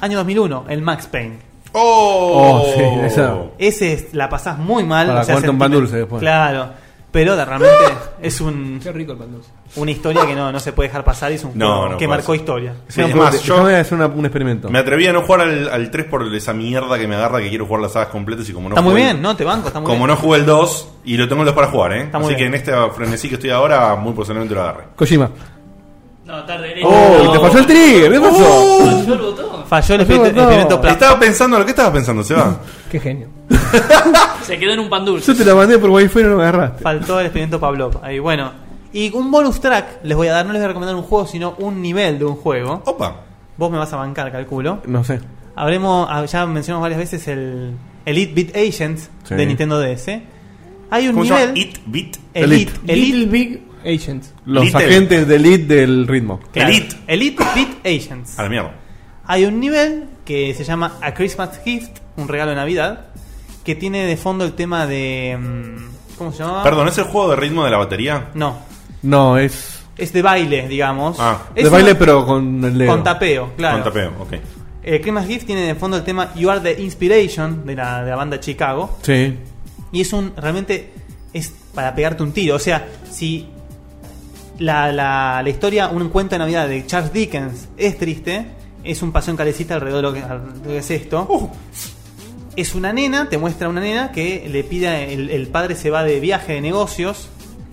[SPEAKER 6] año 2001, el Max Payne.
[SPEAKER 4] Oh, sí, esa.
[SPEAKER 6] Ese es- la pasás muy mal.
[SPEAKER 4] Para comerte un pan
[SPEAKER 6] sentime-
[SPEAKER 4] dulce después.
[SPEAKER 6] Claro. Pero de- realmente es un,
[SPEAKER 5] Qué rico el pan dulce.
[SPEAKER 6] una historia que no, no se puede dejar pasar y es un
[SPEAKER 3] No,
[SPEAKER 6] juego
[SPEAKER 3] no
[SPEAKER 6] que
[SPEAKER 3] pasa.
[SPEAKER 6] marcó historia.
[SPEAKER 3] Sí, es más, yo-
[SPEAKER 4] Yo voy a hacer una- un experimento.
[SPEAKER 3] Me atreví a no jugar al, al 3 por esa mierda que me agarra que quiero jugar las sagas completas y como no
[SPEAKER 6] está muy
[SPEAKER 3] jugué-
[SPEAKER 6] bien, ¿no? Te banco, está muy
[SPEAKER 3] Como
[SPEAKER 6] bien.
[SPEAKER 3] no jugué el 2 y lo tengo en los para jugar, ¿eh?
[SPEAKER 6] Está muy
[SPEAKER 3] Así que
[SPEAKER 6] bien.
[SPEAKER 3] en este frenesí que estoy ahora, muy posiblemente lo agarre.
[SPEAKER 4] Kojima.
[SPEAKER 2] No, tarde.
[SPEAKER 4] Oh, te pasó el trigger, ¿qué pasó?
[SPEAKER 3] Oh.
[SPEAKER 2] Falló el botón.
[SPEAKER 6] Falló
[SPEAKER 4] el experimento- experimento plan.
[SPEAKER 3] Estaba pensando, ¿lo que estabas pensando, Seba?
[SPEAKER 5] Qué genio.
[SPEAKER 2] Se quedó en un pan dulce.
[SPEAKER 4] Yo te la mandé por wifi y no me agarraste.
[SPEAKER 6] Faltó el experimento Pavlov. Ahí, bueno. Y un bonus track les voy a dar, no les voy a recomendar un juego, sino un nivel de un juego.
[SPEAKER 3] Opa.
[SPEAKER 6] Vos me vas a bancar, calculo.
[SPEAKER 4] No sé.
[SPEAKER 6] Habremos, ah, ya mencionamos varias veces el Elite Beat Agents
[SPEAKER 4] Sí.
[SPEAKER 6] de Nintendo DS. Hay un
[SPEAKER 4] ¿Cómo se
[SPEAKER 6] nivel.
[SPEAKER 4] llama? It
[SPEAKER 3] Beat
[SPEAKER 6] Elite.
[SPEAKER 4] Elite.
[SPEAKER 5] Little Big Agents.
[SPEAKER 4] Los
[SPEAKER 6] Little.
[SPEAKER 4] agentes del lead del ritmo.
[SPEAKER 6] Claro. Elite Beat Agents.
[SPEAKER 3] A la mierda.
[SPEAKER 6] Hay un nivel que se llama A Christmas Gift, un regalo de Navidad, que tiene de fondo el tema de. mm, ¿Cómo se llama?
[SPEAKER 3] Perdón, ¿es el juego de ritmo de la batería?
[SPEAKER 6] No,
[SPEAKER 4] No, es.
[SPEAKER 6] es de baile, digamos.
[SPEAKER 3] Ah.
[SPEAKER 6] Es
[SPEAKER 4] de
[SPEAKER 6] una-
[SPEAKER 4] baile, pero con el dedo.
[SPEAKER 6] Con tapeo, claro.
[SPEAKER 3] Con tapeo, ok.
[SPEAKER 6] Eh, Christmas Gift tiene de fondo el tema You Are the Inspiration de la, de la banda Chicago.
[SPEAKER 4] Sí.
[SPEAKER 6] Y es un. Realmente es para pegarte un tiro. O sea, si la, la, la historia, un cuento de Navidad de Charles Dickens es triste, es un pasión calecita alrededor de lo que, alrededor de lo que es esto. Es una nena, te muestra una nena que le pide. El, el padre se va de viaje de negocios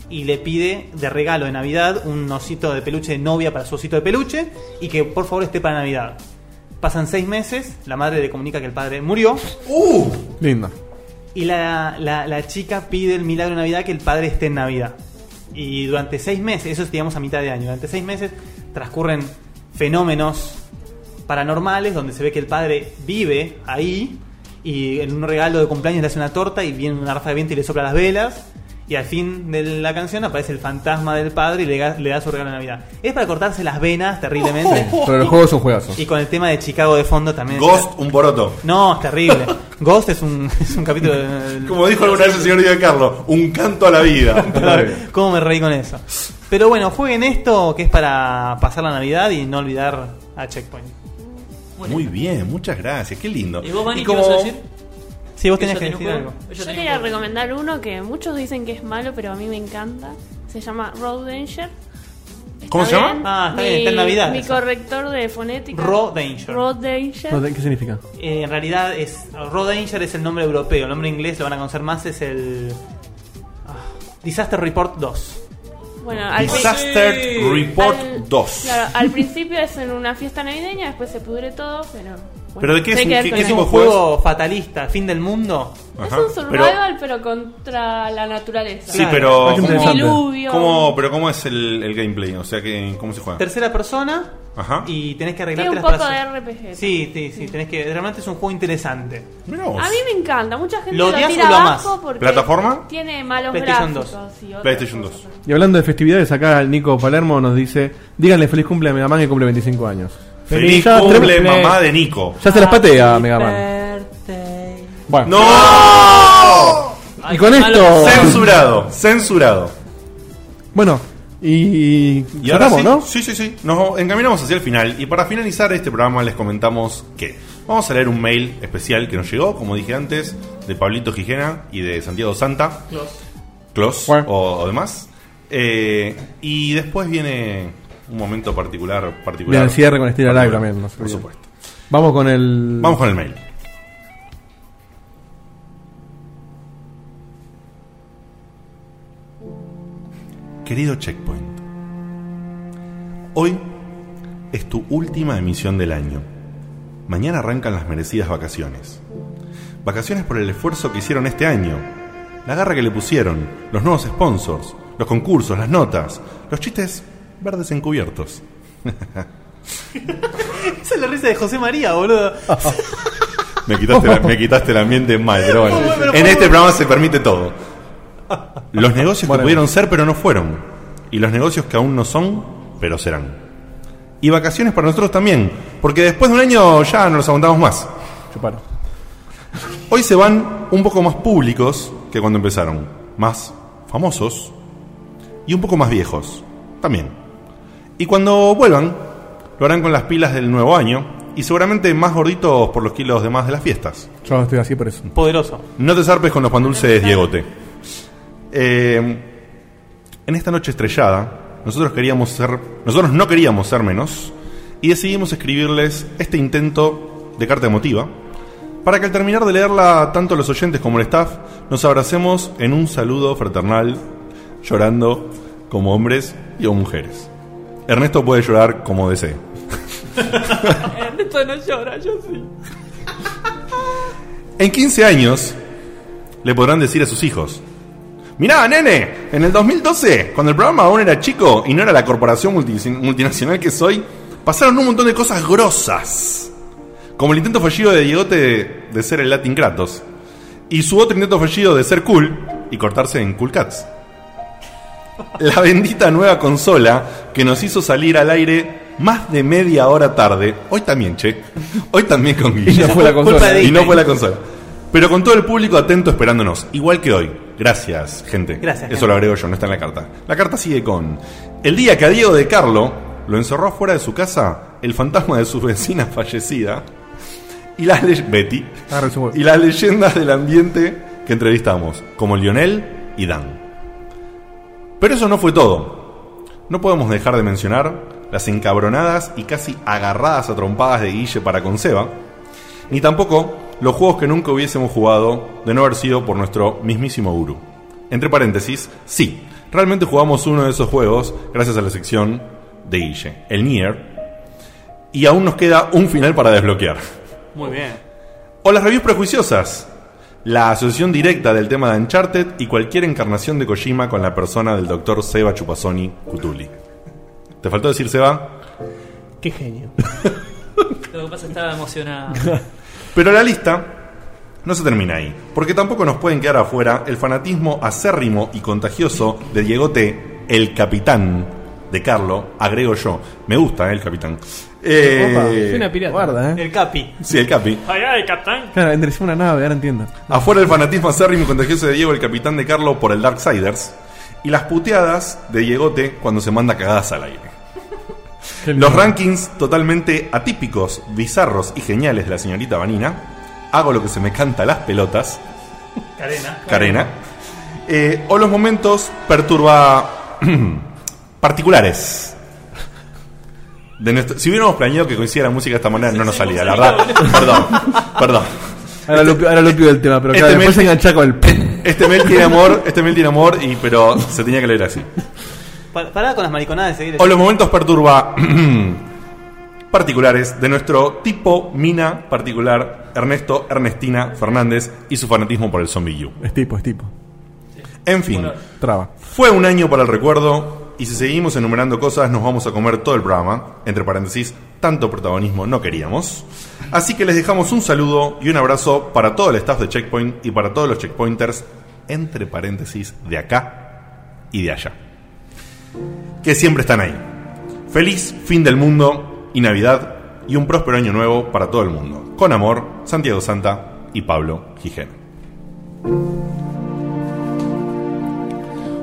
[SPEAKER 6] y le pide de regalo de Navidad un osito de peluche de novia para su osito de peluche y que por favor esté para Navidad. Pasan seis meses, la madre le comunica que el padre murió.
[SPEAKER 4] Linda.
[SPEAKER 6] Y la, la- la chica pide el milagro de Navidad que el padre esté en Navidad. Y durante seis meses, eso es digamos a mitad de año, durante seis meses transcurren fenómenos paranormales donde se ve que el padre vive ahí y en un regalo de cumpleaños le hace una torta y viene una rafa de viento y le sopla las velas. Y al fin de la canción aparece el fantasma del padre y le, ga- le da su regalo de Navidad. Es para cortarse las venas terriblemente.
[SPEAKER 4] Pero los juegos son juegazos.
[SPEAKER 6] Y con el tema de Chicago de fondo también.
[SPEAKER 3] Ghost, un poroto.
[SPEAKER 6] No, es terrible. Ghost es un, es un capítulo. de-
[SPEAKER 3] Como dijo alguna vez el señor Díaz Carlos, un canto a la vida.
[SPEAKER 6] ¿Cómo me reí con eso? Pero bueno, jueguen esto que es para pasar la Navidad y no olvidar a Checkpoint.
[SPEAKER 3] Muy bien, muchas gracias, qué lindo.
[SPEAKER 6] ¿Y
[SPEAKER 2] ¿Y vos, Vani,
[SPEAKER 6] Y
[SPEAKER 2] qué
[SPEAKER 6] como-
[SPEAKER 2] vas a decir?
[SPEAKER 6] Sí, vos
[SPEAKER 2] ¿Ella
[SPEAKER 6] tenías
[SPEAKER 2] tiene
[SPEAKER 6] que
[SPEAKER 2] un
[SPEAKER 6] decir
[SPEAKER 2] juego?
[SPEAKER 6] algo.
[SPEAKER 2] Ella
[SPEAKER 7] Yo
[SPEAKER 2] tiene
[SPEAKER 7] quería
[SPEAKER 2] un juego.
[SPEAKER 7] recomendar uno que muchos dicen que es malo, pero a mí me encanta. Se llama Road Danger.
[SPEAKER 3] ¿Cómo se llama?
[SPEAKER 6] Ah, está bien,
[SPEAKER 7] Mi-
[SPEAKER 6] está en Navidad.
[SPEAKER 7] Mi
[SPEAKER 6] eso.
[SPEAKER 7] corrector de fonética.
[SPEAKER 6] Road Danger.
[SPEAKER 7] Road Danger.
[SPEAKER 4] ¿Qué significa?
[SPEAKER 6] Eh, en realidad es Road Danger es el nombre europeo, el nombre inglés lo van a conocer más es el ah, Disaster Report 2.
[SPEAKER 7] Bueno, al pri-
[SPEAKER 3] Disaster Report
[SPEAKER 7] al-
[SPEAKER 3] 2.
[SPEAKER 7] Claro, al principio es en una fiesta navideña, después se pudre todo, pero
[SPEAKER 12] Pero ¿de qué es
[SPEAKER 7] Hay
[SPEAKER 12] un-
[SPEAKER 7] que ver
[SPEAKER 12] qué-
[SPEAKER 7] con
[SPEAKER 12] qué
[SPEAKER 7] eso.
[SPEAKER 12] tipo de juego?
[SPEAKER 6] Juego fatalista, fin del mundo.
[SPEAKER 7] Es
[SPEAKER 12] Ajá.
[SPEAKER 7] un survival, pero, contra la naturaleza.
[SPEAKER 12] Sí, pero.
[SPEAKER 7] Un
[SPEAKER 12] ¿cómo-
[SPEAKER 7] diluvio.
[SPEAKER 12] ¿cómo, pero ¿cómo es el, el gameplay? O sea, que, ¿cómo se juega?
[SPEAKER 6] Tercera persona
[SPEAKER 12] Ajá.
[SPEAKER 6] y tenés que
[SPEAKER 7] Tiene
[SPEAKER 6] arreglarte
[SPEAKER 7] un
[SPEAKER 6] las
[SPEAKER 7] poco
[SPEAKER 6] frases.
[SPEAKER 7] de RPG.
[SPEAKER 6] Sí, sí, sí, tenés que. Realmente es un juego interesante.
[SPEAKER 7] A mí me encanta, mucha gente
[SPEAKER 6] ¿Lo
[SPEAKER 7] lo,
[SPEAKER 6] odias
[SPEAKER 7] tira
[SPEAKER 6] o lo amas?
[SPEAKER 7] abajo porque
[SPEAKER 12] ¿Plataforma?
[SPEAKER 7] tiene malos
[SPEAKER 6] PlayStation
[SPEAKER 7] gráficos. y otras
[SPEAKER 12] PlayStation 2.
[SPEAKER 4] Y hablando de festividades, acá Nico Palermo nos dice: Díganle feliz cumple a Megaman que cumple 25 años.
[SPEAKER 12] Feliz
[SPEAKER 4] Ya,
[SPEAKER 12] cumple,
[SPEAKER 4] tres-
[SPEAKER 12] mamá de Nico.
[SPEAKER 4] Ya se las patea a Megaman. Bueno.
[SPEAKER 12] ¡No!
[SPEAKER 4] Y con esto.
[SPEAKER 12] Censurado, censurado.
[SPEAKER 4] Bueno, y.
[SPEAKER 12] Y ahora
[SPEAKER 4] cerramos,
[SPEAKER 12] sí,
[SPEAKER 4] ¿no?
[SPEAKER 12] sí, sí, sí. Nos encaminamos hacia el final. Y para finalizar este programa les comentamos que vamos a leer un mail especial que nos llegó, como dije antes, de Pablito Gijena y de Santiago Santa. Clos o, o demás. Eh, y después viene un momento particular. particular
[SPEAKER 4] Bien, el cierre con estilo live
[SPEAKER 12] Particular,
[SPEAKER 4] también. no se
[SPEAKER 12] por
[SPEAKER 4] olviden.
[SPEAKER 12] supuesto.
[SPEAKER 4] Vamos con el.
[SPEAKER 12] Vamos con el mail. Querido Checkpoint, hoy es tu última emisión del año. Mañana arrancan las merecidas vacaciones. Vacaciones por el esfuerzo que hicieron este año, la garra que le pusieron, los nuevos sponsors, los concursos, las notas, los chistes verdes encubiertos.
[SPEAKER 6] Esa es la risa de José María, boludo.
[SPEAKER 12] Me quitaste, la- me quitaste el ambiente mal, pero bueno.
[SPEAKER 6] Bueno, pero
[SPEAKER 12] En
[SPEAKER 6] por-
[SPEAKER 12] este programa se permite todo. Los negocios que pudieron ser, pero no fueron. Y los negocios que aún no son, pero serán. Y vacaciones para nosotros también, porque después de un año ya no los aguantamos más. Hoy se van un poco más públicos que cuando empezaron. Más famosos y un poco más viejos también. Y cuando vuelvan, lo harán con las pilas del nuevo año y seguramente más gorditos por los kilos de más de las fiestas.
[SPEAKER 4] Yo estoy así por eso.
[SPEAKER 6] Poderoso.
[SPEAKER 12] No te zarpes con los pandulces, Diegote. Eh, en esta noche estrellada, nosotros queríamos ser. Nosotros no queríamos ser menos. Y decidimos escribirles este intento de carta emotiva. Para que al terminar de leerla, tanto los oyentes como el staff, nos abracemos en un saludo fraternal, llorando como hombres y o mujeres. Ernesto puede llorar como desee.
[SPEAKER 7] Ernesto no llora, yo sí.
[SPEAKER 12] En 15 años le podrán decir a sus hijos, mirá, nene, en el 2012, cuando el programa aún era chico y no era la corporación multi- multinacional que soy, pasaron un montón de cosas grosas. Como el intento fallido de Diegote de, de ser el Latin Kratos. Y su otro intento fallido de ser cool y cortarse en Cool Cats. La bendita nueva consola que nos hizo salir al aire más de media hora tarde. Hoy también, che. Hoy también con Guille.
[SPEAKER 4] Y no fue la Culpa consola. de
[SPEAKER 12] Y no
[SPEAKER 4] Disney.
[SPEAKER 12] fue la consola. Pero con todo el público atento esperándonos, igual que hoy. Gracias, gente.
[SPEAKER 6] Gracias,
[SPEAKER 12] Eso
[SPEAKER 6] gente.
[SPEAKER 12] lo agrego yo, no está en la carta. La carta sigue con. El día que a Diego de Carlo lo encerró afuera de su casa el fantasma de su vecina fallecida y las, le- Betty,
[SPEAKER 4] Ah,
[SPEAKER 12] y las leyendas del ambiente que entrevistamos, como Lionel y Dan. Pero eso no fue todo. No podemos dejar de mencionar las encabronadas y casi agarradas a trompadas de Guille para con Seba, ni tampoco los juegos que nunca hubiésemos jugado de no haber sido por nuestro mismísimo guru. Entre paréntesis, sí, realmente jugamos uno de esos juegos gracias a la sección de Guille, el Nier, y aún nos queda un final para desbloquear.
[SPEAKER 6] Muy bien.
[SPEAKER 12] O las reviews prejuiciosas. La asociación directa del tema de Uncharted y cualquier encarnación de Kojima con la persona del doctor Seba Chupasoni Cutuli. ¿Te faltó decir Seba?
[SPEAKER 5] Qué genio.
[SPEAKER 2] Lo que pasa es que estaba emocionado.
[SPEAKER 12] Pero la lista no se termina ahí, porque tampoco nos pueden quedar afuera el fanatismo acérrimo y contagioso de Diegote, el capitán de Carlo, agrego yo. Me gusta, eh, el capitán. Eh,
[SPEAKER 5] pirata.
[SPEAKER 4] Guarda, eh.
[SPEAKER 6] El Capi.
[SPEAKER 12] sí, el capi.
[SPEAKER 2] Ay, ay, capitán.
[SPEAKER 4] Claro, enderecé una nave, ahora entiendo.
[SPEAKER 12] Afuera el fanatismo acérrimo y contagioso de Diego, el capitán de Carlo, por el Darksiders. Y las puteadas de Diegote cuando se manda cagadas al aire. Los rankings totalmente atípicos, bizarros y geniales de la señorita Vanina. Hago lo que se me canta las pelotas.
[SPEAKER 2] Carena.
[SPEAKER 12] Carena. Eh, o los momentos perturba particulares. De nuestro- si hubiéramos planeado que coincidiera la música de esta manera, no nos salía, la verdad. Perdón, perdón.
[SPEAKER 4] Ahora lo, ahora lo pido el tema, pero
[SPEAKER 12] Este
[SPEAKER 4] claro, después
[SPEAKER 12] mes-
[SPEAKER 4] se engancha con el.
[SPEAKER 12] Este mail tiene amor, este mail tiene amor, y, pero se tenía que leer así.
[SPEAKER 6] Pa- Pará con las mariconadas de seguir.
[SPEAKER 12] O los momentos perturba particulares de nuestro tipo mina particular Ernesto Ernestina Fernández y su fanatismo por el Zombie U.
[SPEAKER 4] Es tipo, es tipo.
[SPEAKER 12] En fin,
[SPEAKER 4] Traba.
[SPEAKER 12] fue un año para el recuerdo y si seguimos enumerando cosas nos vamos a comer todo el programa. Entre paréntesis, tanto protagonismo no queríamos. Así que les dejamos un saludo y un abrazo para todo el staff de Checkpoint y para todos los checkpointers, entre paréntesis, de acá y de allá. Que siempre están ahí. Feliz fin del mundo y Navidad y un próspero año nuevo para todo el mundo. Con amor, Santiago Santa y Pablo Gijena.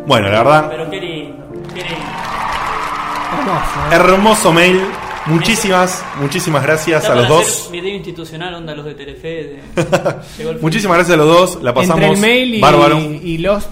[SPEAKER 12] Bueno, la verdad,
[SPEAKER 2] Pero qué lindo, qué lindo.
[SPEAKER 12] Hermoso mail. Muchísimas, muchísimas gracias
[SPEAKER 2] Está
[SPEAKER 12] a los
[SPEAKER 2] para
[SPEAKER 12] dos.
[SPEAKER 2] hacer Video institucional, onda los de Telefe. de- Llegó el fin.
[SPEAKER 12] Muchísimas gracias a los dos. La pasamos
[SPEAKER 5] Entre el mail y,
[SPEAKER 12] bárbaro.
[SPEAKER 5] y Lost.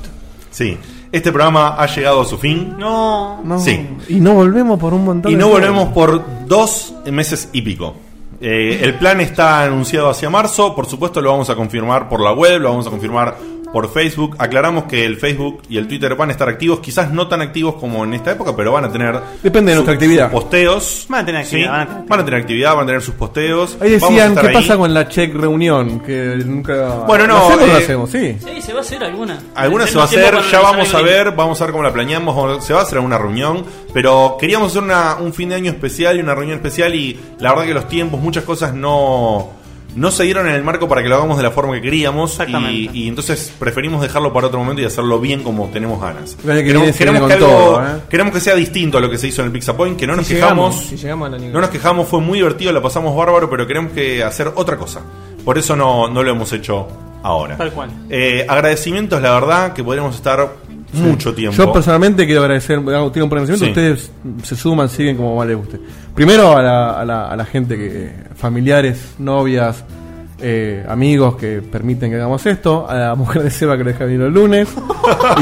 [SPEAKER 12] Sí. Este programa ha llegado a su fin.
[SPEAKER 5] No.
[SPEAKER 4] No.
[SPEAKER 12] Sí.
[SPEAKER 4] Y no volvemos por un montón
[SPEAKER 12] Y
[SPEAKER 4] de
[SPEAKER 12] no
[SPEAKER 4] tiempo.
[SPEAKER 12] volvemos por dos meses y pico. Eh, el plan está anunciado hacia marzo. Por supuesto, lo vamos a confirmar por la web, lo vamos a confirmar por Facebook. Aclaramos que el Facebook y el Twitter van a estar activos, quizás no tan activos como en esta época, pero van a tener.
[SPEAKER 4] Depende de
[SPEAKER 12] sus-
[SPEAKER 4] nuestra actividad.
[SPEAKER 12] sus Posteos. Van a tener
[SPEAKER 4] actividad, van a
[SPEAKER 12] Van a tener actividad, van a tener sus posteos.
[SPEAKER 4] Ahí
[SPEAKER 12] Vamos a
[SPEAKER 4] decían,
[SPEAKER 12] estar
[SPEAKER 4] ¿qué
[SPEAKER 12] ahí.
[SPEAKER 4] pasa con la check reunión? Que nunca.
[SPEAKER 12] Bueno, no,
[SPEAKER 4] ¿La hacemos o no la
[SPEAKER 12] eh,
[SPEAKER 4] hacemos? Sí.
[SPEAKER 2] Sí, se va a hacer alguna.
[SPEAKER 12] Alguna se va
[SPEAKER 2] Tenemos
[SPEAKER 12] a hacer,
[SPEAKER 2] tiempo para
[SPEAKER 12] ya vamos
[SPEAKER 2] organizar
[SPEAKER 12] a
[SPEAKER 2] algo
[SPEAKER 12] ver, vamos a ver cómo la planeamos, vamos a- se va a hacer una reunión, pero queríamos hacer una- un fin de año especial y una reunión especial y la verdad que los tiempos, muchas cosas no, no se dieron en el marco para que lo hagamos de la forma que queríamos y, y entonces preferimos dejarlo para otro momento y hacerlo bien como tenemos ganas.
[SPEAKER 4] El año que viene
[SPEAKER 12] Queremos,
[SPEAKER 4] se
[SPEAKER 12] queremos
[SPEAKER 4] viene
[SPEAKER 12] que
[SPEAKER 4] con
[SPEAKER 12] algo-
[SPEAKER 4] todo, ¿eh?
[SPEAKER 12] queremos que sea distinto a lo que se hizo en el Pixapoint, que no nos
[SPEAKER 5] Si
[SPEAKER 12] quejamos.
[SPEAKER 5] llegamos, si llegamos al aniversario.
[SPEAKER 12] No nos quejamos, fue muy divertido, la pasamos bárbaro, pero queremos que hacer otra cosa. Por eso no, no lo hemos hecho ahora.
[SPEAKER 2] Tal cual.
[SPEAKER 12] Eh, agradecimientos, la verdad, que podríamos estar mucho tiempo.
[SPEAKER 4] Yo personalmente quiero agradecer, hago- tiro un reconocimiento,
[SPEAKER 12] Sí.
[SPEAKER 4] ustedes se suman, siguen como más les guste. Primero a la, a la, a la gente que, familiares, novias, eh, amigos que permiten que hagamos esto, a la mujer de Seba que lo deja venir los lunes,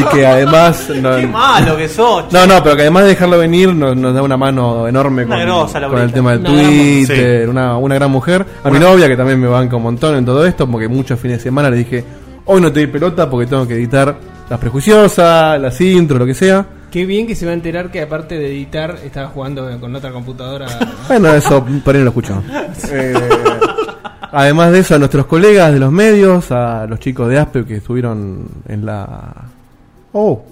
[SPEAKER 4] y que además no,
[SPEAKER 6] Qué malo que sos.
[SPEAKER 4] no, no, pero que además de dejarlo venir nos, nos da una mano enorme
[SPEAKER 6] Una
[SPEAKER 4] con,
[SPEAKER 6] grosa, Laurita.
[SPEAKER 4] con el tema del
[SPEAKER 6] Una gran mujer.
[SPEAKER 4] Twitter, una, una gran mujer. A mi novia que también me banca un montón en todo esto, porque muchos fines de semana le dije, hoy no te doy pelota porque tengo que editar las prejuiciosas, las intros, lo que sea.
[SPEAKER 5] Qué bien que se va a enterar que aparte de editar estaba jugando con otra computadora.
[SPEAKER 4] Bueno, eso por ahí no lo escucho. Eh, además de eso, a nuestros colegas de los medios, a los chicos de Aspe que estuvieron en la... Oh.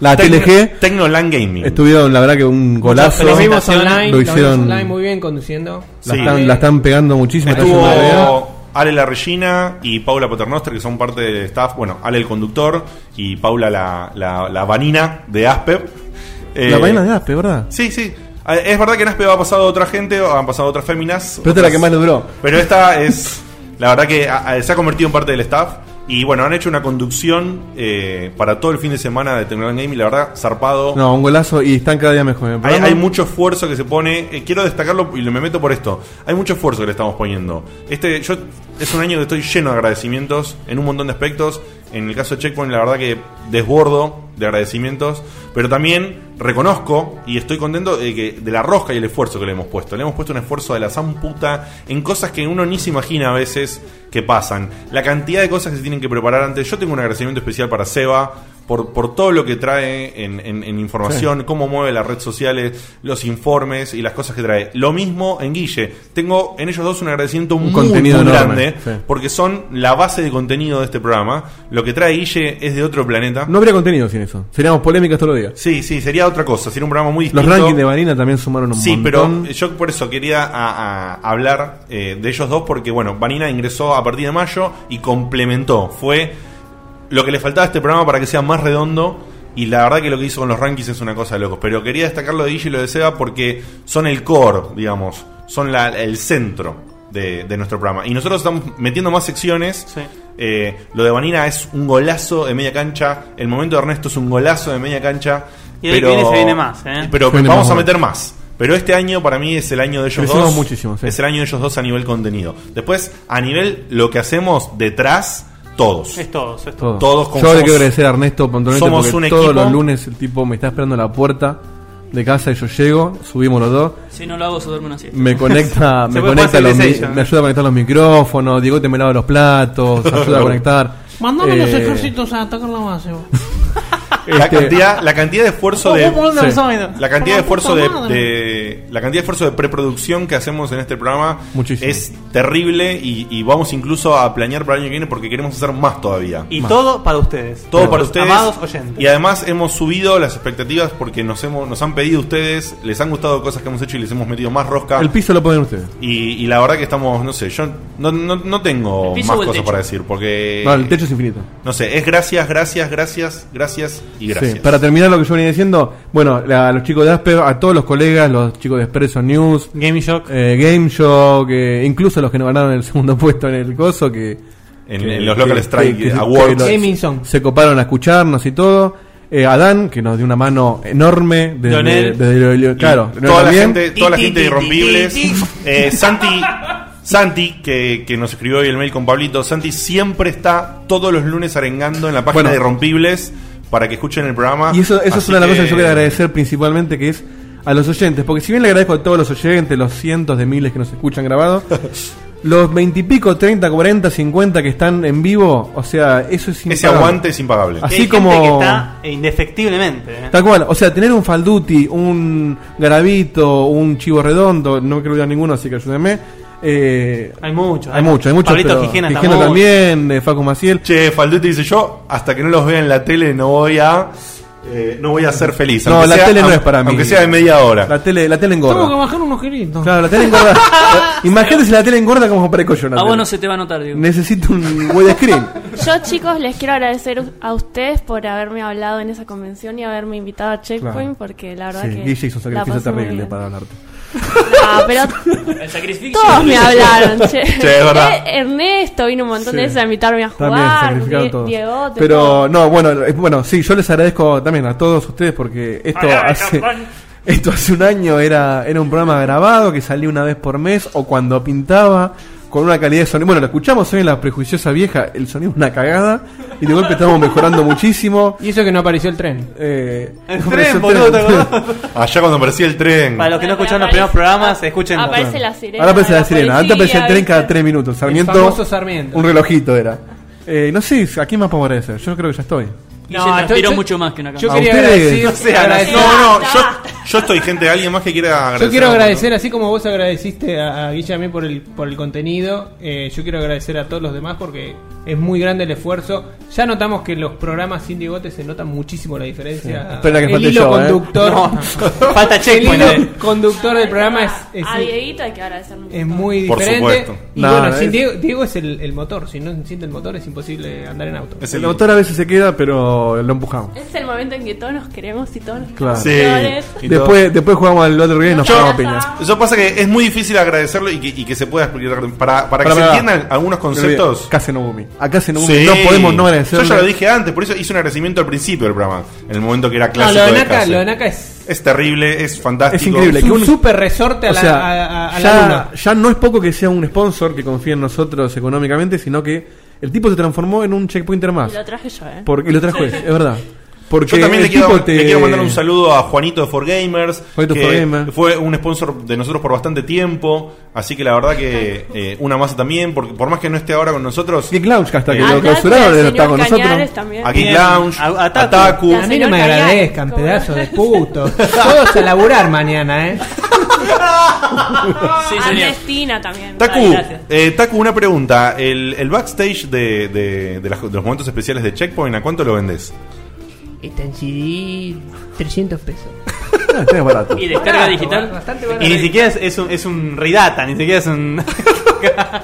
[SPEAKER 4] La
[SPEAKER 12] Tecno-
[SPEAKER 4] TLG.
[SPEAKER 12] Tecnolan Gaming.
[SPEAKER 4] Estuvieron, la verdad que un golazo.
[SPEAKER 5] Lo vimos online,
[SPEAKER 4] Lo
[SPEAKER 5] lo vimos
[SPEAKER 4] hicieron...
[SPEAKER 5] online muy bien conduciendo.
[SPEAKER 4] La, están, la están pegando muchísimo. está haciendo una idea.
[SPEAKER 12] Estuvo Ale La Regina y Paula Paternoster, que son parte del staff. Bueno, Ale el conductor y Paula la, la, la vanina de Asper. Eh,
[SPEAKER 4] la vaina de Aspe, ¿verdad?
[SPEAKER 12] Sí, sí. Ah, Es verdad que en Aspe ha pasado otra gente, han pasado otras féminas.
[SPEAKER 4] Pero esta es la
[SPEAKER 12] otras-
[SPEAKER 4] que más le duró.
[SPEAKER 12] Pero esta es. La verdad que ah, ah, se ha convertido en parte del staff. Y bueno, han hecho una conducción eh, para todo el fin de semana de Tecnolan Game y la verdad, zarpado.
[SPEAKER 4] No, un golazo y están cada día mejor. en el
[SPEAKER 12] Hay,
[SPEAKER 4] programa.
[SPEAKER 12] hay mucho esfuerzo que se pone. eh, quiero destacarlo y lo- me meto por esto. Hay mucho esfuerzo que le estamos poniendo. Este, yo es un año que estoy lleno de agradecimientos en un montón de aspectos. En el caso de Checkpoint, la verdad que desbordo de agradecimientos. Pero también reconozco y estoy contento de, que, de la rosca y el esfuerzo que le hemos puesto. Le hemos puesto un esfuerzo de la zamputa en cosas que uno ni se imagina a veces que pasan. La cantidad de cosas que se tienen que preparar antes. Yo tengo un agradecimiento especial para Seba. Por, por todo lo que trae en, en- en información, cómo mueve las redes sociales, los informes y las cosas que trae. Lo mismo en Guille. Tengo en ellos dos un agradecimiento muy,
[SPEAKER 4] contenido
[SPEAKER 12] muy
[SPEAKER 4] enorme,
[SPEAKER 12] grande,
[SPEAKER 4] sí.
[SPEAKER 12] porque son la base de contenido de este programa. Lo que trae Guille es de otro planeta.
[SPEAKER 4] No habría contenido sin eso. Seríamos polémicas todos los días.
[SPEAKER 12] Sí, sí, sería otra cosa, sería un programa muy
[SPEAKER 4] Los
[SPEAKER 12] distinto.
[SPEAKER 4] rankings de Marina también sumaron un
[SPEAKER 12] Sí,
[SPEAKER 4] montón.
[SPEAKER 12] pero yo por eso quería a- a hablar eh, de ellos dos porque, bueno, Vanina ingresó a partir de mayo y complementó. Fue lo que le faltaba a este programa para que sea más redondo. Y la verdad que lo que hizo con los rankings es una cosa de locos. Pero quería destacar lo de Guille y lo de Seba porque son el core, digamos. Son la- el centro de, de nuestro programa. Y nosotros estamos metiendo más secciones. Eh, lo de Vanina es un golazo de media cancha. El momento de Ernesto es un golazo de media cancha.
[SPEAKER 3] Y el que viene se viene más, ¿eh?
[SPEAKER 12] Pero
[SPEAKER 3] Se viene
[SPEAKER 12] vamos
[SPEAKER 3] más
[SPEAKER 12] a
[SPEAKER 3] bueno.
[SPEAKER 12] meter más. Pero este año para mí es el año de ellos
[SPEAKER 4] Crecimos
[SPEAKER 12] dos.
[SPEAKER 4] muchísimo, sí.
[SPEAKER 12] Es el año de ellos dos a nivel contenido. Después, a nivel lo que hacemos detrás, todos.
[SPEAKER 3] Es todos, es
[SPEAKER 4] Todo.
[SPEAKER 3] todos.
[SPEAKER 12] Todos
[SPEAKER 4] Yo
[SPEAKER 12] como
[SPEAKER 4] le
[SPEAKER 12] somos-
[SPEAKER 4] quiero agradecer a Ernesto Pontonete
[SPEAKER 12] somos
[SPEAKER 4] porque
[SPEAKER 12] un
[SPEAKER 4] todos
[SPEAKER 12] equipo.
[SPEAKER 4] los lunes el tipo me está esperando en la puerta de casa y yo llego, subimos los dos.
[SPEAKER 2] Si no lo hago, se duerme una siesta.
[SPEAKER 4] Me conecta,
[SPEAKER 2] Se
[SPEAKER 4] me
[SPEAKER 2] puede
[SPEAKER 4] conecta
[SPEAKER 2] jugar
[SPEAKER 4] los mi-
[SPEAKER 2] Civilization,
[SPEAKER 4] me
[SPEAKER 2] ¿eh?
[SPEAKER 4] ayuda a conectar los micrófonos, Diego te me lava los platos, ayuda a conectar.
[SPEAKER 33] Mandame los
[SPEAKER 4] Eh,
[SPEAKER 33] ejércitos a atacar la base. vos.
[SPEAKER 3] La
[SPEAKER 4] Este-
[SPEAKER 3] cantidad, la cantidad de esfuerzo de.
[SPEAKER 4] ¿Cómo andas, Zoido?
[SPEAKER 3] La cantidad de
[SPEAKER 4] Por la
[SPEAKER 3] esfuerzo
[SPEAKER 4] puta
[SPEAKER 3] de,
[SPEAKER 4] madre.
[SPEAKER 3] de- La cantidad de esfuerzo de preproducción que hacemos en este programa
[SPEAKER 4] Muchísimo.
[SPEAKER 3] es terrible y, y vamos incluso a planear para el año que viene porque queremos hacer más todavía.
[SPEAKER 6] Y
[SPEAKER 3] Más.
[SPEAKER 6] todo para ustedes.
[SPEAKER 3] Todo para
[SPEAKER 6] Nuestros
[SPEAKER 3] ustedes.
[SPEAKER 6] Amados oyentes.
[SPEAKER 3] Y además hemos subido las expectativas porque nos hemos, nos han pedido ustedes, les han gustado cosas que hemos hecho y les hemos metido más rosca.
[SPEAKER 4] El piso lo ponen ustedes.
[SPEAKER 3] Y, y la verdad que estamos, no sé, yo no, no, no tengo
[SPEAKER 4] ¿El piso
[SPEAKER 3] más
[SPEAKER 4] o el
[SPEAKER 3] cosas
[SPEAKER 4] techo?
[SPEAKER 3] para decir
[SPEAKER 12] Eh,
[SPEAKER 3] porque...
[SPEAKER 4] No, el techo es infinito.
[SPEAKER 3] No sé, es gracias, gracias, gracias, gracias y gracias.
[SPEAKER 4] Sí, Para terminar lo que yo venía diciendo, bueno, la- a los chicos de Asper, a todos los colegas, los chicos de Expresso News,
[SPEAKER 6] Game Shock,
[SPEAKER 4] Eh, Game Shock, eh, incluso los que no ganaron el segundo puesto en el coso, que
[SPEAKER 3] En-
[SPEAKER 4] que-
[SPEAKER 3] en los Local Strike
[SPEAKER 4] se-
[SPEAKER 3] Awards.
[SPEAKER 4] los-
[SPEAKER 3] Gaming
[SPEAKER 4] se coparon a escucharnos y todo. Eh, a Dan, que nos dio una mano enorme desde,
[SPEAKER 3] Leonel.
[SPEAKER 4] desde- desde-
[SPEAKER 3] Y
[SPEAKER 4] claro,
[SPEAKER 3] toda
[SPEAKER 4] Leonel
[SPEAKER 3] la
[SPEAKER 4] también.
[SPEAKER 3] gente, toda la gente de irrompibles. Eh, Santi, Santi que, que nos escribió hoy el mail con Pablito, Santi siempre está todos los lunes arengando en la página
[SPEAKER 4] Bueno.
[SPEAKER 3] de irrompibles para que escuchen el programa.
[SPEAKER 4] Y eso, eso es
[SPEAKER 3] Ah, Así
[SPEAKER 4] una de las cosas que yo quiero
[SPEAKER 3] que-
[SPEAKER 4] agradecer principalmente, que es a los oyentes. Porque si bien le agradezco a todos los oyentes, los cientos de miles que nos escuchan grabado, los veintipico, treinta, cuarenta, cincuenta que están en vivo, o sea, eso es
[SPEAKER 3] Ese aguante es impagable.
[SPEAKER 4] Así
[SPEAKER 6] Hay gente
[SPEAKER 4] como...
[SPEAKER 6] que está eh, indefectiblemente. eh.
[SPEAKER 4] Tal cual, o sea, tener un Falduti, un Garavito, un Chivo Redondo, no me creo que ninguno, así que ayúdenme. Eh,
[SPEAKER 6] Hay muchos.
[SPEAKER 4] hay muchos, hay muchos.
[SPEAKER 6] Pablito
[SPEAKER 4] pero
[SPEAKER 6] Gijena
[SPEAKER 4] Gijena
[SPEAKER 6] también.
[SPEAKER 4] también, eh, Facu Maciel.
[SPEAKER 3] Che, Falduti dice yo, hasta que no los vea en la tele no voy a eh, no voy a ser feliz.
[SPEAKER 4] No,
[SPEAKER 3] Aunque
[SPEAKER 4] la
[SPEAKER 3] sea-
[SPEAKER 4] tele no
[SPEAKER 3] aun-
[SPEAKER 4] es para mí.
[SPEAKER 3] Aunque sea de media hora.
[SPEAKER 4] La tele, la tele
[SPEAKER 34] Tengo que
[SPEAKER 4] engorda.
[SPEAKER 34] bajar unos gelitos.
[SPEAKER 4] Claro, la tele engorda. Imagínate si la tele engorda como parezco yo. en la
[SPEAKER 6] Ah,
[SPEAKER 2] A vos
[SPEAKER 4] tele.
[SPEAKER 2] no Ah, se te va a notar, digo.
[SPEAKER 4] Necesito un widescreen.
[SPEAKER 7] Yo, chicos, les quiero agradecer a ustedes por haberme hablado en esa convención y haberme invitado a Checkpoint,
[SPEAKER 4] Claro.
[SPEAKER 7] porque la verdad
[SPEAKER 4] Sí,
[SPEAKER 7] que.
[SPEAKER 4] DJ hizo un
[SPEAKER 7] la
[SPEAKER 4] sacrificio
[SPEAKER 7] pasé muy
[SPEAKER 4] terrible
[SPEAKER 7] bien.
[SPEAKER 4] para hablarte.
[SPEAKER 7] Ah, pero
[SPEAKER 2] El sacrificio.
[SPEAKER 7] todos me hablaron, che.
[SPEAKER 4] Sí, es verdad.
[SPEAKER 7] Eh, Ernesto vino un montón de
[SPEAKER 4] Sí.
[SPEAKER 7] veces a invitarme a
[SPEAKER 4] También
[SPEAKER 7] jugar.
[SPEAKER 4] sacrificaron
[SPEAKER 7] Die-
[SPEAKER 4] todos.
[SPEAKER 7] Diegote, todo.
[SPEAKER 4] Pero no, bueno, eh, bueno, sí, yo les agradezco también a todos ustedes porque esto
[SPEAKER 7] Hola,
[SPEAKER 4] hace
[SPEAKER 7] Japón.
[SPEAKER 4] esto hace un año era era un programa grabado que salía una vez por mes o cuando pintaba con una calidad de sonido. Bueno, lo escuchamos hoy en la prejuiciosa vieja, el sonido es una cagada y de golpe estamos mejorando muchísimo.
[SPEAKER 34] Y eso que no apareció el tren.
[SPEAKER 4] Eh,
[SPEAKER 6] El
[SPEAKER 4] no
[SPEAKER 6] tren,
[SPEAKER 4] apareció
[SPEAKER 6] boludo, ¿te acordás?
[SPEAKER 3] Allá cuando aparecía el tren.
[SPEAKER 6] Para los que no escucharon los primeros programas, escuchen.
[SPEAKER 7] Aparece la sirena.
[SPEAKER 4] Ahora aparece la
[SPEAKER 7] la
[SPEAKER 4] sirena, antes aparecía el
[SPEAKER 7] policía,
[SPEAKER 4] tren cada tres minutos. Sarmiento,
[SPEAKER 34] famoso Sarmiento.
[SPEAKER 4] un relojito era. Eh, no sé, ¿a quién más puedo agradecer? Yo creo que ya estoy.
[SPEAKER 2] Y se transpiró mucho más que una
[SPEAKER 34] Yo
[SPEAKER 2] cámara.
[SPEAKER 34] quería
[SPEAKER 4] ¿A ustedes?
[SPEAKER 34] agradecer.
[SPEAKER 4] No
[SPEAKER 3] sea,
[SPEAKER 34] agradecer-
[SPEAKER 3] no, no, yo, yo estoy gente, alguien más que quiera agradecer.
[SPEAKER 34] Yo quiero
[SPEAKER 3] a Juan.
[SPEAKER 34] agradecer, así como vos agradeciste a, a Guille y a mí por el, por el contenido, eh, yo quiero agradecer a todos los demás porque es muy grande el esfuerzo. Ya notamos que los programas sin bigote se nota muchísimo la diferencia.
[SPEAKER 4] Sí. Espera que
[SPEAKER 34] el
[SPEAKER 4] falte
[SPEAKER 34] hilo
[SPEAKER 4] yo, ¿eh?
[SPEAKER 34] conductor.
[SPEAKER 4] No.
[SPEAKER 6] Falta checkpoint,
[SPEAKER 34] El hilo
[SPEAKER 6] eh.
[SPEAKER 34] conductor del programa es, es-
[SPEAKER 7] A Dieguito hay que agradecer mucho.
[SPEAKER 34] es muy
[SPEAKER 3] Por
[SPEAKER 34] diferente.
[SPEAKER 3] supuesto.
[SPEAKER 34] Y
[SPEAKER 4] No,
[SPEAKER 34] bueno,
[SPEAKER 4] no,
[SPEAKER 34] sin
[SPEAKER 4] es-
[SPEAKER 34] Diego, Diego es el, el motor. Si no siente el motor es imposible andar en auto.
[SPEAKER 4] el autor a veces se queda, pero lo empujamos.
[SPEAKER 7] Es el momento en que todos nos queremos y todos nos
[SPEAKER 4] Claro.
[SPEAKER 7] queremos. Flores.
[SPEAKER 3] Y
[SPEAKER 4] Después, después jugamos al otro día y nos
[SPEAKER 3] Yo-
[SPEAKER 4] pegamos piñas.
[SPEAKER 3] Eso pasa que es muy difícil agradecerlo y que, y que se pueda explicar. Para, para, que
[SPEAKER 4] Pará,
[SPEAKER 3] se
[SPEAKER 4] pará.
[SPEAKER 3] entiendan algunos conceptos.
[SPEAKER 4] Casi no Gumi. Acá se no Gumi.
[SPEAKER 3] Sí.
[SPEAKER 4] No podemos no agradecer.
[SPEAKER 3] Yo ya lo dije antes, por eso hice un agradecimiento al principio del programa. En el momento que era
[SPEAKER 34] No,
[SPEAKER 3] clásico.
[SPEAKER 34] lo de
[SPEAKER 3] de
[SPEAKER 34] Naka,
[SPEAKER 3] Case.
[SPEAKER 34] lo de Naka es
[SPEAKER 3] Es terrible, es fantástico.
[SPEAKER 34] Es un super resorte a la, a- a- a la
[SPEAKER 4] ya,
[SPEAKER 34] luna.
[SPEAKER 4] ya no es poco que sea un sponsor que confíe en nosotros económicamente, sino que el tipo se transformó en un checkpointer más.
[SPEAKER 7] Y lo traje yo, ¿eh?
[SPEAKER 4] Porque, y lo trajo él, es verdad. Porque
[SPEAKER 3] Yo también
[SPEAKER 4] el
[SPEAKER 3] le quiero,
[SPEAKER 4] tipo te-
[SPEAKER 3] le quiero mandar un saludo a Juanito de For Gamers,
[SPEAKER 4] Juanito
[SPEAKER 3] que
[SPEAKER 4] For Gamer.
[SPEAKER 3] fue un sponsor de nosotros por bastante tiempo, así que la verdad que eh, una masa también, porque por más que no esté ahora con nosotros.
[SPEAKER 4] Geek Lounge hasta que
[SPEAKER 3] eh,
[SPEAKER 4] lo
[SPEAKER 3] acá
[SPEAKER 4] clausuraron,
[SPEAKER 3] está el
[SPEAKER 4] él está
[SPEAKER 3] señor
[SPEAKER 4] con nosotros.
[SPEAKER 3] Cañares también. A Geek Lounge,
[SPEAKER 6] a,
[SPEAKER 3] a Taku.
[SPEAKER 34] A mí no me agradezcan, pedazo de puto. Todos a laburar mañana, ¿eh?
[SPEAKER 7] Ah,
[SPEAKER 2] Sí, señor.
[SPEAKER 7] Ernestina también. Ay,
[SPEAKER 3] Taku,
[SPEAKER 7] gracias.
[SPEAKER 3] eh, Taku, una pregunta. El, el backstage de, de- de las- de los momentos especiales de Checkpoint, ¿a cuánto lo vendes?
[SPEAKER 35] Está en CD 300 pesos.
[SPEAKER 4] es Ah, barato.
[SPEAKER 2] Y descarga digital.
[SPEAKER 6] Y ni siquiera es, es un, es un redata, ni siquiera es un.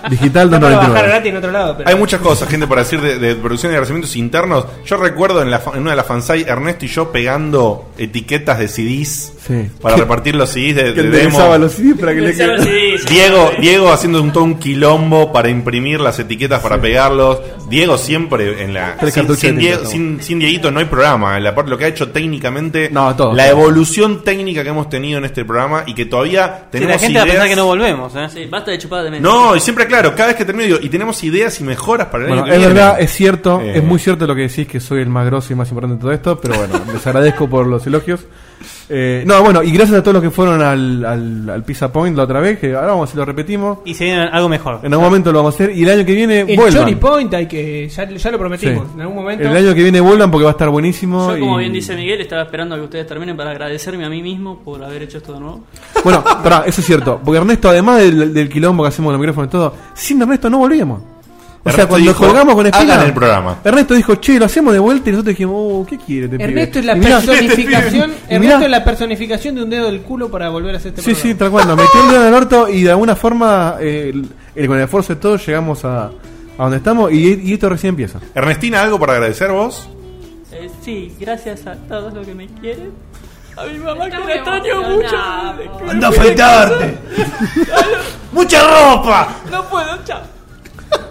[SPEAKER 4] Digital
[SPEAKER 6] Está para
[SPEAKER 4] 299.
[SPEAKER 6] bajar gratis en otro lado, pero-
[SPEAKER 3] Hay muchas cosas, gente, para decir de, de producción y agradecimientos internos. Yo recuerdo en, la, fa- en una de las fansites, Ernesto y yo pegando etiquetas de CDs
[SPEAKER 4] Sí.
[SPEAKER 3] para repartir los CDs de,
[SPEAKER 4] Que
[SPEAKER 3] de
[SPEAKER 4] enderezaba
[SPEAKER 3] demo.
[SPEAKER 4] los CDs para que le
[SPEAKER 3] Enderezaba
[SPEAKER 4] quede-
[SPEAKER 3] los CDs. Diego, Diego haciendo un, todo un quilombo para imprimir las etiquetas para pegarlos. Diego siempre en la.
[SPEAKER 4] Tres
[SPEAKER 3] Sin,
[SPEAKER 4] cartuchos
[SPEAKER 3] sin
[SPEAKER 4] de
[SPEAKER 3] Diego-
[SPEAKER 4] tinta,
[SPEAKER 3] sin- sin Dieguito no hay programa. La parte- lo que ha hecho técnicamente.
[SPEAKER 4] todo,
[SPEAKER 3] la
[SPEAKER 4] todo.
[SPEAKER 3] evolución técnica que hemos tenido en este programa y que todavía
[SPEAKER 6] Sí,
[SPEAKER 3] tenemos
[SPEAKER 6] la gente va a
[SPEAKER 3] ideas-
[SPEAKER 6] pensar que no volvemos, ¿eh?
[SPEAKER 2] Sí, basta de chupada de mente.
[SPEAKER 3] No, y siempre claro, cada vez que termino digo, y tenemos ideas y mejoras para el
[SPEAKER 4] Bueno,
[SPEAKER 3] año que
[SPEAKER 4] es
[SPEAKER 3] viene.
[SPEAKER 4] verdad, es cierto,
[SPEAKER 3] Eh.
[SPEAKER 4] es muy cierto lo que decís que soy el más grosso y más importante de todo esto, pero bueno, les agradezco por los elogios. Eh, no, bueno, y gracias a todos los que fueron al, al, al Pizza Point la otra vez, que ahora vamos a ver si lo repetimos.
[SPEAKER 6] Y se viene algo mejor.
[SPEAKER 4] En algún momento lo vamos a hacer y el año que viene
[SPEAKER 5] El
[SPEAKER 4] Eh, vuelvan.
[SPEAKER 5] Chori Point hay que. Ya, ya lo
[SPEAKER 4] Sí.
[SPEAKER 5] prometimos. En algún momento.
[SPEAKER 4] El año que viene vuelvan porque va a estar buenísimo.
[SPEAKER 2] Yo, como
[SPEAKER 4] y-
[SPEAKER 2] bien dice Miguel, estaba esperando a que ustedes terminen para agradecerme a mí mismo por haber hecho esto de nuevo.
[SPEAKER 4] Bueno, pará, eso es cierto. Porque Ernesto, además del, del quilombo que hacemos con los micrófonos y todo, sin Ernesto no volvíamos. O sea,
[SPEAKER 12] Ernesto
[SPEAKER 4] cuando
[SPEAKER 12] dijo,
[SPEAKER 4] colgamos con Espina,
[SPEAKER 12] "Hagan el programa".
[SPEAKER 4] Ernesto dijo, che, lo hacemos de vuelta y nosotros dijimos, oh, ¿qué quiere? este pibe?".
[SPEAKER 5] Ernesto es la
[SPEAKER 4] Y mirá, este
[SPEAKER 5] personificación.
[SPEAKER 4] y
[SPEAKER 5] Ernesto
[SPEAKER 4] mirá,
[SPEAKER 5] es la personificación de un dedo del culo para volver a hacer este
[SPEAKER 4] Sí, sí, tal cual. Nos metió el dedo en el orto y de alguna forma, eh, el- el- con el esfuerzo de todos, llegamos a, a donde estamos y, y esto recién empieza.
[SPEAKER 12] Ernestina, ¿algo para agradecer vos?
[SPEAKER 36] Eh, sí, gracias a todos los que me quieren. A mi mamá que
[SPEAKER 37] Está
[SPEAKER 36] la extraño
[SPEAKER 37] emocionado.
[SPEAKER 36] mucho.
[SPEAKER 37] Anda a
[SPEAKER 4] afeitarte.
[SPEAKER 38] ¡Mucha ropa!
[SPEAKER 36] No puedo, chao.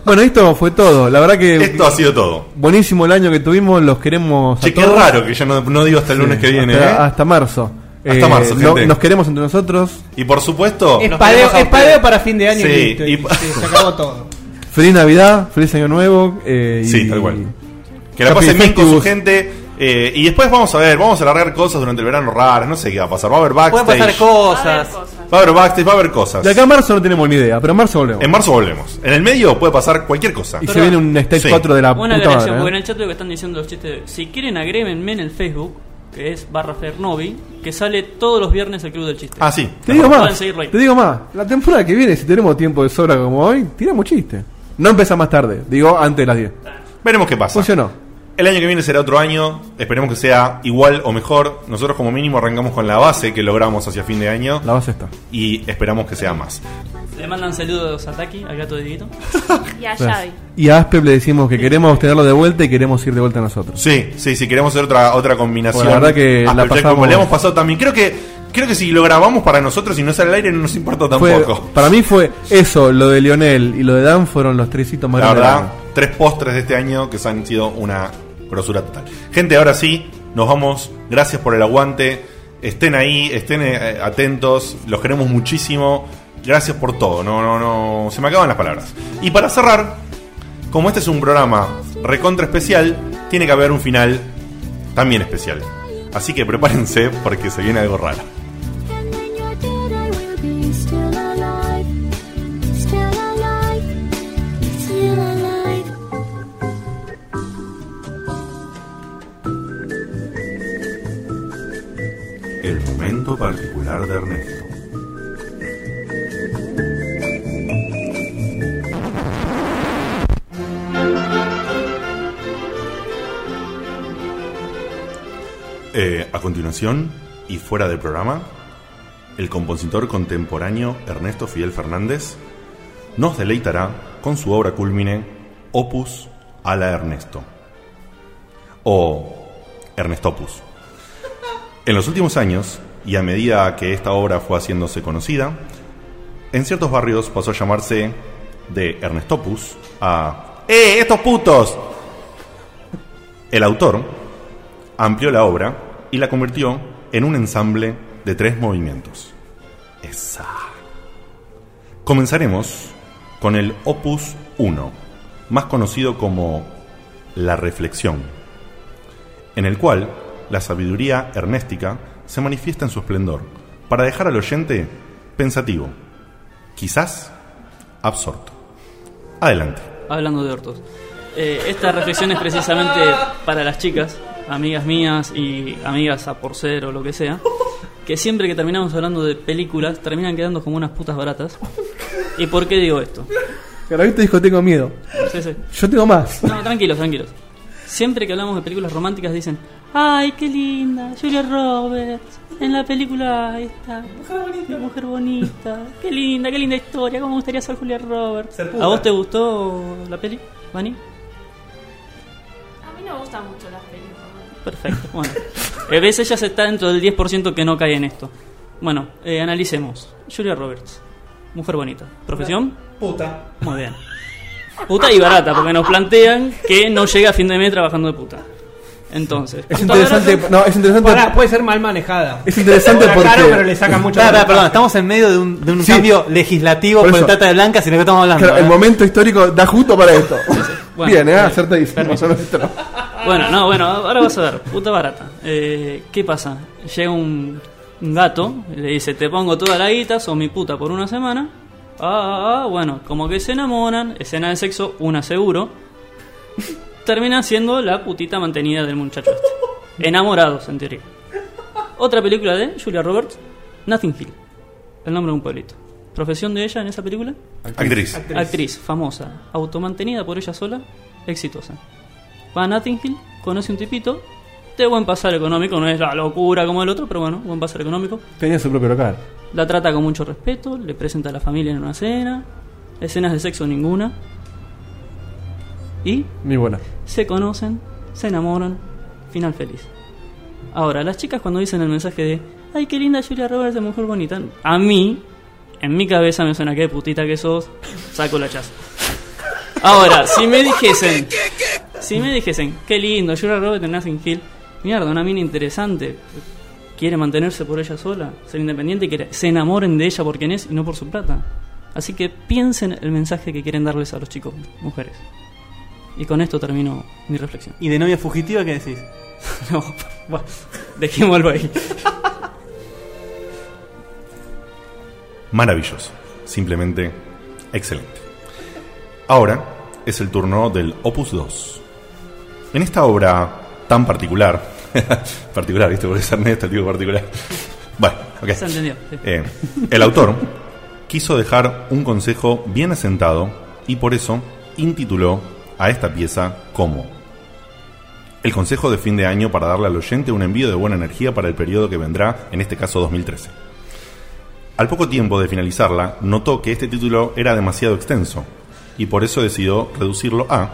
[SPEAKER 4] Bueno, esto fue todo. La verdad que.
[SPEAKER 12] Esto ha sido todo.
[SPEAKER 4] Buenísimo el año que tuvimos, los queremos. a
[SPEAKER 12] Che, qué
[SPEAKER 4] todos.
[SPEAKER 12] raro que ya no, no digo hasta el
[SPEAKER 4] Sí,
[SPEAKER 12] lunes que viene.
[SPEAKER 4] Hasta,
[SPEAKER 12] ¿eh?
[SPEAKER 4] hasta marzo.
[SPEAKER 12] Hasta
[SPEAKER 4] Eh,
[SPEAKER 12] marzo,
[SPEAKER 4] no-
[SPEAKER 12] gente.
[SPEAKER 4] nos queremos entre nosotros.
[SPEAKER 12] Y por supuesto.
[SPEAKER 5] Es
[SPEAKER 12] nos
[SPEAKER 5] padeo-
[SPEAKER 12] queremos a
[SPEAKER 5] es
[SPEAKER 12] ustedes.
[SPEAKER 5] padeo para fin de año y
[SPEAKER 12] Sí,
[SPEAKER 5] listo,
[SPEAKER 12] y-
[SPEAKER 5] programa. Sí, se acabó todo.
[SPEAKER 4] Feliz Navidad, feliz Año Nuevo. eh, y-
[SPEAKER 12] Sí, tal cual. Que la
[SPEAKER 4] Happy
[SPEAKER 12] pasen bien con su
[SPEAKER 4] Festivus.
[SPEAKER 12] gente. eh, y después vamos a ver, vamos a alargar cosas durante el verano raras. No sé qué va a pasar. Va a haber backstage.
[SPEAKER 4] Pueden pasar
[SPEAKER 6] cosas.
[SPEAKER 12] Va a haber backstage, va a haber cosas.
[SPEAKER 4] De acá a marzo no tenemos ni idea, pero en marzo volvemos.
[SPEAKER 12] En marzo volvemos. En el medio puede pasar cualquier cosa.
[SPEAKER 4] Y se viene un stage 4 de la
[SPEAKER 2] Buena
[SPEAKER 4] puta
[SPEAKER 2] aclaración,
[SPEAKER 4] madre,
[SPEAKER 2] porque en
[SPEAKER 4] ¿eh?
[SPEAKER 2] el chat lo que están diciendo los chistes. de- Si quieren, agrémenme en el Facebook, que es barra Fernovi, que sale todos los viernes el Club del Chiste.
[SPEAKER 12] Ah, sí.
[SPEAKER 4] Te digo
[SPEAKER 2] Pueden
[SPEAKER 4] más,
[SPEAKER 2] seguirlo ahí.
[SPEAKER 4] te digo más. La temporada que viene, si tenemos tiempo de sobra como hoy, tiramos chiste. No empieza más tarde, digo antes de las 10.
[SPEAKER 12] Veremos qué pasa.
[SPEAKER 4] Funcionó.
[SPEAKER 12] El año que viene será otro año, esperemos que sea igual o mejor. Nosotros como mínimo arrancamos con la base que logramos hacia fin de año. La
[SPEAKER 4] base está.
[SPEAKER 12] Y esperamos que sea más.
[SPEAKER 2] Le mandan saludos a Taki, al gato de Dieguito.
[SPEAKER 7] Y a Xavi.
[SPEAKER 4] Y a Aspe le decimos que queremos tenerlo de vuelta y queremos ir de vuelta nosotros.
[SPEAKER 12] Sí, sí, sí, queremos hacer otra, otra combinación.
[SPEAKER 4] Pues la verdad que
[SPEAKER 12] Ah,
[SPEAKER 4] la
[SPEAKER 12] pero ya
[SPEAKER 4] pasamos-
[SPEAKER 12] como le hemos pasado también. Creo que, creo que si lo grabamos para nosotros y no sale al aire no nos importa
[SPEAKER 4] Fue-
[SPEAKER 12] tampoco.
[SPEAKER 4] para mí fue eso, lo de Lionel y lo de Dan fueron los tres hitos más
[SPEAKER 12] La
[SPEAKER 4] grandes del
[SPEAKER 12] verdad,
[SPEAKER 4] año.
[SPEAKER 12] tres postres de este año que han sido una grosura total. Gente, ahora sí, nos vamos. Gracias por el aguante. Estén ahí, estén eh, atentos. Los queremos muchísimo. Gracias por todo. No, no, no. Se me acaban las palabras. Y para cerrar, como este es un programa recontra especial, tiene que haber un final también especial. Así que prepárense porque se viene algo raro.
[SPEAKER 37] Still alive, still alive, still alive.
[SPEAKER 12] El momento particular de Ernesto. Eh, a continuación, y fuera del programa, el compositor contemporáneo Ernesto Fidel Fernández nos deleitará con su obra culmine Opus a la Ernesto. O Ernestopus. En los últimos años, y a medida que esta obra fue haciéndose conocida, en ciertos barrios pasó a llamarse de Ernestopus a ¡Eh, estos putos! El autor amplió la obra y la convirtió en un ensamble de tres movimientos. Esa. Comenzaremos con el Opus 1, más conocido como La Reflexión, en el cual la sabiduría ernéstica se manifiesta en su esplendor, para dejar al oyente pensativo, quizás absorto. Adelante.
[SPEAKER 2] Hablando de ortos. Eh, esta reflexión es precisamente para las chicas, amigas mías y amigas a por ser o lo que sea, que siempre que terminamos hablando de películas terminan quedando como unas putas baratas. ¿Y por qué digo esto?
[SPEAKER 4] Pero ahorita dijo, tengo miedo.
[SPEAKER 2] Sí, sí.
[SPEAKER 4] Yo tengo más.
[SPEAKER 2] No, tranquilos, tranquilos. Siempre que hablamos de películas románticas dicen, Ay, qué linda, Julia Roberts, en la película esta, mujer bonita, mujer bonita, qué linda, qué linda historia, cómo me gustaría ser Julia Roberts.
[SPEAKER 7] Ser puta.
[SPEAKER 2] ¿A vos te gustó la peli, Vani?
[SPEAKER 7] A mí no me gustan mucho las películas.
[SPEAKER 2] Perfecto, bueno. Eh, ¿Ves? Ella se está dentro del 10% que no cae en esto. Bueno, eh, analicemos. Julia Roberts, mujer bonita. ¿Profesión?
[SPEAKER 39] Puta.
[SPEAKER 2] Muy bien. Puta y barata, porque nos plantean que no llega a fin de mes trabajando de puta. Entonces,
[SPEAKER 4] Es interesante, no, es interesante.
[SPEAKER 5] Pará, puede ser mal manejada.
[SPEAKER 4] Es interesante
[SPEAKER 5] Está
[SPEAKER 4] porque-
[SPEAKER 5] caro, pero le sacan mucho.
[SPEAKER 6] Pará, pará, perdón, estamos en medio de un, de un cambio legislativo
[SPEAKER 4] Por
[SPEAKER 6] por, el
[SPEAKER 4] eso.
[SPEAKER 6] trata de blancas y lo que estamos hablando.
[SPEAKER 4] Claro, el
[SPEAKER 6] ¿eh?
[SPEAKER 4] momento histórico da justo para esto.
[SPEAKER 2] Bueno,
[SPEAKER 4] Bien, ¿eh?
[SPEAKER 2] eh,
[SPEAKER 4] Acertadísimo, son nuestros.
[SPEAKER 2] Bueno, no, bueno, ahora vas a ver, puta barata. Eh, ¿Qué pasa? Llega un, un gato, le dice, te pongo toda la guita, sos mi puta por una semana. Ah, ah, ah, bueno, como que se enamoran, escena de sexo, una seguro. Termina siendo la putita mantenida del muchacho este. Enamorados, en teoría. Otra película de Julia Roberts, Nothing Hill. El nombre de un pueblito. ¿Profesión de ella en esa película?
[SPEAKER 3] Actriz.
[SPEAKER 2] Actriz, famosa. Automantenida por ella sola, exitosa. Va a Nothing Hill, conoce un tipito, de buen pasar económico, no es la locura como el otro, pero bueno, buen pasar económico.
[SPEAKER 4] Tenía su propio local.
[SPEAKER 2] La trata con mucho respeto, le presenta a la familia en una cena, escenas de sexo ninguna. Y
[SPEAKER 4] Muy buena.
[SPEAKER 2] se conocen, se enamoran, final feliz. Ahora, las chicas cuando dicen el mensaje de Ay, qué linda Julia Roberts de mujer bonita, a mí, en mi cabeza me suena que putita que sos, saco la chaza. Ahora, si me dijesen, si me dijesen, qué lindo, Julia Roberts de Nothing Hill, mierda, una mina interesante, quiere mantenerse por ella sola, ser independiente y que se enamoren de ella por quien es y no por su plata. Así que piensen el mensaje que quieren darles a los chicos, mujeres. Y con esto termino mi reflexión.
[SPEAKER 6] ¿Y de novia fugitiva qué decís?
[SPEAKER 2] no, bueno, dejémoslo ahí.
[SPEAKER 3] Maravilloso. Simplemente excelente. Ahora es el turno del Opus 2. En esta obra tan particular, particular, ¿viste? Porque es Ernesto, el tipo particular. Bueno, ok.
[SPEAKER 2] Se entendió, sí.
[SPEAKER 3] Eh, el autor quiso dejar un consejo bien asentado y por eso intituló a esta pieza como el consejo de fin de año para darle al oyente un envío de buena energía para el periodo que vendrá, en este caso 2013. Al poco tiempo de finalizarla, notó que este título era demasiado extenso y por eso decidió reducirlo a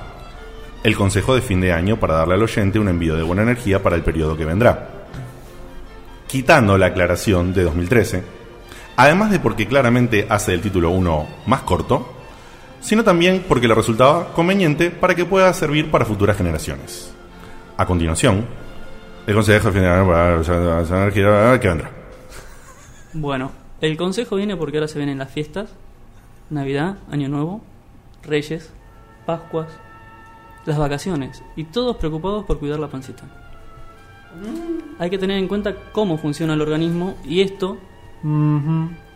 [SPEAKER 3] El consejo de fin de año para darle al oyente un envío de buena energía para el periodo que vendrá, quitando la aclaración de 2013, además de porque claramente hace el título 1 más corto, sino también porque le resultaba conveniente para que pueda servir para futuras generaciones. A continuación, el consejo de fin de año para darle al energía que vendrá.
[SPEAKER 2] Bueno, el consejo viene porque ahora se vienen las fiestas, Navidad, Año Nuevo, Reyes, Pascuas, las vacaciones y todos preocupados por cuidar la pancita. Hay que tener en cuenta cómo funciona el organismo y esto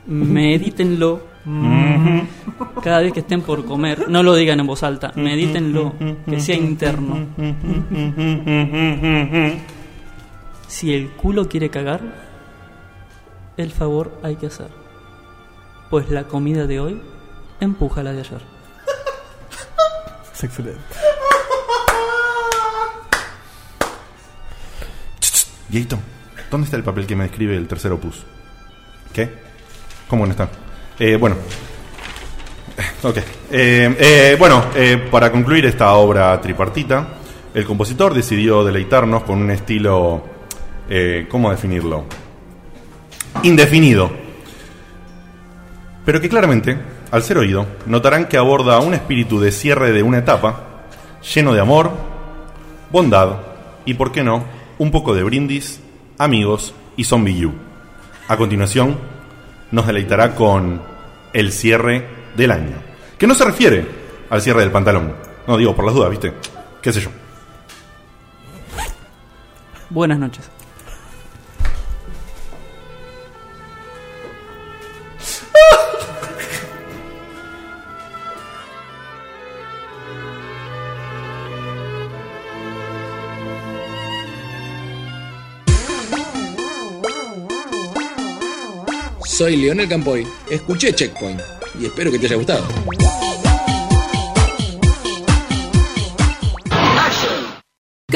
[SPEAKER 2] medítenlo cada vez que estén por comer, no lo digan en voz alta, medítenlo, que sea interno. Si el culo quiere cagar, el favor hay que hacer. Pues la comida de hoy empuja la de ayer.
[SPEAKER 4] Es excelente.
[SPEAKER 3] Dieguito, ¿dónde está el papel que me describe el tercer opus? ¿Qué? ¿Cómo no está? Eh, bueno. Ok. Eh, eh, bueno, eh, para concluir esta obra tripartita, el compositor decidió deleitarnos con un estilo. eh, ¿Cómo definirlo? Indefinido. Pero que claramente, al ser oído, notarán que aborda un espíritu de cierre de una etapa, lleno de amor, bondad y, por qué no, un poco de brindis, amigos y zombie you. A continuación, nos deleitará con el cierre del año. Que no se refiere al cierre del pantalón. No digo por las dudas, ¿viste? ¿Qué sé yo?
[SPEAKER 2] Buenas noches.
[SPEAKER 40] Soy Leonel Campoy. Escuché Checkpoint y espero que te haya gustado.